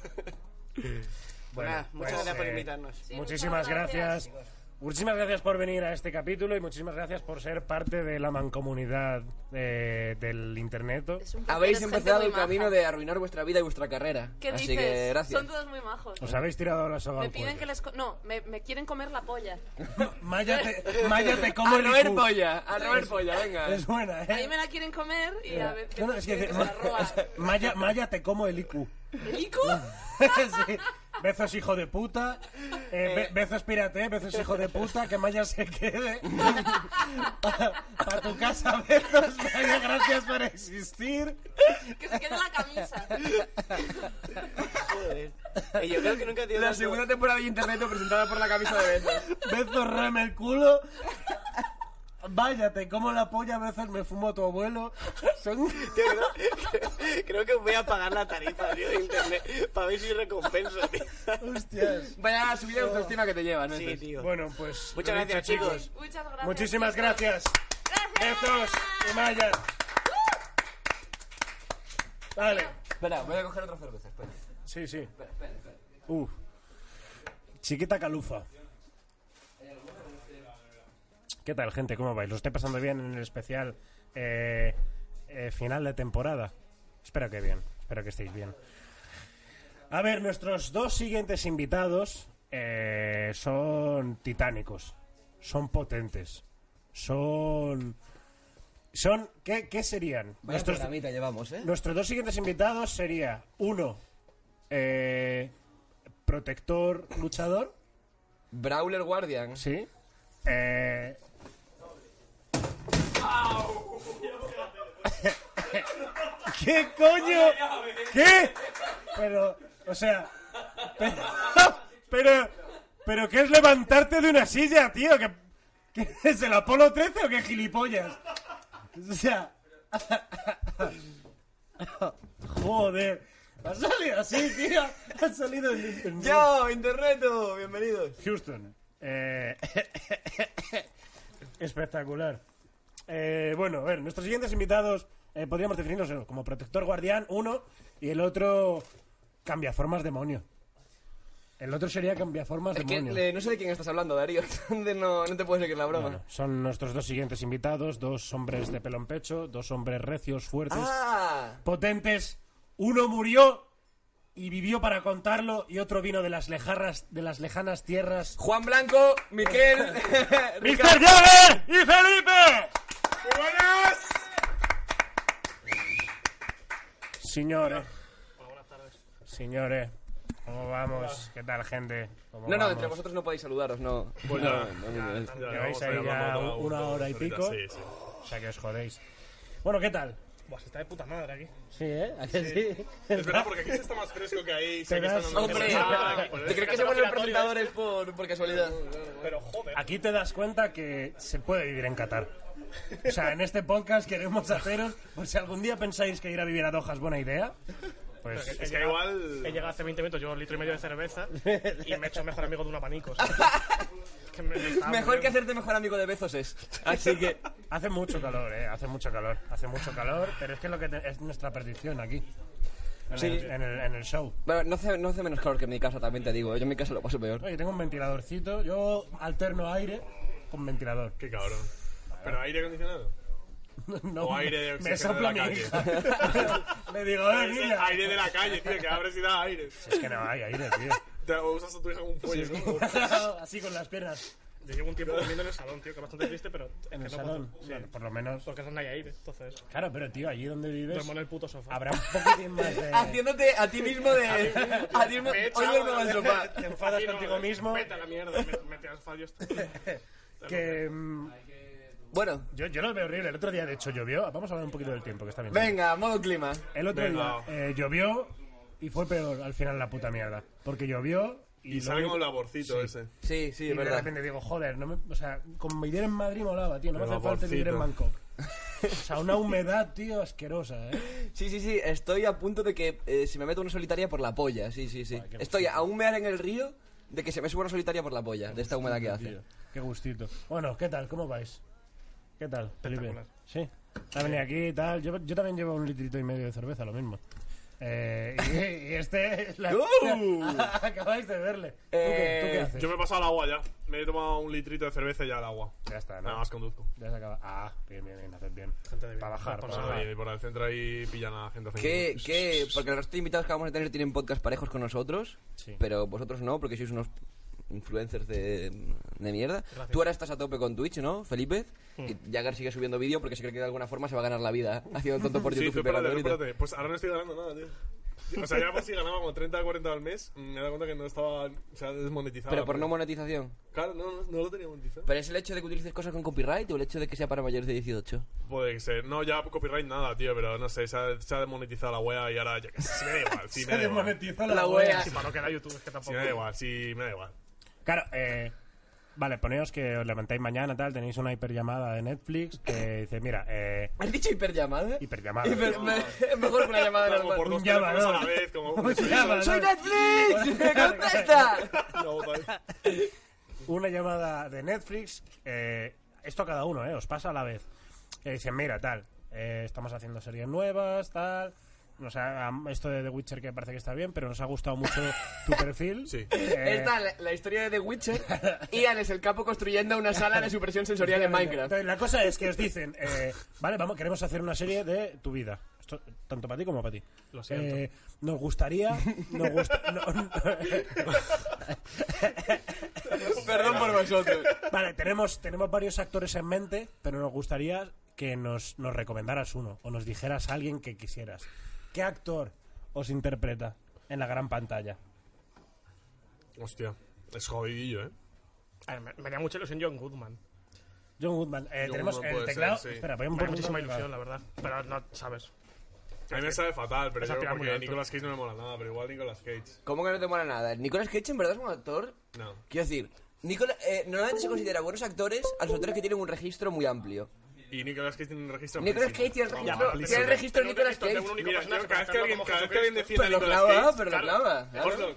Speaker 1: Bueno,
Speaker 7: Nada, muchas
Speaker 1: pues,
Speaker 7: gracias por
Speaker 1: eh,
Speaker 7: invitarnos.
Speaker 1: Muchísimas
Speaker 8: muchas
Speaker 1: gracias. Muchísimas gracias por venir a este capítulo y muchísimas gracias por ser parte de la mancomunidad eh, del interneto.
Speaker 8: Es un placer,
Speaker 2: Habéis
Speaker 8: es gente
Speaker 2: empezado
Speaker 8: muy
Speaker 2: el
Speaker 8: maja.
Speaker 2: camino de arruinar vuestra vida y vuestra carrera.
Speaker 8: ¿Qué
Speaker 2: Así
Speaker 8: dices?
Speaker 2: que gracias.
Speaker 8: Son todos muy majos.
Speaker 1: Os habéis tirado la soga
Speaker 8: Me
Speaker 1: al
Speaker 8: piden
Speaker 1: cuello.
Speaker 8: que les... co- No, me, me quieren comer la polla.
Speaker 1: Maya te, Maya te como
Speaker 2: A
Speaker 1: el
Speaker 2: roer
Speaker 1: IQ.
Speaker 2: polla, a roer polla, venga.
Speaker 1: Es buena,
Speaker 8: A mí
Speaker 1: ¿eh?
Speaker 8: me la quieren comer y a ver...
Speaker 1: No, no, es que
Speaker 8: se la roba.
Speaker 1: Maya, Maya te como el IQ.
Speaker 8: ¿El Ico?
Speaker 1: Sí. Bezos hijo de puta, eh, Be- Bezos pirate, Bezos hijo de puta, que Maya se quede. Para tu casa, Bezos, Maya, gracias por existir.
Speaker 8: Que se quede la camisa.
Speaker 7: Joder. Eh, Yo creo que nunca he tenido
Speaker 2: La
Speaker 7: tanto-
Speaker 2: segunda temporada de Interneto presentada por la camisa de Beto.
Speaker 1: Bezos rame el culo. Váyate, como la polla, veces me fumo a tu abuelo. Son...
Speaker 7: Tío, creo, creo que voy a pagar la tarifa, tío, de internet. Para ver si recompenso, tío.
Speaker 1: Hostias.
Speaker 2: Vaya a subir de autoestima que te llevan, ¿no?
Speaker 7: Sí, tío.
Speaker 1: Bueno, pues.
Speaker 7: Muchas
Speaker 1: lo dicho,
Speaker 7: gracias, chicos.
Speaker 8: Muchas gracias.
Speaker 1: Muchísimas gracias.
Speaker 8: Gracias.
Speaker 1: Bezos y Maya. Vale.
Speaker 2: Espera, voy a coger otra cerveza, espera.
Speaker 1: Sí, sí. Uf. Chiquita Calufa. ¿Qué tal, gente? ¿Cómo vais? ¿Lo estoy pasando bien en el especial eh, eh, final de temporada? Espero que bien. Espero que estéis bien. A ver, nuestros dos siguientes invitados eh, son titánicos. Son potentes. Son... Son... ¿Qué, qué serían?
Speaker 2: Vaya programita llevamos, ¿eh?
Speaker 1: Nuestros dos siguientes invitados sería uno, eh, protector luchador,
Speaker 2: Brawler Guardian.
Speaker 1: sí. Eh, ¿Qué coño? ¿Qué? Pero, o sea, pero, pero, pero ¿qué es levantarte de una silla, tío? ¿Que, que es el Apolo 13 o qué gilipollas? O sea, joder. Ha salido así, tío. Ha salido el
Speaker 2: ¡Yo, Interneto! Bienvenidos.
Speaker 1: Houston. Eh, Espectacular. Eh, bueno, a ver, nuestros siguientes invitados eh, podríamos definirnos eh, como protector guardián, uno, y el otro cambia formas demonio. El otro sería cambiaformas
Speaker 2: Es que
Speaker 1: demonio.
Speaker 2: le- no sé de quién estás hablando, Darío. Entonces no, no te puedes seguir la broma.
Speaker 1: Bueno, son nuestros dos siguientes invitados, dos hombres de pelo en pecho, dos hombres recios, fuertes,
Speaker 2: ¡Ah!
Speaker 1: potentes. Uno murió y vivió para contarlo y otro vino de las lejarras, de las lejanas tierras.
Speaker 2: Juan Blanco, Miquel,
Speaker 1: Mr. Jagger y Felipe.
Speaker 3: ¡Buenas!
Speaker 1: Señores. Señores, ¿cómo vamos? ¿Qué tal, gente? ¿Cómo
Speaker 2: No, no,
Speaker 1: vamos?
Speaker 2: entre vosotros no podéis saludaros, no.
Speaker 1: Bueno,
Speaker 2: No, no, no, no.
Speaker 1: Lleváis ahí ya una hora y pico. O sea que os jodéis. Bueno, ¿qué tal?
Speaker 10: Buah, se está de puta madre aquí.
Speaker 1: Sí, ¿eh? ¿A que sí?
Speaker 10: Es verdad,
Speaker 1: porque
Speaker 10: aquí se está más fresco que ahí.
Speaker 1: sé que están dando
Speaker 2: Hombre,
Speaker 3: Ah,
Speaker 2: ¿te crees que se
Speaker 3: ¿eh?
Speaker 2: vuelven presentadores por, por casualidad?
Speaker 10: Pero joder.
Speaker 1: Aquí te das cuenta que se puede vivir en Qatar. O sea, en este podcast queremos haceros, por si algún día pensáis que ir a vivir a Doha es buena idea, pues...
Speaker 10: es que igual. He llegado hace 20 minutos, llevo un litro y medio de cerveza y me he hecho mejor amigo de un abanico. ¿sabes? Es que me- me estaba
Speaker 2: Mejor que
Speaker 10: muriendo.
Speaker 2: hacerte mejor amigo de Bezos es. Así que.
Speaker 1: Hace mucho calor, eh, hace mucho calor, hace mucho calor, pero es que es lo que te- es nuestra perdición aquí, en,
Speaker 2: Sí.
Speaker 1: el, en el- en el show.
Speaker 2: Bueno, no hace, no hace menos calor que en mi casa, también te digo. ¿eh? Yo en mi casa lo paso peor.
Speaker 1: Oye, tengo un ventiladorcito, yo alterno aire con ventilador.
Speaker 3: Qué cabrón. ¿Pero aire acondicionado?
Speaker 1: No,
Speaker 3: o aire de
Speaker 1: me
Speaker 3: oxígeno de
Speaker 1: sopla
Speaker 3: la
Speaker 1: mi
Speaker 3: calle.
Speaker 1: hija. Le digo, eh,
Speaker 3: Ese
Speaker 1: niña.
Speaker 3: Aire de la calle, tío, que abres y da aire.
Speaker 1: Es que no hay aire, tío.
Speaker 3: Te usas a tu hija como un pollo, ¿no?
Speaker 1: Así con las piernas.
Speaker 10: Yo llevo un tiempo comiendo en el salón, tío, que es bastante triste, pero. es
Speaker 1: En
Speaker 10: que
Speaker 1: el
Speaker 10: no
Speaker 1: salón.
Speaker 10: puedo-
Speaker 1: Bueno,
Speaker 10: Sí.
Speaker 1: por lo menos.
Speaker 10: Porque eso no hay aire, entonces.
Speaker 1: Claro, pero tío, allí donde vives.
Speaker 10: Duermo en el puto sofá.
Speaker 1: Habrá un poquitín más de.
Speaker 2: Haciéndote a ti mismo de. A ti mismo.
Speaker 10: Me he
Speaker 2: Hoy
Speaker 10: echado,
Speaker 2: duermo en el
Speaker 10: ¿no?
Speaker 2: sofá.
Speaker 1: Te enfadas
Speaker 10: Aquí no, eh,
Speaker 1: contigo mismo.
Speaker 10: Vete a la mierda, me, me tiras fallos.
Speaker 1: Que. mm,
Speaker 2: Bueno,
Speaker 1: Yo, yo lo veo horrible. El otro día, de hecho, llovió. Vamos a hablar un poquito del tiempo, que está bien.
Speaker 2: venga, modo clima.
Speaker 1: El otro
Speaker 3: Venga.
Speaker 1: día eh, llovió y fue peor al final la puta mierda. Porque llovió y.
Speaker 3: Y sale
Speaker 1: luego-
Speaker 3: como el laborcito ese.
Speaker 2: Sí, sí,
Speaker 1: y
Speaker 2: es
Speaker 1: de
Speaker 2: verdad.
Speaker 1: repente digo, joder, no me, o sea, como vivir en Madrid molaba, tío, no me
Speaker 3: El
Speaker 1: hace falta vivir en
Speaker 3: vaporcito.
Speaker 1: Bangkok. O sea, una humedad, tío, asquerosa, ¿eh?
Speaker 2: Sí, sí, sí, estoy a punto de que eh, si me meto una solitaria por la polla, sí, sí, sí. Estoy a un mear en el río de que se me suba una solitaria por la polla, de esta humedad que hace.
Speaker 1: Tío, qué gustito. Bueno, ¿qué tal? ¿Cómo vais? ¿Qué tal, Felipe?
Speaker 10: Espectacular.
Speaker 1: Sí. Ha venido aquí y tal. Yo, yo también llevo un litrito y medio de cerveza, lo mismo. Eh, y, y este... la-
Speaker 2: ¡Uh!
Speaker 1: Acabáis de verle. ¿Tú, qué,
Speaker 2: Eh,
Speaker 1: tú qué haces?
Speaker 3: Yo me he pasado al agua ya. Me he tomado un litrito de cerveza y ya al agua.
Speaker 1: Ya está, ¿no?
Speaker 3: Nada más conduzco.
Speaker 1: Ya se acaba. Ah, bien, bien, bien. Haces bien.
Speaker 10: Gente de bien.
Speaker 1: Para bajar, para
Speaker 3: Nada,
Speaker 1: bajar.
Speaker 3: y por el centro ahí pillan a la gente haciendo-
Speaker 2: ¿Qué, qué? Porque el resto de invitados que vamos a tener tienen podcast parejos con nosotros,
Speaker 1: Sí.
Speaker 2: pero vosotros no, porque sois unos influencers de, de mierda. Tú ahora estás a tope con Twitch, ¿no, Felipe? Y Jagger sigue subiendo vídeo porque se cree que de alguna forma se va a ganar la vida haciendo el tonto por
Speaker 3: Sí,
Speaker 2: YouTube
Speaker 3: tú
Speaker 2: y pegando
Speaker 3: espérate, tú
Speaker 2: gritos.
Speaker 3: espérate. Pues ahora no estoy ganando nada, tío. O sea, ya por si ganaba como 30 o 40 al mes, mm, me he dado cuenta que no estaba o sea, desmonetizado.
Speaker 2: Pero por no monetización.
Speaker 3: Claro, no, no, no lo tenía monetizado.
Speaker 2: ¿Pero es el hecho de que utilices cosas con copyright o el hecho de que sea para mayores de 18?
Speaker 3: Puede ser. No, ya copyright nada, tío, pero no sé, se ha, se ha desmonetizado la wea y ahora ya que sí me da igual, sí me da igual.
Speaker 1: Desmonetizó
Speaker 2: La wea.
Speaker 10: Si para no quedar YouTube, es que
Speaker 3: Sí
Speaker 10: tampoco.
Speaker 3: me da igual, sí me da igual.
Speaker 1: Claro, eh, vale, poneos que os levantáis mañana, tal, tenéis una hiperllamada de Netflix que dice, mira, eh,
Speaker 2: ¿Has dicho hiperllamada?
Speaker 1: hiperllamada.
Speaker 2: Hiper- me- mejor que una llamada
Speaker 3: Como por
Speaker 2: normal.
Speaker 3: dos
Speaker 1: Un llama,
Speaker 3: teléfonos
Speaker 1: ¿no?
Speaker 3: a la vez, como
Speaker 1: Un llama, ¿no?
Speaker 2: ¡Soy Netflix! ¡Me contesta!
Speaker 3: No, vale.
Speaker 1: una llamada de Netflix. eh, esto a cada uno, ¿eh? Os pasa a la vez. Que dicen, mira, tal, eh, estamos haciendo series nuevas, tal. Nos ha- am- esto de The Witcher que parece que está bien, pero nos ha gustado mucho tu perfil.
Speaker 3: Sí.
Speaker 1: Eh,
Speaker 2: Está la, la historia de The Witcher. Ian es el capo construyendo una sala de supresión sensorial en Minecraft.
Speaker 1: Entonces, la cosa es que os dicen, eh, vale, vamos, queremos hacer una serie de tu vida. Esto, tanto para ti como para ti.
Speaker 10: Lo siento.
Speaker 1: Eh, nos gustaría. Nos gusta- no- no-
Speaker 2: Perdón por vosotros.
Speaker 1: vale, tenemos, tenemos varios actores en mente, pero nos gustaría que nos, nos recomendaras uno o nos dijeras a alguien que quisieras. ¿Qué actor os interpreta en la gran pantalla?
Speaker 3: Hostia, es jodidillo, ¿eh?
Speaker 10: A ver, me, me haría mucha ilusión John Goodman.
Speaker 1: John Woodman. Eh,
Speaker 3: John
Speaker 1: tenemos
Speaker 3: Goodman
Speaker 1: el
Speaker 3: puede
Speaker 1: teclado.
Speaker 3: ser, sí.
Speaker 1: Espera, voy a
Speaker 10: Me
Speaker 1: un
Speaker 10: haría
Speaker 1: poco
Speaker 10: muchísima ilusión, la verdad. Pero no, sabes.
Speaker 3: A mí me sabe em fatal, pero
Speaker 10: Esa
Speaker 3: yo
Speaker 10: pila muy
Speaker 3: porque
Speaker 10: alto.
Speaker 3: Nicolas Cage no me mola nada, pero igual Nicolas Cage.
Speaker 2: ¿Cómo que no te mola nada? Nicolas Cage en verdad es un actor.
Speaker 3: No.
Speaker 2: Quiero decir, Nicolas, eh, normalmente se considera buenos actores a los actores que tienen un registro muy amplio.
Speaker 3: Y Y Nicolas Cage tiene un registro.
Speaker 2: Nicolas
Speaker 3: pésimo.
Speaker 2: Cage tiene el
Speaker 3: Vamos,
Speaker 2: registro-
Speaker 3: malísimo.
Speaker 2: tiene el registro
Speaker 3: Pero
Speaker 2: Nicolas
Speaker 3: tengo un
Speaker 2: Cage.
Speaker 3: único
Speaker 2: Mira,
Speaker 3: personaje,
Speaker 2: cada vez que
Speaker 3: hacerlo
Speaker 2: alguien-
Speaker 3: como
Speaker 2: cada vez que
Speaker 3: Jesucristo.
Speaker 2: alguien defiende a
Speaker 3: Pero
Speaker 2: Nicolas
Speaker 3: lo clava,
Speaker 2: Cage,
Speaker 3: pero lo
Speaker 2: claro.
Speaker 3: clava, claro.
Speaker 2: Oslo.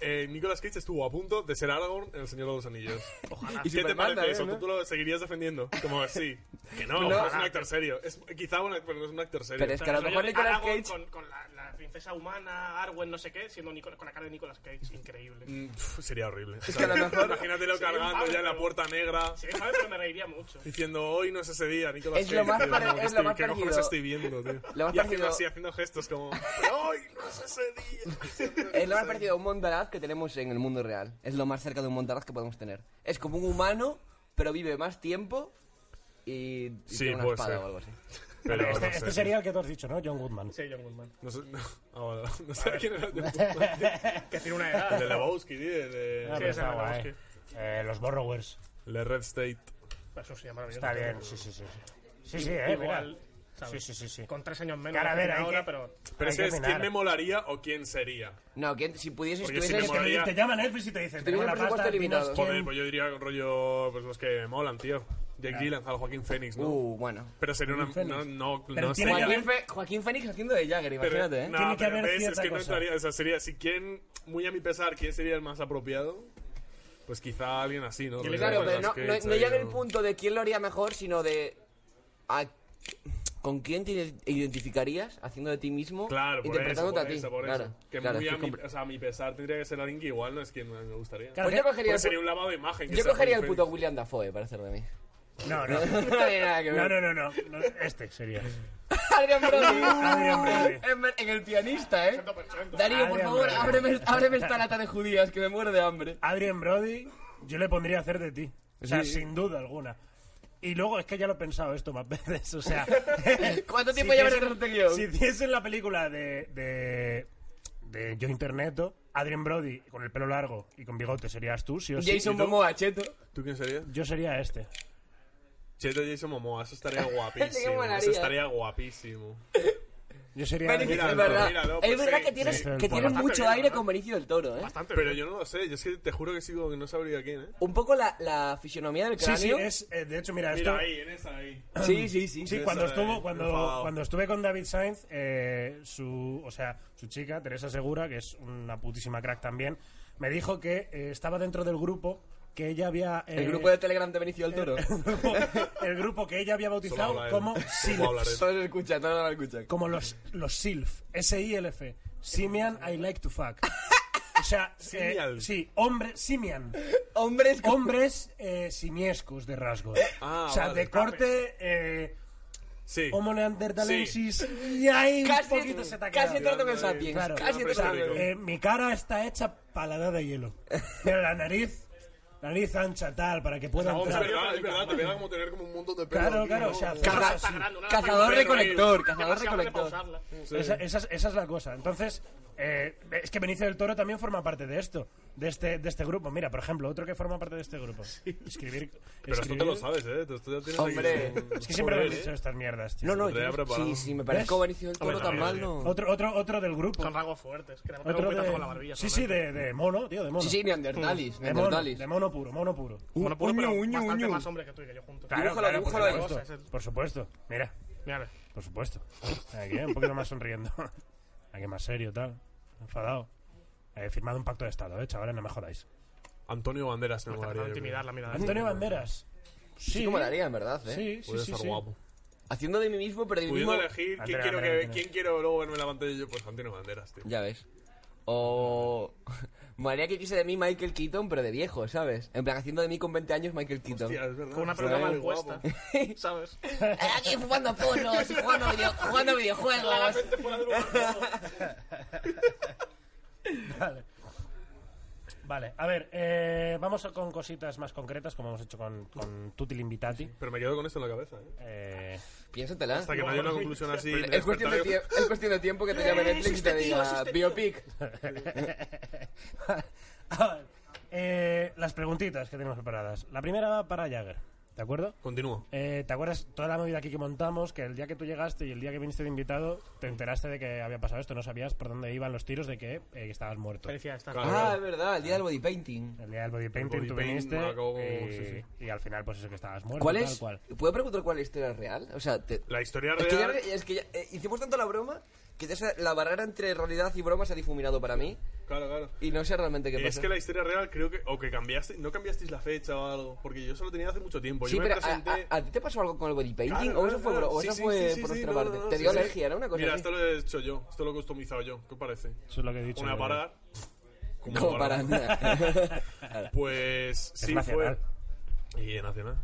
Speaker 3: Eh, Nicolas Cage estuvo a punto de ser Aragorn en El Señor de los Anillos. Ojalá.
Speaker 2: Y
Speaker 3: ¿Qué te parece
Speaker 2: Superman también,
Speaker 3: eso?
Speaker 2: ¿no?
Speaker 3: ¿Tú, tú lo seguirías defendiendo? Como, sí. Que no,
Speaker 2: No.
Speaker 3: no es un actor serio. Es, quizá un actor, pero no es un actor serio.
Speaker 2: Pero es que a lo mejor Nicolas
Speaker 10: Aragorn
Speaker 2: Cage-
Speaker 10: Con, con la, la princesa humana, Arwen, no sé qué, siendo Nicolas- con la cara de Nicolas Cage, increíble.
Speaker 3: Mm, pf, sería horrible.
Speaker 10: Es que a lo mejor-
Speaker 3: Imagínatelo
Speaker 10: Sería
Speaker 3: cargando
Speaker 10: infame,
Speaker 3: ya en la
Speaker 10: pero-
Speaker 3: puerta negra.
Speaker 10: Sí, joder, pero me reiría mucho.
Speaker 3: Diciendo, hoy no es ese día, Nicolas
Speaker 10: Es
Speaker 3: Cage.
Speaker 10: lo más
Speaker 3: tío,
Speaker 10: pare-
Speaker 3: como que
Speaker 10: es lo
Speaker 3: estoy-
Speaker 10: más
Speaker 3: ¿Qué cojones
Speaker 2: parecido-
Speaker 3: estoy viendo, tío?
Speaker 2: Lo más
Speaker 3: y haciendo
Speaker 2: parecido-
Speaker 3: así, haciendo gestos como... ¡Ay, no es ese día!
Speaker 2: Es lo más parecido a un montaraz que tenemos en el mundo real. Es lo más cerca de un montaraz que podemos tener. Es como un humano, pero vive más tiempo y, y tiene una
Speaker 3: puede
Speaker 2: espada
Speaker 3: ser.
Speaker 2: o algo así.
Speaker 3: Pero
Speaker 1: Vale, este,
Speaker 3: no sé.
Speaker 1: este sería el que tú has dicho, ¿no? John Goodman.
Speaker 10: Sí, John Goodman.
Speaker 3: No sé, no, ah, vale, no sé quién era.
Speaker 10: que tiene una edad.
Speaker 3: El de Lebowski, tío. el De...
Speaker 1: Ah, pero está guay. Eh, los Borrowers.
Speaker 3: Le Red State.
Speaker 10: Eso sería maravilloso.
Speaker 1: Está bien, sí, sí, sí. Sí, sí, eh,
Speaker 10: Igual,
Speaker 1: mira.
Speaker 10: ¿sabes?
Speaker 1: Sí, sí, sí, sí.
Speaker 10: Con tres años menos.
Speaker 1: Cara, a ver,
Speaker 10: que
Speaker 1: hay
Speaker 10: ahora,
Speaker 1: que-
Speaker 10: pero...
Speaker 3: Pero
Speaker 1: Hay
Speaker 3: ese
Speaker 1: que
Speaker 3: es quién
Speaker 1: opinar.
Speaker 3: me molaría o quién sería.
Speaker 2: No, que si pudieses
Speaker 3: Porque si
Speaker 2: tuvieses
Speaker 3: me
Speaker 2: que-
Speaker 3: molaría-
Speaker 1: Te llama Netflix y te dicen,
Speaker 2: Si
Speaker 1: tengo
Speaker 2: tuviera
Speaker 1: la
Speaker 2: presupuesto
Speaker 1: pasta,
Speaker 2: limitado.
Speaker 1: dinos
Speaker 3: Joder,
Speaker 1: quién...
Speaker 3: pues yo diría rollo, pues los que molan, tío. Jake Gyllenhaal, Joaquín Phoenix, ¿no?
Speaker 2: Uh, bueno.
Speaker 3: Pero sería una...
Speaker 2: Joaquín
Speaker 3: No,
Speaker 2: Phoenix.
Speaker 3: no,
Speaker 2: Pero
Speaker 3: no
Speaker 2: tiene
Speaker 3: sería-
Speaker 2: Joaquín, Fe- Joaquín Fénix haciendo de Jagger,
Speaker 3: Pero-
Speaker 2: imagínate, ¿eh?
Speaker 3: no,
Speaker 1: Tiene que
Speaker 3: pero
Speaker 1: haber
Speaker 3: ves,
Speaker 1: cierta
Speaker 3: es que no
Speaker 1: cosa.
Speaker 3: entraría- o sea, sería, si quién, muy a mi pesar, quién sería el más apropiado, pues quizá alguien así, ¿no? Rollo
Speaker 2: Claro, pero
Speaker 3: Nicolas
Speaker 2: no, no,
Speaker 3: Cage,
Speaker 2: no
Speaker 3: ahí,
Speaker 2: llega
Speaker 3: ¿no?
Speaker 2: el punto de quién lo haría mejor, sino de... a- ¿Con quién te ide- identificarías haciendo de ti mismo?
Speaker 3: Claro, por eso,
Speaker 2: interpretándote
Speaker 3: por
Speaker 2: a ti.
Speaker 3: eso, por
Speaker 2: claro,
Speaker 3: eso. Que
Speaker 2: claro,
Speaker 3: muy
Speaker 2: es
Speaker 3: a
Speaker 2: que
Speaker 3: mi,
Speaker 2: compre-
Speaker 3: o sea, a mi pesar tendría que ser alguien que igual no es quien me gustaría.
Speaker 2: Claro, Pues yo cogería
Speaker 3: Pues
Speaker 2: el-
Speaker 3: sería un lavado de imagen. que
Speaker 2: Yo
Speaker 3: sea
Speaker 2: cogería el
Speaker 3: Joaquín
Speaker 2: puto William Dafoe para hacer de mí.
Speaker 1: No, no.
Speaker 2: No tiene nada que
Speaker 1: No,
Speaker 2: ver.
Speaker 1: no, no, no. no, Este sería.
Speaker 2: Adrián Brody.
Speaker 1: Adrián Brody.
Speaker 2: En, ver- en el pianista, ¿eh? Darío,
Speaker 1: Adrián
Speaker 2: por favor,
Speaker 1: Brody.
Speaker 2: ábreme, ábreme esta lata de judías que me muero de hambre.
Speaker 1: Adrian Brody, yo le pondría a hacer de ti. O sea,
Speaker 2: Sí.
Speaker 1: sin duda alguna. Y luego, es que ya lo he pensado esto más veces, o sea...
Speaker 2: ¿Cuánto
Speaker 1: si
Speaker 2: tiempo llevas
Speaker 1: hiciesen-
Speaker 2: en este guión?
Speaker 1: Si hiciesen la película de... de... de Yo Interneto, Adrian Brody con el pelo largo y con bigote serías tú, sí o sí.
Speaker 2: Jason
Speaker 1: ¿Y tú?
Speaker 2: Momoa, cheto.
Speaker 3: Phoenix. ¿Tú quién serías?
Speaker 1: Yo sería este.
Speaker 3: Cheto Jason Momoa, eso estaría
Speaker 2: Sí, qué
Speaker 3: guapísimo.
Speaker 2: molaría.
Speaker 3: eso estaría guapísimo.
Speaker 1: Yo sería...
Speaker 2: Benny-
Speaker 3: míralo,
Speaker 2: es verdad,
Speaker 3: míralo,
Speaker 2: es
Speaker 3: pues
Speaker 2: verdad
Speaker 3: sí,
Speaker 2: que tienes,
Speaker 1: sí.
Speaker 2: que
Speaker 1: Pues
Speaker 2: tienes
Speaker 1: bastante
Speaker 2: mucho
Speaker 1: bien,
Speaker 2: aire con Benicio del Toro, ¿eh?
Speaker 3: Pero yo no lo sé, yo es que te juro que sigo que no sabría quién, ¿eh?
Speaker 2: Un poco la, la fisionomía del
Speaker 1: Sí,
Speaker 2: cráneo.
Speaker 1: sí, es... eh, de hecho, mira, esto...
Speaker 3: Mira ahí, en esa ahí.
Speaker 2: sí, sí, sí.
Speaker 1: Sí,
Speaker 3: Esa
Speaker 1: cuando
Speaker 3: de-
Speaker 1: estuvo, cuando,
Speaker 3: enfadado.
Speaker 1: cuando estuve con David Sainz, eh, su, o sea, su chica, Teresa Segura, que es una putísima crack también, me dijo que eh, estaba dentro del grupo que ella había... eh,
Speaker 2: El grupo de Telegram de Benicio del Toro.
Speaker 1: el grupo- el grupo que ella había
Speaker 3: Solo
Speaker 1: bautizado
Speaker 3: habla él.
Speaker 1: como
Speaker 3: Solo habla él.
Speaker 1: SILF.
Speaker 2: Todo lo escucha, todo lo escucha.
Speaker 1: Como los, los SILF. S-I-L-F. Simian I like to fuck. O sea, eh,
Speaker 3: Simial.
Speaker 1: sí, hombre, simian.
Speaker 2: Hombres con-
Speaker 1: Hombres eh, simiescos de rasgos.
Speaker 3: Ah,
Speaker 1: o sea,
Speaker 3: vale.
Speaker 1: de corte... eh,
Speaker 3: Sí.
Speaker 1: Homo neanderthalensis y ahí
Speaker 2: Casi-
Speaker 1: un poquito se te ha
Speaker 2: casi
Speaker 1: quedado.
Speaker 2: entrando en sapiens,
Speaker 1: Claro.
Speaker 2: casi
Speaker 1: O sea,
Speaker 2: entrando en-
Speaker 1: eh, mi cara está hecha palada de hielo. Pero la nariz, la nariz ancha tal, para que pueda
Speaker 3: Es
Speaker 1: entrar.
Speaker 3: verdad, es verdad, te pega como tener como un montón de pelo.
Speaker 1: Claro,
Speaker 3: aquí,
Speaker 1: claro,
Speaker 3: ¿no?
Speaker 1: o sea,
Speaker 2: Caza-
Speaker 1: cosas así.
Speaker 2: cazador recolector, cazador
Speaker 10: Demasiado de
Speaker 2: recolector.
Speaker 10: pausarla.
Speaker 3: Sí.
Speaker 1: Esa, esa es- esa es la cosa. Entonces, eh, es que Benicio del Toro también forma parte de esto, de este, de este grupo. Mira, por ejemplo, otro que forma parte de este grupo. Escribir.
Speaker 3: Pero esto te
Speaker 1: escribir-
Speaker 3: lo sabes, ¿eh? Tú- tú ya tienes
Speaker 2: Hombre.
Speaker 3: aquí un-
Speaker 1: Es que siempre me
Speaker 3: Joder,
Speaker 1: han dicho
Speaker 3: ¿eh?
Speaker 1: estas mierdas, tío.
Speaker 2: No, no,
Speaker 3: Lo tenía
Speaker 2: yo,
Speaker 3: preparado.
Speaker 2: sí, sí, me parezco
Speaker 1: ¿Ves?
Speaker 2: Benicio del
Speaker 1: Hombre,
Speaker 2: Toro tan
Speaker 1: también,
Speaker 2: mal,
Speaker 1: tío.
Speaker 2: no.
Speaker 1: Otro, otro, otro del grupo.
Speaker 10: Son rasgos fuertes. Que te meten un
Speaker 1: Otro
Speaker 10: puñetazo
Speaker 1: de...
Speaker 10: con la barbilla.
Speaker 1: Sí, sí,
Speaker 10: solamente.
Speaker 1: de, de mono, tío, de mono.
Speaker 2: Sí, sí, neandertalis,
Speaker 1: De mono,
Speaker 2: neandertalis.
Speaker 1: de mono puro, mono puro.
Speaker 10: Bueno, puro, pero
Speaker 2: Uño, uño,
Speaker 10: bastante
Speaker 2: uño.
Speaker 10: más hombre que tú y que yo juntos.
Speaker 2: Dibújalo,
Speaker 1: por
Speaker 2: dibújalo ahí.
Speaker 1: supuesto. Por supuesto, mira,
Speaker 10: Mira,
Speaker 1: por supuesto. Aquí, un poquito más sonriendo. Aquí más serio, tal. Enfadado. He firmado un pacto de Estado, eh, chavales, no me jodáis.
Speaker 3: Antonio Banderas me
Speaker 10: me está
Speaker 3: molaría. yo
Speaker 10: tratando de este.
Speaker 3: creo.
Speaker 10: intimidar la mirada.
Speaker 1: Antonio Banderas.
Speaker 2: Sí,
Speaker 1: Sí,
Speaker 2: como la haría, en verdad, ¿eh?
Speaker 1: sí, sí,
Speaker 3: Puede
Speaker 1: sí,
Speaker 3: estar
Speaker 1: sí.
Speaker 3: guapo.
Speaker 2: Haciendo de mí mismo, pero de mí mismo...
Speaker 3: Pudiendo elegir quién
Speaker 1: Antonio
Speaker 3: quiero,
Speaker 1: Banderas,
Speaker 3: que,
Speaker 1: ¿quién es?
Speaker 3: quién quiero luego verme en la pantalla, yo pues Antonio Banderas, tío.
Speaker 2: Ya ves. O... Me haría que quise de mí Michael Keaton, pero de viejo, ¿sabes? En plan, haciendo de mí con 20 años Michael Keaton.
Speaker 3: Hostia, es verdad.
Speaker 10: Con una
Speaker 3: Está
Speaker 10: peluca mal
Speaker 3: muy guapo.
Speaker 10: puesta. ¿Sabes?
Speaker 2: Eh, Aquí jugando polos y jugando, video- jugando videojuegos.
Speaker 1: Vale. Vale, a ver, eh, vamos con cositas más concretas, como hemos hecho con, con Tutil Invitati.
Speaker 3: Pero me quedo con esto en la cabeza, ¿eh?
Speaker 1: Eh,
Speaker 2: Piénsatela.
Speaker 3: Hasta que no haya una conclusión así. Eh, me
Speaker 2: Es cuestión, de
Speaker 3: despertaré-
Speaker 2: tie- es cuestión de tiempo que te llame Netflix y te diga biopic.
Speaker 1: A ver, eh, las preguntitas que tenemos preparadas. La primera va para Jagger. ¿De acuerdo?
Speaker 3: Continúo.
Speaker 1: Eh, ¿Te acuerdas toda la movida aquí que montamos? Que el día que tú llegaste y el día que viniste de invitado, te enteraste de que había pasado esto. No sabías por dónde iban los tiros de que eh, estabas muerto.
Speaker 2: Ah, es verdad, el día del body painting.
Speaker 1: El día del body painting
Speaker 2: Ah, body
Speaker 1: tú
Speaker 2: paint,
Speaker 1: viniste eh,
Speaker 2: bueno, acabó-
Speaker 1: y,
Speaker 2: sí,
Speaker 1: y al final pues eso que estabas muerto.
Speaker 2: ¿Cuál
Speaker 1: tal
Speaker 2: es?
Speaker 1: cual.
Speaker 2: ¿Puedo preguntar cuál es la historia real? O sea, te-
Speaker 3: La historia
Speaker 2: es que ya,
Speaker 3: real.
Speaker 2: es que ya- eh, hicimos tanto la broma que ya se- la barrera entre realidad y broma se ha difuminado para mí.
Speaker 3: Claro, claro.
Speaker 2: Y no sé realmente qué pasa.
Speaker 3: Es que la historia real creo que... O que cambiaste... No cambiasteis la fecha o algo. Porque yo solo tenía hace mucho tiempo.
Speaker 2: Sí,
Speaker 3: pues yo me
Speaker 2: pero a-
Speaker 3: presenté...
Speaker 2: a, a ti te pasó algo con el body painting?
Speaker 3: Claro,
Speaker 2: ¿O
Speaker 3: claro,
Speaker 2: eso fue,
Speaker 3: claro.
Speaker 2: o
Speaker 3: Sí,
Speaker 2: eso
Speaker 3: sí,
Speaker 2: fue
Speaker 3: sí, sí,
Speaker 2: por
Speaker 3: sí,
Speaker 2: otra
Speaker 3: no, no,
Speaker 2: parte?
Speaker 3: no,
Speaker 2: ¿Te
Speaker 3: sí,
Speaker 2: dio
Speaker 3: sí.
Speaker 2: alergia? ¿Era una cosa
Speaker 3: Mira,
Speaker 2: así?
Speaker 3: esto lo he hecho yo. Esto lo he customizado yo. ¿Qué os parece?
Speaker 1: Eso es lo que he dicho
Speaker 3: Una
Speaker 1: yo.
Speaker 3: parar.
Speaker 2: Como para nada.
Speaker 3: pues
Speaker 1: Es
Speaker 3: sí,
Speaker 1: nacional.
Speaker 3: fue. Y nacional.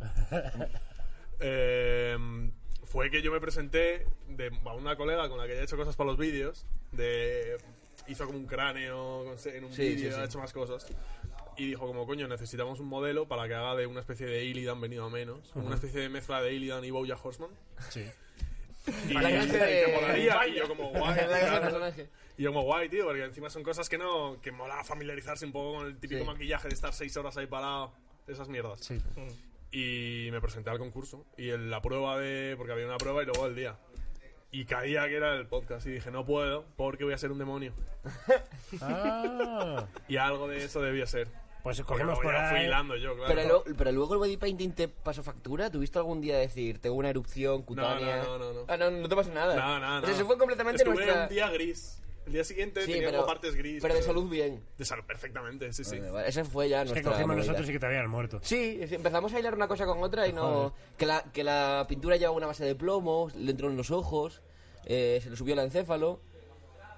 Speaker 3: Em, fue que yo me presenté de, a una colega con la que ya he hecho cosas para los vídeos. De, hizo como un cráneo con- en un
Speaker 2: Sí,
Speaker 3: vídeo,
Speaker 2: sí, sí.
Speaker 3: ha hecho más cosas. Y dijo como, coño, necesitamos un modelo para que haga de una especie de Illidan venido a menos. como Una
Speaker 1: Ujú.
Speaker 3: especie de mezcla de Illidan y Bowja Horseman.
Speaker 1: Sí.
Speaker 3: Y,
Speaker 2: La clase de-
Speaker 3: que molaría, y yo como guay.
Speaker 2: La clase de
Speaker 3: claro.
Speaker 2: personaje.
Speaker 3: Y yo como guay, tío, porque encima son cosas que no... Que mola familiarizarse un poco con el típico
Speaker 2: Sí.
Speaker 3: maquillaje de estar seis horas ahí parado. Esas mierdas. Y me presenté al concurso. Y en la prueba de... Porque había una prueba y luego el día. Y caía que era el podcast. Y dije, no puedo porque voy a ser un demonio.
Speaker 1: Ah.
Speaker 3: Y algo de eso debía ser.
Speaker 1: Pues
Speaker 3: Porque
Speaker 1: cogemos
Speaker 3: lo
Speaker 1: por
Speaker 3: ya fui
Speaker 1: ahí.
Speaker 3: hilando yo, claro.
Speaker 2: Pero, lo- pero luego el body painting te pasó factura. ¿Tuviste algún día decir, tengo una erupción cutánea?
Speaker 3: No, no, no, no.
Speaker 2: Ah, no, no te pasó nada.
Speaker 3: Nada, nada,
Speaker 2: O sea,
Speaker 3: nada.
Speaker 2: eso fue completamente
Speaker 3: Estuve
Speaker 2: nuestra...
Speaker 3: un día gris. El día siguiente
Speaker 2: Sí,
Speaker 3: tenía
Speaker 2: pero-
Speaker 3: como partes gris.
Speaker 2: pero de salud bien.
Speaker 3: De salud perfectamente, sí, sí.
Speaker 2: Vale, vale, Ese fue ya
Speaker 1: Es que
Speaker 2: nuestra
Speaker 1: cogimos
Speaker 2: movida.
Speaker 1: nosotros y que te habían muerto.
Speaker 2: Sí, es- empezamos a hilar una cosa con otra y no... Que la, que la pintura llevaba una base de plomo, le entró en los ojos, eh, se le subió el encéfalo.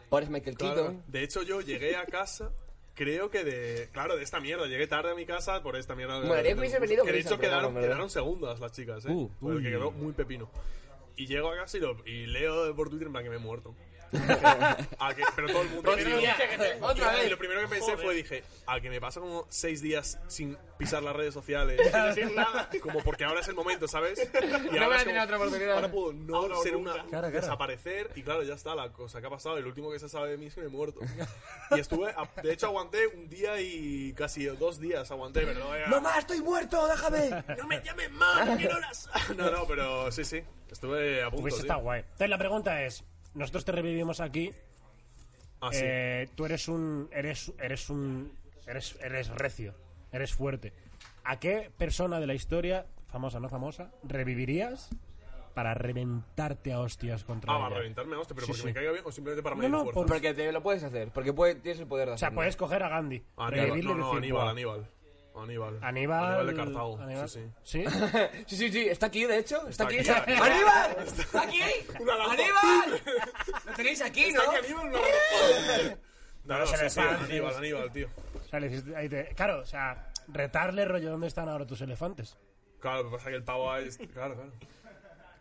Speaker 2: Ahora es Michael
Speaker 3: Claro.
Speaker 2: Keaton.
Speaker 3: De hecho, yo llegué a casa, creo que de. Claro, de esta mierda. Llegué tarde a mi casa por esta mierda. de-
Speaker 2: Molaría
Speaker 3: de-
Speaker 2: que hubiese pues, venido
Speaker 3: Que de
Speaker 2: Gris al
Speaker 3: hecho quedaron,
Speaker 2: programa, ¿verdad?
Speaker 3: quedaron segundas las chicas, ¿eh?
Speaker 2: Uh,
Speaker 3: porque
Speaker 2: uy.
Speaker 3: quedó muy pepino. Y llego a casa y, lo- y leo por Twitter en plan que me he muerto. A que- pero todo el mundo.
Speaker 2: Otra
Speaker 3: Pero-
Speaker 2: vez. Otra
Speaker 3: Y
Speaker 2: vez.
Speaker 3: lo primero que pensé
Speaker 2: Joder.
Speaker 3: fue: dije, a que me pasa como seis días sin pisar las redes sociales.
Speaker 2: Sin decir
Speaker 3: nada. Como porque ahora es el momento, ¿sabes?
Speaker 2: voy a
Speaker 3: ahora es
Speaker 2: tener
Speaker 3: como,
Speaker 2: otra oportunidad.
Speaker 3: Ahora puedo no
Speaker 2: Ahora o
Speaker 3: ser
Speaker 2: nunca.
Speaker 3: una.
Speaker 2: Claro, claro.
Speaker 3: Desaparecer. Y claro, ya está la cosa que ha pasado. El último que se sabe de mí es que me he muerto. Y estuve. a- De hecho, aguanté un día y casi dos días aguanté, pero no era-
Speaker 2: ¡Mamá, estoy muerto! ¡Déjame!
Speaker 1: Pues
Speaker 3: ¡No me llames más! ¡No quiero las... No, no, pero sí, sí. Estuve a punto.
Speaker 1: Hubiese
Speaker 3: tío.
Speaker 1: estado Pues guay. Entonces la pregunta es, nosotros te revivimos aquí.
Speaker 3: Ah, sí.
Speaker 1: Eh, tú eres un eres eres un eres eres recio, eres fuerte. ¿A qué persona de la historia, famosa o no famosa, revivirías para reventarte a hostias contra
Speaker 3: Ah,
Speaker 1: ella?
Speaker 3: para reventarme, hostia, pero
Speaker 1: Sí,
Speaker 3: porque
Speaker 1: sí.
Speaker 3: me caiga bien o simplemente para
Speaker 1: No,
Speaker 3: medir
Speaker 1: no,
Speaker 3: fuerza.
Speaker 1: por-
Speaker 2: Porque te lo puedes hacer, porque puede- tienes el poder de
Speaker 1: O sea,
Speaker 2: hacerlo.
Speaker 1: puedes coger a Gandhi,
Speaker 3: Ah, Aníbal,
Speaker 1: revivirle
Speaker 3: no,
Speaker 1: y
Speaker 3: no,
Speaker 1: decir,
Speaker 3: Aníbal,
Speaker 1: "Buah".
Speaker 3: Aníbal. Aníbal.
Speaker 1: Aníbal-
Speaker 3: de Cartago.
Speaker 1: Aníbal-
Speaker 3: Sí,
Speaker 1: sí.
Speaker 2: sí, sí, sí. Está aquí, de hecho. Está,
Speaker 3: Está
Speaker 2: aquí.
Speaker 3: aquí,
Speaker 2: está-
Speaker 3: Aníbal.
Speaker 2: ¡Aníbal! ¡Está aquí!
Speaker 3: Una lanza.
Speaker 2: ¡Aníbal! Lo tenéis aquí, ¿no?
Speaker 3: Está aquí Aníbal, una lanza. No, no,
Speaker 1: se
Speaker 3: sí,
Speaker 1: le
Speaker 3: sí,
Speaker 1: pasa.
Speaker 3: Aníbal, Aníbal, tío.
Speaker 1: O sea, le hiciste- ahí te- claro, o sea, retarle rollo dónde están ahora tus elefantes.
Speaker 3: Claro, lo que pasa es que el pavo ahí... es- Claro, claro.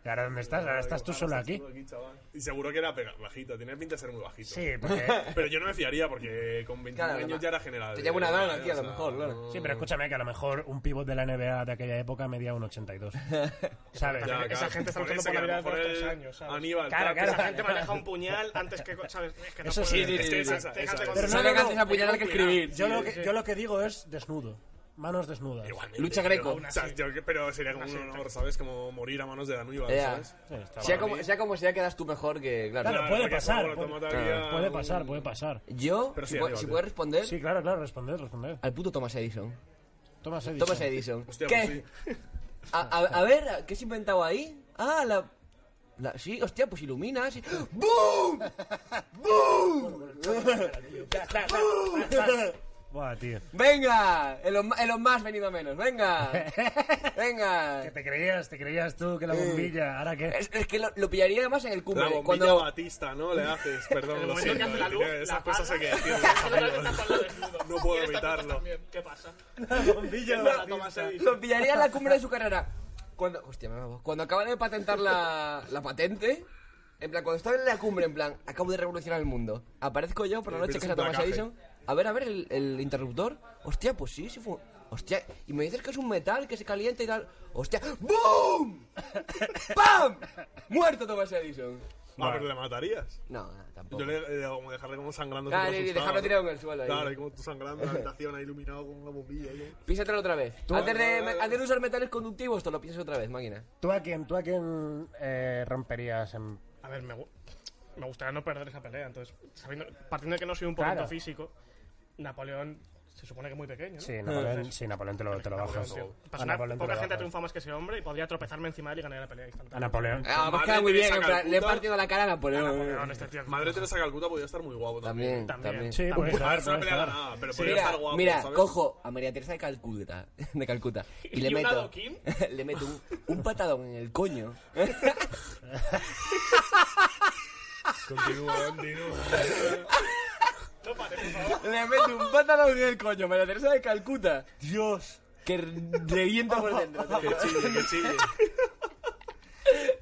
Speaker 1: ¿Y ahora dónde estás? Ahora estás tú
Speaker 3: Ahora
Speaker 1: solo
Speaker 3: estás
Speaker 1: aquí.
Speaker 3: tú chaval. Y seguro que era pega- bajito. Tenía pinta de ser muy bajito.
Speaker 1: Sí, porque-
Speaker 3: Pero yo no me fiaría porque con 21
Speaker 2: Claro,
Speaker 3: años ya era general.
Speaker 2: Te
Speaker 3: de-
Speaker 2: llevo una dana,
Speaker 3: ¿eh?
Speaker 2: tío,
Speaker 3: O
Speaker 2: a lo
Speaker 3: sea,
Speaker 2: mejor, claro.
Speaker 1: Sí, pero escúchame que a lo mejor un pivot de la NBA de aquella época medía un 82. ¿Sabes?
Speaker 3: Ya,
Speaker 10: Esa
Speaker 3: claro,
Speaker 10: gente está
Speaker 3: por
Speaker 10: luchando
Speaker 3: ese
Speaker 10: por la
Speaker 3: que a
Speaker 10: vida
Speaker 3: lo
Speaker 10: de dos
Speaker 3: mejor
Speaker 10: tres
Speaker 3: el
Speaker 10: años, ¿sabes?
Speaker 3: Aníbal,
Speaker 10: claro,
Speaker 3: claro,
Speaker 10: claro. Esa
Speaker 3: claro.
Speaker 10: gente maneja un puñal antes que, co- ¿sabes? Es que no
Speaker 1: Eso sí. Sí,
Speaker 10: puedes-
Speaker 1: sí, sí,
Speaker 10: Déjate-
Speaker 1: sí, sí.
Speaker 10: déjate
Speaker 1: Pero
Speaker 10: con-
Speaker 1: no,
Speaker 2: No
Speaker 1: no,
Speaker 2: me
Speaker 1: no.
Speaker 2: cantes apuñalar que escribir.
Speaker 1: Yo lo, que, yo lo que digo es desnudo. Manos desnudas.
Speaker 2: Lucha greco.
Speaker 3: O sea, yo- pero sería como un honor, ¿sabes? Como morir a manos de Aníbal,
Speaker 2: Ya.
Speaker 3: ¿sabes?
Speaker 2: Sea como, sea como sea, quedas tú mejor que... Claro,
Speaker 1: Claro, puede
Speaker 3: porque
Speaker 1: pasar.
Speaker 3: luego lo
Speaker 1: puede-
Speaker 3: tomaría
Speaker 1: claro, Puede
Speaker 3: un-
Speaker 1: pasar, puede pasar.
Speaker 2: Yo,
Speaker 3: Pero
Speaker 2: si,
Speaker 3: sí,
Speaker 2: pu-
Speaker 3: Aníbal,
Speaker 2: si
Speaker 3: tío.
Speaker 2: puedes responder
Speaker 1: Sí, claro, claro, responder, responder.
Speaker 2: al puto Thomas Edison.
Speaker 1: Thomas Edison.
Speaker 2: Thomas Edison.
Speaker 3: Hostia, pues
Speaker 2: ¿Qué? A, a- a ver, ¿qué se inventaba ahí? Ah, la... la- sí, hostia, pues ilumina. sí. ¡Boom! ¡Boom!
Speaker 1: Buah, tío.
Speaker 2: ¡Venga! En los, más venido a menos. ¡Venga! ¡Venga!
Speaker 1: Que te creías, te creías tú que la bombilla. ¿Ahora qué?
Speaker 2: Es, es que lo, lo pillaría además en el
Speaker 3: La
Speaker 2: cumbre.
Speaker 3: bombilla
Speaker 2: cuando...
Speaker 3: Batista, ¿no? Le haces, perdón,
Speaker 10: El
Speaker 3: lo
Speaker 10: momento que
Speaker 3: siento.
Speaker 10: hace la
Speaker 3: eh,
Speaker 10: luz,
Speaker 3: tiene
Speaker 10: la
Speaker 3: esas cosas hay que
Speaker 10: apaga.
Speaker 3: decirlo, amigos. No puedo evitarlo.
Speaker 10: ¿Qué pasa?
Speaker 2: No, Lo pillaría en la cumbre de su carrera. Cuando, hostia, me mamo. Cuando acaban de patentar la, la patente, en plan, cuando estaba en la cumbre, en plan, acabo de revolucionar el mundo. Aparezco yo por la
Speaker 3: Pero
Speaker 2: noche
Speaker 3: es
Speaker 2: que
Speaker 3: un
Speaker 2: se Thomas
Speaker 3: placaje.
Speaker 2: Edison. A ver, a ver, el, el interruptor. Hostia, pues sí, sí fue. Hostia, y me dices que es un metal que se calienta y tal. Hostia, ¡BOOM! ¡PAM! Muerto Thomas Edison.
Speaker 3: Ah, pero le matarías.
Speaker 2: No, no, tampoco.
Speaker 3: Yo le, le hago como dejarle como sangrando.
Speaker 2: Claro,
Speaker 3: súper
Speaker 2: y
Speaker 3: asustado.
Speaker 2: dejarlo tirado en el suelo ahí.
Speaker 3: Claro, y como tú sangrando en la habitación, ahí iluminado con una bombilla. ahí.
Speaker 2: Písatelo otra vez.
Speaker 3: Tú-
Speaker 2: antes, de,
Speaker 3: Vale, vale,
Speaker 2: antes de usar metales conductivos, te lo pisas otra vez, máquina.
Speaker 1: ¿Tú a quién, tú a quién eh, romperías en...
Speaker 10: A ver, me, gu- me gustaría no perder esa pelea. Entonces, sabiendo, partiendo de que no soy un poquito
Speaker 1: Claro.
Speaker 10: físico, Napoleón se supone que es muy pequeño. ¿no?
Speaker 1: Sí, Napoleón,
Speaker 10: Entonces,
Speaker 1: sí, Napoleón te lo, te lo bajas.
Speaker 10: Napoleón, tío.
Speaker 1: A
Speaker 10: Pasa nada,
Speaker 1: Napoleón te
Speaker 10: poca
Speaker 1: lo
Speaker 10: gente ha
Speaker 1: bajas.
Speaker 10: triunfado más que ese hombre y podría tropezarme encima de él y ganar la pelea instantánea.
Speaker 1: A Napoleón.
Speaker 2: Ah, me
Speaker 3: Madre
Speaker 2: ha quedado muy
Speaker 3: Teresa
Speaker 2: bien. en plan, le he
Speaker 3: Calcuta.
Speaker 2: partido la cara a Napoleón.
Speaker 10: este tío es
Speaker 3: Madre Teresa Calcuta podría estar muy guapo también.
Speaker 2: También, también.
Speaker 1: Sí,
Speaker 3: puede estar,
Speaker 1: puede estar.
Speaker 3: nada, pero
Speaker 2: Sí,
Speaker 3: podría
Speaker 2: mira,
Speaker 3: estar guapo,
Speaker 2: mira,
Speaker 3: ¿sabes?
Speaker 2: cojo a María Teresa de Calcuta, de Calcuta y le
Speaker 10: ¿Y un
Speaker 2: meto,
Speaker 10: adoquín?
Speaker 2: le meto un, un patadón en el coño.
Speaker 3: Continúa, continúa.
Speaker 10: No pare, por favor.
Speaker 2: le meto un patadón en el coño, María Teresa de Calcuta,
Speaker 1: Dios.
Speaker 2: que revienta por dentro. te
Speaker 3: Que
Speaker 2: lo-
Speaker 3: chille, que chille.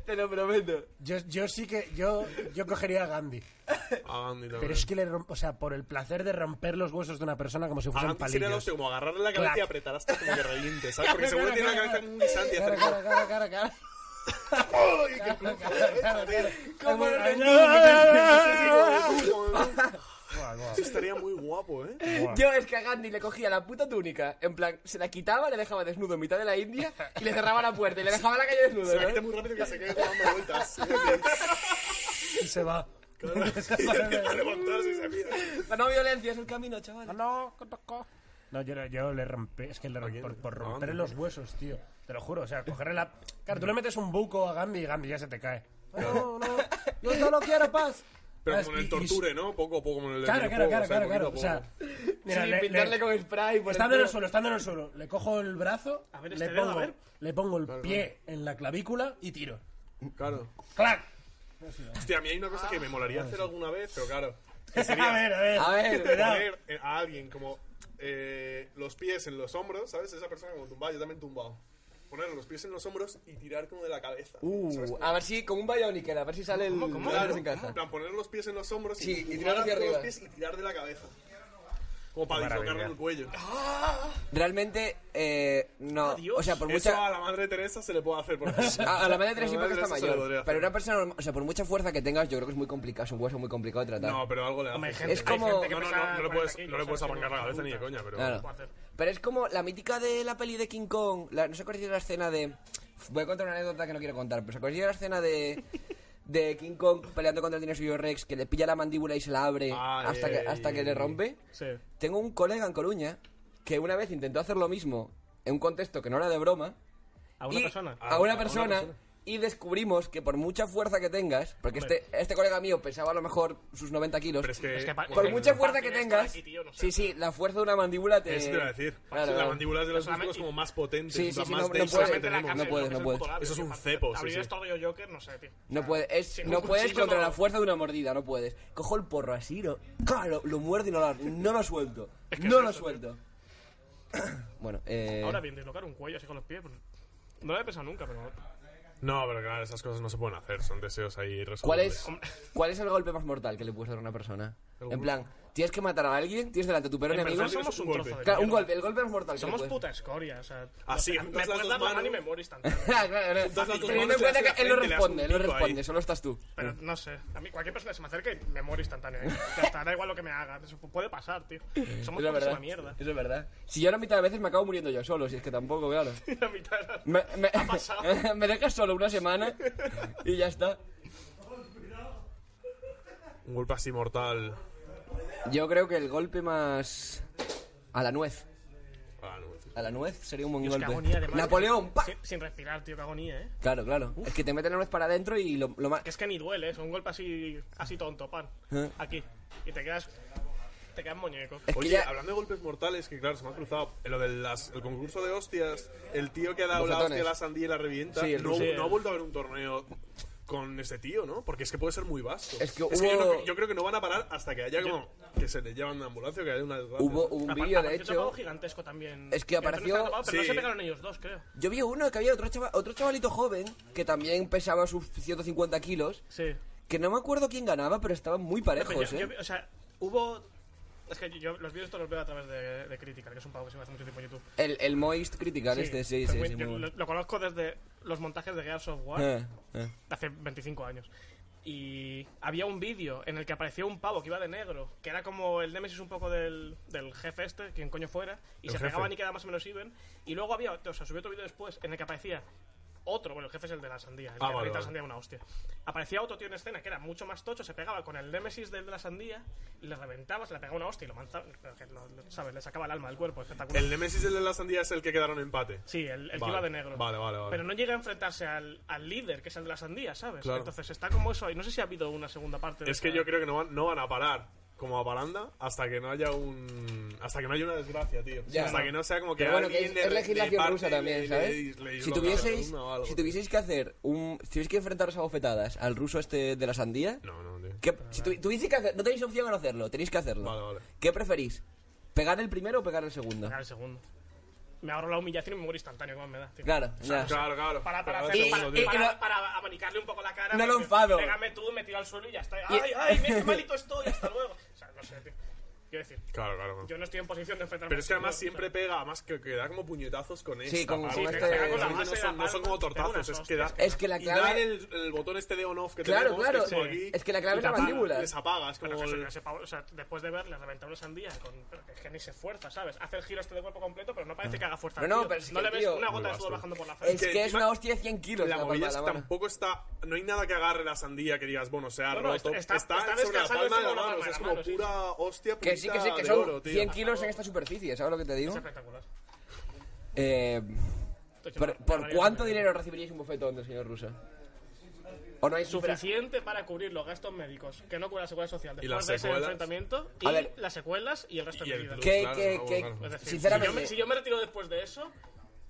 Speaker 2: Te lo prometo.
Speaker 1: Yo, yo sí que... Yo, yo cogería a Gandhi.
Speaker 3: A Gandhi Ah, también.
Speaker 1: Pero es que le romp- O sea, por el placer de romper los huesos de una persona como si
Speaker 3: A
Speaker 1: fuesen
Speaker 3: Gandhi sería lo
Speaker 1: palillos.
Speaker 3: hostia, como agarrarle la cabeza
Speaker 1: Clac.
Speaker 3: y apretar hasta como que reviente, ¿sabes? Porque seguro tiene la cabeza como un guisante y hacer
Speaker 1: Cara,
Speaker 3: como...
Speaker 1: cara, cara, cara, cara.
Speaker 3: ¡Ay, qué
Speaker 1: Cara, cara, cara, cara.
Speaker 2: Como el
Speaker 1: Ay, Buah, buah.
Speaker 3: Eso estaría muy guapo, ¿eh?
Speaker 2: Yo es que a Gandhi le cogía la puta túnica, en plan, se la quitaba, le dejaba desnudo en mitad de la India y le cerraba la puerta y le dejaba en la calle desnudo.
Speaker 3: Se la
Speaker 2: ¿no?
Speaker 3: quita muy rápido que se quede dando vueltas.
Speaker 1: Y se va.
Speaker 3: Y empieza a levantarse y se mira.
Speaker 2: La no violencia es el camino, chaval.
Speaker 1: Ah, No, No, yo, yo le rompí, es que le rompí, por, por romperle los huesos, tío. Te lo juro, o sea, cogerle la... Claro, tú le metes un buco a Gandhi y Gandhi ya se te cae. No, no, yo solo quiero paz.
Speaker 3: Pero
Speaker 1: ¿Sabes?
Speaker 3: como en
Speaker 1: Y-
Speaker 3: el
Speaker 1: y-
Speaker 3: torture, ¿no? Poco a poco, como en el de
Speaker 1: Claro, claro,
Speaker 3: videojuego,
Speaker 1: claro,
Speaker 3: o
Speaker 1: claro,
Speaker 3: sea,
Speaker 1: claro. O
Speaker 3: poquito a
Speaker 1: sea,
Speaker 3: poco.
Speaker 1: mira, le-
Speaker 2: sí,
Speaker 1: le-
Speaker 2: pintarle con spray por el
Speaker 1: Estando en el
Speaker 2: culo.
Speaker 1: suelo, estando en el suelo, le cojo el brazo,
Speaker 10: A ver
Speaker 1: le,
Speaker 10: este dedo,
Speaker 1: pongo,
Speaker 10: a ver.
Speaker 1: le pongo el pie en la clavícula y tiro.
Speaker 3: Claro.
Speaker 1: ¡Clac!
Speaker 3: Hostia, a mí hay una cosa que me molaría hacer alguna vez, pero claro. que
Speaker 1: Ah, A ver, a ver.
Speaker 2: A ver,
Speaker 1: cuidado.
Speaker 3: poner eh, a alguien como eh, los pies en los hombros, ¿sabes? Esa persona como tumbada, yo también tumbado. Poner los pies en los hombros y tirar como de la cabeza. ¿sabes?
Speaker 2: Uh, a ver si, como un Bionicle, a ver si sale el...
Speaker 3: Claro,
Speaker 2: a ver si encaja.
Speaker 3: en plan, poner los pies en los hombros
Speaker 2: Sí, y
Speaker 3: empujar
Speaker 2: tirar hacia
Speaker 3: con los
Speaker 2: arriba.
Speaker 3: pies y tirar de la cabeza. Como para
Speaker 1: Maravilla.
Speaker 3: dislocarle el cuello. ¡Ah!
Speaker 2: Realmente, eh, no. O sea, por
Speaker 3: Eso
Speaker 2: mucha...
Speaker 3: a la madre Teresa se le puede hacer. Porque...
Speaker 2: A, a la madre de tres
Speaker 3: A
Speaker 2: sí
Speaker 3: la
Speaker 2: porque
Speaker 3: madre Teresa
Speaker 2: está
Speaker 3: se le podría
Speaker 2: mayor.
Speaker 3: hacer.
Speaker 2: Pero una persona, normal- o sea, por mucha fuerza que tengas, yo creo que es muy complicado, es un hueso muy complicado de tratar.
Speaker 3: No, pero algo le
Speaker 10: Hombre, hay
Speaker 3: hace.
Speaker 10: gente-
Speaker 2: Es
Speaker 10: hay
Speaker 2: como-
Speaker 10: gente que
Speaker 3: No, no,
Speaker 10: pesa
Speaker 3: no, no le
Speaker 10: 40
Speaker 3: puedes,
Speaker 10: kilos,
Speaker 3: no le puedes
Speaker 10: ¿sabes?
Speaker 3: arrancar la cabeza ni de coña, pero...
Speaker 2: Claro.
Speaker 10: puedo hacer.
Speaker 2: Pero es como la mítica de la peli de King Kong. la- no sé cuál es la escena de. Voy a contar una anécdota que no quiero contar, pero se acordáis de la escena de. De King Kong peleando contra el dinosaurio Rex, que le pilla la mandíbula y se la abre
Speaker 3: Ay.
Speaker 2: hasta, que, hasta
Speaker 3: eh,
Speaker 2: que le rompe.
Speaker 10: Sí.
Speaker 2: Tengo un colega en Coruña que una vez intentó hacer lo mismo en un contexto que no era de broma.
Speaker 10: A una
Speaker 2: y-
Speaker 10: persona.
Speaker 2: A una persona. Y descubrimos que por mucha fuerza que tengas, porque este, este colega mío pesaba a lo mejor sus 90 kilos,
Speaker 3: Pero es que...
Speaker 10: Es que pa-
Speaker 2: por
Speaker 10: Porque
Speaker 2: mucha
Speaker 10: el
Speaker 2: fuerza
Speaker 10: parking
Speaker 2: que
Speaker 10: está
Speaker 2: tengas,
Speaker 10: aquí, tío, no sé.
Speaker 2: sí, sí, la fuerza de una mandíbula te.
Speaker 3: Eso te iba a decir.
Speaker 2: Claro,
Speaker 3: la
Speaker 2: claro.
Speaker 3: mandíbula es de los
Speaker 10: Solamente-
Speaker 3: músculos como más potentes,
Speaker 2: Sí,
Speaker 3: o
Speaker 2: sí,
Speaker 3: sea,
Speaker 2: sí,
Speaker 3: más
Speaker 2: no- no
Speaker 3: densos
Speaker 2: puedes-
Speaker 3: que
Speaker 10: Solamente la
Speaker 3: tenemos.
Speaker 10: cabeza,
Speaker 2: no puedes,
Speaker 10: que
Speaker 2: no
Speaker 10: es
Speaker 2: puedes.
Speaker 10: un puto
Speaker 3: Eso es un
Speaker 10: labio,
Speaker 3: cepo,
Speaker 10: tío.
Speaker 3: sí,
Speaker 10: Abrir
Speaker 3: sí.
Speaker 10: esto rollo Joker, no sé, tío.
Speaker 2: No, puede, es,
Speaker 10: Sin
Speaker 2: no
Speaker 10: un
Speaker 2: puedes
Speaker 10: cuchillo,
Speaker 2: contra
Speaker 10: no.
Speaker 2: la fuerza de una mordida, no puedes. Cojo el porro así, lo, ¡ca! lo, lo muerdo y no lo, no lo suelto.
Speaker 10: que
Speaker 2: no
Speaker 10: es
Speaker 2: lo
Speaker 10: eso,
Speaker 2: suelto. bueno, eh.
Speaker 10: Ahora bien, deslocar un cuello así con los pies. pues, no lo he pensado nunca, pero.
Speaker 3: No, pero claro, esas cosas no se pueden hacer. Son deseos ahí resueltos.
Speaker 2: ¿cuál, es, ¿Cuál es el golpe más mortal que le puedes dar a una persona? En plan, tienes que matar a alguien, tienes delante a tu peor
Speaker 10: En
Speaker 2: enemigo.
Speaker 10: verdad somos un,
Speaker 3: un
Speaker 10: trozo
Speaker 3: golpe.
Speaker 10: de.
Speaker 2: Claro, un
Speaker 10: mierda.
Speaker 2: golpe, el golpe más mortal. que le
Speaker 10: Somos
Speaker 2: puedes- Ah,
Speaker 10: puta escoria, o sea.
Speaker 3: Así,
Speaker 10: no sé,
Speaker 3: juntas
Speaker 10: me
Speaker 3: las
Speaker 10: puedes
Speaker 3: dos
Speaker 10: dar la mano y
Speaker 3: manos.
Speaker 10: me muero instantáneo.
Speaker 2: Claro, claro, claro.
Speaker 3: Entonces, las dos
Speaker 2: Teniendo
Speaker 3: manos
Speaker 2: en cuenta
Speaker 3: hacia
Speaker 2: que él no
Speaker 3: frente, le das un
Speaker 2: responde, él no
Speaker 3: pico ahí.
Speaker 2: responde, solo estás tú.
Speaker 10: Pero no sé, a mí cualquier persona que se me acerque me muero instantáneo. ¿eh? Ya está, da igual lo que me haga. Eso puede pasar, tío. Somos
Speaker 2: Eso es
Speaker 10: una
Speaker 2: verdad.
Speaker 10: mierda.
Speaker 2: Eso es verdad. Si yo la mitad de veces me acabo muriendo yo solo, si es que tampoco, claro.
Speaker 10: La mitad de las-
Speaker 2: Me, me,
Speaker 10: Ha pasado.
Speaker 2: me dejas solo una semana y ya está.
Speaker 3: Un golpe así mortal.
Speaker 2: Yo creo que el golpe más. A la nuez.
Speaker 3: Ah, no, tío.
Speaker 2: A la nuez sería un buen
Speaker 10: Dios, qué
Speaker 2: golpe.
Speaker 10: agonía, además.
Speaker 2: Napoleón, ¡pa!
Speaker 10: Sin, sin respirar, tío, qué agonía, ¿eh?
Speaker 2: Claro, claro. Es que te meten la nuez para adentro y lo, lo más.
Speaker 10: Que es que ni duele, es un golpe así, así tonto, pan.
Speaker 2: ¿Eh?
Speaker 10: Aquí. Y te quedas. Te quedas muñeco.
Speaker 2: Es que
Speaker 3: Oye,
Speaker 2: ya.
Speaker 3: hablando de golpes mortales, que claro, se me ha cruzado. en Lo del las- el concurso de hostias, el tío que ha dado la
Speaker 2: Bofetones.
Speaker 3: hostia a la sandía y la revienta,
Speaker 2: Sí, el
Speaker 3: no,
Speaker 2: ruso.
Speaker 3: no ha vuelto a haber un torneo con ese tío, ¿no? Porque es que puede ser muy vasto.
Speaker 2: Es que
Speaker 3: yo,
Speaker 2: hubo-
Speaker 3: no- yo creo que no van a parar hasta que haya como... Que se le llevan de ambulancia o que haya una... desgracia.
Speaker 2: Hubo hubo un
Speaker 10: Apa-
Speaker 2: vídeo, de
Speaker 10: apareció otro pavo
Speaker 2: hecho.
Speaker 10: gigantesco también.
Speaker 2: Es que
Speaker 10: Esto no está
Speaker 2: apareció-
Speaker 10: grabado, pero no
Speaker 3: Sí.
Speaker 10: se pegaron ellos dos, creo.
Speaker 2: Yo vi uno que había otro, chava- otro chavalito joven que también pesaba sus 150 kilos.
Speaker 10: Sí.
Speaker 2: Que no me acuerdo quién ganaba, pero estaban muy
Speaker 10: Pero
Speaker 2: parejos,
Speaker 10: yo- yo vi-
Speaker 2: ¿eh?
Speaker 10: o sea, hubo. Es que yo los vídeos estos los veo a través de, de Critical, que es un pavo que se me hace mucho tiempo en YouTube.
Speaker 2: El, el Moist Critical, este, sí, sí,
Speaker 10: Penguin,
Speaker 2: sí.
Speaker 10: yo
Speaker 2: muy-
Speaker 10: lo, lo conozco desde los montajes de Gears of War
Speaker 2: Eh, eh.
Speaker 10: de hace 25 años. Y había un vídeo en el que apareció un pavo que iba de negro, que era como el némesis un poco del, del jefe este, quien coño fuera, y
Speaker 3: El
Speaker 10: se
Speaker 3: jefe.
Speaker 10: pegaban y quedaba más o menos even. Y luego había, o sea, subió otro vídeo después en el que aparecía otro, bueno, el jefe es el de la sandía, el
Speaker 3: Ah,
Speaker 10: que
Speaker 3: vale,
Speaker 10: ahorita
Speaker 3: vale.
Speaker 10: la sandía es una hostia. Aparecía otro tío en escena que era mucho más tocho, se pegaba con el némesis del de la sandía, le reventaba, se le pegaba una hostia y lo manzaba, ¿sabes? Le sacaba el alma del cuerpo, espectacular.
Speaker 3: El Nemesis del de la sandía es el que quedaron empate.
Speaker 10: Sí, el, el que
Speaker 3: Vale,
Speaker 10: iba de negro.
Speaker 3: Vale, vale, vale.
Speaker 10: Pero no llega a enfrentarse al, al líder, que es el de la sandía, ¿sabes?
Speaker 3: Claro.
Speaker 10: Entonces está como eso ahí. No sé si ha habido una segunda parte. de
Speaker 3: Es que
Speaker 10: esa-
Speaker 3: yo creo que no van, no van a parar como a Paranda hasta que no haya un hasta que no haya una desgracia, tío.
Speaker 2: Ya.
Speaker 3: Hasta que no sea como que
Speaker 2: Pero bueno, que
Speaker 3: alguien
Speaker 2: es,
Speaker 3: le-
Speaker 2: es
Speaker 3: le
Speaker 2: legislación
Speaker 3: parte
Speaker 2: rusa
Speaker 3: y le-
Speaker 2: también,
Speaker 3: le-
Speaker 2: ¿sabes?
Speaker 3: le- le
Speaker 2: si
Speaker 3: disloca la
Speaker 2: tuvieseis,
Speaker 3: columna o algo.
Speaker 2: si tuvieseis que hacer un, si tuvieseis que enfrentaros a bofetadas al ruso este de la sandía, ¿qué- si tu- tuvieseis que hacer, no tenéis opción a no hacerlo, tenéis que hacerlo. ¿Qué preferís? ¿Pegar el primero o pegar el segundo?
Speaker 10: Pegar el segundo. Me ahorro la humillación y me muero instantáneo, como me da. tío.
Speaker 2: Claro,
Speaker 10: O sea,
Speaker 2: ya. Claro, claro.
Speaker 10: Para, para,
Speaker 2: Claro,
Speaker 10: hacer-
Speaker 2: sí,
Speaker 10: para-
Speaker 2: sí,
Speaker 10: para-
Speaker 2: y no-
Speaker 10: para abanicarle un poco la cara.
Speaker 2: No
Speaker 10: me-
Speaker 2: lo enfado.
Speaker 10: Pégame tú, me tiro al suelo y ya está.
Speaker 2: Y-
Speaker 10: ¡Ay, ay, mira qué malito estoy! Hasta luego. O sea, no sé, tío. Quiero decir,
Speaker 3: Claro, claro.
Speaker 10: yo no estoy en posición de enfrentarme
Speaker 3: Pero es que
Speaker 10: al
Speaker 3: además
Speaker 10: segundo,
Speaker 3: siempre pega, además que, que da como puñetazos con esta.
Speaker 2: con-
Speaker 3: parte.
Speaker 2: con
Speaker 3: que
Speaker 2: este-
Speaker 3: pega con la
Speaker 2: Sí,
Speaker 3: base,
Speaker 2: no
Speaker 3: no,
Speaker 2: son-
Speaker 3: son, no son como tortazos, es que da.
Speaker 2: Es que la
Speaker 3: y
Speaker 2: clave-
Speaker 3: dan el, el botón este de on-off que
Speaker 2: Claro,
Speaker 3: tenemos,
Speaker 2: claro,
Speaker 3: que es como
Speaker 2: sí.
Speaker 3: aquí,
Speaker 2: Es que la clave
Speaker 3: y
Speaker 2: es la
Speaker 3: te apagan,
Speaker 2: mandíbula.
Speaker 3: Les apagas, como
Speaker 10: Pero que eso,
Speaker 3: el-
Speaker 10: que sepa- o sea, después de verle reventar una sandía, con, pero que es que ni se esfuerza, ¿sabes? Hace el giro este de cuerpo completo, pero no parece que haga fuerza.
Speaker 2: Ah. No,
Speaker 10: al
Speaker 2: no,
Speaker 10: tío.
Speaker 2: pero es
Speaker 10: no
Speaker 2: que,
Speaker 10: le ves
Speaker 2: tío,
Speaker 10: una
Speaker 2: muy
Speaker 10: gota de sudor
Speaker 2: vasto.
Speaker 10: bajando por la frente.
Speaker 2: Es que, es una hostia de 100 kilos.
Speaker 3: La
Speaker 2: en
Speaker 3: movida
Speaker 2: palma de
Speaker 3: es
Speaker 2: la
Speaker 3: que
Speaker 2: mano.
Speaker 3: tampoco está. No hay nada que agarre la sandía que digas, bueno, se ha
Speaker 10: No, no,
Speaker 3: roto.
Speaker 10: está- está- está
Speaker 3: hecho una
Speaker 10: descansando
Speaker 3: palma de la
Speaker 10: encima de la
Speaker 3: mano.
Speaker 10: palma
Speaker 3: o sea, es
Speaker 10: de la
Speaker 3: como
Speaker 10: mano, sí.
Speaker 3: pura hostia
Speaker 2: Que sí, que sí,
Speaker 3: puntita
Speaker 2: que
Speaker 3: de
Speaker 2: son
Speaker 3: oro, tío.
Speaker 2: 100 kilos en esta superficie, ¿sabes lo que te digo? Eh, ¿por, por
Speaker 10: ¿eh?
Speaker 2: cuánto dinero recibiríais un bofetón del señor Russo? ¿O no hay supera-
Speaker 10: Suficiente para cubrir los gastos médicos, que no cubra la seguridad social
Speaker 2: ¿Y
Speaker 10: después
Speaker 2: las
Speaker 10: de ese
Speaker 2: secuelas?
Speaker 10: enfrentamiento, y
Speaker 2: A ver.
Speaker 10: las secuelas y el resto de mi vida.
Speaker 2: ¿Qué- qué- qué-
Speaker 10: Es decir,
Speaker 2: sinceramente-
Speaker 10: si yo, me, si yo me retiro después de eso,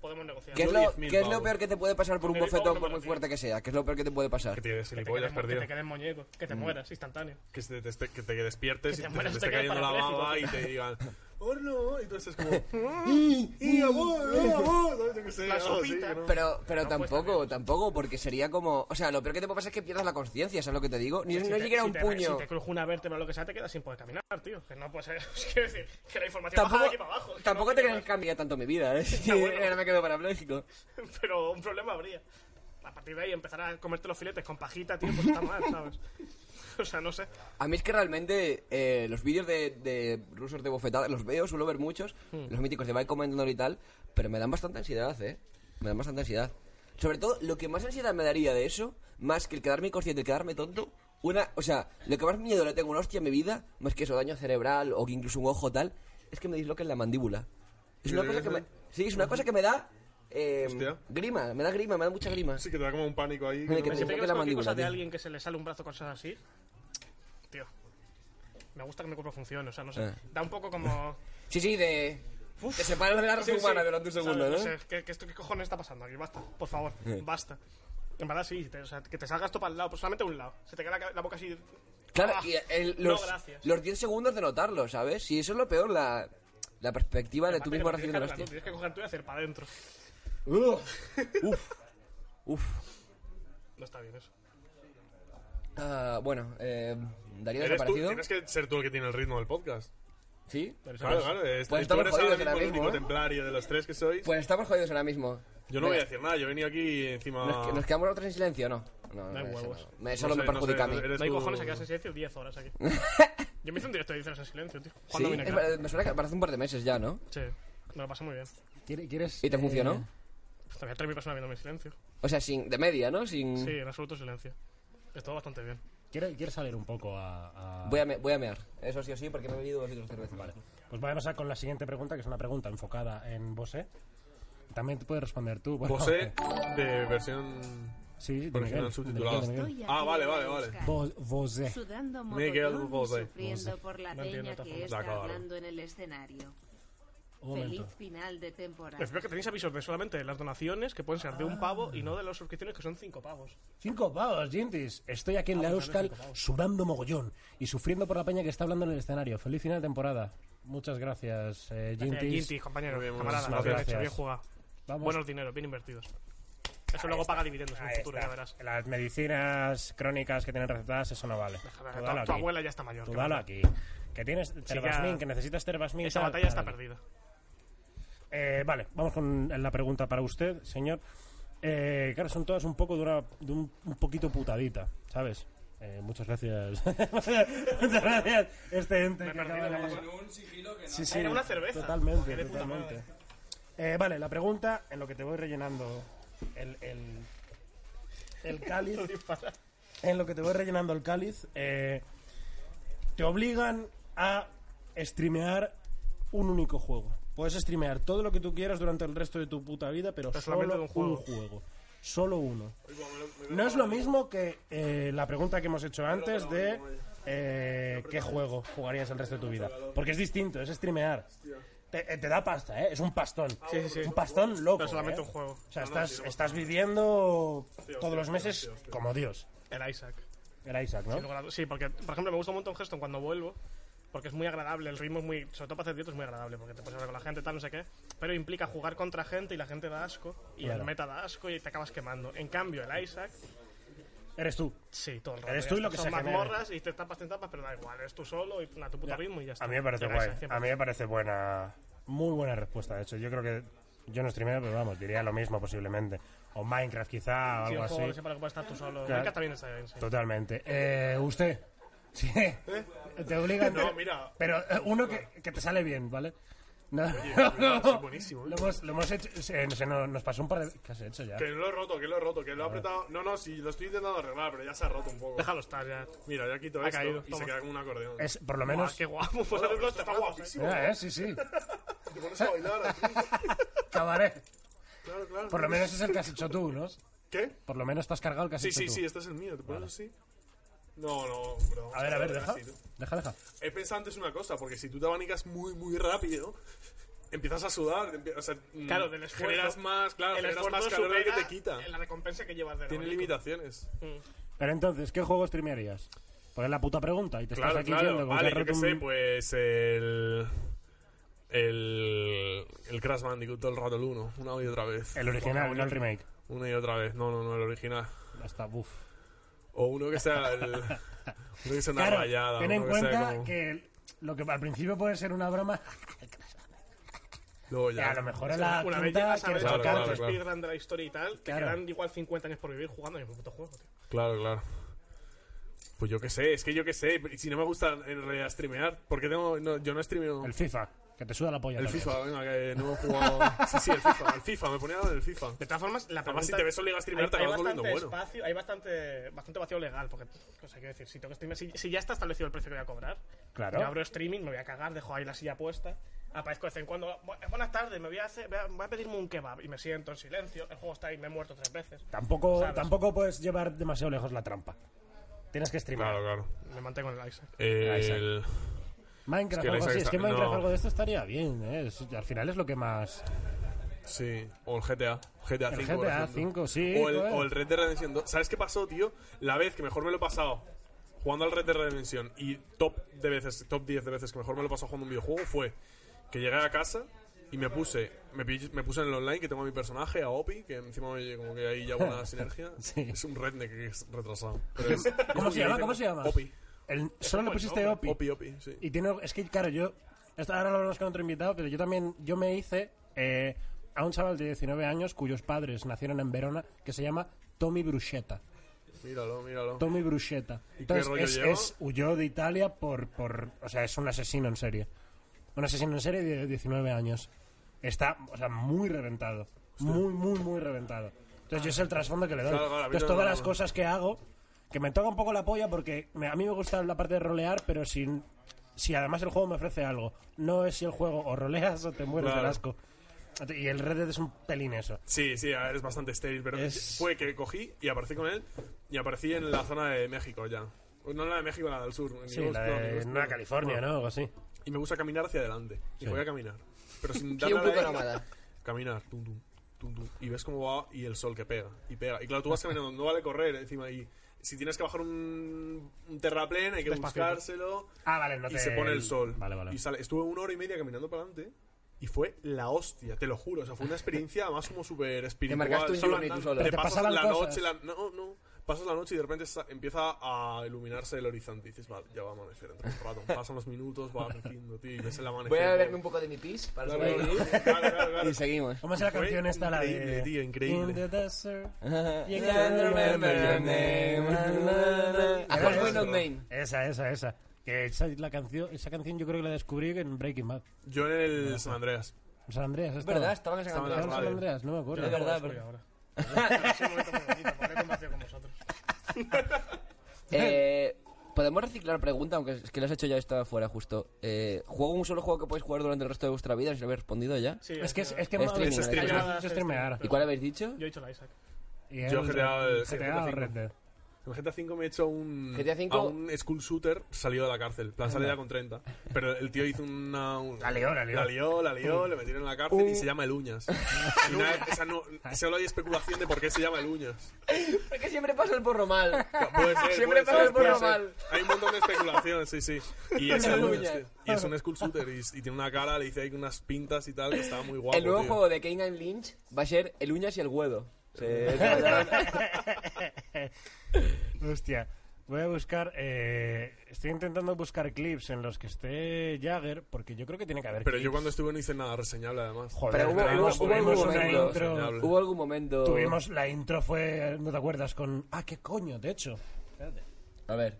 Speaker 10: podemos negociar.
Speaker 2: ¿Qué es, lo, qué es lo peor que te puede pasar por un
Speaker 10: Con el
Speaker 2: bofetón,
Speaker 10: Ipo
Speaker 2: por muy fuerte que sea? ¿Qué es lo peor que te puede pasar?
Speaker 10: Que te, quedes, que te quedes muñeco, que te
Speaker 2: Mm.
Speaker 10: mueras instantáneo.
Speaker 3: Que, se te, te- que te despiertes
Speaker 10: Que te
Speaker 3: y te,
Speaker 10: mueras,
Speaker 3: te
Speaker 10: te
Speaker 3: esté
Speaker 10: quedas
Speaker 3: cayendo la
Speaker 10: parapléjico,
Speaker 3: baba y
Speaker 10: tío.
Speaker 3: te digan, oh no, y tú estás como,
Speaker 2: Pero, pero tampoco, tampoco, porque sería como... O sea, lo peor que te puede pasar es que pierdas la conciencia, ¿sabes lo que te digo? Ni,
Speaker 10: Que si
Speaker 2: no
Speaker 10: te-
Speaker 2: siquiera
Speaker 10: si
Speaker 2: un
Speaker 10: te-
Speaker 2: puño.
Speaker 10: Si te crujo una vértebra o lo que sea, te quedas sin poder caminar, tío. Que no puede ser. Quiero decir, que la información baja de
Speaker 2: Tampoco,
Speaker 10: aquí para abajo. que
Speaker 2: tampoco
Speaker 10: no
Speaker 2: te
Speaker 10: tiene
Speaker 2: creas que cambiaría tanto mi vida, ¿eh? Ahora me quedo
Speaker 10: más.
Speaker 2: parapléjico.
Speaker 10: Pero un problema habría. A partir de ahí empezar a comerte los filetes con pajita, tío, pues está mal, ¿sabes? O sea, no sé.
Speaker 2: A mí es que realmente eh, los vídeos de, de rusos de bofetadas los veo, suelo ver muchos,
Speaker 10: Hmm.
Speaker 2: los míticos de Bike Commandador y tal, pero me dan bastante ansiedad, ¿eh? Me dan bastante ansiedad. Sobre todo, lo que más ansiedad me daría de eso, más que el quedarme inconsciente, el quedarme tonto, una, o sea, lo que más miedo le tengo a una hostia en mi vida, más que eso, daño cerebral o que incluso un ojo tal, es que me disloquen la mandíbula. Es una
Speaker 3: ¿Sí?
Speaker 2: cosa que me, sí, es una cosa que me da eh, grima, me da grima, me da mucha grima.
Speaker 3: Sí, que te da como un pánico ahí.
Speaker 2: Que,
Speaker 3: que no-
Speaker 2: me
Speaker 10: Si
Speaker 2: disloque
Speaker 10: pegas
Speaker 2: la
Speaker 10: cualquier
Speaker 2: mandíbula.
Speaker 10: cosa de
Speaker 2: tío.
Speaker 10: alguien que se le sale un brazo con cosas así, tío. Me gusta que mi cuerpo funcione, o sea, no sé.
Speaker 2: Eh.
Speaker 10: Da un poco como.
Speaker 2: Sí, sí, de... Te separas de la raza
Speaker 10: Sí,
Speaker 2: humana
Speaker 10: sí.
Speaker 2: durante un
Speaker 10: ¿Sabes?
Speaker 2: segundo, ¿no?
Speaker 10: O sea, ¿qué, qué, esto- qué cojones está pasando aquí? Basta, por favor,
Speaker 2: Eh.
Speaker 10: basta. En verdad sí, te- o sea, que te salgas tú para el lado, pues solamente un lado. Se te queda la, ca- la boca así...
Speaker 2: Claro,
Speaker 10: Ah,
Speaker 2: y el-
Speaker 10: no,
Speaker 2: los,
Speaker 10: gracias.
Speaker 2: los 10 segundos de notarlo, ¿sabes? Si eso es lo peor, la, la perspectiva de tú
Speaker 10: Aparte que
Speaker 2: mismo
Speaker 10: no tienes
Speaker 2: recibiendo la
Speaker 10: que hacerla tú,
Speaker 2: hostia.
Speaker 10: Tienes que coger tú y hacer para adentro.
Speaker 2: Uf, uf. uf.
Speaker 10: No está bien eso.
Speaker 2: Ah, bueno, eh, Darío
Speaker 3: Eres tú,
Speaker 2: desaparecido.
Speaker 3: tienes que ser tú el que tiene el ritmo del podcast.
Speaker 2: Sí,
Speaker 3: Claro, claro. es-
Speaker 2: Pues
Speaker 3: tú
Speaker 2: estamos
Speaker 3: eres ahora
Speaker 2: jodidos
Speaker 3: mismo
Speaker 2: ahora
Speaker 3: el único
Speaker 2: mismo. ¿eh?
Speaker 3: templario de los tres que sois.
Speaker 2: Pues estamos jodidos ahora mismo.
Speaker 3: Yo no
Speaker 2: Venga,
Speaker 3: voy a decir nada, yo he venido aquí encima...
Speaker 2: ¿Nos, que- nos quedamos nosotros en silencio o no? No,
Speaker 10: No hay
Speaker 2: eso
Speaker 10: huevos.
Speaker 2: no. Me- solo
Speaker 3: No
Speaker 2: me
Speaker 3: sé, no
Speaker 2: perjudica
Speaker 3: sé,
Speaker 2: a mí.
Speaker 3: eres
Speaker 10: No hay
Speaker 3: tú-
Speaker 10: cojones que quedas en silencio 10 horas aquí. Yo me hice un directo de 10 horas en silencio, tío.
Speaker 2: Sí,
Speaker 10: ¿Cuándo vine
Speaker 2: es
Speaker 10: acá?
Speaker 2: verdad, me suena que parece un par de meses ya, ¿no?
Speaker 10: Sí, me lo pasé muy bien.
Speaker 2: ¿Y te funcionó?
Speaker 10: Pues También tres mil personas viéndome en silencio.
Speaker 2: O sea, sin, de media, ¿no? Sin...
Speaker 10: Sí, en absoluto silencio. Estuvo bastante bien.
Speaker 12: Quiero, quiero salir un poco a... a-
Speaker 2: Voy, a me- voy a mear. Eso sí o sí, porque me he bebido dos litros de cerveza. Vale.
Speaker 12: Pues voy a pasar con la siguiente pregunta, que es una pregunta enfocada en Bosé. También te puedes responder tú. bueno.
Speaker 3: Bosé de versión...
Speaker 12: Sí, de
Speaker 3: versión
Speaker 12: Miguel,
Speaker 3: subtitulada.
Speaker 12: de Miguel, de Miguel.
Speaker 3: Ah, vale, vale, vale.
Speaker 12: Bo- Bosé.
Speaker 4: Sudando
Speaker 3: Miguel
Speaker 4: mogollón y
Speaker 3: Bosé.
Speaker 4: sufriendo por la
Speaker 3: No entiendo
Speaker 4: peña
Speaker 3: esta
Speaker 4: que
Speaker 3: forma.
Speaker 4: está
Speaker 3: La acabaron.
Speaker 4: hablando en el escenario.
Speaker 10: Un
Speaker 4: Feliz
Speaker 10: momento.
Speaker 4: final de temporada.
Speaker 10: Me fijo que tenéis avisos de solamente las donaciones, que pueden ser
Speaker 12: Ah.
Speaker 10: de un pavo, y no de las suscripciones, que son 5 pavos.
Speaker 12: Cinco pavos, Gintis. Estoy aquí en
Speaker 10: Ah,
Speaker 12: la Euskal sudando mogollón y sufriendo por la peña que está hablando en el escenario. Feliz final de temporada. Muchas gracias, eh,
Speaker 10: Gracias,
Speaker 12: Gintis.
Speaker 10: Gintis, compañero,
Speaker 12: Muy bien,
Speaker 10: camarada,
Speaker 12: muchísimas
Speaker 10: bien hecho,
Speaker 12: gracias.
Speaker 10: bien jugado.
Speaker 12: Vamos.
Speaker 10: Buenos dineros, bien invertidos. Eso
Speaker 12: Ahí
Speaker 10: luego
Speaker 12: está,
Speaker 10: paga dividendos en un
Speaker 12: ahí
Speaker 10: futuro,
Speaker 12: está.
Speaker 10: ya verás.
Speaker 12: Las medicinas crónicas que tienen recetadas, eso no vale.
Speaker 10: tu-
Speaker 12: Tú dalo
Speaker 10: tu
Speaker 12: aquí.
Speaker 10: abuela ya está mayor,
Speaker 12: Tú
Speaker 10: ¿qué
Speaker 12: dalo
Speaker 10: pasa?
Speaker 12: aquí. Que tienes
Speaker 10: ya-
Speaker 12: Terbasmin, que necesitas Terbasmin.
Speaker 10: Esa
Speaker 12: tal,
Speaker 10: batalla está
Speaker 12: dale aquí.
Speaker 10: perdida.
Speaker 12: Eh, vale, vamos con la pregunta para usted, señor. Eh, claro, son todas un poco de, una- de un, un poquito putadita, ¿sabes?
Speaker 1: Eh, muchas gracias. muchas gracias. Este
Speaker 12: em-
Speaker 1: ente que acaba de- Sí, sí, Totalmente, totalmente. Eh, vale, la pregunta en lo que te voy rellenando el, el, el cáliz. en lo que te voy rellenando el cáliz. eh, te obligan a streamear un único juego. Puedes streamear todo lo que tú quieras durante el resto de tu puta vida, pero,
Speaker 10: Pero solamente
Speaker 1: solo
Speaker 10: de
Speaker 1: un
Speaker 10: un juego.
Speaker 1: juego. Solo uno. No es lo mismo que eh, la pregunta que hemos hecho antes de eh, qué juego jugarías el resto de tu vida. Porque es distinto, es streamear. Te, eh, te da pasta, ¿eh? Es un pastón. Un pastón loco.
Speaker 10: Pero solamente
Speaker 1: ¿eh?
Speaker 10: un juego.
Speaker 1: O sea,
Speaker 10: No, no,
Speaker 1: estás,
Speaker 10: sí, no,
Speaker 1: estás viviendo todos
Speaker 10: hostia,
Speaker 1: los meses como Dios.
Speaker 10: El Isaac.
Speaker 1: El Isaac,
Speaker 10: Sí,
Speaker 1: ¿no?
Speaker 10: luego la- Sí, porque, por ejemplo, me gusta un montón Hearthstone cuando vuelvo, porque es muy agradable, el ritmo es muy... Sobre todo para hacer dieta es muy agradable, porque te puedes hablar con la gente, tal, no sé qué, pero implica jugar contra gente y la gente da asco, y
Speaker 1: Claro.
Speaker 10: el meta da asco y te acabas quemando. En cambio, el Isaac...
Speaker 1: Eres tú.
Speaker 10: Sí, todo el rato.
Speaker 1: Eres
Speaker 10: ya
Speaker 1: tú y
Speaker 10: está,
Speaker 1: lo que
Speaker 10: Son
Speaker 1: se genere.
Speaker 10: mazmorras y te tapas, te tapas, pero da igual, eres tú solo y a tu puto
Speaker 1: Ya.
Speaker 10: ritmo y ya está.
Speaker 1: A mí me parece
Speaker 10: Y el
Speaker 1: guay.
Speaker 10: Isaac,
Speaker 1: A
Speaker 10: 100%.
Speaker 1: mí me parece buena. Muy buena respuesta, de hecho. Yo creo que. Yo no streameo, pero vamos, diría lo mismo posiblemente. O Minecraft quizá, o
Speaker 10: Sí,
Speaker 1: algo
Speaker 10: un
Speaker 1: así.
Speaker 10: juego que sepa lo que puedes estar tú solo.
Speaker 1: Claro.
Speaker 10: Minecraft también está bien, sí. ¿Eh?
Speaker 1: Totalmente. Eh, usted. Sí. Te obligan.
Speaker 10: No, mira.
Speaker 1: Pero eh, uno que, que te sale bien, ¿vale? No,
Speaker 3: cuidado, es buenísimo, ¿eh?
Speaker 1: Lo hemos, lo hemos hecho. se- no sé, no- nos pasó un par de. ¿Qué has hecho ya?
Speaker 3: Que lo he roto, que lo he roto, que lo he apretado. No, no, sí, lo estoy intentando arreglar, pero ya se ha roto un poco.
Speaker 10: Déjalo estar ya.
Speaker 3: Mira, ya quito
Speaker 10: Ha
Speaker 3: esto
Speaker 10: caído,
Speaker 3: y
Speaker 10: toma.
Speaker 3: se queda como un acordeón.
Speaker 1: Es, por lo menos.
Speaker 10: Buah, qué guapo. Pues
Speaker 3: Bueno,
Speaker 10: ahora
Speaker 3: pero
Speaker 10: está
Speaker 3: está
Speaker 10: guapo.
Speaker 3: guapísimo.
Speaker 2: Ah,
Speaker 1: Mira, eh, sí, sí.
Speaker 3: Te pones a bailar así.
Speaker 1: Cabaret.
Speaker 3: Claro, claro.
Speaker 1: Por lo menos es el que has hecho tú, ¿no?
Speaker 3: ¿Qué?
Speaker 1: Por lo menos te has cargado el que has
Speaker 3: Sí,
Speaker 1: hecho
Speaker 3: sí,
Speaker 1: tú.
Speaker 3: sí, este es el mío. ¿Te pones así? No, no, bro. vamos
Speaker 1: A ver, a ver,
Speaker 3: hacer
Speaker 1: deja.
Speaker 3: así, ¿no?
Speaker 1: Deja, deja.
Speaker 3: He pensado antes una cosa, porque si tú te abanicas muy, muy rápido, empiezas a sudar. te empie- o sea, mm,
Speaker 10: Claro, del esfuerzo.
Speaker 3: Generas más, claro,
Speaker 10: El
Speaker 3: generas
Speaker 10: esfuerzo
Speaker 3: más calor del que
Speaker 10: supera Mm.
Speaker 3: te quita.
Speaker 10: La recompensa que llevas de
Speaker 3: Tiene limitaciones.
Speaker 1: Pero entonces, ¿qué juego streamearías? Pues es la puta pregunta. Y te estás
Speaker 3: Claro,
Speaker 1: aquí
Speaker 3: claro.
Speaker 1: yendo con que
Speaker 3: Vale,
Speaker 1: has
Speaker 3: yo qué
Speaker 1: roto
Speaker 3: sé,
Speaker 1: un-
Speaker 3: pues el... El, el Crash Bandicoot todo el rato el 1, una y otra vez.
Speaker 1: El original,
Speaker 3: Una-
Speaker 1: no el remake.
Speaker 3: Una y otra vez, no, no, no, el original.
Speaker 1: Hasta, buf.
Speaker 3: O uno que sea el, uno que sea pues una
Speaker 1: Claro,
Speaker 3: rayada.
Speaker 1: ten en
Speaker 3: uno que sea
Speaker 1: cuenta
Speaker 3: como-
Speaker 1: que el- lo que al principio puede ser una broma,
Speaker 3: Luego ya.
Speaker 1: a lo mejor en la
Speaker 10: una vez
Speaker 1: quinta
Speaker 10: llegas a
Speaker 1: quieres
Speaker 3: Claro,
Speaker 1: tocarte.
Speaker 3: claro,
Speaker 10: el speedrun de la historia y tal, te
Speaker 1: Claro.
Speaker 10: quedan igual 50 años por vivir jugando en el puto juego, tío.
Speaker 3: Claro, claro. Pues yo qué sé, es que yo qué sé. y Si no me gusta en realidad streamear, porque tengo, no, yo no streameo.
Speaker 1: El FIFA, que te suda la polla.
Speaker 3: Ah. El
Speaker 1: también.
Speaker 3: FIFA, venga, que no hemos jugado. Sí, sí, el FIFA, el FIFA, me ponía en el FIFA.
Speaker 10: De todas formas, la pregunta...
Speaker 3: Además, si te ves obligado a streamear,
Speaker 10: hay-
Speaker 3: te
Speaker 10: hay
Speaker 3: acabas
Speaker 10: bastante
Speaker 3: volviendo bueno.
Speaker 10: Espacio, hay bastante, bastante vacío legal, porque, o sea, quiero decir, si, tengo que streamear- si, si ya está establecido el precio que voy a cobrar,
Speaker 1: Claro.
Speaker 10: yo abro streaming, me voy a cagar, dejo ahí la silla puesta, aparezco de vez en cuando, "Bu- eh, buenas tardes, me voy a, hacer, voy a- voy a pedirme un kebab, y me siento en silencio, el juego está ahí, me he muerto tres veces.
Speaker 1: Tampoco,
Speaker 10: ¿Sabes?
Speaker 1: tampoco puedes llevar demasiado lejos la trampa. Tienes que streamar.
Speaker 3: Claro, claro.
Speaker 10: Me mantengo en el Isaac.
Speaker 3: El.
Speaker 1: Minecraft,
Speaker 3: Es que
Speaker 1: algo
Speaker 3: Isaac
Speaker 1: así. Es
Speaker 3: está-
Speaker 1: que Minecraft,
Speaker 3: no.
Speaker 1: algo de esto estaría bien. ¿eh? Es- al final es lo que más.
Speaker 3: Sí, o el GTA. GTA
Speaker 1: El
Speaker 3: 5. por
Speaker 1: GTA
Speaker 3: ejemplo.
Speaker 1: cinco, sí,
Speaker 3: O el,
Speaker 1: joder.
Speaker 3: o el Red Dead Redemption 2. ¿Sabes qué pasó, tío? La vez que mejor me lo he pasado jugando al Red Dead Redemption y top de veces, top 10 de veces que mejor me lo he pasado jugando un videojuego fue que llegué a casa y me puse, me, pi- me puse en el online que tengo a mi personaje, a Opi, que encima me- como que hay ya buena sinergia.
Speaker 1: Sí.
Speaker 3: Es un redneck que es retrasado. pero es-
Speaker 1: ¿Cómo
Speaker 3: es
Speaker 1: se llama?
Speaker 3: muy
Speaker 1: ¿Cómo
Speaker 3: bien.
Speaker 1: se llama?
Speaker 3: Opi.
Speaker 1: El- solo le pusiste Opi.
Speaker 3: Opi, Opi, sí.
Speaker 1: Y tiene, es que, claro, yo. Esto ahora lo hablamos con otro invitado, pero yo también. Yo me hice eh, a un chaval de 19 años cuyos padres nacieron en Verona, que se llama Tommy Bruschetta.
Speaker 3: Míralo, míralo.
Speaker 1: Tommy Bruschetta. Entonces,
Speaker 3: rollo
Speaker 1: es,
Speaker 3: lleva?
Speaker 1: es- huyó de Italia por, por. O sea, es un asesino en serie. Un asesino en serie de 19 años. Está, o sea, muy reventado. Muy, muy, muy reventado. Entonces, yo es el trasfondo que le doy.
Speaker 3: Claro, claro, a mí
Speaker 1: Entonces,
Speaker 3: no-
Speaker 1: todas
Speaker 3: no-
Speaker 1: las cosas que hago, que me toca un poco la polla porque me- a mí me gusta la parte de rolear, pero si, si además el juego me ofrece algo, no es si el juego o roleas o te mueres
Speaker 3: Claro.
Speaker 1: del asco. Y el Red Dead es un pelín eso.
Speaker 3: Sí, sí, a ver, es bastante estéril, pero
Speaker 1: Es-
Speaker 3: fue que cogí y aparecí con él y aparecí en la zona de México ya. Pues No en la de México, la del sur. en
Speaker 1: Sí,
Speaker 3: New
Speaker 1: la
Speaker 3: York, no, New
Speaker 1: de
Speaker 3: York,
Speaker 1: Nueva California,
Speaker 3: Bueno,
Speaker 1: ¿no? Algo así.
Speaker 3: Y me gusta caminar hacia adelante. Y
Speaker 1: Sí.
Speaker 3: voy a caminar. Pero sin
Speaker 2: Sí,
Speaker 3: darle
Speaker 2: un
Speaker 3: a la
Speaker 2: puto
Speaker 3: derecha.
Speaker 2: nómada.
Speaker 3: Caminar, tum, tum, tum, tum, Y ves cómo va y el sol que pega. Y pega. Y claro, tú vas caminando, no vale correr encima. Y si tienes que bajar un, un terraplén, hay que
Speaker 10: Despacito.
Speaker 3: buscárselo.
Speaker 1: Ah, vale, no
Speaker 3: y
Speaker 1: te-
Speaker 3: se pone el sol.
Speaker 1: Vale, vale.
Speaker 3: Y sale. Estuve una hora y media caminando para adelante. Y fue la hostia, te lo juro. O sea, fue una experiencia más como súper espiritual.
Speaker 2: marcaste un
Speaker 3: solo
Speaker 2: journey tú
Speaker 3: andando.
Speaker 2: solo.
Speaker 3: Te
Speaker 1: Pero te
Speaker 3: pasas
Speaker 1: pasaban
Speaker 3: la
Speaker 1: cosas.
Speaker 3: noche, la- No, no. pasas la noche y de repente sa- empieza a iluminarse el horizonte. Y dices, vale, ya va a amanecer dentro de un rato. Pasan los minutos, va creciendo, tío, y ves el amanecer.
Speaker 2: Voy a beberme
Speaker 3: tío.
Speaker 2: un poco de mi pis para
Speaker 3: Claro,
Speaker 2: subir.
Speaker 3: claro, claro, claro, claro.
Speaker 2: Y seguimos.
Speaker 1: ¿Cómo es la
Speaker 2: Fue
Speaker 1: canción esta? La de...
Speaker 3: increíble, tío, increíble.
Speaker 1: In the desert, you
Speaker 2: Can't
Speaker 1: can
Speaker 2: remember your
Speaker 1: name.
Speaker 2: name. A Horse with no name.
Speaker 1: Esa, esa, esa. Que esa, es la canción, esa canción yo creo que la descubrí en Breaking Bad.
Speaker 3: Yo en el San Andreas.
Speaker 1: En San Andreas.
Speaker 2: Es
Speaker 1: estaba.
Speaker 2: verdad, estaba en San
Speaker 1: Estaba
Speaker 2: Andreas.
Speaker 1: San Andreas, no me acuerdo.
Speaker 2: Es verdad,
Speaker 1: Joder,
Speaker 2: pero- Eh, Podemos reciclar pregunta, aunque es que la has hecho ya esta fuera justo. Eh, ¿Juego un solo juego que podéis jugar durante el resto de vuestra vida? Si lo habéis respondido ya.
Speaker 10: Sí,
Speaker 1: Es que es, es que
Speaker 2: Es
Speaker 1: hemos-
Speaker 2: streaming,
Speaker 1: es
Speaker 2: ¿verdad?
Speaker 1: streamear, es streamear.
Speaker 2: ¿Y cuál habéis dicho?
Speaker 10: Yo he hecho la Isaac.
Speaker 1: Y
Speaker 3: Yo
Speaker 1: el-
Speaker 3: GTA, el
Speaker 1: GTA o
Speaker 3: V.
Speaker 1: Red Dead.
Speaker 3: En GTA 5 me he hecho un,
Speaker 2: GTA V.
Speaker 3: a un school shooter salido de la cárcel. Plan, sale
Speaker 1: Anda.
Speaker 3: ya con 30. Pero el tío hizo una. un-
Speaker 1: La lió, la lió.
Speaker 3: La lió, la lió, le metieron en la cárcel y se llama El Uñas. Y nada, o sea, no- solo hay especulación de por qué se llama El Uñas.
Speaker 2: Porque siempre pasa el porro mal.
Speaker 3: Puede ser,
Speaker 2: siempre
Speaker 3: puede
Speaker 2: pasa
Speaker 3: ser,
Speaker 2: el porro
Speaker 3: puede ser.
Speaker 2: mal.
Speaker 3: Hay un montón de especulación, sí, sí. Y es
Speaker 2: El
Speaker 3: El Uñas,
Speaker 2: Uñas.
Speaker 3: tío. Y es un school shooter y, y tiene una cara, le hice ahí unas pintas y tal, que estaba muy guapo.
Speaker 2: El nuevo
Speaker 3: tío.
Speaker 2: juego de Kane and Lynch va a ser el uñas y el huevo. Se-
Speaker 1: Hostia. Voy a buscar. eh, estoy intentando buscar clips en los que esté Jagger, porque yo creo que tiene que haber
Speaker 3: Pero
Speaker 1: clips.
Speaker 3: yo cuando estuve no hice nada reseñable, además.
Speaker 1: Joder,
Speaker 2: Pero hubo,
Speaker 1: traemos-
Speaker 2: hubo- hubo algún
Speaker 1: tuvimos una
Speaker 2: momento,
Speaker 1: intro.
Speaker 2: hubo algún momento.
Speaker 1: Tuvimos la intro, fue. ¿No te acuerdas? Con. Ah, qué coño, de hecho. Espérate.
Speaker 2: A ver.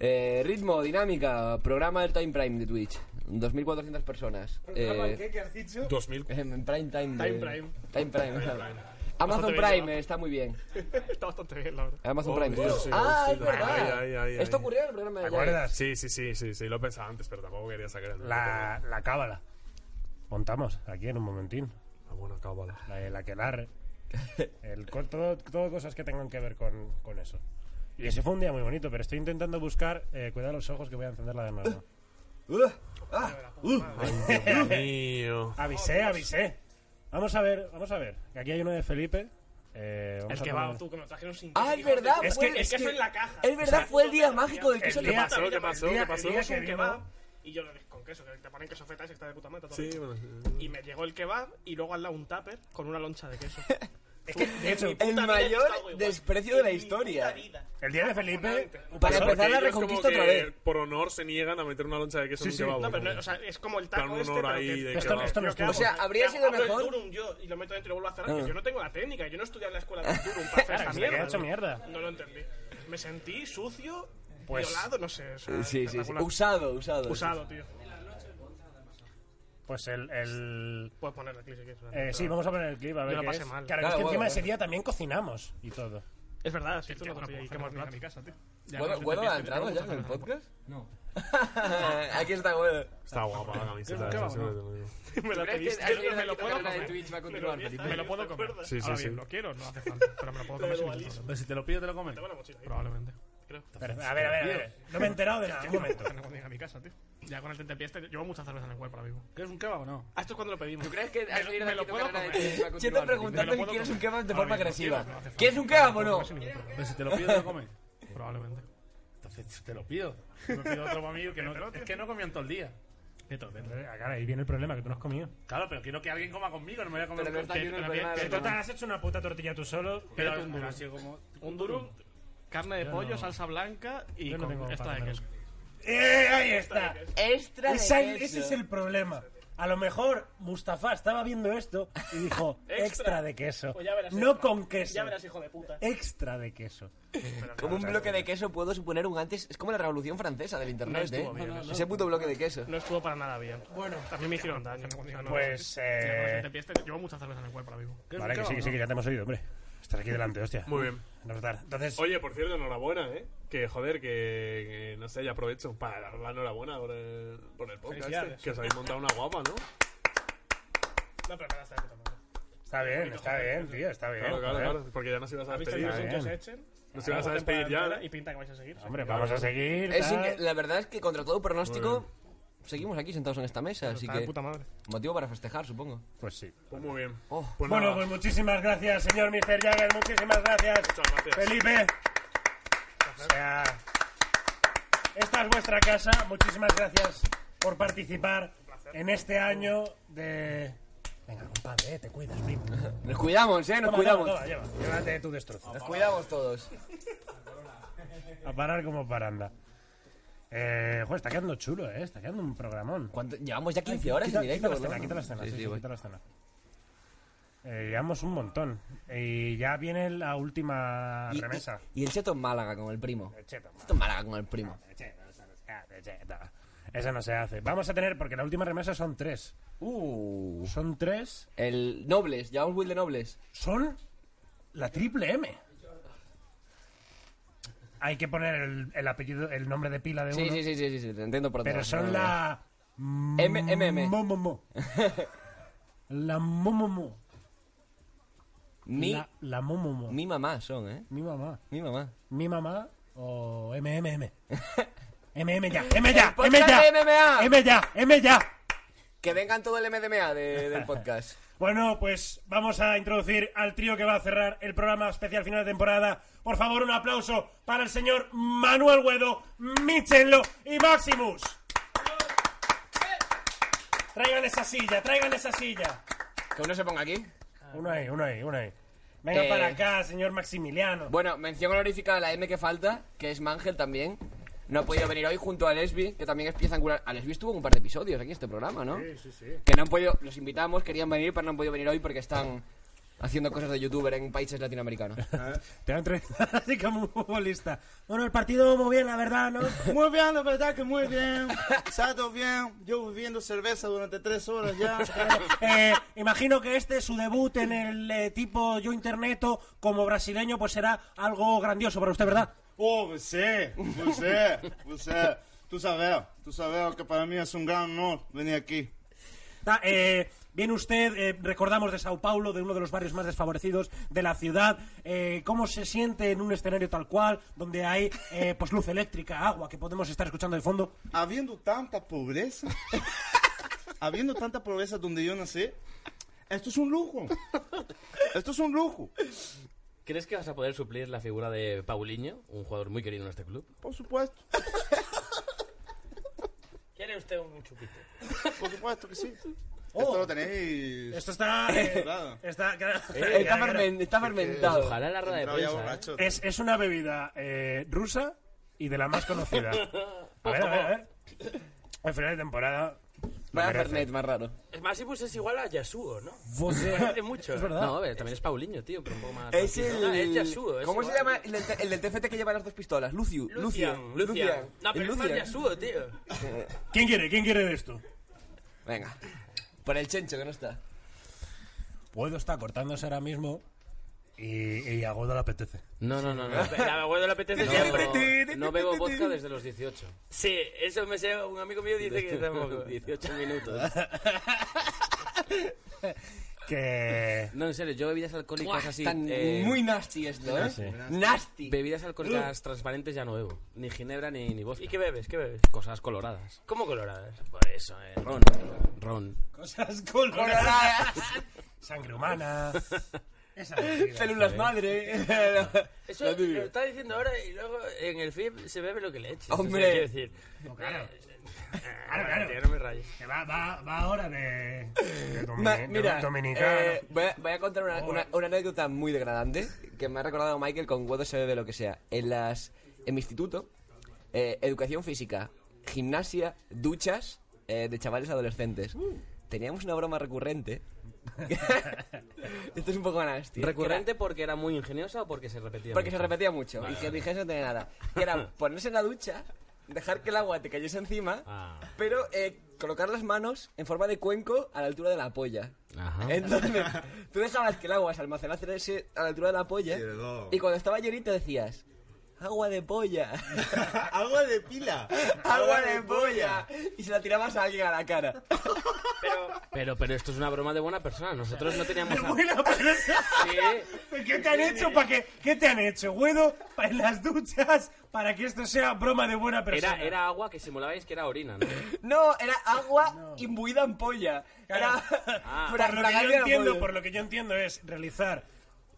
Speaker 2: Eh, ritmo, dinámica, programa del Time Prime de Twitch. 2.400 personas. Eh,
Speaker 1: ¿Qué has dicho?
Speaker 3: 2000.
Speaker 2: en Prime Time. de-
Speaker 10: Time Prime.
Speaker 2: Time
Speaker 10: Time
Speaker 2: Prime.
Speaker 10: Prime.
Speaker 2: Amazon
Speaker 10: Bastante bien,
Speaker 2: Prime
Speaker 10: ¿no?
Speaker 2: eh, está muy bien.
Speaker 10: Está bastante bien, la verdad.
Speaker 2: Amazon
Speaker 3: Oh,
Speaker 2: Prime.
Speaker 3: Dios,
Speaker 2: sí.
Speaker 3: sí,
Speaker 2: ah,
Speaker 3: sí,
Speaker 2: es
Speaker 3: sí.
Speaker 2: verdad.
Speaker 3: Ay, ay, ay,
Speaker 2: Esto
Speaker 3: ay.
Speaker 2: ocurrió en el programa de
Speaker 1: ¿Te acuerdas?
Speaker 3: Sí, sí, sí, sí, sí, lo pensaba antes, pero tampoco quería sacar el
Speaker 1: La, la cábala. Montamos aquí en un momentín.
Speaker 3: La buena cábala.
Speaker 1: La de la quelarre. El, co- todo, todo cosas que tengan que ver con, con eso. Y ese fue un día muy bonito, pero estoy intentando buscar. Eh, cuidado los ojos que voy a encenderla de nuevo.
Speaker 2: Uh, ah,
Speaker 3: Dios mío.
Speaker 1: Avisé, avisé. Vamos a ver, vamos a ver. Que Aquí hay uno de Felipe. Eh, vamos
Speaker 10: El
Speaker 1: a
Speaker 10: que
Speaker 1: poner-
Speaker 10: va, tú, que me lo trajeron sin
Speaker 2: Ah, es verdad.
Speaker 10: Es
Speaker 2: fue-
Speaker 10: que, el queso en la caja.
Speaker 2: Es verdad, fue el día mágico del queso en
Speaker 1: el
Speaker 2: la
Speaker 1: día-
Speaker 2: caja.
Speaker 3: pasó? ¿Qué pasó?
Speaker 1: el día-
Speaker 3: ¿Qué pasó?
Speaker 1: el día
Speaker 10: Es
Speaker 1: que
Speaker 10: un
Speaker 1: vino-
Speaker 10: kebab y yo lo dije con queso, que te ponen queso feta ese que está de puta mata. todo
Speaker 3: Sí,
Speaker 10: rico.
Speaker 3: bueno, sí.
Speaker 10: Y me llegó el kebab y luego al lado un tupper con una loncha de queso.
Speaker 1: Es que, de hecho,
Speaker 2: El
Speaker 10: Puta vida,
Speaker 2: mayor
Speaker 10: está muy guay.
Speaker 2: desprecio de la historia.
Speaker 1: el día de Felipe.
Speaker 2: Para
Speaker 1: pasó-
Speaker 2: empezar la
Speaker 3: Ellos como
Speaker 2: reconquista otra
Speaker 3: que
Speaker 2: vez.
Speaker 3: Por honor se niegan a meter una loncha de queso
Speaker 1: Sí,
Speaker 3: en un
Speaker 1: sí.
Speaker 3: kebab.
Speaker 10: No, pero no, o sea, es como el
Speaker 3: Plan,
Speaker 10: taco
Speaker 3: un
Speaker 10: este,
Speaker 3: honor
Speaker 10: pero
Speaker 3: ahí
Speaker 10: que-
Speaker 3: de
Speaker 10: que
Speaker 1: Esto-
Speaker 10: hago-
Speaker 1: esto no
Speaker 10: yo
Speaker 1: es
Speaker 10: que
Speaker 1: tuyo.
Speaker 10: hago-
Speaker 1: O
Speaker 2: sea, habría
Speaker 10: que
Speaker 2: sido
Speaker 10: abro
Speaker 2: mejor-
Speaker 10: el durum yo y lo meto dentro y lo vuelvo a cerrar,
Speaker 2: Ah.
Speaker 10: que yo no tengo la técnica, yo no he estudiado en la escuela de durum para hacer
Speaker 1: Claro,
Speaker 10: esta
Speaker 1: se había
Speaker 10: mierda.
Speaker 1: hecho mierda.
Speaker 10: No lo entendí. Me sentí sucio,
Speaker 1: Pues-
Speaker 10: violado, no sé. o sea,
Speaker 2: Sí, sí, sí.
Speaker 10: espectacular.
Speaker 2: Usado, usado.
Speaker 10: Usado, tío.
Speaker 1: Pues el. el-
Speaker 10: Puedes ponerle clic si quieres.
Speaker 1: eh, sí, vamos a poner el clip a ver.
Speaker 10: Yo lo
Speaker 1: qué
Speaker 10: pasé
Speaker 1: es.
Speaker 10: mal.
Speaker 1: Claro,
Speaker 2: Claro,
Speaker 1: es que
Speaker 2: bueno,
Speaker 1: encima
Speaker 2: bueno.
Speaker 1: ese día también cocinamos y todo.
Speaker 10: Es verdad, sí, esto lo conté ahí. que hemos hablado.
Speaker 2: Bueno, ¿Guado ha entrado ya en el podcast? No. Aquí está Guado.
Speaker 3: Está guapa la camiseta.
Speaker 10: Creo que
Speaker 3: esa, sí,
Speaker 10: va,
Speaker 3: lo digo.
Speaker 10: Me lo
Speaker 2: ¿Tú crees
Speaker 10: pediste, yo
Speaker 2: que
Speaker 10: me
Speaker 2: alguien
Speaker 10: lo
Speaker 2: de la
Speaker 10: puedo
Speaker 2: carrera de
Speaker 10: comer.
Speaker 2: Twitch va a
Speaker 10: Me
Speaker 2: continuar,
Speaker 10: lo fiesta,
Speaker 2: Felipe?
Speaker 10: me lo puedo comer.
Speaker 3: Sí, sí,
Speaker 10: Ahora
Speaker 3: sí.
Speaker 10: bien, lo quiero, no hace falta. Pero me lo puedo comer sin ningún problema.
Speaker 12: Pero si te lo pido, te lo comes.
Speaker 10: Tengo la mochila ahí.
Speaker 12: Probablemente.
Speaker 10: Creo.
Speaker 1: Pero, a ver, a ver, a ver. No me he enterado de nada. Un momento.
Speaker 10: Cuando llegue a mi casa, tío. Ya con el tentempié este, llevo mucha cerveza en el cuerpo ahora mismo.
Speaker 12: ¿Quieres un kebab o no?
Speaker 10: Ah, esto es cuando lo pedimos.
Speaker 2: ¿Tú crees que al
Speaker 10: me,
Speaker 2: salir
Speaker 10: lo-
Speaker 2: de
Speaker 10: me
Speaker 2: aquí
Speaker 10: lo
Speaker 2: tu
Speaker 10: puedo
Speaker 2: carrera de
Speaker 10: comer?
Speaker 2: Twitch va a
Speaker 10: Yo
Speaker 2: continuar?
Speaker 10: Me lo
Speaker 2: preguntarte si
Speaker 10: puedo
Speaker 2: quieres un
Speaker 10: comer.
Speaker 2: kebab de
Speaker 10: Ahora
Speaker 2: forma
Speaker 10: mismo,
Speaker 2: agresiva.
Speaker 10: ¿quieres? No hace falta.
Speaker 2: ¿Quieres un kebab o no?
Speaker 10: Sin ningún problema.
Speaker 12: Pero Pues si te lo pido, te lo comes.
Speaker 10: Probablemente.
Speaker 12: Entonces te lo pido. Me pido otro para mí que no, es que no comían todo el día.
Speaker 10: Dentro, dentro.
Speaker 1: Ah, Cara, ahí viene el problema que tú no has comido.
Speaker 12: Claro, pero quiero que alguien coma conmigo, no me voy a comer
Speaker 2: Pero no
Speaker 12: un
Speaker 2: está
Speaker 12: que-
Speaker 2: lleno el
Speaker 12: pero
Speaker 2: problema
Speaker 12: que-
Speaker 2: de-
Speaker 12: pero
Speaker 1: Total, has hecho una puta tortilla tú solo.
Speaker 12: pero-
Speaker 10: Pídete ¿eh? un
Speaker 12: pero
Speaker 10: durum.
Speaker 12: ha sido como-
Speaker 10: Un durum, carne de
Speaker 1: Yo
Speaker 10: pollo,
Speaker 1: no.
Speaker 10: salsa blanca y
Speaker 1: Yo no
Speaker 10: con
Speaker 1: tengo
Speaker 10: esta
Speaker 1: para
Speaker 10: de
Speaker 1: comer.
Speaker 10: queso.
Speaker 1: ¡Eh! Ahí está.
Speaker 2: Extra de
Speaker 1: Esa-
Speaker 2: queso.
Speaker 1: ese es el problema. A lo mejor Mustafa estaba viendo esto y dijo
Speaker 10: Extra.
Speaker 1: extra de queso.
Speaker 10: Pues ya verás,
Speaker 1: no
Speaker 10: extra.
Speaker 1: con queso.
Speaker 10: Ya verás, hijo de puta.
Speaker 1: Extra de queso.
Speaker 2: Como un bloque de queso puedo suponer un antes. Es como la revolución francesa del
Speaker 10: No
Speaker 2: internet,
Speaker 10: estuvo
Speaker 2: ¿eh?
Speaker 10: bien, no,
Speaker 2: Ese puto bloque de queso.
Speaker 10: No estuvo para nada bien. Bueno, también me hicieron daño. No,
Speaker 1: Pues,
Speaker 10: no, no, no, no,
Speaker 1: eh,
Speaker 10: no, no, te pieste, Llevo mucha cerveza en el cuerpo ahora mismo.
Speaker 1: Vale, que sí, que sí, que ya te hemos oído, hombre. Estás aquí delante, hostia.
Speaker 3: Muy bien.
Speaker 1: No es tarde. Entonces,
Speaker 3: Oye, por cierto, enhorabuena, ¿eh? Que joder, que, que, no sé, ya aprovecho para dar la enhorabuena por el, por el podcast.
Speaker 10: Felicidades.
Speaker 3: este, que os habéis montado una guapa, ¿no?
Speaker 10: No, pero nada, está de puta madre.
Speaker 1: está bien, está bien, tío, está bien.
Speaker 3: Claro, claro,
Speaker 1: joder.
Speaker 3: claro. Porque ya nos ibas a
Speaker 10: ¿Habéis
Speaker 3: despedir.
Speaker 10: tenido
Speaker 1: Está
Speaker 10: sin
Speaker 1: bien.
Speaker 10: que os echen?
Speaker 3: Nos
Speaker 10: Ahora
Speaker 3: ibas a
Speaker 10: la
Speaker 3: despedir
Speaker 10: temporada
Speaker 3: ya.
Speaker 10: entera Y pinta que vais a seguir.
Speaker 1: Hombre, vamos a seguir.
Speaker 2: Es
Speaker 1: tal.
Speaker 2: inque- la verdad es que contra todo
Speaker 3: Muy
Speaker 2: pronóstico seguimos aquí sentados en esta mesa, así
Speaker 10: Está de
Speaker 2: que
Speaker 10: puta madre.
Speaker 2: motivo para festejar, supongo.
Speaker 1: Pues sí.
Speaker 3: Pues muy bien.
Speaker 2: Oh.
Speaker 3: Pues
Speaker 1: Bueno,
Speaker 3: nada,
Speaker 1: pues muchísimas gracias, señor Mr. Jagger. Muchísimas gracias.
Speaker 3: Muchas gracias.
Speaker 1: Felipe. O sea, esta es vuestra casa. Muchísimas gracias por participar en este año de Venga, compadre, eh, te cuidas, primo.
Speaker 2: Nos cuidamos, eh, nos
Speaker 1: Toma,
Speaker 2: cuidamos.
Speaker 1: Toma, toma, lleva. Llévate tu destrozo.
Speaker 2: Nos cuidamos todos.
Speaker 1: A parar como paranda. Eh, joder, está quedando chulo, eh. Está quedando un programón.
Speaker 2: Llevamos ya 15 horas
Speaker 1: quita,
Speaker 2: en
Speaker 1: Quita
Speaker 2: directo,
Speaker 1: la
Speaker 2: ¿no?
Speaker 1: escena, quita la escena.
Speaker 2: Sí,
Speaker 1: sí,
Speaker 2: sí,
Speaker 1: sí,
Speaker 2: voy.
Speaker 1: quita la escena. Eh, llevamos un montón. Y ya viene la última
Speaker 2: Y-
Speaker 1: remesa.
Speaker 2: Y, y el Cheto en Málaga con el primo. El
Speaker 1: Cheto en Málaga.
Speaker 2: con el primo.
Speaker 1: ah, Eso no se hace. Vamos a tener, porque la última remesa son tres. Uh. Son tres.
Speaker 2: El Nobles, llamamos Will de Nobles.
Speaker 1: Son la triple M. Hay que poner el, el apellido, el nombre de pila de
Speaker 2: Sí,
Speaker 1: uno.
Speaker 2: sí, sí, sí, sí, sí, te entiendo por
Speaker 1: Pero
Speaker 2: atrás,
Speaker 1: son
Speaker 2: no, no.
Speaker 1: la...
Speaker 2: M- MM.
Speaker 1: Mo, mo, mo. La momomo.
Speaker 2: Mi,
Speaker 1: La, la momomo.
Speaker 2: mi mamá son, ¿eh?
Speaker 1: Mi mamá.
Speaker 2: Mi mamá.
Speaker 1: Mi mamá o MMM. MM ya, M ya,
Speaker 2: El
Speaker 1: M ya.
Speaker 2: podcast de MMA.
Speaker 1: M ya, M ya.
Speaker 2: Que vengan todo el MDMA de- del podcast.
Speaker 1: Bueno, pues vamos a introducir al trío que va a cerrar el programa especial final de temporada. Por favor, un aplauso para el señor Manuel Guedo, Michenlo y Maximus. Traigan esa silla, traigan esa silla.
Speaker 2: Que uno se ponga aquí.
Speaker 1: Uno ahí, uno ahí, uno ahí. Venga
Speaker 2: Eh,
Speaker 1: para acá, señor Maximiliano.
Speaker 2: Bueno, mención honorífica a la M que falta, que es Mangel también. No ha podido venir hoy junto a Lesbi, que también es pieza angular. A Lesbi estuvo en un par de episodios aquí en este programa, ¿no?
Speaker 1: sí, sí.
Speaker 2: Que no han podido, los invitamos, querían venir, pero no han podido venir hoy porque están haciendo cosas de youtuber en países latinoamericanos.
Speaker 1: Te han entrevistado así como un futbolista. Bueno, el partido muy bien, la verdad, ¿no?
Speaker 13: Muy bien, la verdad que muy bien. Sato bien. Yo bebiendo cerveza durante tres horas ya.
Speaker 1: Eh, imagino que este, su debut en el eh, tipo Yo Interneto como brasileño, pues será algo grandioso para usted, ¿verdad?
Speaker 13: Oh, você,
Speaker 1: pues
Speaker 13: você, você. Tu sabes, tu sabes que para mí es un gran honor venir aquí.
Speaker 1: Ta- eh, viene usted, eh, recordamos, de Sao Paulo, de uno de los barrios más desfavorecidos de la ciudad. Eh, ¿Cómo se siente en un escenario tal cual, donde hay eh, pues luz eléctrica, agua, que podemos estar escuchando de fondo?
Speaker 13: Habiendo tanta pobreza, habiendo tanta pobreza donde yo nací, esto es un lujo. Esto es un lujo.
Speaker 9: ¿Crees que vas a poder suplir la figura de Paulinho, un jugador muy querido en este club?
Speaker 13: Por supuesto,
Speaker 14: ¿Quiere usted un chupito?
Speaker 13: por supuesto que sí. esto lo tenéis.
Speaker 1: Oh. Esto está. eh, está, claro.
Speaker 2: Eh, está fermen- está
Speaker 1: Sí, que-
Speaker 2: fermentado.
Speaker 9: Ojalá en la rueda de
Speaker 13: Entraba ya
Speaker 9: prensa,
Speaker 13: borracho.
Speaker 1: Es, es una bebida eh, rusa y de la más conocida. A ver, a ver, a ver. Al final de temporada. lo
Speaker 2: Vaya
Speaker 1: merece.
Speaker 2: Fernet más raro.
Speaker 15: Maximus es igual a Yasuo, ¿no?
Speaker 1: Vos-
Speaker 15: Se parece mucho.
Speaker 1: Pues, eh,
Speaker 15: ¿eh?
Speaker 1: Es verdad.
Speaker 9: No, a ver, también es Paulinho, tío, pero un poco más...
Speaker 2: Es
Speaker 9: tranquilo.
Speaker 2: el...
Speaker 9: Ah, es Yasuo, es
Speaker 2: ¿Cómo se
Speaker 9: igual.
Speaker 2: llama el del, te- el del TFT que lleva las dos pistolas? Lucio. Lucian.
Speaker 15: Lucian, Lucian. No, pero
Speaker 2: El
Speaker 15: es más
Speaker 2: Lucian.
Speaker 15: Yasuo, tío.
Speaker 1: ¿Quién quiere? ¿Quién quiere de esto?
Speaker 2: Venga. Por el chencho que no está.
Speaker 1: Puedo estar cortándose ahora mismo y, y a Godo le apetece.
Speaker 9: No, no, no, no.
Speaker 15: La abuela le apetece siempre.
Speaker 9: No, no bebo vodka desde los 18.
Speaker 15: Sí, eso me sé. Un amigo mío dice que tampoco.
Speaker 9: 18 minutos.
Speaker 1: Que.
Speaker 9: No, en serio, yo bebidas alcohólicas así...
Speaker 2: Están
Speaker 9: eh,
Speaker 2: muy nasty esto, ¿eh?
Speaker 1: Sí.
Speaker 2: Nasty.
Speaker 9: Bebidas alcohólicas transparentes ya no bebo. Ni ginebra ni, ni vodka.
Speaker 15: ¿Y qué bebes? ¿Qué bebes?
Speaker 9: Cosas coloradas.
Speaker 15: ¿Cómo coloradas?
Speaker 9: Por eso, eh, ron. Ron.
Speaker 1: Cosas coloradas. Sangre humana. Esa bebida.
Speaker 2: Células madre.
Speaker 15: Eso
Speaker 2: Lo típico.
Speaker 15: lo está diciendo ahora y luego en el FIP se bebe lo que le eches.
Speaker 2: Hombre.
Speaker 15: O sea, quiero decir. Eh,
Speaker 1: No, claro. Claro, claro.
Speaker 15: Tío, no me rayes.
Speaker 1: Que va, va, va ahora de. de domini-
Speaker 2: Ma-
Speaker 1: de
Speaker 2: mira,
Speaker 1: dominicano.
Speaker 2: eh, voy, a, voy a contar una, una- una anécdota muy degradante que me ha recordado Michael con Guado se bebe lo que sea. En las en mi instituto, eh, educación física, gimnasia, duchas eh, de chavales adolescentes. Teníamos una broma recurrente. Esto es un poco nasty.
Speaker 9: ¿Recurrente porque era muy ingeniosa o porque se repetía?
Speaker 2: Porque
Speaker 9: mucho?
Speaker 2: se repetía mucho y que dijese no tenía nada. Y era ponerse en la ducha, dejar que el agua te cayese encima,
Speaker 9: Ah.
Speaker 2: pero eh, colocar las manos en forma de cuenco a la altura de la polla.
Speaker 9: Ajá.
Speaker 2: Entonces, tú dejabas que el agua se almacenase a la altura de la polla
Speaker 13: Quiero.
Speaker 2: y cuando estaba llenito decías... Agua de polla.
Speaker 13: Agua de pila.
Speaker 2: Agua de polla. Y se la tirabas a alguien a la cara.
Speaker 9: Pero, pero esto es una broma de buena persona. Nosotros no teníamos... a-
Speaker 1: Bueno, pero es-
Speaker 9: Sí.
Speaker 1: ¿Qué te han hecho para que qué te han hecho, güedo, pa- en las duchas para que esto sea broma de buena persona?
Speaker 9: Era, era agua que simulabais que era orina, ¿no?
Speaker 2: No, era agua imbuida en polla. Era
Speaker 9: Ah.
Speaker 2: fra-
Speaker 1: por lo que yo
Speaker 2: fragancia de
Speaker 1: entiendo,
Speaker 2: polla.
Speaker 1: por lo que yo entiendo es realizar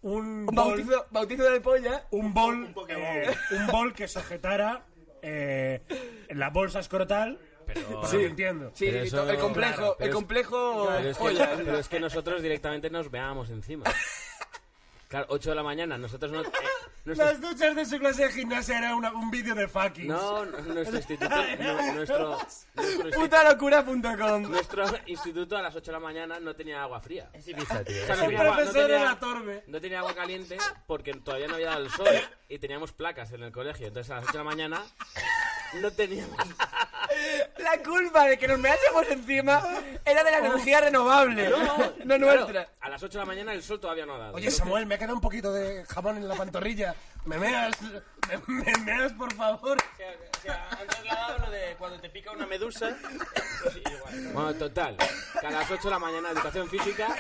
Speaker 1: un
Speaker 2: Un
Speaker 1: bol,
Speaker 2: bautizo, bautizo de polla.
Speaker 1: un bol, eh, un bol que sujetara eh, la bolsa escrotal. pero por
Speaker 2: Sí.
Speaker 1: lo que entiendo.
Speaker 2: Sí,
Speaker 9: Pero eso-
Speaker 2: el complejo,
Speaker 9: Claro,
Speaker 2: el
Speaker 9: pero es-
Speaker 2: complejo
Speaker 9: Pero es, que,
Speaker 2: pollas.
Speaker 9: pero es que nosotros directamente nos veábamos encima. Claro, 8 de la mañana, nosotros no... eh, nuestro-
Speaker 1: Las duchas de su clase de gimnasia era una- un vídeo de fucking.
Speaker 9: No, no, nuestro instituto... no, nuestro, nuestro
Speaker 2: Putalocura.com.
Speaker 9: Nuestro instituto a las 8 de la mañana no tenía agua fría.
Speaker 2: pizza, tío.
Speaker 9: O sea, no
Speaker 2: El
Speaker 9: tenía agua-
Speaker 2: profesor
Speaker 9: no tenía-
Speaker 2: era torbe.
Speaker 9: No tenía agua caliente porque todavía no había dado el sol y teníamos placas en el colegio. Entonces a las 8 de la mañana no teníamos...
Speaker 2: La culpa de que nos meásemos encima era de la energía renovable, no, nuestra.
Speaker 9: A las 8 de la mañana el sol todavía no ha dado.
Speaker 1: Oye, Samuel, me ha quedado un poquito de jabón en la pantorrilla. ¿Me meas? ¿Me, me meas, por favor?
Speaker 15: O sea, han trasladado lo de cuando te pica una medusa. Pues
Speaker 9: Bueno, total. Que a las 8 de la mañana educación física,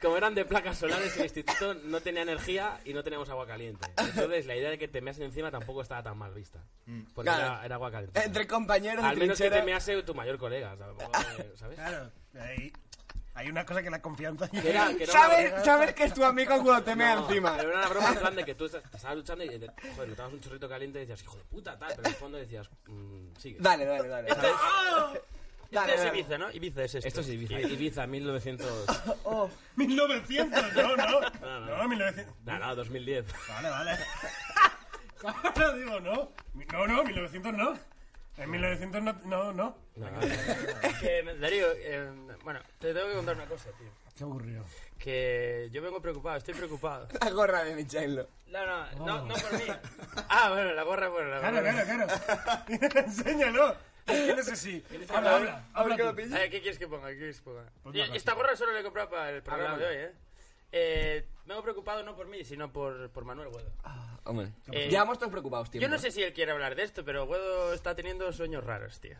Speaker 9: como eran de placas solares, el instituto no tenía energía y no teníamos agua caliente. Entonces la idea de que te measen encima tampoco estaba tan mal vista.
Speaker 2: Claro.
Speaker 9: Porque Mm, pues era, era agua caliente.
Speaker 2: Entre compañeros de
Speaker 9: Al menos que
Speaker 2: trinchera.
Speaker 9: te mease tu mayor colega, o sea, tampoco, eh, ¿sabes?
Speaker 1: Claro, ahí- hay una cosa que la confianza...
Speaker 9: Que era- que era
Speaker 2: ¿Sabes,
Speaker 9: una-
Speaker 2: sabes que es tu amigo cuando te mea
Speaker 9: No,
Speaker 2: encima.
Speaker 9: Pero era una broma en plan de que tú estás- te estabas luchando y de- joder, notabas un chorrito caliente y decías, hijo de puta, tal. Pero en el fondo decías, "Mm, sigue.
Speaker 2: Dale, dale, dale. Ah.
Speaker 9: ¿Sabes?
Speaker 15: Este es Ibiza, ¿no? Ibiza es esto.
Speaker 9: Esto es Ibiza. Ibiza 1900.
Speaker 1: 1900, no, no.
Speaker 9: No, no.
Speaker 1: No, 1900.
Speaker 9: No, no, 2010.
Speaker 1: Vale, vale. Ahora digo, no. Mi- No, no, 1900 no. En 1900 no, no, no.
Speaker 15: Que, Darío, eh, bueno, te tengo que contar una cosa, tío.
Speaker 1: Qué aburrido.
Speaker 15: Que yo vengo preocupado, estoy preocupado.
Speaker 2: La gorra de Michaelo.
Speaker 15: No, no, no, no por mí. Ah, bueno, la gorra, bueno, la
Speaker 1: Claro,
Speaker 15: gorra.
Speaker 1: claro, claro. Enséñalo. ¿Quién es ese? Habla, habla. habla tú.
Speaker 15: A ver, Eh, ¿qué quieres que ponga? ¿Qué quieres que ponga?
Speaker 1: Ponme una
Speaker 15: Y- Esta gorra solo la he comprado para el programa
Speaker 9: Habla,
Speaker 15: de hoy, ¿eh? Eh, vengo preocupado no por mí, sino por, por Manuel Guedo.
Speaker 1: Ah,
Speaker 2: Hombre,
Speaker 15: Eh,
Speaker 2: llevamos todos preocupados, tío.
Speaker 15: Yo no sé si él quiere hablar de esto, pero Guedo está teniendo sueños raros, tío.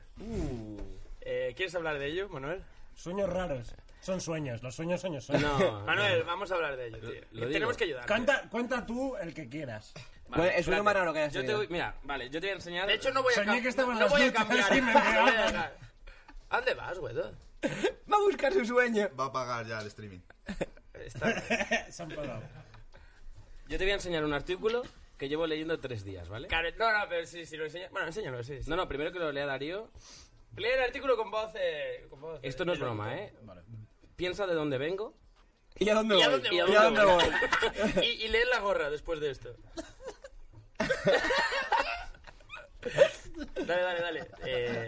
Speaker 15: Eh, ¿Quieres hablar de ello, Manuel?
Speaker 1: Uh, Sueños raros. Son sueños. Los sueños, sueños, sueños.
Speaker 9: No,
Speaker 15: Manuel, vamos a hablar de ello, tío.
Speaker 9: lo
Speaker 15: Tenemos
Speaker 9: digo.
Speaker 15: que ayudar.
Speaker 1: Cuenta, cuenta tú el que quieras.
Speaker 2: Bueno, Pues, es uno más raro que hayas
Speaker 9: yo te
Speaker 2: tenido.
Speaker 9: voy- Mira, vale, yo te voy a enseñar.
Speaker 15: De hecho, no voy a,
Speaker 1: este, Soñé
Speaker 15: cam-
Speaker 1: que estaba en
Speaker 15: no
Speaker 1: las
Speaker 15: voy a
Speaker 1: duchas
Speaker 15: cambiar.
Speaker 1: y me
Speaker 15: no voy a
Speaker 1: meaba.
Speaker 15: cambiar. ¿A dónde vas, Guedo?
Speaker 2: Va a buscar su sueño.
Speaker 13: Va a pagar ya el streaming.
Speaker 1: Se han pagado.
Speaker 9: Yo te voy a enseñar un artículo que llevo leyendo tres días, ¿vale?
Speaker 15: Claro, no, no, pero sí, si lo enseñas. Bueno, enséñalo, sí. sí.
Speaker 9: No, no, primero que lo lea Darío.
Speaker 15: Lee el artículo con voz. eh, con voz
Speaker 9: Esto no es broma, ¿eh? Piensa de dónde vengo.
Speaker 2: ¿Y a dónde
Speaker 15: ¿Y a
Speaker 2: voy?
Speaker 15: dónde
Speaker 9: ¿Y a
Speaker 15: voy?
Speaker 9: dónde voy?
Speaker 15: y, y lee la gorra después de esto. dale, dale, dale. Eh,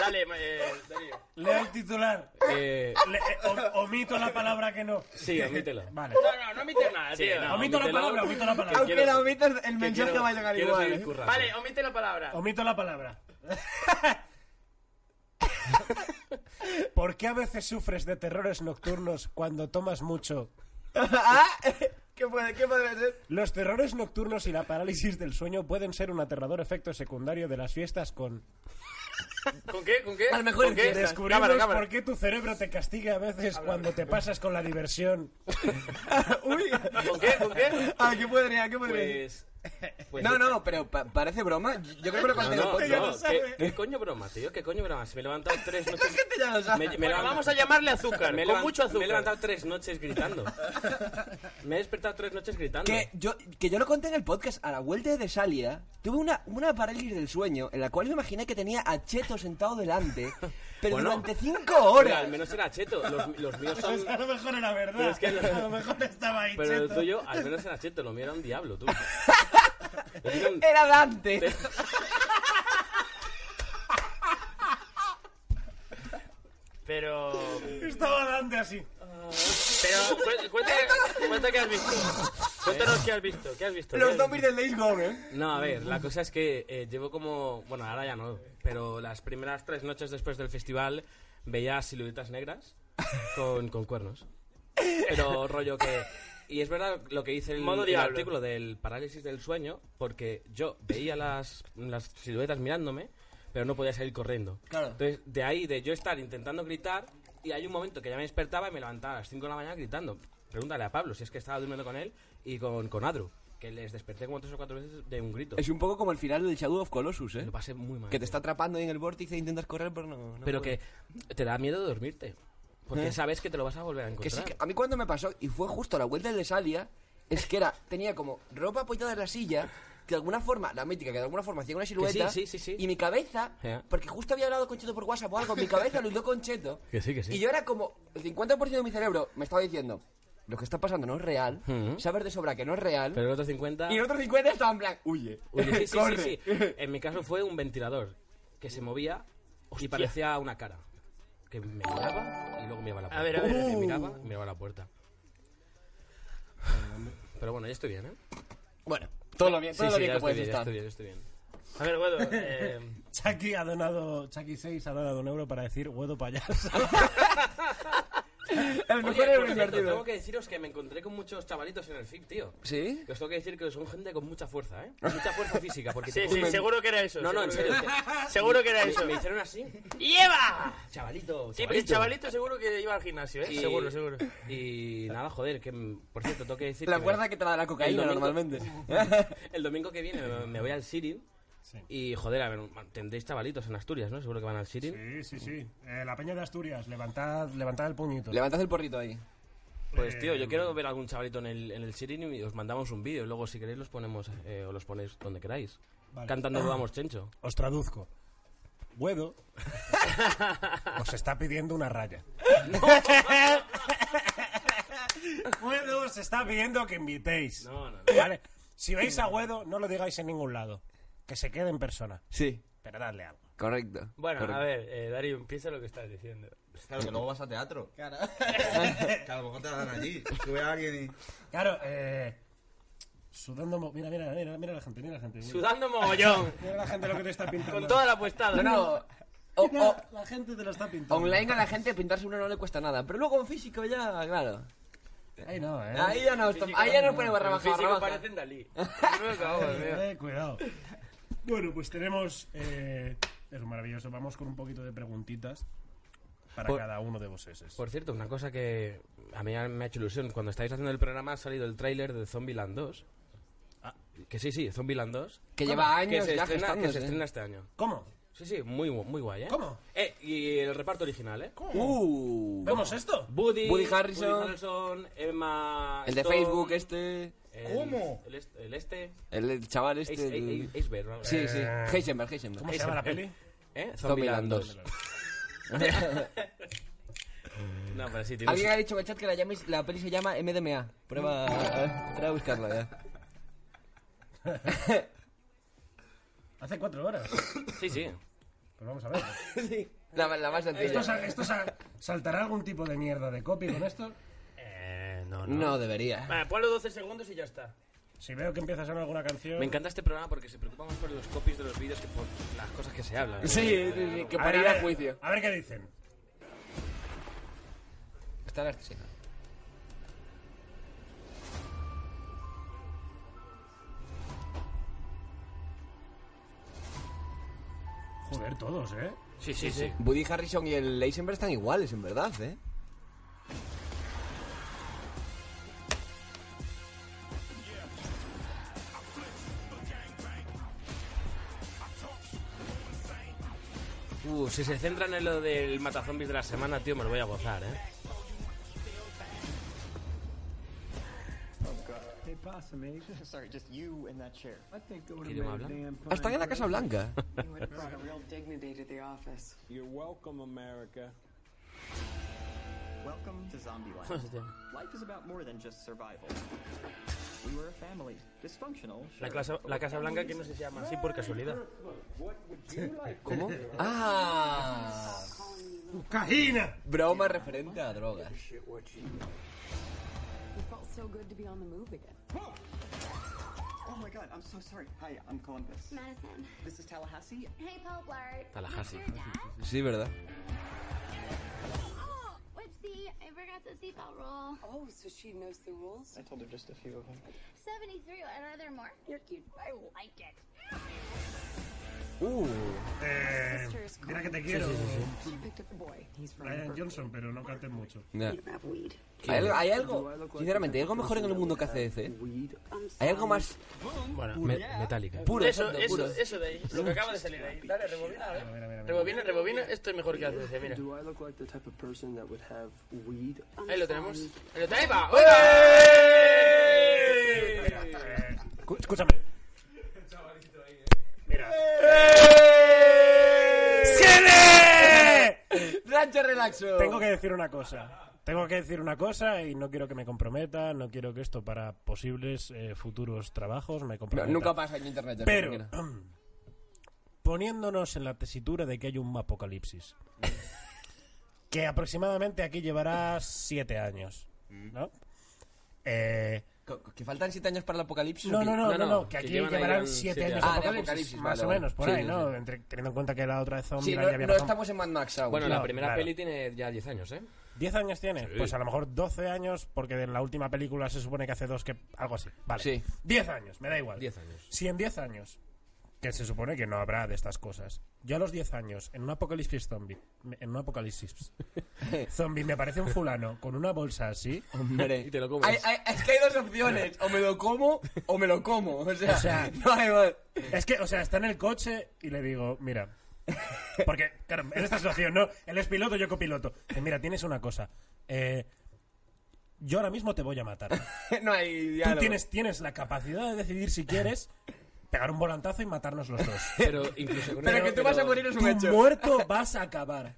Speaker 15: dale, ma- eh, Darío.
Speaker 1: Leo el titular.
Speaker 9: Eh,
Speaker 1: Le- eh, o- omito la palabra que no.
Speaker 9: sí, omítelo.
Speaker 1: Vale.
Speaker 15: No, no, no omites nada,
Speaker 9: Sí,
Speaker 15: tío.
Speaker 9: no,
Speaker 1: omito la
Speaker 9: omítelo.
Speaker 1: palabra, omito la palabra.
Speaker 2: Aunque
Speaker 9: quiero-
Speaker 2: la omitas, el mensaje
Speaker 9: quiero-
Speaker 2: va a llegar
Speaker 9: quiero
Speaker 2: igual.
Speaker 9: seguir
Speaker 2: ¿eh?
Speaker 9: currando.
Speaker 15: Vale, omite la palabra.
Speaker 1: Omito la palabra. ¿Por qué a veces sufres de terrores nocturnos cuando tomas mucho?
Speaker 2: ¿Ah? ¿Qué puede, qué puede ser?
Speaker 1: Los terrores nocturnos y la parálisis del sueño pueden ser un aterrador efecto secundario de las fiestas con...
Speaker 15: ¿Con qué? ¿Con qué?
Speaker 2: Las mejores
Speaker 15: ¿Con qué?
Speaker 2: fiestas.
Speaker 1: Descubrimos
Speaker 15: Cámara, cámara.
Speaker 1: por qué tu cerebro te castiga a veces cuando te pasas con la diversión.
Speaker 2: Uy.
Speaker 15: ¿Con qué? ¿Con qué?
Speaker 2: Ah, ¿qué podría? ¿Qué podría?
Speaker 9: Pues. pues-
Speaker 2: no, no, pero pa- parece broma. Yo creo que lo
Speaker 9: No,
Speaker 2: conté en el
Speaker 9: no,
Speaker 2: podcast.
Speaker 9: no, ¿Qué, qué coño broma, tío? ¿Qué coño broma? Si me he levantado tres noches.
Speaker 2: Ya lo sabes.
Speaker 9: Me- me he
Speaker 15: Bueno,
Speaker 9: levantado-
Speaker 15: vamos a llamarle azúcar,
Speaker 9: me he
Speaker 15: con
Speaker 9: levan-
Speaker 15: mucho azúcar.
Speaker 9: Me he levantado tres noches gritando. Me he despertado tres noches gritando.
Speaker 2: Que yo, que yo lo conté en el podcast, a la vuelta de Salia, tuve una, una parálisis del sueño en la cual me imaginé que tenía a Cheto sentado delante, pero
Speaker 9: Bueno.
Speaker 2: durante cinco
Speaker 9: Pero
Speaker 2: horas.
Speaker 9: al menos era cheto. Los, los míos son.
Speaker 1: Pues a lo mejor era verdad.
Speaker 9: Pero es que-
Speaker 1: A lo mejor estaba ahí.
Speaker 9: Pero el
Speaker 1: cheto.
Speaker 9: tuyo, al menos era cheto. Lo mío era un diablo, tú. Era un-
Speaker 2: Era Dante.
Speaker 15: Pero.
Speaker 1: Estaba Dante así.
Speaker 15: Pero, cu- cuenta, cuenta qué has visto. Cuéntanos qué has visto. ¿Qué has visto?
Speaker 2: Los zombies del Days Gone, ¿eh?
Speaker 9: No, a ver, la cosa es que eh, llevo como. Bueno, ahora ya no, pero las primeras tres noches después del festival veía siluetas negras con, con cuernos. Pero rollo que. Y es verdad lo que dice el,
Speaker 15: Modo
Speaker 9: el
Speaker 15: diablo.
Speaker 9: artículo del parálisis del sueño, porque yo veía las, las siluetas mirándome, pero no podía salir corriendo.
Speaker 2: Claro.
Speaker 9: Entonces, de ahí, de yo estar intentando gritar, y hay un momento que ya me despertaba y me levantaba a las 5 de la mañana gritando. Pregúntale a Pablo si es que estaba durmiendo con él y con, con Adru, que les desperté como tres o cuatro veces de un grito.
Speaker 2: Es un poco como el final del Shadow of Colossus, ¿eh?
Speaker 9: Lo pasé muy mal.
Speaker 2: Que te está atrapando ahí en el vórtice e intentas correr, pero no. no
Speaker 9: Pero
Speaker 2: puedes.
Speaker 9: que te da miedo dormirte. Porque
Speaker 2: ¿Eh?
Speaker 9: sabes que te lo vas a volver a
Speaker 2: Que
Speaker 9: encontrar.
Speaker 2: sí, que a mí cuando me pasó, y fue justo a la vuelta del de Salia, es que era, tenía como ropa apoyada en la silla, que de alguna forma, la mítica, que de alguna forma hacía una silueta.
Speaker 9: sí, sí, Eh. sí, sí.
Speaker 2: Y mi cabeza,
Speaker 9: Ya.
Speaker 2: porque justo había hablado con Cheto por WhatsApp o algo, mi cabeza lo hiló con Cheto.
Speaker 9: Que sí, que sí.
Speaker 2: Y yo era como, el 50% de mi cerebro me estaba diciendo, lo que está pasando no es real,
Speaker 9: Ujú.
Speaker 2: sabes de sobra que no es real.
Speaker 9: Pero el otro 50...
Speaker 2: Y el otro 50 estaba en plan, huye,
Speaker 9: Oye, sí, sí, sí,
Speaker 2: corre".
Speaker 9: sí. En mi caso fue un ventilador que se movía y parecía una cara. Que me miraba y luego miraba la
Speaker 7: A
Speaker 9: puerta.
Speaker 7: ver, a ver.
Speaker 9: Me
Speaker 7: Uh.
Speaker 9: miraba y miraba la puerta. Pero bueno, ya estoy bien, ¿eh?
Speaker 2: Bueno, todo lo bien, todo lo bien
Speaker 9: ya
Speaker 2: que
Speaker 9: estoy
Speaker 2: puedes
Speaker 9: ya
Speaker 2: estar.
Speaker 9: estoy bien, estoy bien. A ver, Guado, eh,
Speaker 1: Chucky ha donado. Chucky 6 ha donado un euro para decir huevo payaso.
Speaker 2: El
Speaker 9: Oye, por cierto, tengo que deciros que me encontré con muchos chavalitos en el FIP, tío.
Speaker 2: ¿Sí?
Speaker 9: Que os tengo que decir que son gente con mucha fuerza, ¿eh? Mucha fuerza física. Porque
Speaker 7: Sí,
Speaker 9: te-
Speaker 7: sí, seguro que era eso,
Speaker 9: No, no, en
Speaker 7: seguro
Speaker 9: serio.
Speaker 7: que- seguro que era
Speaker 9: Me-
Speaker 7: eso.
Speaker 9: Me hicieron así.
Speaker 7: ¡Lleva!
Speaker 9: Chavalito,
Speaker 7: Sí, pero el chavalito seguro que iba al gimnasio, ¿eh?
Speaker 9: Y-
Speaker 7: Seguro, seguro.
Speaker 9: Y nada, joder, que mm, por cierto, tengo que decir.
Speaker 2: La
Speaker 9: me-
Speaker 2: cuerda que te da la
Speaker 9: el
Speaker 2: cocaína
Speaker 9: domingo-
Speaker 2: normalmente.
Speaker 9: el domingo que viene me- me voy al Sirin. Y joder, a ver, tendréis chavalitos en Asturias, ¿no? Seguro que van al Sirin.
Speaker 1: Sí, sí, sí. Eh, la peña de Asturias, levantad, levantad el puñito.
Speaker 2: Levantad el porrito ahí.
Speaker 9: Pues tío,
Speaker 1: Eh,
Speaker 9: yo quiero ver algún chavalito en el, en el Sirin y os mandamos un vídeo. y Luego, si queréis, los ponemos eh, o los ponéis donde queráis.
Speaker 1: Vale.
Speaker 9: Cantando vamos, Chencho.
Speaker 1: Os traduzco. Huedo os está pidiendo una raya. Huedo os está pidiendo que invitéis. Vale. Si veis a Huedo, no lo digáis en ningún lado. Que se quede en persona.
Speaker 2: Sí.
Speaker 1: Pero dadle algo.
Speaker 2: Correcto.
Speaker 7: Bueno,
Speaker 2: correcto.
Speaker 7: a ver, eh, Darío, piensa lo que estás diciendo.
Speaker 13: Claro, que luego vas a teatro.
Speaker 7: Claro.
Speaker 13: Que a lo mejor te la dan allí. Sube a alguien y.
Speaker 1: Claro, eh. Sudando. mo- Mira, mira, mira, mira la gente, mira la gente. mira.
Speaker 7: Sudando mogollón.
Speaker 1: Mira la gente lo que te está pintando.
Speaker 7: Con toda la apuestada.
Speaker 2: No,
Speaker 1: No, la gente te lo está pintando.
Speaker 2: Oh, Online a la gente pintarse uno no le cuesta nada, pero luego en físico ya, claro.
Speaker 1: Ahí no, eh.
Speaker 2: Ahí ya no, ahí ya no pone barra baja, barra baja.
Speaker 7: Dalí.
Speaker 1: Eh, cuidado. Bueno, pues tenemos. eh, es maravilloso. Vamos con un poquito de preguntitas para
Speaker 9: Por-
Speaker 1: cada uno de vosotros.
Speaker 9: Por cierto, una cosa que a mí me ha hecho ilusión. Cuando estáis haciendo el programa ha salido el tráiler de Zombieland 2. Que sí, sí, Zombieland 2.
Speaker 2: Ah. Que lleva
Speaker 9: Que
Speaker 2: años
Speaker 9: se,
Speaker 2: ya ¿eh?
Speaker 9: estrena, que se
Speaker 2: gestándose.
Speaker 9: estrena este año.
Speaker 1: ¿Cómo?
Speaker 9: Sí, sí, muy, gu- muy guay, ¿eh?
Speaker 1: ¿Cómo?
Speaker 9: Eh, y el reparto original, ¿eh?
Speaker 2: Uh,
Speaker 1: ¿Vemos esto?
Speaker 9: Woody,
Speaker 2: Woody Harrison.
Speaker 9: Woody Harrison, Emma
Speaker 2: El de
Speaker 9: Stone,
Speaker 2: Facebook este.
Speaker 9: el- El, est- el este...
Speaker 2: El, el chaval este.
Speaker 9: Ace-
Speaker 2: el-
Speaker 9: Ace- Ace- Aceberg, ¿no?
Speaker 2: Sí, sí.
Speaker 9: Eh,
Speaker 2: Heisenberg, Heisenberg.
Speaker 9: ¿cómo se llama la peli? ¿Eh? Zombieland 2. No, pero sí, tiene
Speaker 2: Alguien
Speaker 9: un-
Speaker 2: ha dicho en el chat que la, llaméis- la peli se llama MDMA. Prueba. Trae a buscarla ya.
Speaker 1: Hace cuatro horas.
Speaker 9: Sí, sí.
Speaker 1: Pues vamos a ver.
Speaker 2: La, la más sencilla.
Speaker 1: ¿Esto, sal- esto sal- saltará algún tipo de mierda de copy con esto?
Speaker 9: Eh, no,
Speaker 2: no. No debería.
Speaker 7: Vale, ponlo 12 segundos y ya está.
Speaker 1: Si veo que empieza a sonar alguna canción.
Speaker 9: Me encanta este programa porque se preocupa más por los copies de los vídeos que por las cosas que se hablan.
Speaker 2: Sí, sí, sí, que para ir a juicio.
Speaker 1: A ver qué dicen.
Speaker 2: Está la sí.
Speaker 1: Joder, todos, ¿eh?
Speaker 9: Sí, sí, sí.
Speaker 2: Woody Harrison y el Heisenberg están iguales, en verdad, ¿eh?
Speaker 9: Uh, si se centran en lo del matazombies de la semana, tío, me lo voy a gozar, ¿eh?
Speaker 16: Hey, possum, eh? Sorry, just you and that chair. I think it
Speaker 9: ¿Qué idioma habla?
Speaker 2: Ah, están en la Casa Blanca.
Speaker 16: You're welcome, America. Welcome to Zombieland.
Speaker 9: Hostia.
Speaker 16: Life is about more than just survival. We were a family, dysfunctional.
Speaker 9: La
Speaker 16: sure,
Speaker 9: clase-
Speaker 16: but
Speaker 9: la
Speaker 16: we're
Speaker 9: Casa Blanca
Speaker 16: families.
Speaker 9: que no se llama así por casualidad.
Speaker 2: ¿Cómo? ¡Ah!
Speaker 1: ¡Cajina!
Speaker 2: Broma referente a drogas.
Speaker 17: It felt so good to be on the move again.
Speaker 16: Oh my god, I'm so sorry. Hi, I'm Columbus.
Speaker 18: Madison.
Speaker 16: This is Tallahassee.
Speaker 18: Hey, Paul Blart.
Speaker 9: Tallahassee.
Speaker 18: What's your dad?
Speaker 2: Sí, ¿verdad?
Speaker 18: Oh, whoopsie. I forgot the seatbelt rule. Oh, so she knows the rules?
Speaker 16: I told her just a few of them.
Speaker 18: 73. And are there more? You're cute. I like it.
Speaker 2: Uh.
Speaker 1: Eh, mira que te quiero.
Speaker 2: Sí, sí,
Speaker 18: She picked up a boy. He's from
Speaker 1: Brian Johnson, pero no cantes mucho.
Speaker 2: Ya. ¿Hay algo, hay algo- sinceramente, ¿hay algo mejor en el mundo que ACDC? ¿Hay algo más
Speaker 9: Bueno, metálica.
Speaker 2: puro?
Speaker 7: eso,
Speaker 2: exacto,
Speaker 7: eso,
Speaker 2: puro.
Speaker 7: eso de ahí, lo que acaba de salir de ahí. Dale, rebobina, a ver. Rebobina, rebobina, esto es mejor que hace, mira.
Speaker 16: Do I look like the type of person that would have weed?
Speaker 7: Ahí lo tenemos. Ahí lo tenemos. ¡Ahí va!
Speaker 1: Escúchame.
Speaker 2: Rancho Relaxo.
Speaker 1: Tengo que decir una cosa. Tengo que decir una cosa y no quiero que me comprometa, no quiero que esto para posibles eh, futuros trabajos me
Speaker 2: No,
Speaker 1: comprometa.
Speaker 2: nunca pasa en internet.
Speaker 1: Pero,
Speaker 2: tranquila.
Speaker 1: poniéndonos en la tesitura de que hay un apocalipsis. que aproximadamente aquí llevará siete años.
Speaker 9: Mm.
Speaker 1: ¿No? Eh,
Speaker 2: Co- co- ¿Que faltan 7 años para el apocalipsis?
Speaker 1: no, no, no, no, no, que aquí llevarán siete años de
Speaker 2: Ah, de
Speaker 1: apocalipsis,
Speaker 2: apocalipsis,
Speaker 1: más
Speaker 2: vale,
Speaker 1: o
Speaker 2: vale.
Speaker 1: menos, por
Speaker 2: Sí,
Speaker 1: ahí,
Speaker 2: sí,
Speaker 1: ¿no?
Speaker 2: sí.
Speaker 1: Entre- teniendo en cuenta que la otra de zombie
Speaker 2: Sí,
Speaker 1: la
Speaker 2: no,
Speaker 1: ya había
Speaker 2: no
Speaker 1: pasado.
Speaker 2: estamos en Mad Max aún.
Speaker 9: Bueno, la
Speaker 1: Claro,
Speaker 9: primera
Speaker 1: claro.
Speaker 9: peli tiene ya 10 años, ¿eh?
Speaker 1: ¿10 años tiene?
Speaker 9: Sí.
Speaker 1: Pues a lo mejor 12 años, porque de la última película se supone que hace dos que... Algo así, vale. 10 años, me da igual.
Speaker 9: 10 años.
Speaker 1: Si en 10 años, que se supone que no habrá de estas cosas, yo a los 10 años, en un apocalipsis zombie, me- en un apocalipsis zombie, me aparece un fulano con una bolsa así...
Speaker 2: Hombre.
Speaker 1: Y te lo
Speaker 2: Hay- hay- es que hay dos opciones. O me lo como o me lo como. O sea,
Speaker 1: O sea,
Speaker 2: no hay más.
Speaker 1: Es que, o sea, está en el coche y le digo, mira. Porque, claro, en esta situación, ¿no? Él es piloto, yo copiloto. Dice, mira, tienes una cosa. eh, yo ahora mismo te voy a matar.
Speaker 2: no hay
Speaker 1: Tú
Speaker 2: diálogo.
Speaker 1: tienes, tienes la capacidad de decidir si quieres pegar un volantazo y matarnos los dos.
Speaker 9: Pero incluso con ello-
Speaker 1: Tú muerto vas a acabar.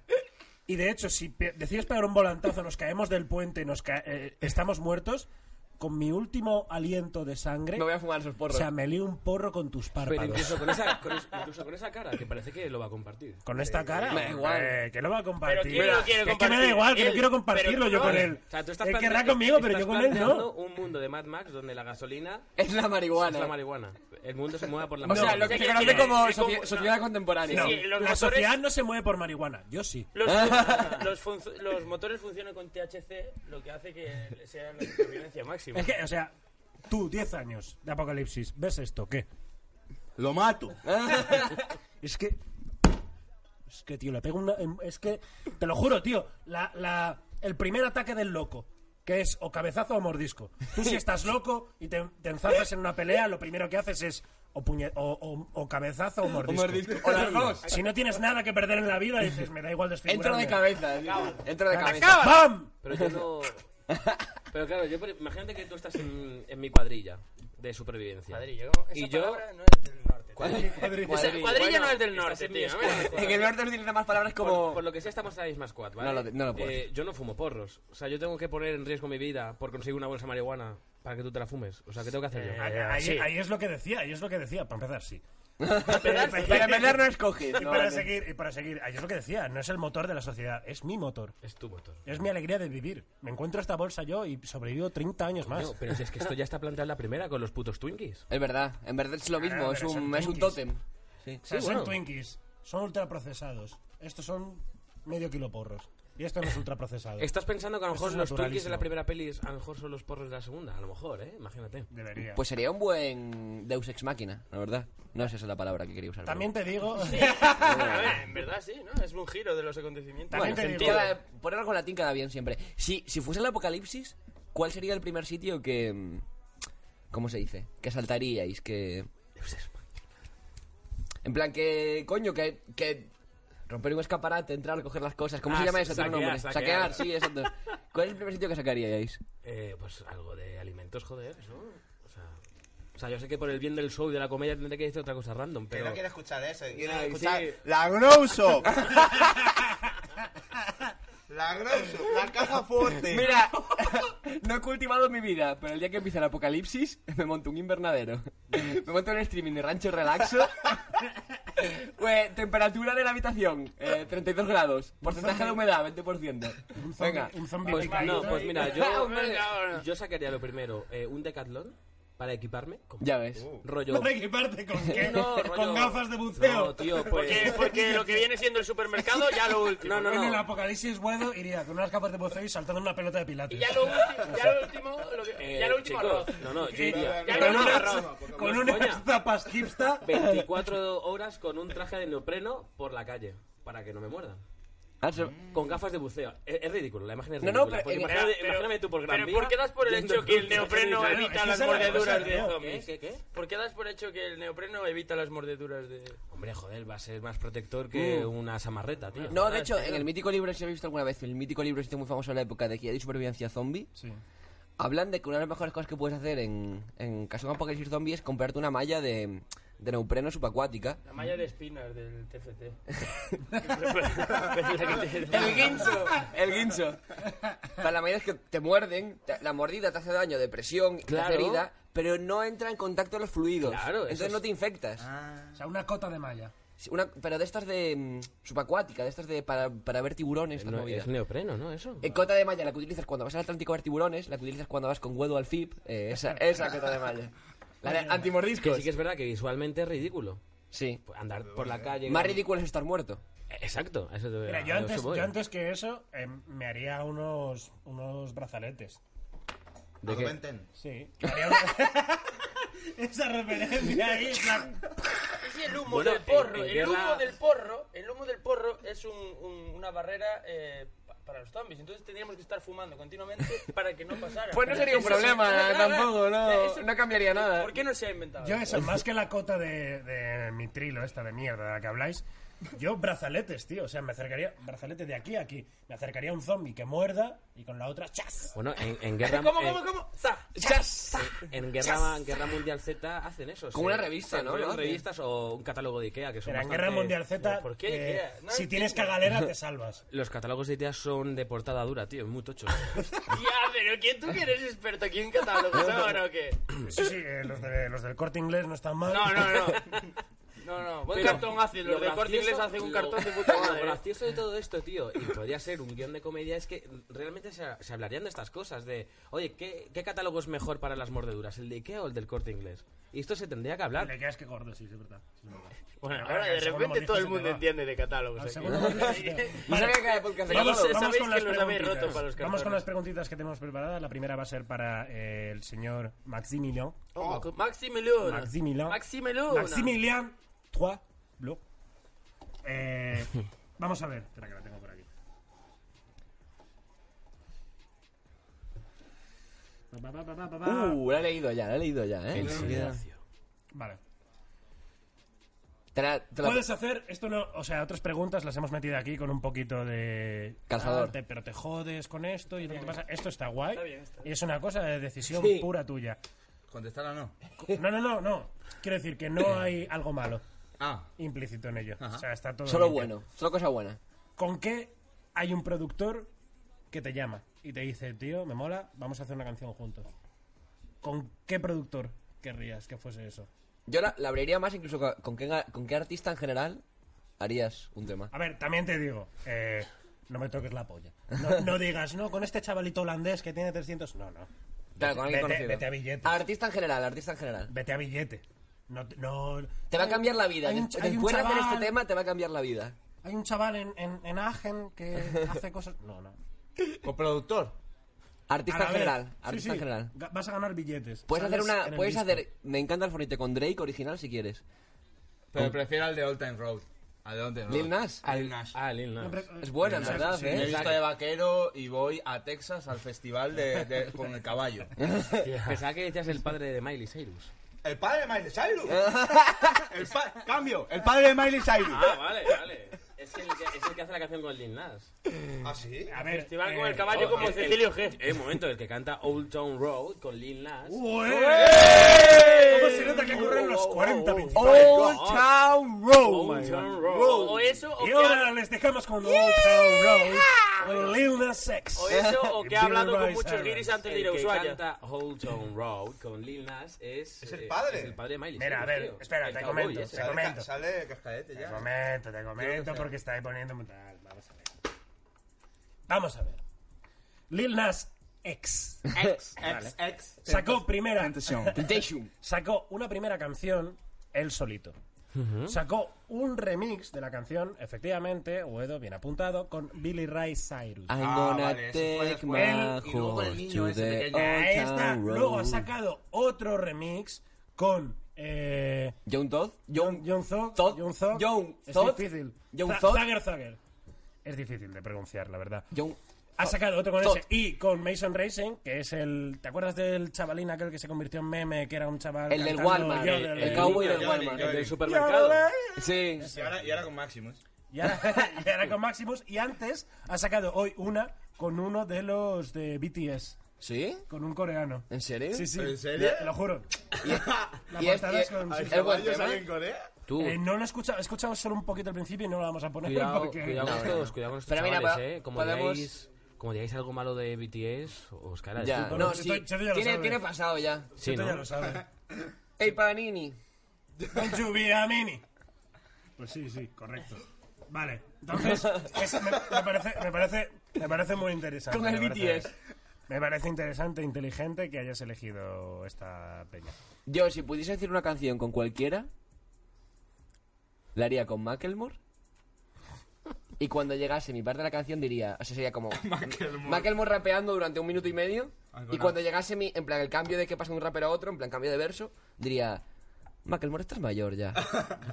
Speaker 1: Y de hecho, si pe- decides pegar un volantazo, nos caemos del puente y nos ca- eh, estamos muertos, con mi último aliento de sangre...
Speaker 2: Me voy a fumar esos porros.
Speaker 1: O sea, me lío un porro con tus párpados.
Speaker 9: Pero incluso con, esa, con es- incluso con esa cara, que parece que lo va a compartir.
Speaker 1: Con esta cara,
Speaker 9: Me da igual.
Speaker 1: hombre, que lo va a compartir.
Speaker 9: Pero ¿quién lo quiere
Speaker 1: Es que me da
Speaker 9: compartir?
Speaker 1: igual, que
Speaker 9: Él.
Speaker 1: no quiero compartirlo
Speaker 9: Pero
Speaker 1: yo
Speaker 9: tú
Speaker 1: con
Speaker 9: no.
Speaker 1: él.
Speaker 9: O sea, tú estás
Speaker 1: él querrá
Speaker 9: plante-
Speaker 1: conmigo, pero yo
Speaker 9: estás
Speaker 1: con él no.
Speaker 9: planteando un mundo de Mad Max donde la gasolina
Speaker 2: es la marihuana.
Speaker 9: Es la marihuana. El mundo se mueve por la
Speaker 2: O sea, lo que se conoce como socie- sociedad contemporánea.
Speaker 1: No,
Speaker 2: Sí, sí,
Speaker 1: la
Speaker 2: los motores-
Speaker 1: sociedad no se mueve por marihuana, yo sí.
Speaker 15: Los, los, func- los motores funcionan con THC, lo que hace que sea la supervivencia máxima.
Speaker 1: Es que, o sea, tú, 10 años de apocalipsis, ¿ves esto? ¿Qué?
Speaker 19: Lo mato.
Speaker 1: es que. Es que, tío, le pego una. em, Es que. Te lo juro, tío. La, la- el primer ataque del loco. Que es o cabezazo o mordisco. Tú, si estás loco y te, te enzarras en una pelea, lo primero que haces es. O, puñe- o, o- o cabezazo o mordisco.
Speaker 2: mordisco. O las dos.
Speaker 1: Si no tienes nada que perder en la vida, dices, me da igual
Speaker 2: Entro
Speaker 1: desfigurarme.
Speaker 2: de cabeza. Entro de cabeza.
Speaker 1: ¡Bam!
Speaker 9: Pero yo no. Pero claro, yo, por- imagínate que tú estás en, en mi cuadrilla de supervivencia.
Speaker 15: Cuadrilla,
Speaker 9: y
Speaker 15: Esa
Speaker 9: yo.
Speaker 15: palabra no es del norte.
Speaker 9: Cuadrilla,
Speaker 15: Esa-
Speaker 9: Bueno,
Speaker 15: no es del
Speaker 9: estás
Speaker 15: norte,
Speaker 9: en mi
Speaker 15: tío.
Speaker 9: squad.
Speaker 2: En el norte utilizan más palabras como.
Speaker 9: Por, por lo que sea, estamos en la misma squad, ¿vale?
Speaker 2: No lo- no lo puedo
Speaker 9: Eh, yo no fumo porros. O sea, yo tengo que poner en riesgo mi vida por conseguir una bolsa de marihuana para que tú te la fumes. O sea, ¿qué tengo que hacer yo?
Speaker 1: Ahí, Eh, ahí- ahí es lo que decía, ahí es lo que decía, para empezar, sí.
Speaker 9: empezar, sí. Para empezar, no escoges,
Speaker 1: Y
Speaker 9: no,
Speaker 1: para
Speaker 9: vale.
Speaker 1: seguir, y para seguir, ahí es lo que decía, no es el motor de la sociedad, es mi motor.
Speaker 9: Es tu motor.
Speaker 1: Es mi alegría de vivir. Me encuentro esta bolsa yo y sobrevivo 30 años más.
Speaker 9: No, pero si es que esto ya está planteado en la primera con los putos Twinkies.
Speaker 2: Es verdad, en verdad es lo mismo,
Speaker 1: Claro,
Speaker 2: es
Speaker 1: pero
Speaker 2: un,
Speaker 1: son
Speaker 2: es un
Speaker 1: Twinkies.
Speaker 2: tótem. Sí.
Speaker 1: O sea,
Speaker 2: Sí,
Speaker 1: son
Speaker 2: bueno.
Speaker 1: Twinkies, son ultraprocesados. Estos son medio kilo porros. Y esto no es ultraprocesado.
Speaker 9: Estás pensando que a lo
Speaker 1: Esto
Speaker 9: mejor
Speaker 1: es
Speaker 9: los Twinkies de la
Speaker 1: naturalísimo.
Speaker 9: primera peli es- a lo mejor son los porros de la segunda. A lo mejor, ¿eh? Imagínate.
Speaker 1: Debería.
Speaker 2: Pues sería un buen Deus Ex Máquina, la verdad. No es esa la palabra que quería usar. pero-
Speaker 1: También te digo.
Speaker 15: Bueno, a ver, en verdad sí, ¿no? Es un giro de los acontecimientos.
Speaker 2: Bueno,
Speaker 15: Bueno,
Speaker 2: sentido. Cada- poner algo latín queda bien siempre. Si, si fuese el apocalipsis, ¿cuál sería el primer sitio que. mm, ¿Cómo se dice? Que saltaríais, que. En plan, que. Coño, que. que romper un escaparate, entrar, coger las cosas. ¿Cómo
Speaker 9: Ah,
Speaker 2: se llama eso? Tiene un
Speaker 9: saquear,
Speaker 2: nombre. Saquear,
Speaker 9: saquear.
Speaker 2: sí, exacto. ¿Cuál es el primer sitio que sacaríais?
Speaker 9: Eh, pues algo de alimentos, joder, eso. O sea, o sea, yo sé que por el bien del show y de la comedia tendré que decir otra cosa random,
Speaker 7: Que
Speaker 9: pero...
Speaker 7: no quiere escuchar eso. Quiere
Speaker 9: Ay,
Speaker 7: escuchar
Speaker 9: sí.
Speaker 7: la Grow Shop. la Grow Shop, la caja fuerte.
Speaker 2: Mira, no he cultivado mi vida, pero el día que empiece el apocalipsis me monto un invernadero. Me monto un streaming de rancho relaxo. Pues, temperatura de la habitación, eh, 32 grados. Porcentaje de humedad, 20%. Venga,
Speaker 9: pues, no, pues mira, yo,
Speaker 2: Hombre,
Speaker 9: yo sacaría lo primero, eh, un decatlón para equiparme. con-
Speaker 2: Ya ves.
Speaker 9: Rollo...
Speaker 1: ¿Para equiparte con qué?
Speaker 9: No, rollo-
Speaker 1: ¿Con gafas de buceo?
Speaker 9: No, tío, pues...
Speaker 15: porque, porque lo que viene siendo el supermercado ya lo último.
Speaker 9: No, no,
Speaker 1: En
Speaker 9: no.
Speaker 1: el apocalipsis Guedo iría con unas capas de buceo y saltando en una pelota de pilates.
Speaker 15: Y ya lo último, ya lo último, lo que-
Speaker 9: Eh,
Speaker 15: ya lo último
Speaker 9: chicos,
Speaker 15: arroz.
Speaker 9: No, no, yo
Speaker 15: Y-
Speaker 9: iría...
Speaker 15: Ya lo último arroz.
Speaker 1: con
Speaker 9: No es coña.
Speaker 1: unas zapas hipsta.
Speaker 9: 24 horas con un traje de neopreno por la calle, para que no me muerdan.
Speaker 2: Ah, se-
Speaker 9: Con gafas de buceo. Es, es ridículo, la imagen es
Speaker 2: No, no,
Speaker 9: ridícula.
Speaker 2: pero-
Speaker 9: porque
Speaker 2: eh,
Speaker 9: imagínate,
Speaker 15: pero-
Speaker 9: imagíname tú por Gran
Speaker 15: pero
Speaker 9: Vía
Speaker 15: ¿por qué das por el
Speaker 9: yendo
Speaker 15: hecho que el
Speaker 9: con traje de
Speaker 15: neopreno
Speaker 9: buceo?
Speaker 15: evita
Speaker 9: Es que
Speaker 15: las
Speaker 9: esa es la cosa,
Speaker 15: mordeduras de
Speaker 9: tío.
Speaker 15: zombies?
Speaker 9: ¿Qué, qué, qué?
Speaker 15: ¿Por qué das por hecho que el neopreno evita las mordeduras de...?
Speaker 9: Hombre, joder, va a ser más protector que
Speaker 2: Mm.
Speaker 9: una samarreta, tío.
Speaker 2: No,
Speaker 9: Joder,
Speaker 15: Ah,
Speaker 2: de hecho,
Speaker 9: espera.
Speaker 2: en el mítico libro, si lo he visto alguna vez, el mítico libro este muy famoso en la época de Guía de Supervivencia Zombie. Hablan de que una de las mejores cosas que puedes hacer en, en caso de un apocalipsis zombie es comprarte una malla de, de neopreno subacuática.
Speaker 15: La malla de espinas del TFT.
Speaker 2: el guincho, el guincho. O sea, la mayoría es que te muerden, te- la mordida te hace daño, depresión,
Speaker 15: Claro.
Speaker 2: te hace herida, pero no entra en contacto los fluidos.
Speaker 15: Claro, eso
Speaker 2: entonces
Speaker 15: es-
Speaker 2: no te infectas.
Speaker 1: Ah,
Speaker 20: O sea, una cota de malla.
Speaker 2: Sí, Una, pero de estas de mm, subacuática, de estas de para, para ver tiburones, estas
Speaker 9: No,
Speaker 2: movidas.
Speaker 9: es neopreno, ¿no? Eso.
Speaker 2: Eh, cota de malla la que utilizas cuando vas al Atlántico a ver tiburones, la que utilizas cuando vas con Guedo al FIP, eh, esa, esa cota de malla. La de antimordiscos.
Speaker 9: Que sí que es verdad que visualmente es ridículo. Pues
Speaker 2: Sí.
Speaker 9: Andar por la calle. Eh,
Speaker 2: Más ridículo es estar muerto.
Speaker 9: Exacto, a eso te
Speaker 1: Mira,
Speaker 9: a
Speaker 1: yo
Speaker 9: eso
Speaker 1: antes,
Speaker 9: Ah, voy.
Speaker 1: yo antes que eso eh, me haría unos, unos brazaletes.
Speaker 9: ¿De qué?
Speaker 1: Sí. Me haría un- Esa referencia ahí. en plan-
Speaker 15: Es el humo
Speaker 1: Bueno,
Speaker 15: del
Speaker 1: en-
Speaker 15: porro.
Speaker 1: en
Speaker 15: el
Speaker 1: guerra-
Speaker 15: humo del porro. El humo del porro es un- un- una barrera eh, pa- para los zombies. Entonces tendríamos que estar fumando continuamente para que no pasara.
Speaker 2: Pues no sería un
Speaker 15: Eso
Speaker 2: problema
Speaker 15: sí. Claro, claro.
Speaker 2: tampoco, no,
Speaker 15: Eso-
Speaker 2: no cambiaría nada.
Speaker 15: ¿Por qué no se ha inventado?
Speaker 1: Yo eso, más que la cota de, de mi trilo esta de mierda de la que habláis, yo brazaletes, tío. O sea, me acercaría, brazalete de aquí a aquí, me acercaría a un zombie que muerda y con la otra, ¡chas!
Speaker 9: Bueno, en, en guerra. eh,
Speaker 1: ¿Cómo,
Speaker 9: en-
Speaker 1: cómo,
Speaker 15: ¿Cómo? ¡Za!
Speaker 9: ¡Chas! En, en guerra,
Speaker 1: ¡Chas!
Speaker 9: en Guerra Mundial Z hacen eso.
Speaker 2: Como
Speaker 9: se-
Speaker 2: una revista,
Speaker 9: se
Speaker 2: ¿no?
Speaker 9: enrollan
Speaker 2: Lo hacen.
Speaker 9: revistas o un catálogo de Ikea que son.
Speaker 1: Pero en
Speaker 9: bastante-
Speaker 1: Guerra Mundial Z,
Speaker 9: ¿Por
Speaker 1: eh,
Speaker 9: qué Ikea? No
Speaker 1: si
Speaker 9: entiendo.
Speaker 1: tienes cagalera, te salvas.
Speaker 9: Los catálogos de Ikea son de portada dura, tío, muy tochos.
Speaker 15: Ya, pero ¿quién tú que eres experto aquí en catálogos ahora o qué?
Speaker 1: Sí, sí, eh, los, de- los del corte inglés no están mal.
Speaker 15: No, no, no. No, no, buen
Speaker 9: Pero
Speaker 15: cartón hace.
Speaker 9: lo
Speaker 15: Los del corte
Speaker 9: gracioso-
Speaker 15: inglés hacen un
Speaker 9: lo-
Speaker 15: cartón de puta madre.
Speaker 9: Lo gracioso de todo esto, tío, y podría ser un guión de comedia, es que realmente se, se hablarían de estas cosas, de, oye, ¿qué, qué catálogo es mejor para las mordeduras, el de Ikea o el del corte inglés? Y esto se tendría que hablar.
Speaker 1: Le quedas que gordo, sí, sí, es verdad. sí, es verdad.
Speaker 15: Pues
Speaker 9: Bueno,
Speaker 1: Ahora que
Speaker 9: ahora
Speaker 1: el
Speaker 9: de
Speaker 1: segundo
Speaker 9: repente todo el
Speaker 1: mordisco se
Speaker 9: mundo
Speaker 1: te va.
Speaker 9: entiende de catálogos.
Speaker 1: Al
Speaker 9: aquí.
Speaker 1: segundo mordisco se te va. Vale,
Speaker 9: Vamos- vamos con las
Speaker 1: preguntitas.
Speaker 9: preguntitas.
Speaker 1: Vamos con las preguntitas que tenemos preparadas. La primera va a ser para eh, el señor Maximilian.
Speaker 15: Oh, Maximiliano.
Speaker 1: Maximilian.
Speaker 15: Maximiliano.
Speaker 1: Maximilian. Trois. Blo. Eh, vamos a ver. Espera que la tengo por aquí. Pa, pa, pa, pa, pa, pa.
Speaker 2: Uh, la he leído ya, la he leído ya, ¿eh?
Speaker 1: El
Speaker 2: Enseguida.
Speaker 1: Vale.
Speaker 2: Te la- te la-
Speaker 1: Puedes hacer esto no, o sea, otras preguntas las hemos metido aquí con un poquito de
Speaker 2: Calzador.
Speaker 1: Ah, te- pero te jodes con esto y lo que te pasa, esto está guay. Y es una cosa de decisión
Speaker 13: Sí.
Speaker 1: pura tuya.
Speaker 13: Contestarla no.
Speaker 1: No, no, no, no. Quiero decir que no hay algo malo.
Speaker 13: Ah.
Speaker 1: Implícito en ello. O sea, está todo
Speaker 2: Solo
Speaker 1: limpio.
Speaker 2: bueno, solo cosa buena.
Speaker 1: ¿Con qué hay un productor que te llama y te dice, "Tío, me mola, vamos a hacer una canción juntos"? ¿Con qué productor querrías que fuese eso?
Speaker 2: Yo la, la abriría más incluso con, con qué, con qué artista en general harías un tema.
Speaker 1: A ver, también te digo, eh, no me toques la polla. No, no digas, no, con este chavalito holandés que tiene 300. No, no.
Speaker 2: Claro, con alguien
Speaker 1: vete,
Speaker 2: conocido. Ah,
Speaker 1: vete a billetes.
Speaker 2: Artista en general, artista en general.
Speaker 1: Vete a billete. No, te- no-
Speaker 2: Te va a cambiar la vida.
Speaker 1: Hay un,
Speaker 2: Des-
Speaker 1: hay un
Speaker 2: Después de hacer
Speaker 1: chaval,
Speaker 2: este tema, te va a cambiar la vida.
Speaker 1: hay un chaval en, en, en Agen que hace cosas. No, no.
Speaker 2: ¿Coproductor? Artista
Speaker 1: A
Speaker 2: en
Speaker 1: la vez.
Speaker 2: general.
Speaker 1: Sí,
Speaker 2: Artista
Speaker 1: sí.
Speaker 2: en general.
Speaker 1: Ga- Vas a ganar billetes.
Speaker 2: Puedes hacer
Speaker 1: Sales
Speaker 2: una.
Speaker 1: en el
Speaker 2: Puedes
Speaker 1: disco.
Speaker 2: hacer. Me encanta el fonite con Drake original si quieres.
Speaker 13: Pero
Speaker 2: Con-
Speaker 13: prefiero al de Old Time Road. Al de Old Time Road.
Speaker 2: Lil Nas.
Speaker 13: Al Lil Nas.
Speaker 9: Ah, Lil Nas.
Speaker 2: Es buena, en verdad, ¿eh?
Speaker 13: Me he visto de vaquero y voy a Texas al festival de, de- con el caballo.
Speaker 9: Pensaba que decías el padre de Miley Cyrus.
Speaker 13: ¡El padre de Miley Cyrus! El pa- ¡Cambio! ¡El padre de Miley Cyrus!
Speaker 9: Ah, vale, vale. Es el que, es el que hace la canción con Lil Nas.
Speaker 13: ¿Ah, sí?
Speaker 1: A ver,
Speaker 15: Festival
Speaker 13: eh,
Speaker 15: con el caballo
Speaker 13: oh,
Speaker 15: como Cecilio G.
Speaker 9: El, Eh, momento, el que canta Old Town Road con Lil Nas.
Speaker 1: ¿Cómo se nota que ocurren los 40 principales?
Speaker 2: Old Town Road.
Speaker 1: my
Speaker 15: Old Town
Speaker 1: God.
Speaker 15: Road. O eso, o
Speaker 1: y
Speaker 15: que
Speaker 1: ahora les dejamos con Old Town Road. Con Lil Nas X.
Speaker 15: O eso, o que ha
Speaker 1: Y
Speaker 15: hablado
Speaker 1: Billy
Speaker 15: con
Speaker 1: Ray
Speaker 15: muchos
Speaker 1: Cyrus.
Speaker 15: guiris antes de ir a
Speaker 9: El que
Speaker 15: Ushuaia.
Speaker 9: canta Old Town Road con Lil Nas es... ¿Es
Speaker 13: el padre?
Speaker 9: Es el padre de Miley
Speaker 1: Mira, a
Speaker 9: Cyrus,
Speaker 1: ver,
Speaker 9: tío.
Speaker 1: espera,
Speaker 9: El
Speaker 1: te
Speaker 9: cowboy
Speaker 1: comento,
Speaker 9: ese.
Speaker 1: te comento.
Speaker 13: Sale cascadete
Speaker 1: Te
Speaker 13: ya.
Speaker 1: comento, te comento, porque estáis poniendo... tal, Vamos a ver. Vamos a ver. Lil Nas X.
Speaker 13: X,
Speaker 1: Vale.
Speaker 13: X, X.
Speaker 1: Sacó primera...
Speaker 2: Temptation.
Speaker 1: Sacó una primera canción él solito. Sacó un remix de la canción, efectivamente, Guedo, bien apuntado, con Billy Ray Cyrus.
Speaker 2: I'm gonna take my
Speaker 1: Y luego el
Speaker 2: horse
Speaker 1: niño
Speaker 2: to
Speaker 1: ese
Speaker 2: the
Speaker 1: pequeño.
Speaker 2: old
Speaker 1: Ahí
Speaker 2: town
Speaker 1: está.
Speaker 2: road.
Speaker 1: Luego ha sacado otro remix con. Eh,
Speaker 2: John Todd.
Speaker 1: John, John Zod. John Zod.
Speaker 2: John
Speaker 1: es
Speaker 2: Zod.
Speaker 1: difícil.
Speaker 2: John
Speaker 1: Za-
Speaker 2: Zod.
Speaker 1: Zagger Zagger. Es difícil de pronunciar, la verdad.
Speaker 2: John
Speaker 1: ha sacado otro con
Speaker 2: Zod.
Speaker 1: ese. Y con Mason Racing, que es el. ¿Te acuerdas del chavalín aquel que se convirtió en meme? Que era un chaval.
Speaker 2: El del
Speaker 1: cantando
Speaker 13: Eh,
Speaker 2: Walmart,
Speaker 1: Yo
Speaker 2: el-
Speaker 1: del-
Speaker 2: el cowboy del
Speaker 1: Yo
Speaker 2: Walmart.
Speaker 1: Yo
Speaker 2: El del
Speaker 1: Yo
Speaker 2: supermercado.
Speaker 1: del-
Speaker 2: Sí.
Speaker 13: Y ahora, y ahora con Maximus.
Speaker 1: y ahora, y ahora con Maximus. Y antes ha sacado hoy una con uno de los de BTS.
Speaker 2: ¿Sí?
Speaker 21: Con un coreano.
Speaker 2: ¿En serio?
Speaker 21: Sí, sí.
Speaker 2: ¿En serio?
Speaker 21: Te lo juro. La
Speaker 2: y es-
Speaker 21: portada
Speaker 2: y-
Speaker 21: es con...
Speaker 2: ¿hay
Speaker 21: sí, sí.
Speaker 2: caballos ¿Es buen ahí tema? en Corea? Tú.
Speaker 21: Eh, no lo he escuchado. He escuchado solo un poquito al principio y no lo vamos a poner
Speaker 9: Cuidado,
Speaker 21: porque...
Speaker 9: cuidado con estos, cuidado con estos
Speaker 2: Pero mira,
Speaker 9: chavales,
Speaker 2: pa-
Speaker 9: eh. Como
Speaker 2: podemos-
Speaker 9: digáis, como digáis algo malo de BTS, os caerá.
Speaker 2: Ya,
Speaker 9: esto,
Speaker 2: no, sí. tiene, tiene pasado ya.
Speaker 9: Sí, Cheto ¿no? ya lo sabe.
Speaker 2: Ey, Panini.
Speaker 21: Don't you be a mini.
Speaker 1: Pues sí, sí, correcto. Vale, entonces es- me, me parece, me, parece, me parece muy interesante.
Speaker 2: Con el
Speaker 1: me parece-
Speaker 2: BTS.
Speaker 1: me parece interesante, e inteligente que hayas elegido esta peña.
Speaker 2: Yo, si pudiese decir una canción con cualquiera, la haría con Macklemore. Y cuando llegase mi parte de la canción diría, o sea, sería como Macklemore, rapeando durante un minuto y medio.
Speaker 7: Algo
Speaker 2: Y
Speaker 7: nada.
Speaker 2: cuando llegase mi, en plan, el cambio de que pasa de un rapero a otro, en plan, cambio de verso, diría, Macklemore, estás mayor ya.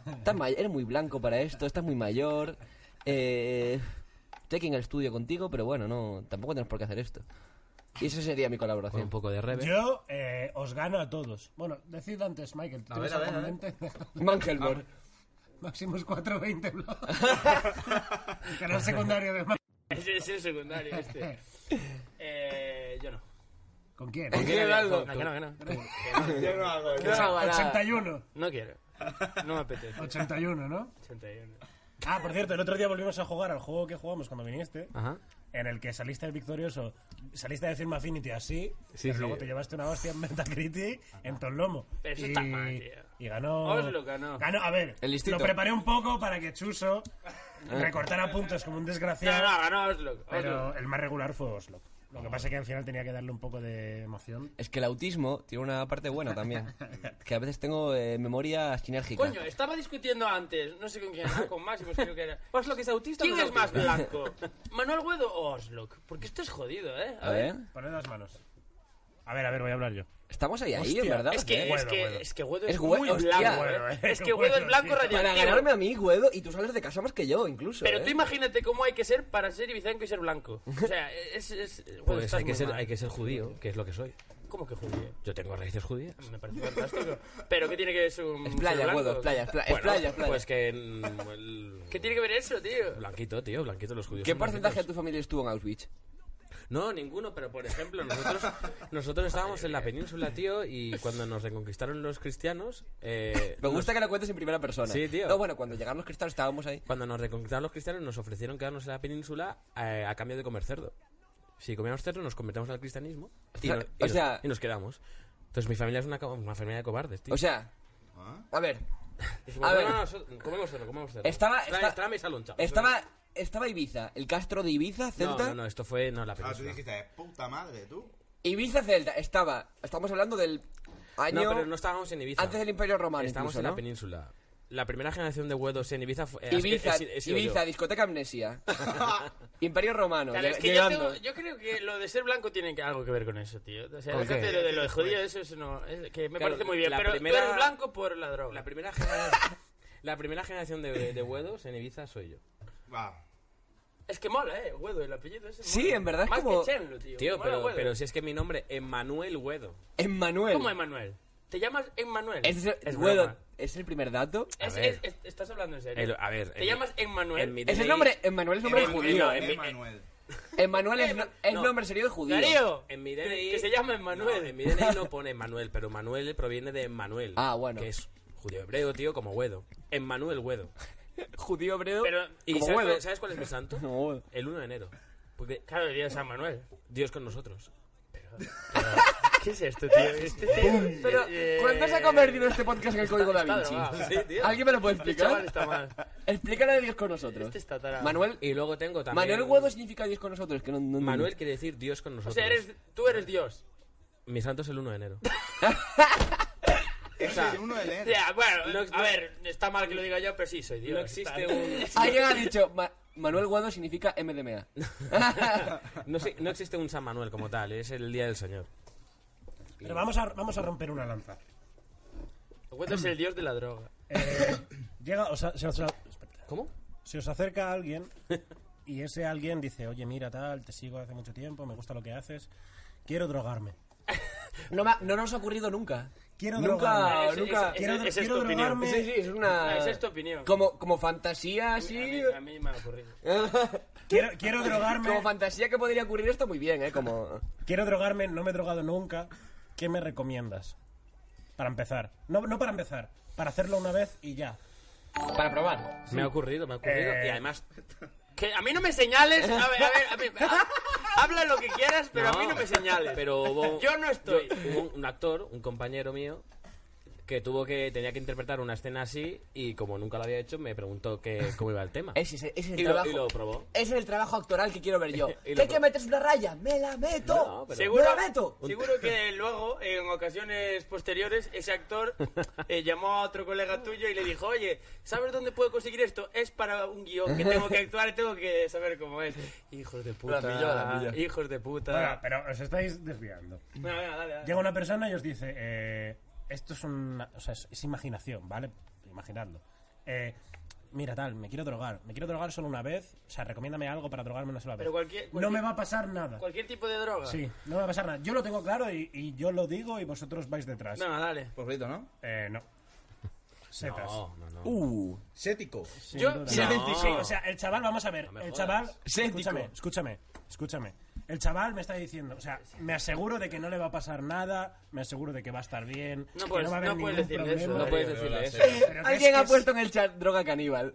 Speaker 2: Estás may- eres muy blanco para esto, estás muy mayor. Eh, estoy aquí en el estudio contigo, pero bueno, no, tampoco tenemos por qué hacer esto. Y esa sería mi colaboración.
Speaker 9: un poco de
Speaker 1: Yo eh, os gano a todos. Bueno, decid antes, Michael.
Speaker 2: A
Speaker 1: ¿tienes
Speaker 2: ver, a
Speaker 1: algo en
Speaker 2: ver, a ver.
Speaker 1: mente? Ah,
Speaker 2: Mankelborn.
Speaker 21: Máximos 420 blog. El canal secundario de Mac.
Speaker 9: Es, es el secundario este. Eh, yo no.
Speaker 21: ¿Con quién?
Speaker 9: ¿Con quién algo?
Speaker 21: Con-
Speaker 9: No, que no, que no.
Speaker 21: con-
Speaker 9: Yo no hago, yo
Speaker 21: O sea,
Speaker 9: no hago nada.
Speaker 21: 81.
Speaker 9: No quiero. No me apetece.
Speaker 1: 81, ¿no?
Speaker 9: 81.
Speaker 1: Ah, por cierto, el otro día volvimos a jugar al juego que jugamos cuando viniste.
Speaker 9: Ajá.
Speaker 1: En el que saliste victorioso, saliste a decir Affinity así,
Speaker 9: Sí,
Speaker 1: pero
Speaker 9: sí.
Speaker 1: luego te llevaste una hostia en Metacritic en Tolomo.
Speaker 9: Pero eso
Speaker 1: y,
Speaker 9: está mal, tío.
Speaker 1: y Oh, ganó.
Speaker 9: Os lo ganó.
Speaker 1: A ver,
Speaker 9: El listito.
Speaker 1: lo preparé un poco para que Chuso recortara puntos como un desgraciado.
Speaker 9: No, no, ganó Oslo.
Speaker 1: Pero
Speaker 9: Oslo.
Speaker 1: el más regular fue Oslo. Lo que pasa es que al final tenía que darle un poco de emoción.
Speaker 2: Es que el autismo tiene una parte buena también. que a veces tengo eh, memoria sinérgica.
Speaker 15: Coño, eh, estaba discutiendo antes, no sé con quién era, con Máximo, creo que era.
Speaker 9: Oslo Pues que es autista.
Speaker 15: ¿Quién
Speaker 9: no
Speaker 15: es más
Speaker 9: autista?
Speaker 15: blanco? ¿Manuel Guedo o Oslo? Porque esto es jodido, ¿eh?
Speaker 2: A ver.
Speaker 1: Poned las manos. A ver, a ver, voy a hablar yo.
Speaker 2: Estamos ahí, ahí, en verdad.
Speaker 15: Es que,
Speaker 2: ¿eh?
Speaker 15: es que, es que Guedo es,
Speaker 2: Es Guedo,
Speaker 15: muy
Speaker 2: hostia.
Speaker 15: blanco,
Speaker 2: Guedo,
Speaker 15: ¿eh?
Speaker 2: eh.
Speaker 15: Es que
Speaker 2: Guedo,
Speaker 15: Guedo es blanco
Speaker 2: sí.
Speaker 15: radioactivo.
Speaker 2: Para ganarme a mí, Guedo, y tú sales de casa más que yo, incluso.
Speaker 15: Pero
Speaker 2: ¿eh?
Speaker 15: tú imagínate cómo hay que ser para ser ibicenco y ser blanco. O sea, es... es Guedo,
Speaker 9: Pues
Speaker 15: estás
Speaker 9: hay que,
Speaker 15: muy
Speaker 9: ser,
Speaker 15: mal.
Speaker 9: hay que ser judío, que es lo que soy.
Speaker 15: ¿Cómo que judío?
Speaker 9: Yo tengo raíces judías. Mm,
Speaker 15: Me parece fantástico. ¿Pero qué tiene que ver su...
Speaker 9: Es
Speaker 2: playa, Guedo, es playa, es playa, es playa, es playa.
Speaker 9: Pues que. mm, el-
Speaker 15: ¿Qué tiene que ver eso, tío?
Speaker 9: Blanquito, tío, blanquito los judíos.
Speaker 2: ¿Qué
Speaker 9: son
Speaker 2: porcentaje
Speaker 9: blanquitos.
Speaker 2: de tu familia estuvo en Auschwitz?
Speaker 9: No, ninguno, pero por ejemplo, nosotros, nosotros estábamos en la península, tío, y cuando nos reconquistaron los cristianos. eh,
Speaker 2: Me gusta
Speaker 9: nos-
Speaker 2: que lo cuentes en primera persona.
Speaker 9: Sí, tío.
Speaker 2: No, bueno, cuando llegaron los cristianos estábamos ahí.
Speaker 9: Cuando nos reconquistaron los cristianos, nos ofrecieron quedarnos en la península eh, a cambio de comer cerdo. Si comíamos cerdo, nos convertíamos al cristianismo y,
Speaker 2: O sea-
Speaker 9: no- y
Speaker 2: o
Speaker 9: nos,
Speaker 2: sea-
Speaker 9: y nos quedamos. Entonces, mi familia es una, co- una familia de cobardes, tío.
Speaker 2: O sea, a ver.
Speaker 9: Dijimos,
Speaker 2: A ver.
Speaker 9: "No, no, no, comemos cerdo, comemos cerdo.
Speaker 2: Estaba.
Speaker 9: Tráeme-
Speaker 2: esta-
Speaker 9: tráeme esa loncha.
Speaker 2: Estaba. Estaba Ibiza, el Castro de Ibiza, Celta.
Speaker 9: No, no, no, esto fue no la
Speaker 11: Ah, tú
Speaker 9: península.
Speaker 11: dijiste, "De puta madre, tú.
Speaker 2: Ibiza, Celta, estaba. Estamos hablando del año.
Speaker 9: No, pero no estábamos en Ibiza.
Speaker 2: Antes del Imperio Romano.
Speaker 9: Estábamos
Speaker 2: incluso,
Speaker 9: en la
Speaker 2: ¿no?
Speaker 9: península. La primera generación de huedos en Ibiza fue... eh,
Speaker 2: Ibiza,
Speaker 9: es que he sido- he sido
Speaker 2: Ibiza
Speaker 9: yo.
Speaker 2: discoteca amnesia. Imperio romano.
Speaker 15: Claro,
Speaker 2: lleg-
Speaker 15: es que yo,
Speaker 2: llegando.
Speaker 15: tengo- yo creo que lo de ser blanco tiene que- algo que ver con eso, tío. O sea,
Speaker 9: ¿Con
Speaker 15: déjate
Speaker 9: qué? Pues-
Speaker 15: lo de lo de judío, eso, es no, es que me
Speaker 9: Claro,
Speaker 15: parece muy bien.
Speaker 9: la
Speaker 15: Pero
Speaker 9: primera-
Speaker 15: tú eres blanco por la droga.
Speaker 9: La primera generación, la primera generación de, de huedos en Ibiza soy yo.
Speaker 15: Es que mola, eh, Guedo, el apellido ese.
Speaker 9: Sí,
Speaker 15: mola.
Speaker 9: en verdad es
Speaker 15: Más
Speaker 9: como-
Speaker 15: que Chenlo, tío.
Speaker 9: Tío,
Speaker 15: Mola
Speaker 9: pero,
Speaker 15: Guedo.
Speaker 9: pero si es que mi nombre es Manuel Huedo.
Speaker 2: Emmanuel.
Speaker 15: ¿Cómo Emmanuel? ¿Te llamas Emmanuel?
Speaker 2: Es, el-
Speaker 9: Es
Speaker 2: Guedo,
Speaker 9: broma.
Speaker 2: es el primer dato.
Speaker 15: Es- es- es- ¿Estás hablando en serio?
Speaker 9: El- a ver,
Speaker 15: ¿Te
Speaker 9: en-
Speaker 15: llamas Emmanuel?
Speaker 9: en mi
Speaker 2: Es el
Speaker 9: DNI
Speaker 2: nombre. eh, Emmanuel es nombre de
Speaker 9: Em-
Speaker 2: judío.
Speaker 9: no,
Speaker 2: ¿eh?
Speaker 9: Em-
Speaker 2: Emmanuel es,
Speaker 9: Em-
Speaker 2: no- es
Speaker 9: no.
Speaker 2: nombre serio de judío.
Speaker 15: Darío.
Speaker 9: En mi DNI...
Speaker 15: Que- que se llama Emmanuel.
Speaker 9: No, en mi DNI no pone Manuel, pero Manuel proviene de Manuel.
Speaker 2: Ah, bueno.
Speaker 9: Que es judío hebreo, tío, como Huedo. Emmanuel Huedo.
Speaker 2: Judío hebreo.
Speaker 15: Pero,
Speaker 9: ¿Y
Speaker 2: como
Speaker 9: sabes
Speaker 2: Huedo.
Speaker 9: cuál, sabes cuál es mi santo?
Speaker 2: No.
Speaker 9: El 1 de enero. Porque
Speaker 15: claro, Dios San Manuel.
Speaker 9: Dios con nosotros.
Speaker 15: ¿Qué es esto, tío? Este tío-
Speaker 2: Pero,
Speaker 15: eh,
Speaker 2: ¿cuándo se ha convertido este podcast en el código da
Speaker 15: está
Speaker 2: Vinci?
Speaker 15: drogado. Sí, tío.
Speaker 2: ¿Alguien me lo puede
Speaker 15: Este
Speaker 2: explicar?
Speaker 15: chaval está mal.
Speaker 2: Explícale a Dios con nosotros.
Speaker 15: Este
Speaker 2: Manuel.
Speaker 9: Y luego tengo también...
Speaker 2: Manuel Guado significa Dios con nosotros. Que no, no-
Speaker 9: Manuel quiere decir Dios con
Speaker 15: O
Speaker 9: nosotros.
Speaker 15: sea, eres, tú eres Dios.
Speaker 9: Mi santo es el 1 de enero.
Speaker 11: Es el uno de
Speaker 15: O
Speaker 11: enero.
Speaker 15: sea, bueno,
Speaker 9: No-
Speaker 15: a ver, está mal que lo diga yo, pero sí soy Dios.
Speaker 9: No existe
Speaker 15: Está-
Speaker 9: un-
Speaker 2: Alguien ha dicho. "Ma- Manuel Guado significa MDMA.
Speaker 9: No, sé- no existe un San Manuel como tal, es el Día del Señor.
Speaker 1: Pero vamos a, vamos a romper una lanza.
Speaker 15: Guedo es el dios de la droga.
Speaker 1: Llega, o sea, se os,
Speaker 9: ¿Cómo?
Speaker 1: Se os acerca alguien y ese alguien dice, oye, mira, tal, te sigo hace mucho tiempo, me gusta lo que haces, quiero drogarme.
Speaker 2: No, me ha- no nos ha ocurrido nunca.
Speaker 22: Quiero
Speaker 2: nunca,
Speaker 9: Ah,
Speaker 22: drogarme.
Speaker 2: nunca.
Speaker 22: Quiero, quiero drogarme.
Speaker 2: Sí, sí, es una.
Speaker 22: Ah, esa es tu opinión.
Speaker 2: Como, como fantasía así.
Speaker 9: A mí me ha ocurrido.
Speaker 1: quiero, quiero drogarme.
Speaker 2: Como fantasía que podría ocurrir está muy bien, ¿eh? Como.
Speaker 1: Quiero drogarme, no me he drogado nunca. ¿Qué me recomiendas? Para empezar. No, no para empezar, para hacerlo una vez y ya.
Speaker 9: Para probar.
Speaker 1: Sí.
Speaker 9: Me ha ocurrido, me ha ocurrido.
Speaker 1: Eh,
Speaker 9: Y además.
Speaker 15: Que a mí no me señales. A ver, a ver, a ver, ha- Habla lo que quieras, pero a mí no me señales.
Speaker 9: Pero hubo-
Speaker 15: Yo no estoy.
Speaker 9: yo- hubo un actor, un compañero mío, que tuvo que tenía que interpretar una escena así y como nunca lo había hecho me preguntó que, cómo iba el tema.
Speaker 2: Ese, es- ese es el
Speaker 9: y, lo,
Speaker 2: trabajo.
Speaker 9: y lo probó.
Speaker 2: Ese es el trabajo actoral que quiero ver yo.
Speaker 9: Y
Speaker 2: ¿Qué
Speaker 9: lo
Speaker 2: hay que
Speaker 9: pro-
Speaker 2: metes una raya? ¡Me la meto!
Speaker 15: seguro,
Speaker 2: ¡Me la meto!
Speaker 15: seguro que luego, en ocasiones posteriores, ese actor eh, llamó a otro colega tuyo y le dijo, oye, ¿sabes dónde puedo conseguir esto? Es para un guión que tengo que actuar y tengo que saber cómo es. Hijos de puta.
Speaker 9: pilló, la pilló.
Speaker 15: Hijos de puta.
Speaker 1: Bueno, pero os estáis desviando.
Speaker 15: Bueno, venga, dale, dale.
Speaker 1: Llega una persona y os dice, eh, esto es una, o sea, es, es imaginación, ¿vale? Imaginadlo. Eh, mira, tal, me quiero drogar. Me quiero drogar solo una vez. O sea, recomiéndame algo para drogarme una sola vez.
Speaker 15: Pero cualquier-
Speaker 1: No
Speaker 15: cualquier-
Speaker 1: me va a pasar nada.
Speaker 15: Cualquier tipo de droga.
Speaker 1: Sí, no me va a pasar nada. Yo lo tengo claro y, y yo lo digo y vosotros vais detrás.
Speaker 15: Venga, dale.
Speaker 13: Porrito, ¿no?
Speaker 1: Eh, no. Setas.
Speaker 13: No, no, no.
Speaker 1: Uh.
Speaker 13: Sético.
Speaker 1: Sin duda. Sí, o sea, el chaval, vamos a ver, el
Speaker 13: jodas.
Speaker 1: chaval,
Speaker 13: Séntico.
Speaker 1: escúchame, escúchame, escúchame. El chaval me está diciendo, o sea, me aseguro de que no le va a pasar nada, me aseguro de que va a estar bien,
Speaker 15: No
Speaker 1: que
Speaker 15: puedes-
Speaker 1: no va a haber
Speaker 15: no puedes
Speaker 1: ningún
Speaker 15: decirle eso,
Speaker 1: problema.
Speaker 15: no puedes decirle eso.
Speaker 1: Pero que
Speaker 2: Alguien
Speaker 1: es
Speaker 2: ha
Speaker 1: que es-
Speaker 2: puesto en el chat droga caníbal.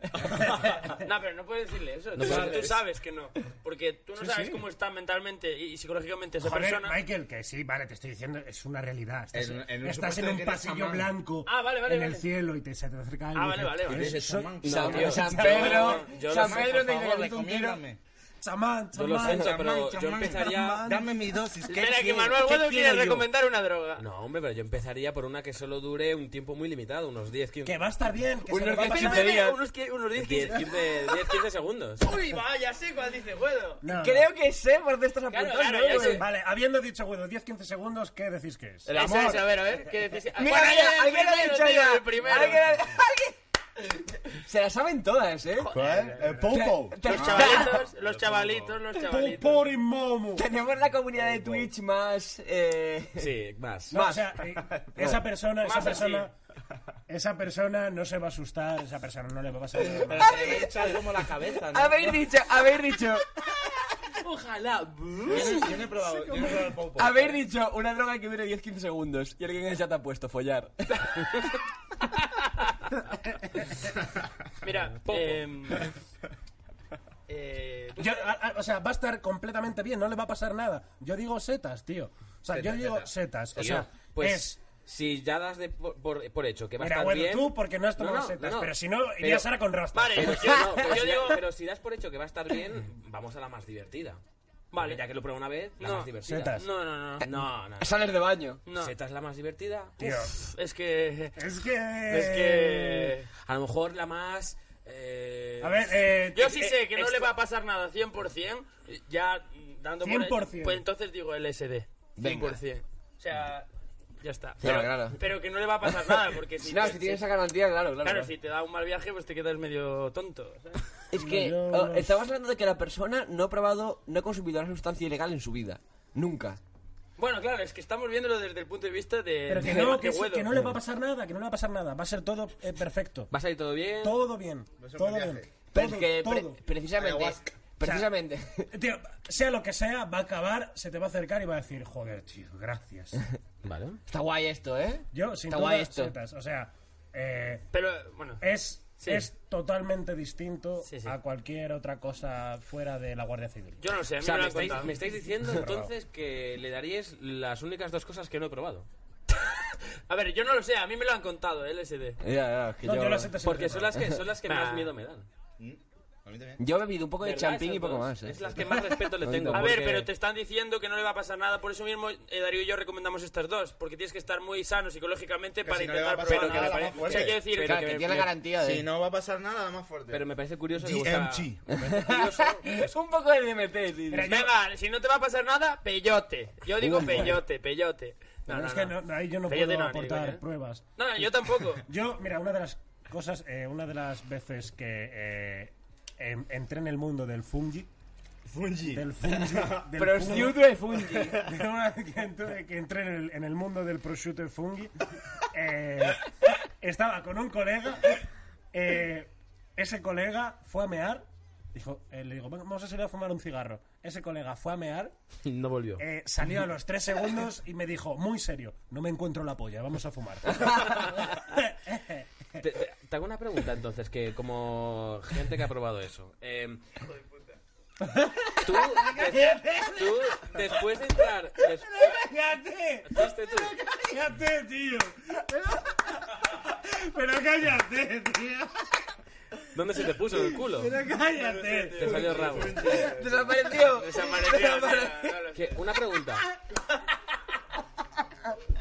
Speaker 15: No, pero no puedes decirle eso.
Speaker 2: No
Speaker 15: tú,
Speaker 2: puedes
Speaker 15: sabes,
Speaker 2: decirle
Speaker 15: tú
Speaker 2: eso.
Speaker 15: sabes que no. Porque tú no
Speaker 1: Sí,
Speaker 15: sabes
Speaker 1: sí.
Speaker 15: cómo está mentalmente y y psicológicamente esa
Speaker 1: Joder,
Speaker 15: persona.
Speaker 1: Michael, que sí, vale, te estoy diciendo, es una realidad. Estás
Speaker 15: En-
Speaker 1: estás
Speaker 15: en
Speaker 1: en
Speaker 15: un
Speaker 1: un,
Speaker 15: supuesto de que eres
Speaker 1: pasillo
Speaker 15: chamán.
Speaker 1: blanco
Speaker 15: Ah, vale, vale,
Speaker 1: en el
Speaker 15: vale.
Speaker 1: cielo y te, se te acerca alguien.
Speaker 15: Ah,
Speaker 1: y
Speaker 15: vale,
Speaker 1: dice,
Speaker 15: vale, vale.
Speaker 1: "Eres
Speaker 15: Soy-
Speaker 1: chamán".
Speaker 15: San-
Speaker 1: No,
Speaker 15: San
Speaker 1: chamán.
Speaker 15: Pedro,
Speaker 1: Yo lo
Speaker 15: San
Speaker 1: sé,
Speaker 15: Pedro,
Speaker 1: por
Speaker 15: te
Speaker 1: favor,
Speaker 15: llevaré un
Speaker 13: recomiéndame.
Speaker 1: Chamán,
Speaker 9: Yo lo
Speaker 1: chamán,
Speaker 9: siento, pero yo
Speaker 1: chamán,
Speaker 9: empezaría-
Speaker 1: chamán.
Speaker 13: Dame mi dosis. ¿qué
Speaker 15: Espera, que
Speaker 13: quieres?
Speaker 15: Manuel
Speaker 13: ¿Qué
Speaker 15: Guado quiere
Speaker 13: quiero yo?
Speaker 15: recomendar una droga.
Speaker 9: No, hombre, pero yo empezaría por una que solo dure un tiempo muy limitado, unos 10, 15.
Speaker 1: Que va a estar bien, que
Speaker 9: unos
Speaker 1: se le va a
Speaker 9: 10,
Speaker 1: pasar.
Speaker 9: 15 días.
Speaker 15: Unos, que- unos 10,
Speaker 9: 10,
Speaker 15: 15.
Speaker 9: 15, 10, 15 segundos.
Speaker 15: Uy, vaya, sé cuál dice Guado.
Speaker 1: No.
Speaker 2: Creo que sé por dónde estás
Speaker 15: Claro,
Speaker 2: apuntando.
Speaker 15: claro, ya sé.
Speaker 1: Vale, habiendo dicho, bueno, 10-15 segundos, ¿qué decís que es?
Speaker 15: El amor. Esa es, a ver, a ver. ¿qué decís?
Speaker 2: Mira,
Speaker 15: Bueno,
Speaker 2: mira, alguien
Speaker 15: el
Speaker 2: ha
Speaker 15: primero,
Speaker 2: dicho
Speaker 15: tío,
Speaker 2: ya.
Speaker 15: el primero.
Speaker 2: Alguien ha- alguien- Se la saben todas, ¿eh?
Speaker 13: ¿Cuál? El Popo.
Speaker 2: Los
Speaker 15: chavalitos, los chavalitos, los chavalitos.
Speaker 1: Popori Momo.
Speaker 2: Tenemos la comunidad de Twitch más. Eh...
Speaker 9: Sí, más.
Speaker 1: No, o sea, eh, esa persona, esa
Speaker 2: Más
Speaker 1: persona, esa persona no se va a asustar, esa persona no le va a pasar nada.
Speaker 2: Pero se le ve echar
Speaker 9: como la cabeza,
Speaker 2: Habéis dicho, habéis dicho,
Speaker 15: Ojalá.
Speaker 13: Yo no he probado, yo no he probado el Popo.
Speaker 2: habéis dicho una droga que dure 10-15 segundos. Y alguien en el chat ha puesto follar.
Speaker 15: Mira,
Speaker 2: Popo.
Speaker 15: em, eh, tú-
Speaker 1: Yo, a- a- o sea, va a estar completamente bien, no le va a pasar nada. Yo digo setas, tío. O sea, yo
Speaker 9: Setas,
Speaker 1: digo
Speaker 9: setas.
Speaker 1: setas. O
Speaker 9: Tío,
Speaker 1: sea,
Speaker 9: pues
Speaker 1: es...
Speaker 9: si ya das de por, por- por hecho que va
Speaker 1: Mira,
Speaker 9: a estar
Speaker 1: bueno,
Speaker 9: bien.
Speaker 1: tú porque no has tomado
Speaker 9: No, no,
Speaker 1: setas,
Speaker 9: no, no.
Speaker 1: pero si no,
Speaker 9: Pero-
Speaker 1: irías ahora con rastas.
Speaker 9: Pero si, no, pero
Speaker 15: yo
Speaker 9: si-
Speaker 15: digo-
Speaker 9: pero si das por hecho que va a estar bien, vamos a la más divertida. Vale, ya que lo prueba una vez, la
Speaker 15: No.
Speaker 9: más divertida.
Speaker 15: Setas. No, no, no.
Speaker 9: No, no.
Speaker 2: Sales de baño.
Speaker 15: No.
Speaker 9: Setas la más divertida.
Speaker 1: Tío.
Speaker 15: Uf, Es que.
Speaker 1: Es que.
Speaker 15: Es que.
Speaker 9: A lo mejor la más. eh,
Speaker 1: A ver, eh,
Speaker 15: Yo sí
Speaker 9: eh,
Speaker 15: sé que no
Speaker 9: esto-
Speaker 15: le va a pasar nada 100%, ya mm, dando por
Speaker 1: 100%.
Speaker 15: Pues entonces digo LSD.
Speaker 2: Venga.
Speaker 15: 100%. O sea, ya está.
Speaker 2: Claro,
Speaker 15: pero,
Speaker 2: claro.
Speaker 15: pero que no le va a pasar nada, porque si.
Speaker 2: no,
Speaker 15: te-
Speaker 2: si tienes esa garantía, claro, claro.
Speaker 15: Claro, si te da un mal viaje, pues te quedas medio tonto. ¿sabes?
Speaker 2: Es que
Speaker 15: No,
Speaker 2: oh, estamos hablando de que la persona no ha probado, no ha consumido una sustancia ilegal en su vida. Nunca.
Speaker 15: Bueno, claro, es que estamos viéndolo desde el punto de vista de.
Speaker 1: Pero que
Speaker 15: de-
Speaker 1: no,
Speaker 15: de
Speaker 1: que, sí,
Speaker 15: Guedo.
Speaker 1: que no le va a pasar nada, que no le va a pasar nada. Va a ser todo eh, perfecto.
Speaker 9: ¿Va a salir todo bien?
Speaker 1: Todo bien. Todo bien.
Speaker 2: Pero
Speaker 1: Todo,
Speaker 2: es que pre-
Speaker 1: todo.
Speaker 2: precisamente.
Speaker 1: Ayahuasca.
Speaker 2: Precisamente.
Speaker 1: Tío, sea lo que sea, va a acabar, se te va a acercar y va a decir, joder, tío, gracias.
Speaker 9: Vale.
Speaker 2: Está guay esto, ¿eh?
Speaker 1: Yo, sin
Speaker 2: Está
Speaker 1: duda,
Speaker 2: guay esto.
Speaker 1: setas. O sea, eh,
Speaker 15: Pero, bueno.
Speaker 1: es,
Speaker 15: Sí.
Speaker 1: es totalmente distinto
Speaker 15: sí.
Speaker 1: a cualquier otra cosa fuera de la Guardia Civil.
Speaker 15: Yo no sé, a
Speaker 9: O
Speaker 15: mí
Speaker 9: sea,
Speaker 15: me lo
Speaker 9: me
Speaker 15: han
Speaker 9: estáis,
Speaker 15: contado.
Speaker 9: me estáis diciendo
Speaker 1: Pero-
Speaker 9: entonces que le daríais las únicas dos cosas que no he probado.
Speaker 15: A ver, yo no lo sé, a mí me lo han contado, ¿eh? LSD.
Speaker 2: Ya, ya, Eh, es que yo-
Speaker 9: Porque son las que, son las que
Speaker 15: Nah.
Speaker 9: más miedo me dan.
Speaker 13: ¿Mm?
Speaker 2: Yo he bebido un poco de
Speaker 9: ¿Verdad?
Speaker 2: champín y
Speaker 9: Esas
Speaker 2: poco
Speaker 9: dos.
Speaker 2: más. ¿eh?
Speaker 9: Es las que más respeto le tengo.
Speaker 15: A ver,
Speaker 9: porque-
Speaker 15: pero te están diciendo que no le va a pasar nada, por eso mismo eh, Darío y yo recomendamos estas dos, porque tienes que estar muy sano psicológicamente para
Speaker 13: si no le va
Speaker 15: intentar
Speaker 13: a pasar
Speaker 15: probar
Speaker 13: nada,
Speaker 15: nada.
Speaker 13: la más
Speaker 15: O sea,
Speaker 13: fuerte.
Speaker 15: quiero decir,
Speaker 13: Pero que me- me- Si
Speaker 15: Sí,
Speaker 13: no va a pasar nada, más fuerte.
Speaker 9: Pero me parece curioso que
Speaker 13: DMG.
Speaker 9: gusta- me parece curioso-
Speaker 2: Un poco de DMT, sí.
Speaker 15: Mira, Venga, si no te va a pasar nada, peyote. Yo digo
Speaker 1: Uf.
Speaker 15: peyote, peyote. No,
Speaker 1: Pero
Speaker 15: no,
Speaker 1: es que
Speaker 15: no.
Speaker 1: no- ahí yo no
Speaker 15: Pero yo
Speaker 1: puedo
Speaker 15: te no, ni de
Speaker 1: aportar
Speaker 15: coña.
Speaker 1: pruebas.
Speaker 15: No, yo tampoco.
Speaker 1: Yo, mira, una de las cosas, eh, una de las veces que eh, em- entré en el mundo del fungi fungi. Del fungi. del
Speaker 2: Prosciutto
Speaker 1: fungo.
Speaker 2: e fungi.
Speaker 1: De una vez que entré, que entré en, el, en el mundo del prosciutto e fungi, eh, estaba con un colega. eh, ese colega fue a mear. Dijo, eh, le digo, "Venga, vamos a salir a fumar un cigarro. Ese colega fue a mear,
Speaker 9: No volvió.
Speaker 1: eh, salió a los tres segundos y me dijo, muy serio, no me encuentro la polla, vamos a fumar.
Speaker 9: Te, te- te hago una pregunta entonces, que como gente que ha probado eso.
Speaker 2: Em,
Speaker 9: eh, tú, des- tú, después de entrar. des-
Speaker 21: ¡Cállate! ¡Pero cállate, tío! Pero- ¡Pero cállate, tío!
Speaker 9: ¿Dónde se te puso en el culo?
Speaker 21: ¡Pero cállate!
Speaker 9: Te salió el rabo.
Speaker 2: Desapareció.
Speaker 9: Desapareció. Que, una pregunta.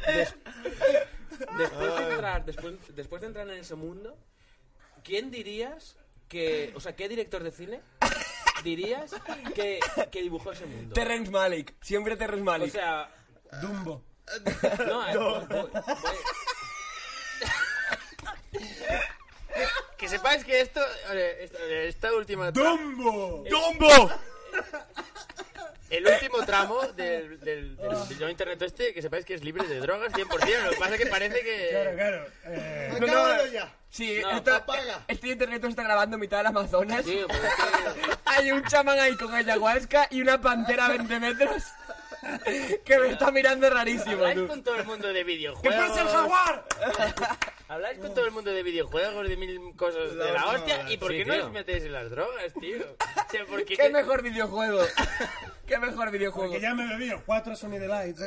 Speaker 9: Des- después, de entrar, después, después de entrar en ese mundo, ¿quién dirías que. O sea, ¿qué director de cine dirías que, que dibujó ese mundo?
Speaker 2: Terrence Malik. Siempre Terrence Malik.
Speaker 9: O sea,
Speaker 1: Dumbo.
Speaker 9: No, eh, voy- voy-
Speaker 7: Que sepáis que esto, eh, esta, eh, esta última...
Speaker 1: ¡Dumbo!
Speaker 7: ¡Dumbo! El último tramo del, del, del, del internet este, que sepáis que es libre de drogas 100%. Lo que pasa es que parece que...
Speaker 1: Claro, claro. eh.
Speaker 2: No, no, Sí,
Speaker 7: No,
Speaker 2: esto- este internet está grabando en mitad del Amazonas. Hay un chamán ahí con ayahuasca y una pantera a 20 metros que me está mirando rarísimo.
Speaker 7: Habláis
Speaker 2: tú.
Speaker 7: con todo el mundo de videojuegos.
Speaker 2: ¡Que pase el jaguar!
Speaker 7: Habláis con todo el mundo de videojuegos, de mil cosas de la
Speaker 2: No, no,
Speaker 7: hostia. ¿Y por
Speaker 2: sí,
Speaker 7: qué no
Speaker 2: tío.
Speaker 7: os metéis en las drogas, tío? O sea, ¿por qué?
Speaker 2: ¿Qué mejor videojuego? ¿Qué mejor videojuego?
Speaker 1: Porque ya me he bebido cuatro Sony Delights.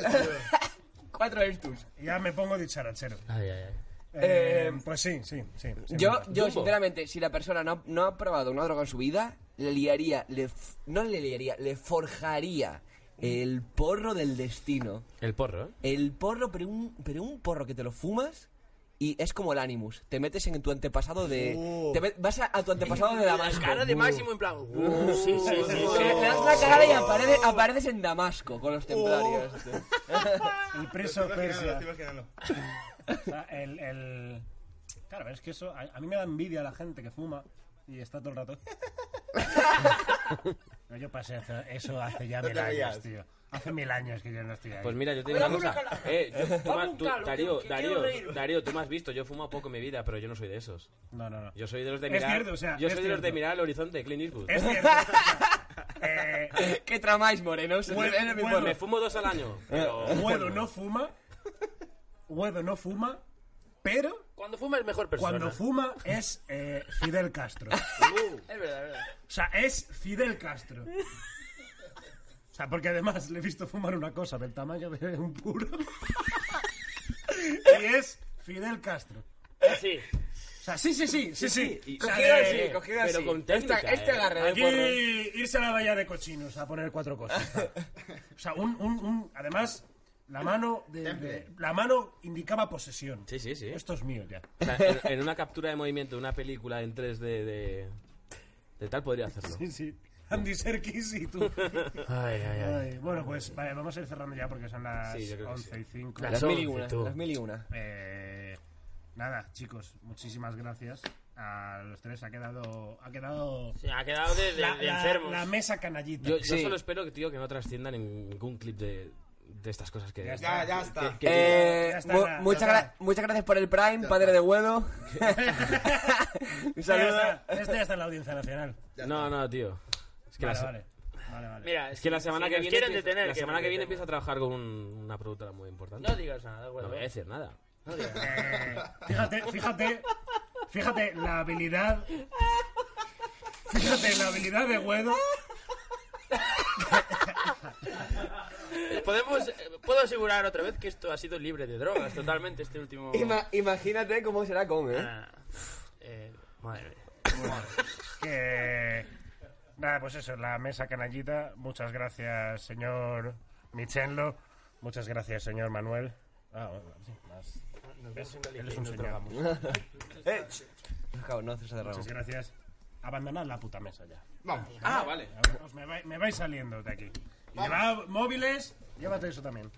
Speaker 2: cuatro Estus.
Speaker 1: Y ya me pongo dicharachero.
Speaker 9: Ay, ay,
Speaker 1: Eh,
Speaker 9: ay.
Speaker 2: Eh,
Speaker 1: pues sí, sí, sí. sin
Speaker 2: Yo,
Speaker 1: duda.
Speaker 2: yo sinceramente, si la persona no, no ha probado una droga en su vida, le liaría, le, f- no le liaría, le forjaría el porro del destino.
Speaker 9: El porro, ¿eh?
Speaker 2: El porro, pero un, pero un porro que te lo fumas y es como el Animus. Te metes en tu antepasado de...
Speaker 1: Oh.
Speaker 2: te met- vas a, a tu antepasado de Damasco.
Speaker 7: cara de
Speaker 2: Uh.
Speaker 7: Máximo en plan...
Speaker 2: Uh,
Speaker 7: sí, sí, sí, sí.
Speaker 2: Le das la cara y aparece- apareces en Damasco con los templarios.
Speaker 9: Oh.
Speaker 1: El Oh. preso Persia. O sea, el, el- Claro, es que eso. A, a mí me da envidia la gente que fuma y está todo el rato. No, yo pasé hace- eso hace ya
Speaker 9: No
Speaker 1: mil
Speaker 9: te
Speaker 1: años,
Speaker 9: rías.
Speaker 1: tío. Hace mil años que yo no estoy ahí.
Speaker 9: Pues mira, yo te digo una cosa. Eh, yo- tú, ma- tú- Darío, Darío,
Speaker 1: reírme.
Speaker 9: Darío, tú me has visto. Yo fumo poco en mi vida, pero yo no soy de esos.
Speaker 1: No, no, no.
Speaker 9: Yo soy de los de
Speaker 1: Es
Speaker 9: mirar.
Speaker 1: cierto, o sea,
Speaker 9: yo
Speaker 1: es
Speaker 9: soy de los de
Speaker 1: cierto.
Speaker 9: mirar al horizonte, Clint Eastwood.
Speaker 1: Es cierto. eh,
Speaker 2: ¿Qué tramáis, morenos?
Speaker 1: Bueno,
Speaker 2: En el mismo
Speaker 1: bueno.
Speaker 2: porro.
Speaker 9: Me fumo dos al año. Pero...
Speaker 1: Guedo Eh, no fuma. Guedo no fuma. Pero
Speaker 7: Cuando fuma es mejor persona. Uh.
Speaker 1: cuando fuma es eh, Fidel Castro.
Speaker 7: Es verdad, es verdad.
Speaker 1: O sea, es Fidel Castro. O sea, porque además le he visto fumar una cosa del tamaño de un puro. y es Fidel Castro.
Speaker 7: Sí.
Speaker 1: O sea, sí, sí, sí, sí, sí.
Speaker 9: Y-
Speaker 1: O sea,
Speaker 9: cogido
Speaker 1: de-
Speaker 9: así, cogido Pero así. con técnica,
Speaker 1: Esta- este
Speaker 9: ¿eh?
Speaker 1: agarre de
Speaker 9: Aquí
Speaker 1: porro. irse a la bahía de cochinos a poner cuatro cosas. o sea, un, un, un- además la mano de- de- la mano indicaba posesión.
Speaker 9: Sí, sí, sí.
Speaker 1: Esto es mío ya.
Speaker 9: O sea, en, en una captura de movimiento, de una película en 3D de, de, tal, podría hacerlo.
Speaker 1: Sí, sí. Andy Serkis y tú.
Speaker 9: Ay, ay, ay.
Speaker 1: Bueno, pues vale, vamos a ir cerrando ya porque son las
Speaker 9: Sí, yo creo que
Speaker 1: 11
Speaker 9: sí.
Speaker 1: y 5.
Speaker 9: Las Las mil y once, una, tú.
Speaker 2: las mil y una.
Speaker 1: Eh, nada, chicos, muchísimas gracias a los tres. Ha quedado. Ha quedado.
Speaker 7: Sí, ha quedado de- de-
Speaker 1: la,
Speaker 7: de
Speaker 1: la-
Speaker 7: enfermos.
Speaker 1: la mesa canallita.
Speaker 9: Yo, yo solo espero, tío, que no trasciendan en ningún clip de, de estas cosas que...
Speaker 1: Ya está, ya está.
Speaker 9: que-
Speaker 2: Eh,
Speaker 1: Ya está,
Speaker 2: mu-
Speaker 1: ya
Speaker 2: muchas,
Speaker 1: está.
Speaker 2: gra- muchas gracias por el Prime, padre de huevo. Un
Speaker 1: Este
Speaker 2: saludo.
Speaker 1: ya está, este ya está en la audiencia nacional.
Speaker 9: No, no, tío. Es que
Speaker 1: Vale,
Speaker 9: la se-
Speaker 1: vale. Vale, vale.
Speaker 7: Mira,
Speaker 9: Es que la semana
Speaker 7: Si
Speaker 9: que
Speaker 7: nos
Speaker 9: viene,
Speaker 7: quieren
Speaker 9: empieza-
Speaker 7: detener,
Speaker 9: la
Speaker 7: que
Speaker 9: semana
Speaker 7: nos
Speaker 9: que viene
Speaker 7: detengan.
Speaker 9: empieza a trabajar con un- una productora muy importante.
Speaker 7: No digas nada, bueno.
Speaker 9: No voy a decir nada.
Speaker 1: Eh, fíjate, fíjate, fíjate la habilidad. Fíjate la habilidad de Guedo.
Speaker 7: Podemos, eh, puedo asegurar otra vez que esto ha sido libre de drogas totalmente este último...
Speaker 2: Ima- imagínate cómo será con, ¿eh?
Speaker 1: Ah.
Speaker 7: Eh, madre mía.
Speaker 1: Que. Nada, pues eso, la mesa canallita. Muchas gracias, señor Michenlo. Muchas gracias, señor Manuel. Ah, bueno, sí, más. Él es un señor.
Speaker 2: Eh, ch- Raúl, no haces de Raúl.
Speaker 1: Muchas gracias. Abandonad la puta mesa ya.
Speaker 2: Vamos.
Speaker 1: Ah, vale. Os me, vai- me vais saliendo de aquí. Llevad móviles, llévate eso también.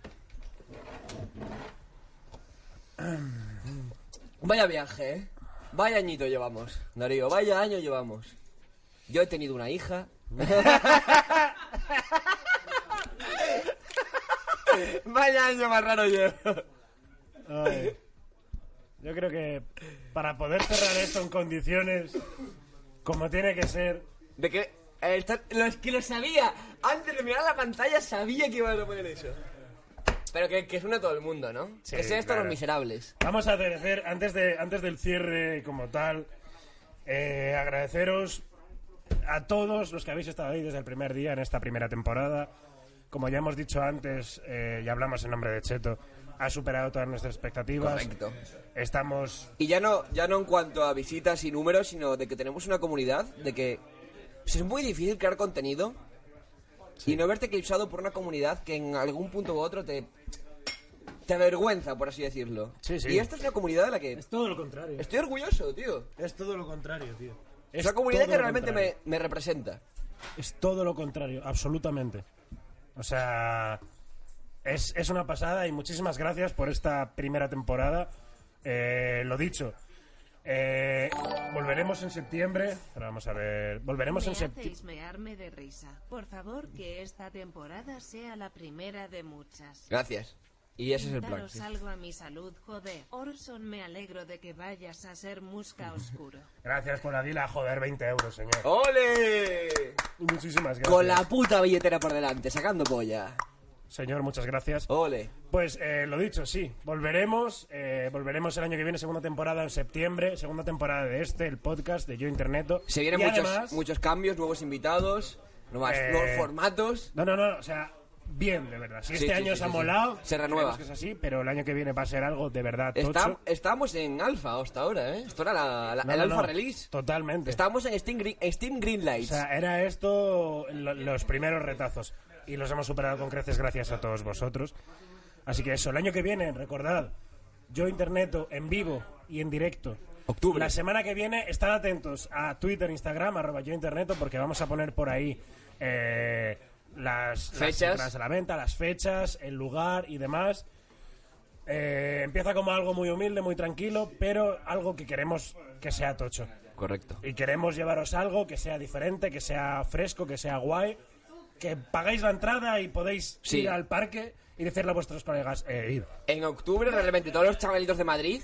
Speaker 2: Vaya viaje, ¿eh? Vaya añito llevamos, Darío. Vaya año llevamos. Yo he tenido una hija. Vaya año más raro llevo.
Speaker 1: Ay. Yo creo que para poder cerrar esto en condiciones como tiene que ser.
Speaker 2: ¿De qué? los que lo sabía. Antes de mirar la pantalla sabía que iban a poner eso. Pero que, que suene todo el mundo, ¿no?
Speaker 1: Sí,
Speaker 2: que sean estos
Speaker 1: claro.
Speaker 2: los miserables.
Speaker 1: Vamos a agradecer, antes, de, antes del cierre como tal, eh, agradeceros a todos los que habéis estado ahí desde el primer día en esta primera temporada. Como ya hemos dicho antes, eh, ya hablamos en nombre de Cheto, ha superado todas nuestras expectativas.
Speaker 2: Correcto.
Speaker 1: Estamos
Speaker 2: Y ya no, ya no en cuanto a visitas y números, sino de que tenemos una comunidad, de que o sea, es muy difícil crear contenido y no verte eclipsado por una comunidad que en algún punto u otro te, te avergüenza, por así decirlo.
Speaker 1: sí.
Speaker 2: Y esta es una comunidad de la que...
Speaker 21: Todo lo contrario.
Speaker 2: Estoy orgulloso, tío.
Speaker 21: Es todo lo contrario, tío.
Speaker 2: Es una comunidad
Speaker 1: todo
Speaker 2: que
Speaker 1: lo
Speaker 2: realmente me,
Speaker 1: contrario.
Speaker 2: me representa.
Speaker 1: Es todo lo contrario, absolutamente. O sea, es, es una pasada y muchísimas gracias por esta primera temporada. Eh, lo dicho, eh, volveremos en septiembre. Ahora vamos a ver. Volveremos
Speaker 4: Me
Speaker 1: en septiembre.
Speaker 4: hacéis mearme de risa. Por favor, que esta temporada sea la primera de muchas.
Speaker 2: Gracias. Y ese es el plan.
Speaker 4: Daros algo a mi salud, joder. Orson, me alegro de que vayas a ser musca oscuro.
Speaker 1: Gracias por la guila, joder, 20 euros, señor.
Speaker 2: ¡Ole!
Speaker 1: Y muchísimas gracias.
Speaker 2: Con la puta billetera por delante, sacando polla.
Speaker 1: Señor, muchas gracias.
Speaker 2: Ole.
Speaker 1: Pues eh, lo dicho, sí, volveremos, eh, volveremos el año que viene, segunda temporada en septiembre, segunda temporada de este, el podcast de Yo Interneto.
Speaker 2: Se vienen
Speaker 1: Y
Speaker 2: muchos,
Speaker 1: además-
Speaker 2: muchos cambios, nuevos invitados, nuevas,
Speaker 1: Eh,
Speaker 2: nuevos formatos.
Speaker 1: No, no, no, o sea, bien, de verdad. Si este
Speaker 2: Sí, sí,
Speaker 1: año
Speaker 2: sí,
Speaker 1: os ha
Speaker 2: sí, sí.
Speaker 1: molado,
Speaker 2: Se renueva.
Speaker 1: creemos que es así, pero el año que viene va a ser algo de verdad tocho.
Speaker 2: Está- estábamos en alfa hasta ahora, ¿eh? Esto era la- la-
Speaker 1: No,
Speaker 2: el
Speaker 1: no,
Speaker 2: alfa
Speaker 1: no,
Speaker 2: release.
Speaker 1: Totalmente.
Speaker 2: Estábamos en Steam, Green, Steam
Speaker 1: O
Speaker 2: Greenlights.
Speaker 1: sea, era esto lo- los primeros retazos y los hemos superado con creces gracias a todos vosotros. Así que eso, el año que viene, recordad, yo interneto en vivo y en directo.
Speaker 2: Octubre.
Speaker 1: La semana que viene, estad atentos a Twitter, Instagram, arroba yo interneto, porque vamos a poner por ahí eh, las las
Speaker 2: Fechas.
Speaker 1: entradas a la venta, las fechas, el lugar y demás. Eh, empieza como algo muy humilde, muy tranquilo, pero algo que queremos que sea tocho.
Speaker 2: Correcto.
Speaker 1: Y queremos llevaros algo que sea diferente, que sea fresco, que sea guay. Que pagáis la entrada y podéis
Speaker 2: Sí.
Speaker 1: ir al parque y decirle a vuestros colegas, eh, id.
Speaker 2: En octubre, realmente, todos los chavalitos de Madrid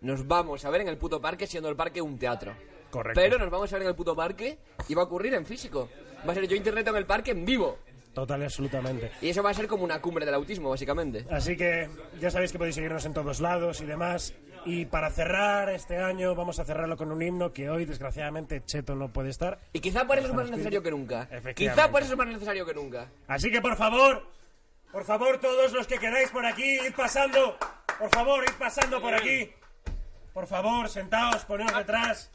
Speaker 2: nos vamos a ver en el puto parque, siendo el parque un teatro.
Speaker 1: Correcto.
Speaker 2: Pero nos vamos a ver en el puto parque y va a ocurrir en físico. Va a ser yo interneto en el parque en vivo.
Speaker 1: Total y absolutamente.
Speaker 2: Y eso va a ser como una cumbre del autismo, básicamente.
Speaker 1: Así que ya sabéis que podéis seguirnos en todos lados y demás. Y para cerrar este año, vamos a cerrarlo con un himno que hoy, desgraciadamente, Cheto no puede estar.
Speaker 2: Y quizá por eso es más necesario que nunca.
Speaker 1: Efectivamente.
Speaker 2: Quizá por eso es más necesario que nunca.
Speaker 1: Así que por favor, por favor, todos los que quedáis por aquí, id pasando. Por favor, id pasando por aquí. Por favor, sentaos, poneos detrás.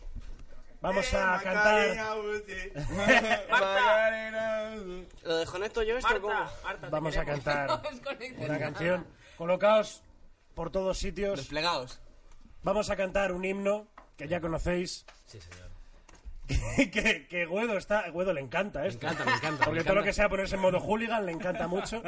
Speaker 1: Vamos a cantar.
Speaker 10: ¿Lo desconecto yo esto? ¿Cómo?
Speaker 1: Vamos a cantar
Speaker 13: este.
Speaker 1: una canción. Colocaos por todos sitios.
Speaker 2: Desplegaos.
Speaker 1: Vamos a cantar un himno que ya conocéis.
Speaker 9: Sí, señor.
Speaker 1: que, que Guedo está, a Guedo le encanta esto.
Speaker 9: encanta, me encanta,
Speaker 1: Porque
Speaker 9: me
Speaker 1: todo lo
Speaker 9: encanta.
Speaker 1: que sea ponerse en modo hooligan le encanta mucho.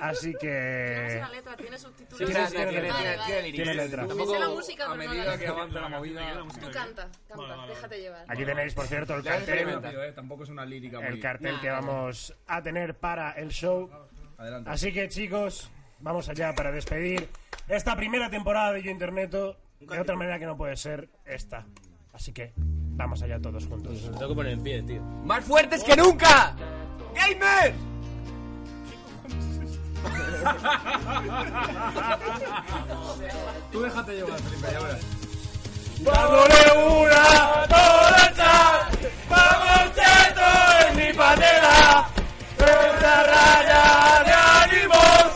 Speaker 1: Así
Speaker 8: Es
Speaker 1: que
Speaker 8: una letra, tiene subtítulos.
Speaker 1: Sí, sí, sí, tiene letra.
Speaker 8: Vale, vale.
Speaker 1: Tiene Tiene letra. letra.
Speaker 8: Me sé la música, pero no la letra.
Speaker 9: la movida.
Speaker 8: Tú canta, canta, déjate llevar.
Speaker 1: aquí tenéis, por cierto, el
Speaker 9: Ya es
Speaker 1: cartel,
Speaker 9: tremendo, eh, Tampoco es una lírica muy-
Speaker 1: el cartel que vamos a tener para el show.
Speaker 9: Adelante.
Speaker 1: Así que chicos, vamos allá para despedir esta primera temporada de Yo Interneto. De otra manera que no puede ser esta. Así que vamos allá todos juntos.
Speaker 9: Pues
Speaker 1: ¡Ah!
Speaker 9: Tengo que poner en pie, tío.
Speaker 2: ¡Más fuertes que nunca! ¡Gamer!
Speaker 9: Tú déjate llevar, Felipe, ya verás.
Speaker 13: una, toda echar. Vamos, cheto, en mi patera. Esta raya de ánimos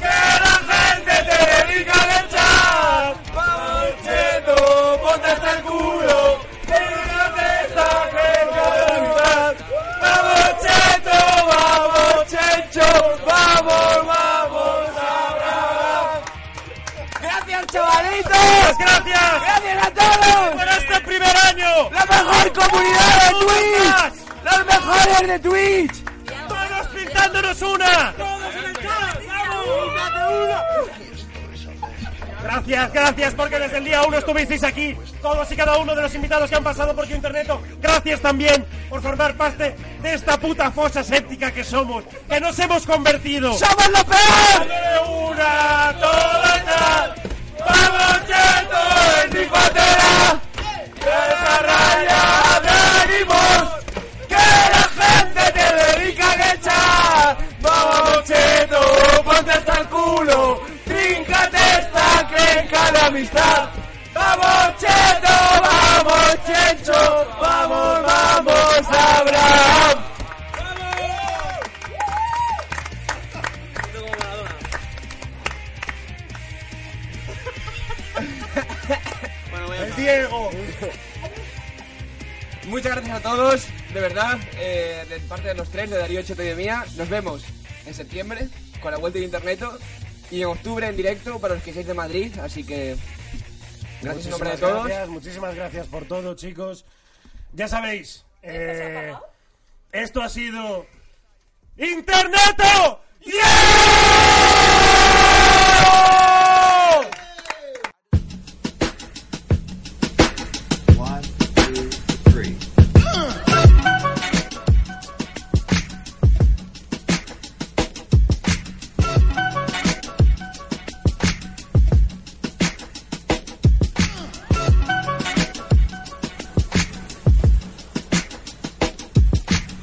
Speaker 13: que la gente te dedica a echar. Vamos, cheto, ponte hasta el culo. Tiene una testa que cantar. Vamos, cheto, vamos, checho, vamos, vamos, ahora.
Speaker 2: ¡Gracias, chavalitos!
Speaker 13: ¡Gracias!
Speaker 2: ¡Gracias a todos!
Speaker 13: ¡Por este primer año!
Speaker 2: ¡La mejor comunidad de Twitch! ¡Los mejores de Twitch!
Speaker 13: ¡Todos pintándonos una! ¡Todos en el chat! ¡Vamos! Gracias, gracias, porque desde el día uno estuvisteis aquí, todos y cada uno de los invitados que han pasado por tu interneto. Gracias también por formar parte de esta puta fosa séptica que somos, que nos hemos convertido.
Speaker 15: ¡Somos lo peor!
Speaker 13: ¡Dándole una, toda y tal!
Speaker 15: ¡Vamos, cheto, en mi patera! ¡Esa raya venimos! ¡Que la gente te dedica a echar! ¡Vamos, cheto, ponte hasta el culo! ¡Tríncate esta crenca de amistad! ¡Vamos, cheto, vamos, checho! ¡Vamos, vamos, Abraham!
Speaker 2: ¡El Diego! Muchas gracias a todos, de verdad, eh, de parte de los tres, de Darío Cheto y de mía. Nos vemos en septiembre con la vuelta de Interneto y en octubre en directo para los que seáis de Madrid, así que gracias en nombre de
Speaker 13: Muchísimas
Speaker 2: todos.
Speaker 13: gracias, muchísimas gracias por todo, chicos. Ya sabéis, eh, esto ha sido Interneto.
Speaker 15: One, two, three.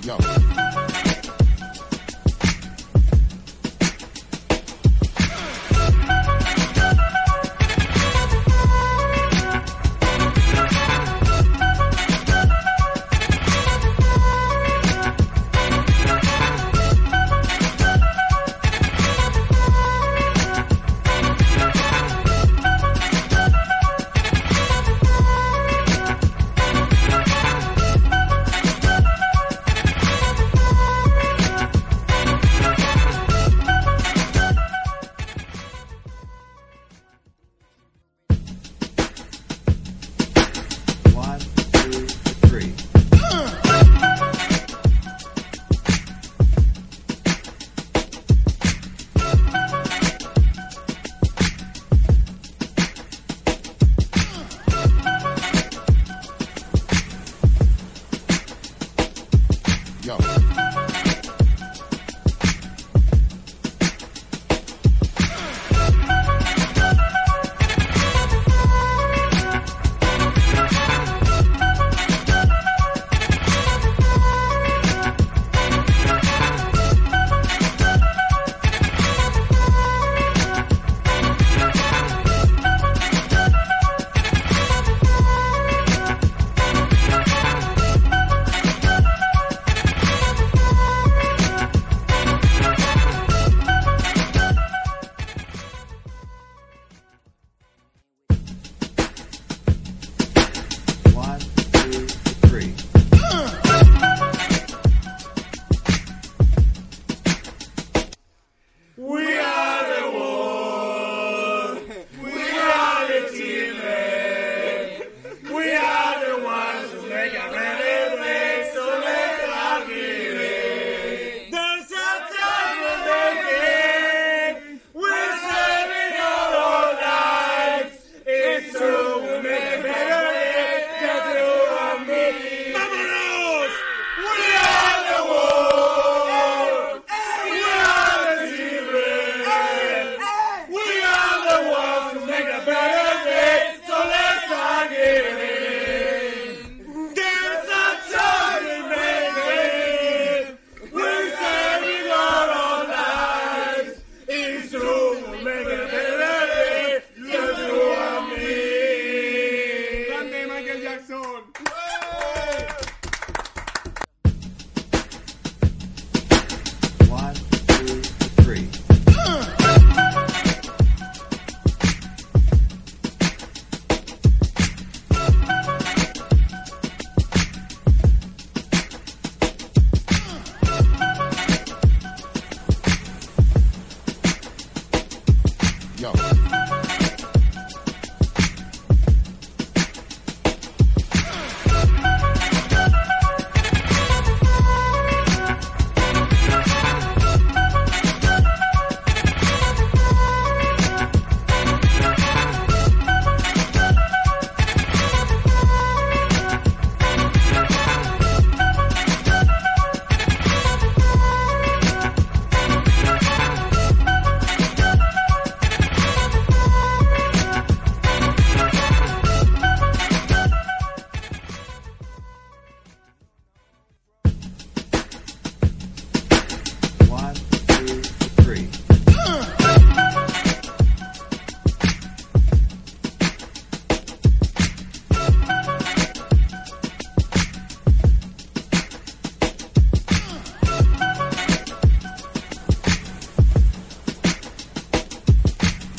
Speaker 16: Yo.
Speaker 15: One, two, three.
Speaker 16: Yo.
Speaker 15: One, two, three.
Speaker 13: We are the world. We are the children. We are the ones who make a better place. So let's all give it. There's a time for everything. We're saving our lives. It's true. We make a better day. Just you and me. Vámonos. We are the world. We are the children. We are the ones who make a better day. So let's not give in. There's a time we make it. We're saving our own lives. It's true. We make a better day. Just you and me. Grande Michael Jackson.
Speaker 15: One, two, three.
Speaker 16: Yo.
Speaker 15: One,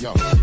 Speaker 7: yo.